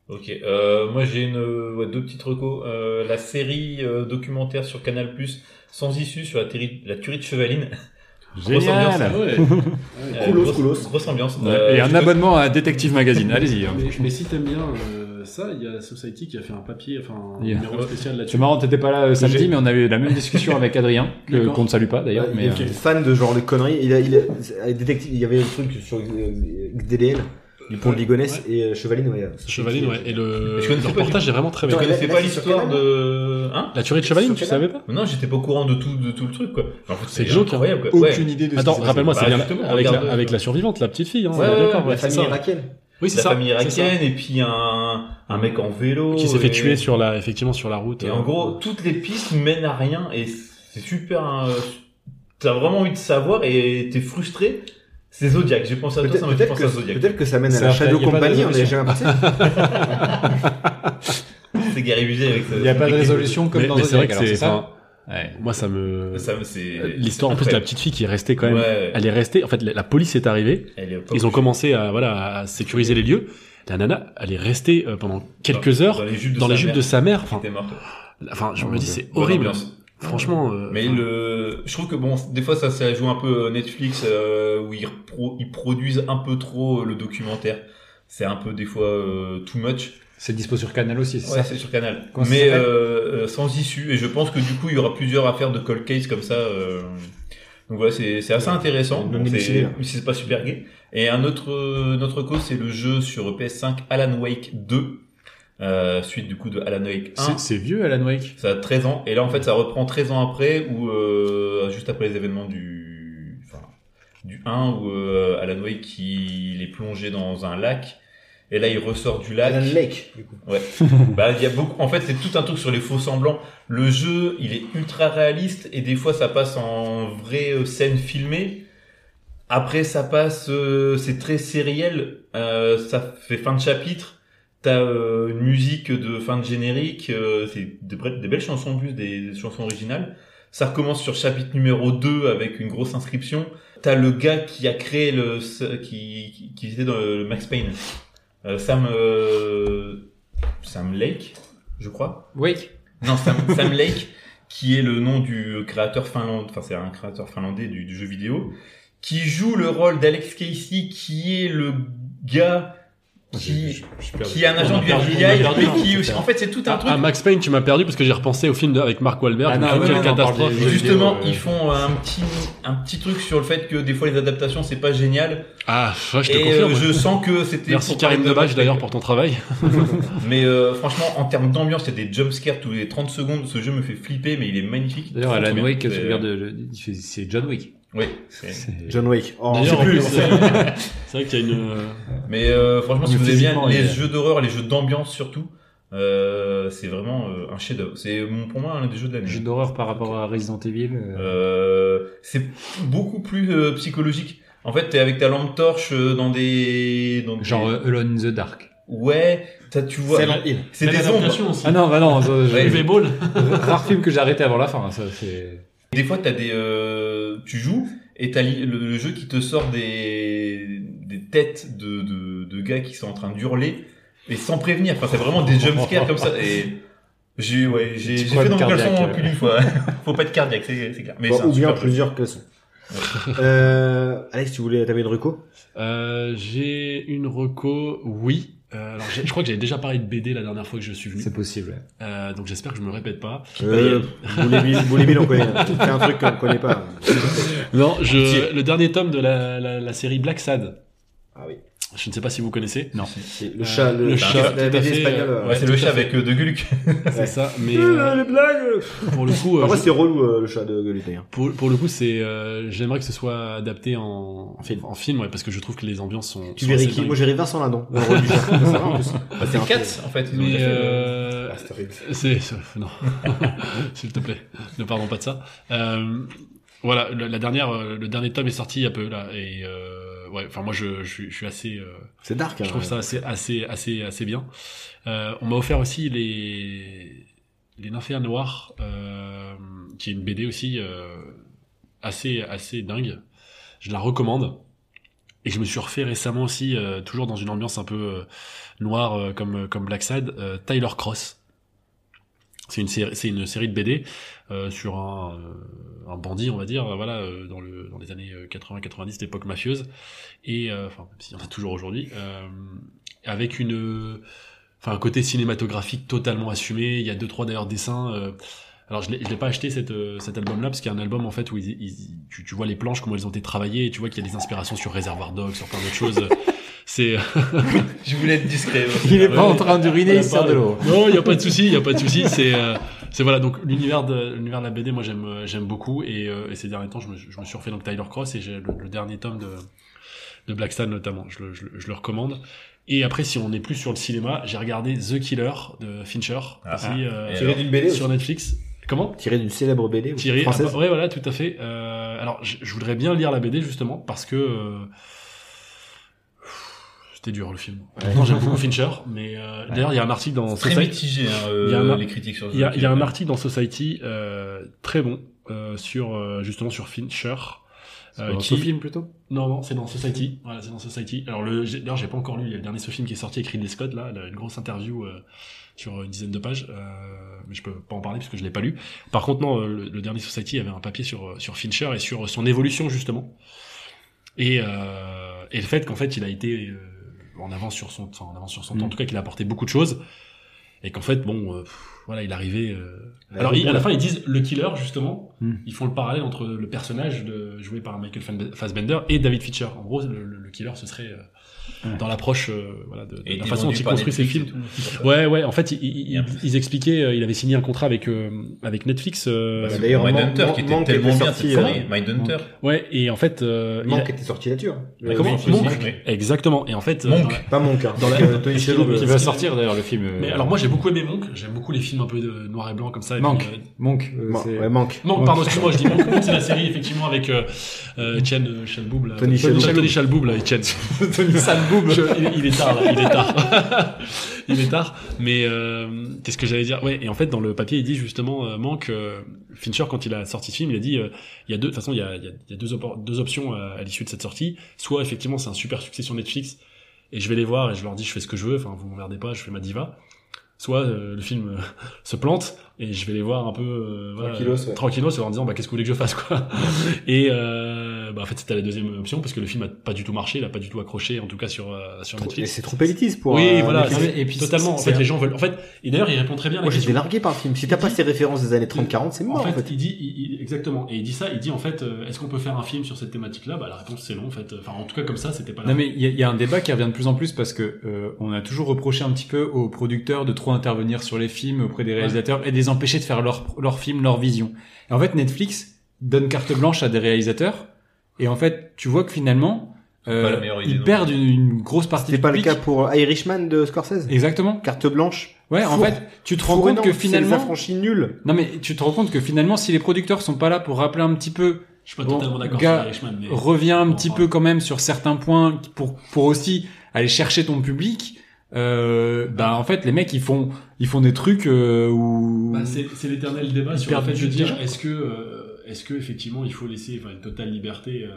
S3: Ok, euh, moi j'ai une ouais, deux petites recos. Euh, la série euh, documentaire sur Canal Plus sans issue sur la, terri- la tuerie de Chevaline. Grosse
S2: génial.
S3: ambiance.
S4: Ouais.
S3: Euh,
S1: Coolos,
S3: grosse,
S1: coolos.
S3: grosse ambiance.
S2: Ouais,
S3: Euh,
S2: Et
S3: je
S2: un
S3: te-
S2: abonnement à Detective Magazine. Allez-y. hein.
S4: mais, mais si t'aimes bien euh, ça, il y a Society qui a fait un papier, enfin un
S2: Yeah.
S4: numéro spécial
S2: C'est
S4: là-dessus.
S2: marrant, t'étais pas là euh, samedi,
S4: J'ai-
S2: mais on a eu la même discussion avec Adrien, que-
S4: D'accord.
S2: qu'on ne salue pas d'ailleurs.
S1: Ouais,
S2: mais,
S1: il
S2: euh,
S1: est fan de genre de conneries. Il a, il a- euh, détective, il y avait un truc sur euh, XDDL, du pont de Ligonnès, et euh, Chevaline, ouais. ça,
S4: Chevaline,
S1: c'est-
S4: ouais. Et le,
S3: Mais je connaissais
S4: le
S3: pas du
S4: reportage est vraiment très
S3: Je
S4: bien.
S1: Attends,
S3: connaissais
S1: la-
S3: pas
S1: la- sur
S3: l'histoire
S1: Canal
S3: de. Hein
S4: La tuerie de Chevaline,
S1: Sur
S4: tu
S1: Canal
S4: savais pas
S3: Non, j'étais pas au courant de tout, de tout le truc quoi. En fait,
S4: C'est glauque, hein.
S3: incroyable quoi. Ouais.
S2: Aucune idée de ce
S4: Attends,
S2: qui s'est passé.
S4: rappelle-moi, c'est
S3: Bah,
S4: bien
S3: justement,
S4: avec, la,
S3: regarde,
S4: avec
S3: euh,
S4: la survivante, la petite fille. Hein, on
S3: Ouais,
S4: est
S3: ouais,
S4: d'accord,
S1: La
S3: ouais,
S4: ouais, c'est
S1: famille
S4: ça.
S1: irakienne.
S4: Oui,
S3: la
S4: c'est ça.
S3: famille
S4: c'est ça.
S3: irakienne et puis un, un mec en vélo
S4: Qui s'est fait
S3: et-
S4: tuer sur la, effectivement, sur la route. euh.
S3: Et en gros, toutes les pistes mènent à rien et c'est super. hein, T'as vraiment envie de savoir et t'es frustré. C'est Zodiac. J'ai pensé à toi,
S1: Peut-être
S3: ça m'a fait
S1: peut-être
S3: penser à Zodiac.
S1: que, peut-être que ça mène à
S4: Ça,
S1: la
S4: y a
S1: Shadow
S4: pas de
S1: Company, on est
S4: résolution.
S1: jamais passé.
S3: C'est Gary Busey avec.
S2: Il n'y a pas de résolution comme
S4: mais,
S2: dans
S4: mais c'est vrai
S2: Zodiac, alors,
S4: que
S2: euh, c'est
S4: c'est.
S2: ça
S4: enfin,
S2: Ouais.
S4: Moi, ça me.
S3: Ça, me- c'est
S4: Euh, L'histoire, en plus, de la petite fille qui est restée quand même.
S3: Ouais.
S4: Elle est restée. En fait, la, la police est arrivée.
S3: Elle est pas
S4: Ils ont commencé à, voilà, à sécuriser les lieux. La nana, elle est restée euh, pendant quelques heures
S3: les jupes
S4: dans
S3: sa
S4: les jupes
S3: mère
S4: de sa mère.
S3: qui
S4: Enfin,
S3: était morte.
S4: enfin, je me dis, c'est
S3: Bonne
S4: horrible.
S3: ambiance.
S4: Franchement. euh,
S3: Mais
S4: enfin,
S3: le, je trouve que bon, des fois ça, ça joue un peu Netflix euh, où ils, repro- ils produisent un peu trop euh, le documentaire. C'est un peu des fois euh, too much.
S2: C'est dispo sur Canal aussi, c'est
S3: Ouais,
S2: ça
S3: c'est sur Canal.
S2: Comment ça
S3: mais
S2: s'appelle
S3: euh, euh, sans issue. Et je pense que du coup, il y aura plusieurs affaires de cold case comme ça. euh. Donc voilà, c'est c'est assez intéressant.
S1: Non
S3: Bon,
S1: démissionné,
S2: hein.
S3: c'est
S1: là.
S3: mais c'est pas super gay. Et un autre euh, notre cause, c'est le jeu sur PS5 Alan Wake 2, euh, suite du coup de Alan Wake 1.
S2: C'est- C'est vieux, Alan Wake.
S3: Ça a 13 ans. Et là, en fait, ça reprend 13 ans après, ou euh, juste après les événements du, enfin, du 1, où euh, Alan Wake, qui il est plongé dans un lac. Et là, il ressort du lac.
S1: Alan Lake, du coup.
S3: Bah, il y a beaucoup. En fait, c'est tout un truc sur les faux semblants. Le jeu, il est ultra réaliste et des fois, ça passe en vraie euh, scène filmée. Après, ça passe, euh, c'est très sériel. Euh, ça fait fin de chapitre. T'as euh, une musique de fin de générique. euh, c'est des, bre- des belles chansons en plus, des, des chansons originales. Ça recommence sur chapitre numéro 2 avec une grosse inscription. T'as le gars qui a créé le ce- qui qui, qui était dans le Max Payne. Euh, Sam euh, Sam Lake, je crois.
S2: Wake
S3: Non, Sam, Sam Lake, qui est le nom du créateur finlandais, enfin c'est un créateur finlandais du, du jeu vidéo, qui joue le rôle d'Alex Casey, qui est le gars
S4: Ah,
S3: qui, qui est un agent
S4: On a
S3: du
S4: perdu-
S3: FBI,
S4: on a perdu,
S3: mais qui
S4: hein,
S3: aussi- en fait c'est tout un
S4: Ah,
S3: truc.
S4: ah, Max Payne, tu m'as perdu parce que j'ai repensé au film de- avec Mark Wahlberg.
S2: Ah non,
S4: Quelle
S2: ouais, ouais, on parle
S4: catastrophe.
S2: des-
S3: Et Justement,
S2: vidéo, euh,
S3: ils font un petit un petit truc sur le fait que des fois les adaptations c'est pas génial
S4: Ah, ouais, je te
S3: et
S4: confirme.
S3: euh, je sens que c'était
S4: Merci
S3: pour
S4: Karim
S3: parler
S4: Debache
S3: Max
S4: d'ailleurs
S3: Payne.
S4: pour ton travail.
S3: Mais euh, franchement, en termes d'ambiance, il y a des jumpscares tous les 30 secondes. Ce jeu me fait flipper, mais il est magnifique.
S2: D'ailleurs,
S3: Trop,
S2: Alan
S3: trop bien.
S2: Wake, tu
S3: C'est-
S2: regardes, le- il fait- c'est John Wick.
S3: Oui. c'est-
S2: C'est-
S1: John Wake. Oh,
S4: D'ailleurs,
S1: c'est
S4: en
S1: plus.
S4: plus, euh, c'est vrai qu'il y a une. euh,
S3: Mais euh, franchement, si
S2: Mais
S3: vous aimez bien
S2: physiquement,
S3: les
S2: il est-
S3: jeux d'horreur, les jeux d'ambiance surtout, euh, c'est vraiment euh, un chef-d'œuvre. C'est mon- pour moi un des jeux de l'année.
S2: Jeu d'horreur par rapport à Resident Evil. euh,
S3: Euh, c'est beaucoup plus euh, psychologique. En fait, t'es avec ta lampe torche euh, dans des dans des-
S2: Genre euh, Alone in the Dark.
S3: ouais, ça tu vois.
S1: Silent Hill.
S3: C'est des ombres.
S4: aussi.
S2: Ah non, bah non, ça, je-
S3: Ouais,
S4: Uwe Ball.
S2: rare film que j'ai arrêté avant la fin. hein, Ça, c'est...
S3: Des fois, t'as des euh, tu joues et t'as li- le, le jeu qui te sort des des, des têtes de, de, de gars qui sont en train d'hurler et sans prévenir. Enfin, c'est vraiment des jumpscares comme ça. Et j'ai ouais, j'ai
S2: Petit
S3: j'ai
S2: problème
S3: fait dans mon
S2: cardiaque,
S3: caleçon
S2: euh.
S3: plus d'une fois. Faut pas de cardiaque, c'est c'est clair. Mais
S1: Bon,
S3: c'est un
S1: ou bien
S3: super jeu.
S1: plusieurs que sont. euh, Alex, tu voulais t'avais une reco
S4: Euh, j'ai une reco, oui. Euh, alors, j'ai- je crois que j'avais déjà parlé de BD la dernière fois que je suis venu.
S2: C'est possible.
S4: Euh, donc j'espère que je me répète pas.
S1: euh, Bouléville, Bouléville, on connaît. C'est un truc qu'on connaît pas.
S4: Non, je,
S1: Si.
S4: le dernier tome de la, la, la série Black Sad.
S1: Ah oui.
S4: Je ne sais pas si vous connaissez.
S1: C'est le chat, le,
S4: le
S1: la
S4: chat, tout à
S1: BD
S4: fait,
S1: espagnole.
S4: euh,
S1: ouais.
S3: Ouais, c'est le
S4: tout à
S3: chat
S4: fait.
S3: avec euh, De Gulk.
S4: C'est ça. Mais
S1: Euh,
S4: euh,
S1: les blagues
S4: pour le coup, euh,
S1: Après,
S4: je-
S1: c'est relou, euh, le chat de Gueulutin. hein.
S4: pour, pour le coup, c'est. euh, J'aimerais que ce soit adapté en,
S1: En film.
S4: en film, ouais, parce que je trouve que les ambiances sont.
S1: Tu
S4: sont
S1: verrais
S4: assez
S1: qui
S4: dingues.
S1: Moi, j'ai Vincent Lindon. dans le rôle du chat. Ça, ça va, en
S4: Bah,
S1: plus.
S3: C'est
S1: un peu-
S3: 4 en fait. ils ont
S4: Mais
S3: déjà fait le-
S4: euh,
S1: Ah, c'est terrible.
S4: C'est ça, non, s'il te plaît, ne parlons pas de ça. Euh, voilà, la, la dernière, euh, le dernier tome est sorti il y a peu là, et euh, ouais, enfin moi je, je, suis- je suis assez, euh,
S1: C'est dark. hein.
S4: je trouve ça assez, assez, assez, assez bien. Euh, on m'a offert aussi les les Nymphéas Noirs, euh, qui est une BD aussi euh, assez, assez dingue. Je la recommande. Et je me suis refait récemment aussi, euh, toujours dans une ambiance un peu euh, noire euh, comme comme Black Sad, euh, Tyler Cross. C'est une série, c'est une série de BD euh, sur un, euh, un bandit, on va dire, euh, voilà, euh, dans le dans les années 80-90, l'époque mafieuse, et euh, enfin même s'il y en a toujours aujourd'hui, euh, avec une euh, enfin un côté cinématographique totalement assumé. Il y a deux trois d'ailleurs dessins. euh, alors je l'ai je l'ai pas acheté cette, euh, cet album-là parce qu'il y a un album en fait où ils- ils- tu, tu vois les planches comment elles ont été travaillées et tu vois qu'il y a des inspirations sur Reservoir Dogs, sur plein d'autres choses. C'est euh,
S3: Je voulais être discret. ouais.
S2: Il est
S4: Ouais.
S2: pas en train d'uriner, il
S4: Ah, Voilà,
S2: sort de
S4: pareil.
S2: l'eau.
S4: Non, il y a pas de souci, il y a pas de souci. C'est euh, c'est voilà donc l'univers de l'univers de la BD, moi j'aime euh, j'aime beaucoup et, euh, et ces derniers temps je me, je me suis refait donc Tyler Cross et j'ai le, le dernier tome de de Black Stan notamment, je le, je, le- je le recommande. Et après si on n'est plus sur le cinéma, j'ai regardé The Killer de Fincher
S3: Ah,
S4: aussi,
S3: ah.
S4: euh,
S3: Et
S1: Tiré d'une BD
S4: sur Netflix. Comment
S1: Tiré d'une célèbre BD ou-
S4: Thierry, Ah, bah,
S1: française.
S4: ouais, voilà, tout à fait. Euh, alors, je je voudrais bien lire la BD justement parce que euh, c'était dur le film. Non, j'aime beaucoup Fincher, mais euh, d'ailleurs, il y a un article dans
S3: Très
S4: Society.
S3: mitigé hein,
S4: Il y a
S3: euh,
S4: un-
S3: les critiques sur.
S4: Il y a, il y a un article dans Society euh, très bon euh, sur euh, justement sur Fincher. euh,
S2: Dans
S4: qui-
S2: ce film plutôt
S4: Non, non, c'est dans Society. Voilà, c'est dans Society. Alors, le... j'ai- d'ailleurs, j'ai pas encore lu. Il y a le dernier ce film qui est sorti écrit de Scott, là, là, une grosse interview euh, sur une dizaine de pages. euh, mais je peux pas en parler parce que je l'ai pas lu. Par contre, non, euh, le, le dernier Society avait un papier sur, euh, sur Fincher et sur euh, son évolution, justement. Et, euh, et le fait qu'en fait, il a été euh, en avance sur son, enfin, en avance sur son temps, en tout cas, qu'il a apporté beaucoup de choses. Et qu'en fait, bon, euh, pff, voilà, il arrivait. euh, alors, ils- à la fin, ils disent le killer, justement.
S2: Hmm.
S4: Ils font le parallèle entre le personnage de, joué par Michael Fan- Fassbender et David Fincher. En gros, le, le- le killer, ce serait euh,
S2: Ouais.
S4: dans l'approche, euh, voilà, de, de
S3: Et
S4: la
S3: t'es
S4: façon dont
S3: vendu
S4: il
S3: par
S4: construit ses
S3: Netflix et
S4: films.
S3: tout, c'est pour ça.
S4: Ouais, ouais. En fait, il- il- il-
S3: Bien.
S4: ils expliquaient, euh, il avait signé un contrat avec euh, avec Netflix. euh,
S1: Bah, D'ailleurs,
S3: Mindhunter qui était tellement bien cette série.
S1: hein. Manque
S3: Mindhunter.
S4: ouais. Et en fait, euh, il a-
S1: était sorti là-dessus. hein.
S4: Mais comment
S1: oui,
S4: Monk
S1: aussi.
S3: Ouais.
S4: exactement. Et en fait, euh,
S3: Monk.
S4: dans la-
S1: Pas Monk. Hein,
S4: Dans
S1: parce
S4: la-
S1: que Tony
S4: Est-ce qu'il
S1: Shalhoub,
S4: a-
S1: euh,
S2: Qui
S4: Parce
S2: va
S4: que-
S2: sortir d'ailleurs le film. euh,
S4: mais alors moi, j'ai beaucoup aimé Monk. J'aime beaucoup les films un peu de noir et blanc comme ça. et
S2: Manque.
S4: puis, euh,
S2: Monk. euh,
S1: Monk,
S2: c'est-
S1: ouais, Monk.
S4: Non,
S2: Ouais.
S4: pardon, excuse-moi, je dis Monk. Monk, c'est la série, effectivement, avec euh, euh, Chen euh, Chalboub. là.
S1: Tony Chalboub.
S4: Tony Chalboub, là, et Chen. Tony Chalboub. il, il est tard, là, il est tard. il est tard. Mais euh, qu'est-ce que j'allais dire Ouais, et en fait, dans le papier, il dit justement, euh, Manque, euh, Fincher, quand il a sorti ce film, il a dit, euh, il y a deux, de toute façon, il y a, il y a- il y a deux, opor- deux options euh, à, à l'issue de cette sortie. Soit, effectivement, c'est un super succès sur Netflix, et je vais les voir, et je leur dis, je fais ce que je veux, enfin, vous m'emmerdez pas, je fais ma diva. Soit euh, le film euh, se plante et je vais les voir un peu euh, voilà,
S1: Tranquillos, ouais.
S4: tranquillos en leur disant bah qu'est-ce que vous voulez que je fasse quoi et euh, bah, en fait c'était la deuxième option parce que le film a pas du tout marché il a pas du tout accroché en tout cas sur euh, sur
S1: Trop- Mais
S4: Netflix
S1: c'est trop élitiste pour.
S4: oui
S1: euh,
S4: voilà
S1: Netflix.
S4: et puis totalement en fait les gens veulent en fait et d'ailleurs il répond très bien à la
S1: Moi, j'étais
S4: question
S1: largué par le film. Si t'as pas ces références des années 30-40, c'est mort,
S4: en fait, il dit il- il- exactement et il dit ça il dit en fait euh, est-ce qu'on peut faire un film sur cette thématique là bah la réponse c'est non en fait enfin en tout cas comme ça c'était pas la
S2: Non mais il y, a- il y a un débat qui revient de plus en plus parce que euh, on a toujours reproché un petit peu aux producteurs de trop intervenir sur les films auprès des réalisateurs et de les empêcher de faire leur leur film, leur vision. Et en fait Netflix donne carte blanche à des réalisateurs et en fait tu vois que finalement
S3: pas la
S2: euh,
S3: meilleure idée,
S2: ils
S3: non.
S2: perdent une, une grosse partie
S1: C'était
S2: du
S1: pas le
S2: public.
S1: cas pour Irishman de Scorsese.
S2: Exactement.
S1: Carte blanche.
S2: Ouais, en
S1: Four-
S2: fait, tu te rends
S1: Four
S2: compte
S1: énorme,
S2: que
S1: c'est des
S2: finalement
S1: affranchis nuls.
S2: Non mais tu te rends compte que finalement si les producteurs sont pas là pour rappeler un petit peu
S4: je suis pas
S2: Bon,
S4: totalement d'accord
S2: gars,
S4: sur Irishman mais
S2: reviens un
S4: Bon,
S2: petit
S4: ouais.
S2: peu quand même sur certains points pour pour aussi aller chercher ton public. Euh, bah en fait les mecs ils font ils font des trucs euh, où
S4: Bah, c'est c'est l'éternel débat
S2: Ils
S4: sur le
S2: perdent
S4: fait
S2: du
S4: de
S2: temps.
S4: dire est-ce que euh, est-ce que effectivement il faut laisser enfin, une totale liberté euh,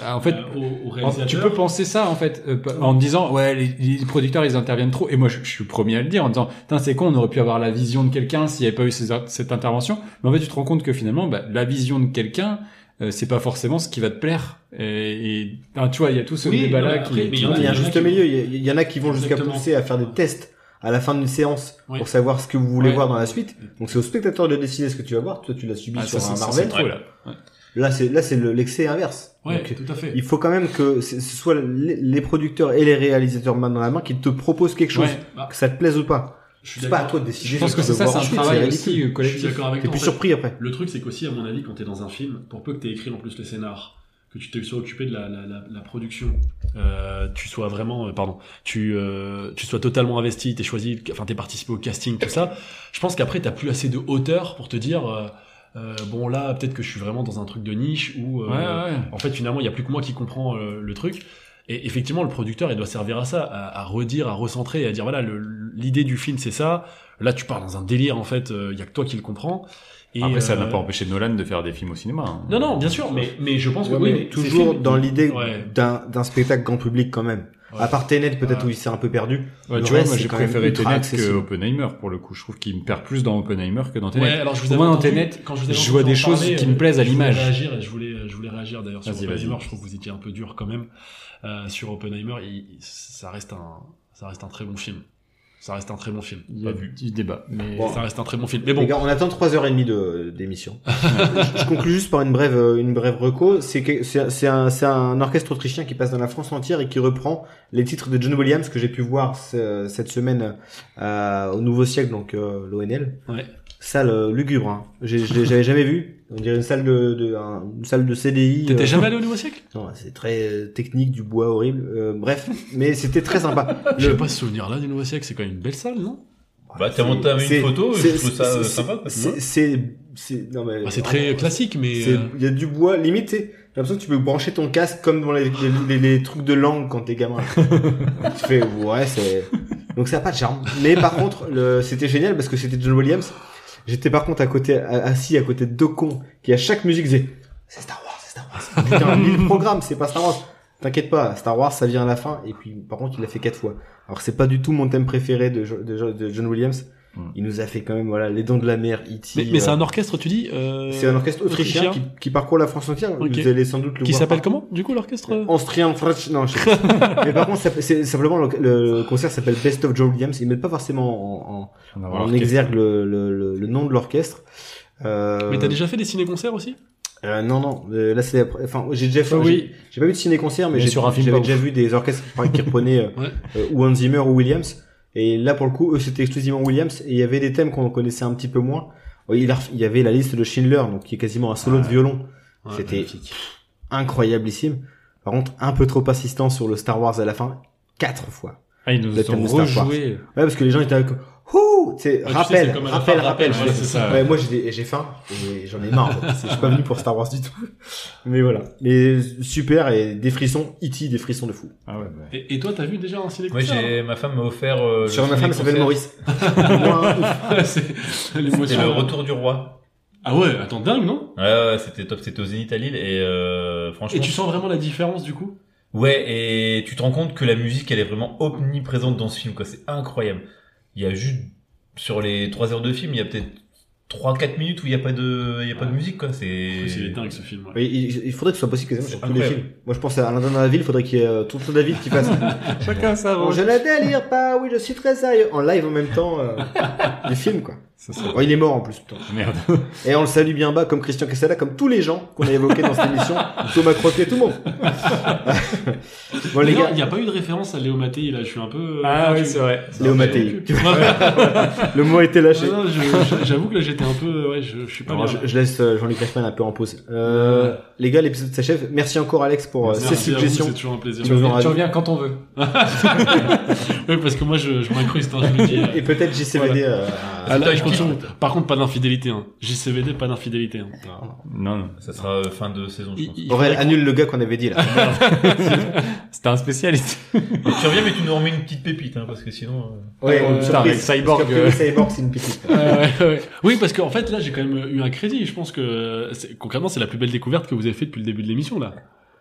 S2: Bah, en fait,
S4: euh, au,
S2: en-
S4: au réalisateur.
S2: tu peux penser ça en fait euh, pa- en disant ouais les, les producteurs ils interviennent trop et moi je, je suis le premier à le dire en disant putain c'est con on aurait pu avoir la vision de quelqu'un s'il n'y avait pas eu ces- cette intervention mais en fait tu te rends compte que finalement bah, la vision de quelqu'un euh, c'est pas forcément ce qui va te plaire et, et- enfin, tu vois il y a tout ce
S4: Oui,
S2: débat
S4: non,
S2: là
S4: mais après,
S2: qui,
S4: mais
S2: qui-
S4: y en
S1: Non, mais Il y a un
S4: des gens
S1: juste
S4: qui-
S1: milieu. Il y a- il y, en a qui vont jusqu'à
S4: Exactement.
S1: pousser à faire des tests à la fin d'une séance
S4: Oui.
S1: pour savoir ce que vous voulez
S2: Ouais.
S1: voir dans la suite. Donc c'est au spectateur de décider ce que tu vas voir. Toi, tu l'as subi
S2: Ah,
S1: sur
S2: ça,
S1: un
S2: c'est- ça,
S1: Marvel.
S2: c'est trop, là.
S1: Là, c'est là c'est le- l'excès inverse.
S4: Ouais,
S1: Donc,
S4: tout à fait.
S1: il faut quand même que ce ce soit les les producteurs et les réalisateurs main dans la main qui te proposent quelque chose,
S2: Ouais.
S4: Bah,
S1: que ça te plaise ou pas.
S4: je suis
S1: C'est pas à
S4: d'accord.
S1: toi de décider.
S2: je pense
S1: ce
S2: que
S1: tu
S2: c'est
S1: veux
S2: ça
S1: voir
S2: c'est un
S1: ensuite,
S2: travail
S1: ridicule.
S2: aussi euh,
S4: Je suis
S2: collectif
S4: d'accord avec
S1: T'es
S4: toi.
S1: plus
S4: en fait.
S1: surpris après.
S4: Le truc, c'est qu'aussi, à mon avis, quand t'es dans un film, pour peu que t'aies écrit en plus le scénar, que tu t'es occupé de la, la, la, la production, euh, tu sois vraiment, euh, pardon, tu, euh, tu sois totalement investi, t'es choisi, enfin t'es participé au casting, tout ça. Je pense qu'après, t'as plus assez de hauteur pour te dire, euh, euh, bon là, peut-être que je suis vraiment dans un truc de niche ou euh,
S2: ouais, ouais, ouais.
S4: en fait, finalement, il n'y a plus que moi qui comprends euh, le truc. Et effectivement, le producteur, il doit servir à ça, à, à redire, à recentrer, à dire voilà, le- l'idée du film, c'est ça. Là, tu pars dans un délire, en fait, euh, il y a que toi qui le comprends. Et,
S2: après ça
S4: euh,
S2: n'a pas empêché Nolan de faire des films au cinéma hein.
S4: Non, non, bien sûr, mais, mais je pense que
S1: Ouais,
S4: oui,
S1: mais
S4: mais ces
S1: toujours
S4: films-
S1: dans l'idée
S4: Ouais.
S1: d'un d'un spectacle grand public quand même.
S4: Ouais.
S1: À part Tenet peut-être
S4: Ouais.
S1: où il s'est un peu perdu.
S2: Ouais,
S1: Le
S2: tu vois
S1: reste,
S2: moi
S1: c'est
S2: j'ai
S1: quand même
S2: préféré
S1: ultra
S2: Tenet que
S1: accessible.
S2: Oppenheimer pour le coup je trouve qu'il me perd plus dans Oppenheimer que dans Tenet
S4: Ouais, alors je vous
S2: Au
S4: avais
S2: moins, dans
S4: entendu,
S2: Tenet,
S4: quand je, vous avais
S2: je vois
S4: entendu
S2: des
S4: en
S2: choses qui me plaisent à
S4: je voulais
S2: l'image.
S4: réagir et Je voulais, je voulais réagir d'ailleurs sur
S2: Vas-y,
S4: Oppenheimer.
S2: vas-y.
S4: Je trouve que vous étiez un peu dur quand même Euh, sur Oppenheimer. il- il- ça reste un, ça reste un très bon film. Ça reste un très bon film.
S2: il y a du débat mais
S1: Bon.
S4: Ça reste un très bon film. Mais bon,
S1: Les gars, on attend 3h30 de d'émission. je, je conclue juste par une brève euh, une brève reco, c'est que- c'est c'est un c'est un orchestre autrichien qui passe dans la France entière et qui reprend les titres de John Williams que j'ai pu voir ce- cette semaine euh, au Nouveau Siècle donc euh, l'ONL.
S4: Ouais.
S1: Salle euh, lugubre hein. J'ai- je l'ai- j'avais jamais vu. On dirait une salle de, de un- une salle de CDI. euh,
S4: t'étais jamais allé au Nouveau Siècle
S1: non, c'est très euh, technique du bois horrible. Euh, bref, mais c'était très sympa.
S4: Je sais pas ce souvenir-là du Nouveau Siècle, c'est quand même une belle salle, non
S3: Bah, t'as monté avec
S1: C'est-
S3: une photo,
S1: c'est-
S3: je trouve ça
S1: c'est-
S3: euh, sympa. quoi.
S1: C'est, c'est, c'est, non, mais-
S4: Bah, C'est très classique, mais
S1: Ah, C'est-
S4: euh,
S1: Il y a du bois, limite, tu sais, j'ai l'impression que tu peux brancher ton casque comme dans les, les, les- les trucs de langue quand t'es gamin. tu fais, ouais, c'est... Donc ça n'a pas de charme. Mais par contre, le, c'était génial parce que c'était John Williams. J'étais par contre à côté, à- assis à côté de deux cons qui à chaque musique disaient, c'est Star Wars, c'est Star Wars. Putain, lis le programme, c'est pas Star Wars. T'inquiète pas, Star Wars, ça vient à la fin. Et puis, par contre, il l'a fait quatre fois. Alors c'est pas du tout mon thème préféré de, Jo- de, Jo- de John Williams.
S2: Mm.
S1: Il nous a fait quand même, voilà, les dents de la mer, E.T.
S4: Hmm. mais, mais c'est
S1: euh,
S4: un orchestre, tu dis euh,
S1: c'est un orchestre autrichien,
S4: autrichien.
S1: Qui, qui parcourt la France entière.
S4: Ok.
S1: Vous allez sans doute le
S4: qui
S1: voir.
S4: s'appelle comment Du coup, l'orchestre euh
S1: Austrian French. Non, je sais pas. Mais par contre, ça- c'est simplement le, le concert s'appelle Best of Joe Williams. Ils mettent pas forcément en,
S2: on va
S1: en,
S2: voir
S1: en
S2: lequel.
S1: exergue le, le, le, le nom de l'orchestre. Euh,
S4: Mais t'as déjà fait des ciné-concerts aussi
S1: euh, non non euh, là c'est après- enfin j'ai déjà fait
S2: Ah oui.
S1: j'ai- j'ai pas vu de ciné concert mais
S2: Mais
S1: j'ai-
S2: sur un film
S1: j'avais
S2: pas
S1: déjà vu des orchestres par- qui reprenaient euh,
S4: Ouais.
S1: euh, ou Hans Zimmer ou Williams et là pour le coup eux c'était exclusivement Williams et il y avait des thèmes qu'on connaissait un petit peu moins Oh, il a- il y avait la liste de Schindler donc qui est quasiment un solo de violon
S4: Ouais,
S1: C'était-
S4: magnifique.
S1: incroyablissime. Par contre, un peu trop insistant sur le Star Wars à la fin, quatre fois.
S2: Ah, ils nous
S1: Le thème
S2: ont
S1: de Star Wars.
S2: rejoué.
S1: Ouais, parce que les gens étaient comme, ouh, tu sais,
S4: Ah, tu sais,
S1: rappel,
S4: c'est comme à la
S1: rappel,
S4: fin, rappel,
S1: rappel.
S4: ouais,
S1: Je-
S4: c'est
S2: ça.
S1: Ouais, moi j'ai j'ai faim et j'en ai marre. en fait. Je suis pas venu pour Star Wars du tout. Mais voilà, mais super et des frissons, E.T., des frissons de fou.
S2: Ah ouais, bah.
S4: Et, et toi, t'as vu déjà un
S3: Moi,
S4: ciné-concert
S3: j'ai ma femme m'a offert. euh, le
S1: Sur ma femme, elle s'appelle
S3: ciné-concert.
S1: Maurice. Moi,
S4: Ouais, Ah, c'est- les
S3: C'était
S4: moissons,
S3: le
S4: là.
S3: retour du roi.
S4: Ah ouais, attends, dingue, non
S3: Ouais, ouais, c'était top. C'était aux Zénith à Lille et euh, franchement.
S4: Et tu sens vraiment la différence du coup
S3: Ouais, et tu te rends compte que la musique, elle est vraiment omniprésente dans ce film, quoi. C'est incroyable. Il y a juste, sur les 3 heures de film, il y a peut-être 3-4 minutes où il n'y a pas de, il y a pas de
S4: Ouais.
S3: musique, quoi. C'est,
S4: C'est dingue ce film. ouais.
S1: Mais il, il faudrait que ce soit possible quasiment sur
S3: C'est
S1: tous les
S3: incroyable.
S1: films. Moi, je pense à Alain dans la ville, faudrait qu'il y ait euh, tout le David qui passe.
S2: Chacun sa
S1: Bon, je ne délire pas, oui, je suis très sérieux. En live en même temps, euh, du film, quoi.
S2: Ça serait-
S1: Oh, il est mort en plus, putain.
S2: Merde.
S1: Et on le salue bien bas, comme Christian Quesada, comme tous les gens qu'on a évoqués dans cette émission. Thomas Croquet, tout le monde. bon, les
S4: D'ailleurs,
S1: gars,
S4: il n'y a pas eu de référence à Léo Mattei là, je suis un peu. euh,
S2: Ah
S4: je-
S2: oui, c'est vrai.
S1: Léo
S4: Ouais,
S1: Mattei.
S4: ouais, ouais,
S1: Le mot a été lâché.
S4: non, je- J'avoue que là, j'étais un peu. Ouais, je, je suis pas
S1: Bon,
S4: bien.
S1: je, je laisse euh, Jean-Luc Reichmann un peu en pause. Euh, Les gars, l'épisode s'achève. Merci encore Alex pour euh,
S4: Merci
S1: ces
S4: à vous, C'est
S1: suggestions.
S4: toujours un plaisir.
S1: Tu nous en
S2: Tu
S1: rajoutes.
S2: reviens quand on veut.
S4: Oui, parce que moi, je, je m'incruste, hein, je vous le dis.
S1: Et peut-être JCVD. euh, à-
S4: Ah, là,
S3: Putain,
S4: attention, par contre, pas d'infidélité. Hein. JCVD, pas d'infidélité. Hein.
S2: Non, non.
S3: Ça sera euh, fin de saison, je
S4: Il-
S3: pense.
S4: il-
S1: Aurel, annule le gars qu'on avait dit là.
S2: C'était un spécialiste.
S3: tu reviens, mais tu nous remets une petite pépite, hein, parce que sinon, euh,
S1: Ouais,
S2: Ouais,
S1: une
S2: putain,
S1: surprise.
S2: avec Cyborg,
S1: Parce que
S2: euh.
S1: Cyborg, c'est une pépite.
S4: Ah Ouais, ouais, ouais. Oui, parce qu'en fait, là, j'ai quand même eu un crédit. Je pense que, euh, c'est- concrètement, c'est la plus belle découverte que vous avez fait depuis le début de l'émission, là.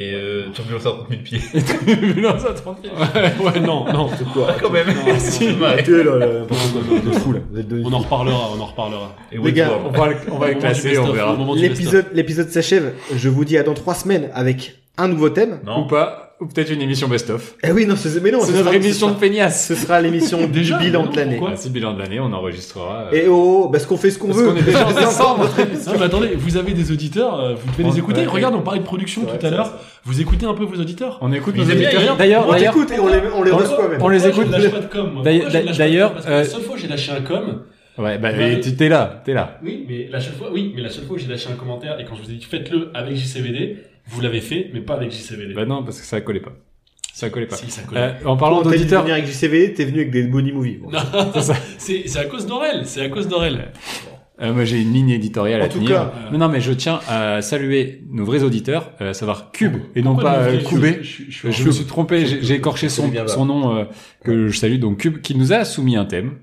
S3: Et euh, turbulence à 30 000 pieds.
S2: Non, ça, tranquille.
S4: ouais, non, non.
S1: Quoi
S3: Quand même. Si, ouais.
S1: Tu es là, là, n'importe quoi, vous êtes fous, là. Vous êtes devenus
S4: On en reparlera, on en reparlera.
S3: Et
S1: Les gars,
S2: On
S3: Westworld.
S2: va, on va
S4: Au moment
S2: les
S4: du
S2: classer,
S4: best-of,
S2: on
S4: au
S2: verra.
S4: moment du
S1: L'épisode, l'épisode s'achève. Je vous dis à dans trois semaines avec un nouveau thème.
S2: Ou
S3: Non.
S2: pas, ou peut-être une émission best-of.
S1: Eh oui, non, c'est, mais non,
S2: C'est
S1: ce
S2: notre
S1: sera-
S2: émission de
S1: Ce
S2: Peignasse.
S1: sera l'émission du
S4: Déjà
S1: bilan
S4: Non,
S1: de l'année.
S4: pourquoi
S2: Ouais, C'est le bilan de l'année, on enregistrera. euh,
S1: Et oh, oh, parce qu'on fait ce qu'on
S2: Parce
S1: veut.
S2: qu'on est déjà en décembre.
S4: Non, mais attendez, vous avez des auditeurs, euh, vous devez les écouter.
S2: Ouais, ouais.
S4: Regarde, on parlait de production
S1: Ouais,
S4: tout
S1: c'est
S4: à l'heure. Vous écoutez un peu vos auditeurs
S2: On écoute
S3: Ils
S2: nos
S3: aiment bien,
S2: auditeurs.
S3: ils aiment
S8: D'ailleurs,
S1: on
S8: d'ailleurs,
S1: t'écoute et on les, on les reçoit même.
S8: on les écoute.
S4: Moi, je lâche pas de com. moi.
S8: D'ailleurs-
S4: Pourquoi je lâche pas de com
S8: d'ailleurs,
S4: Parce que la
S8: euh,
S4: seule fois où j'ai lâché un com,
S2: Ouais, bah, et tu- t'es là, t'es là.
S4: oui, mais la seule fois, oui, mais la seule fois où j'ai lâché un commentaire et quand je vous ai dit faites-le avec JCVD, vous l'avez fait, mais pas avec JCVD.
S2: Bah non, parce que ça collait pas. Ça collait pas.
S4: si, ça colle.
S2: Euh, en parlant
S1: Quand t'as dit de
S2: d'auditeurs,
S1: venir avec JCVD, t'es venu avec des bonnie movies. Bon.
S4: C'est c'est à cause d'Aurel, c'est à cause d'Aurel.
S2: euh, moi j'ai une ligne éditoriale
S1: En
S2: à
S1: tout
S2: tenir.
S1: cas,
S2: non, non, mais je tiens à saluer nos vrais auditeurs, euh, à savoir Cube et non
S4: Pourquoi
S2: pas
S4: tu me
S2: euh,
S4: fais-
S2: Coubé.
S4: Je, je- je suis
S2: Euh,
S4: en
S2: Je me
S4: choc.
S2: suis trompé, j'ai j'ai écorché son,
S1: bien bas.
S2: son nom euh, que je salue, donc Cube, qui nous a soumis un thème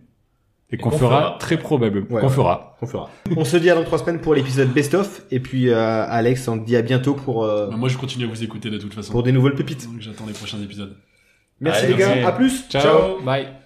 S2: et qu'on
S3: qu'on
S2: fera,
S3: fera.
S2: très probablement.
S1: Ouais,
S2: qu'on
S1: ouais.
S2: fera.
S1: on fera. On se dit à dans trois semaines pour l'épisode Best of. Et puis, euh, Alex, on te dit à bientôt pour, euh,
S4: Bah, moi, je continue à vous écouter de toute façon.
S1: pour des nouvelles pépites.
S4: Donc j'attends les prochains épisodes.
S1: Merci
S3: Allez,
S1: les gars,
S2: merci.
S1: à plus.
S2: Ciao. Bye.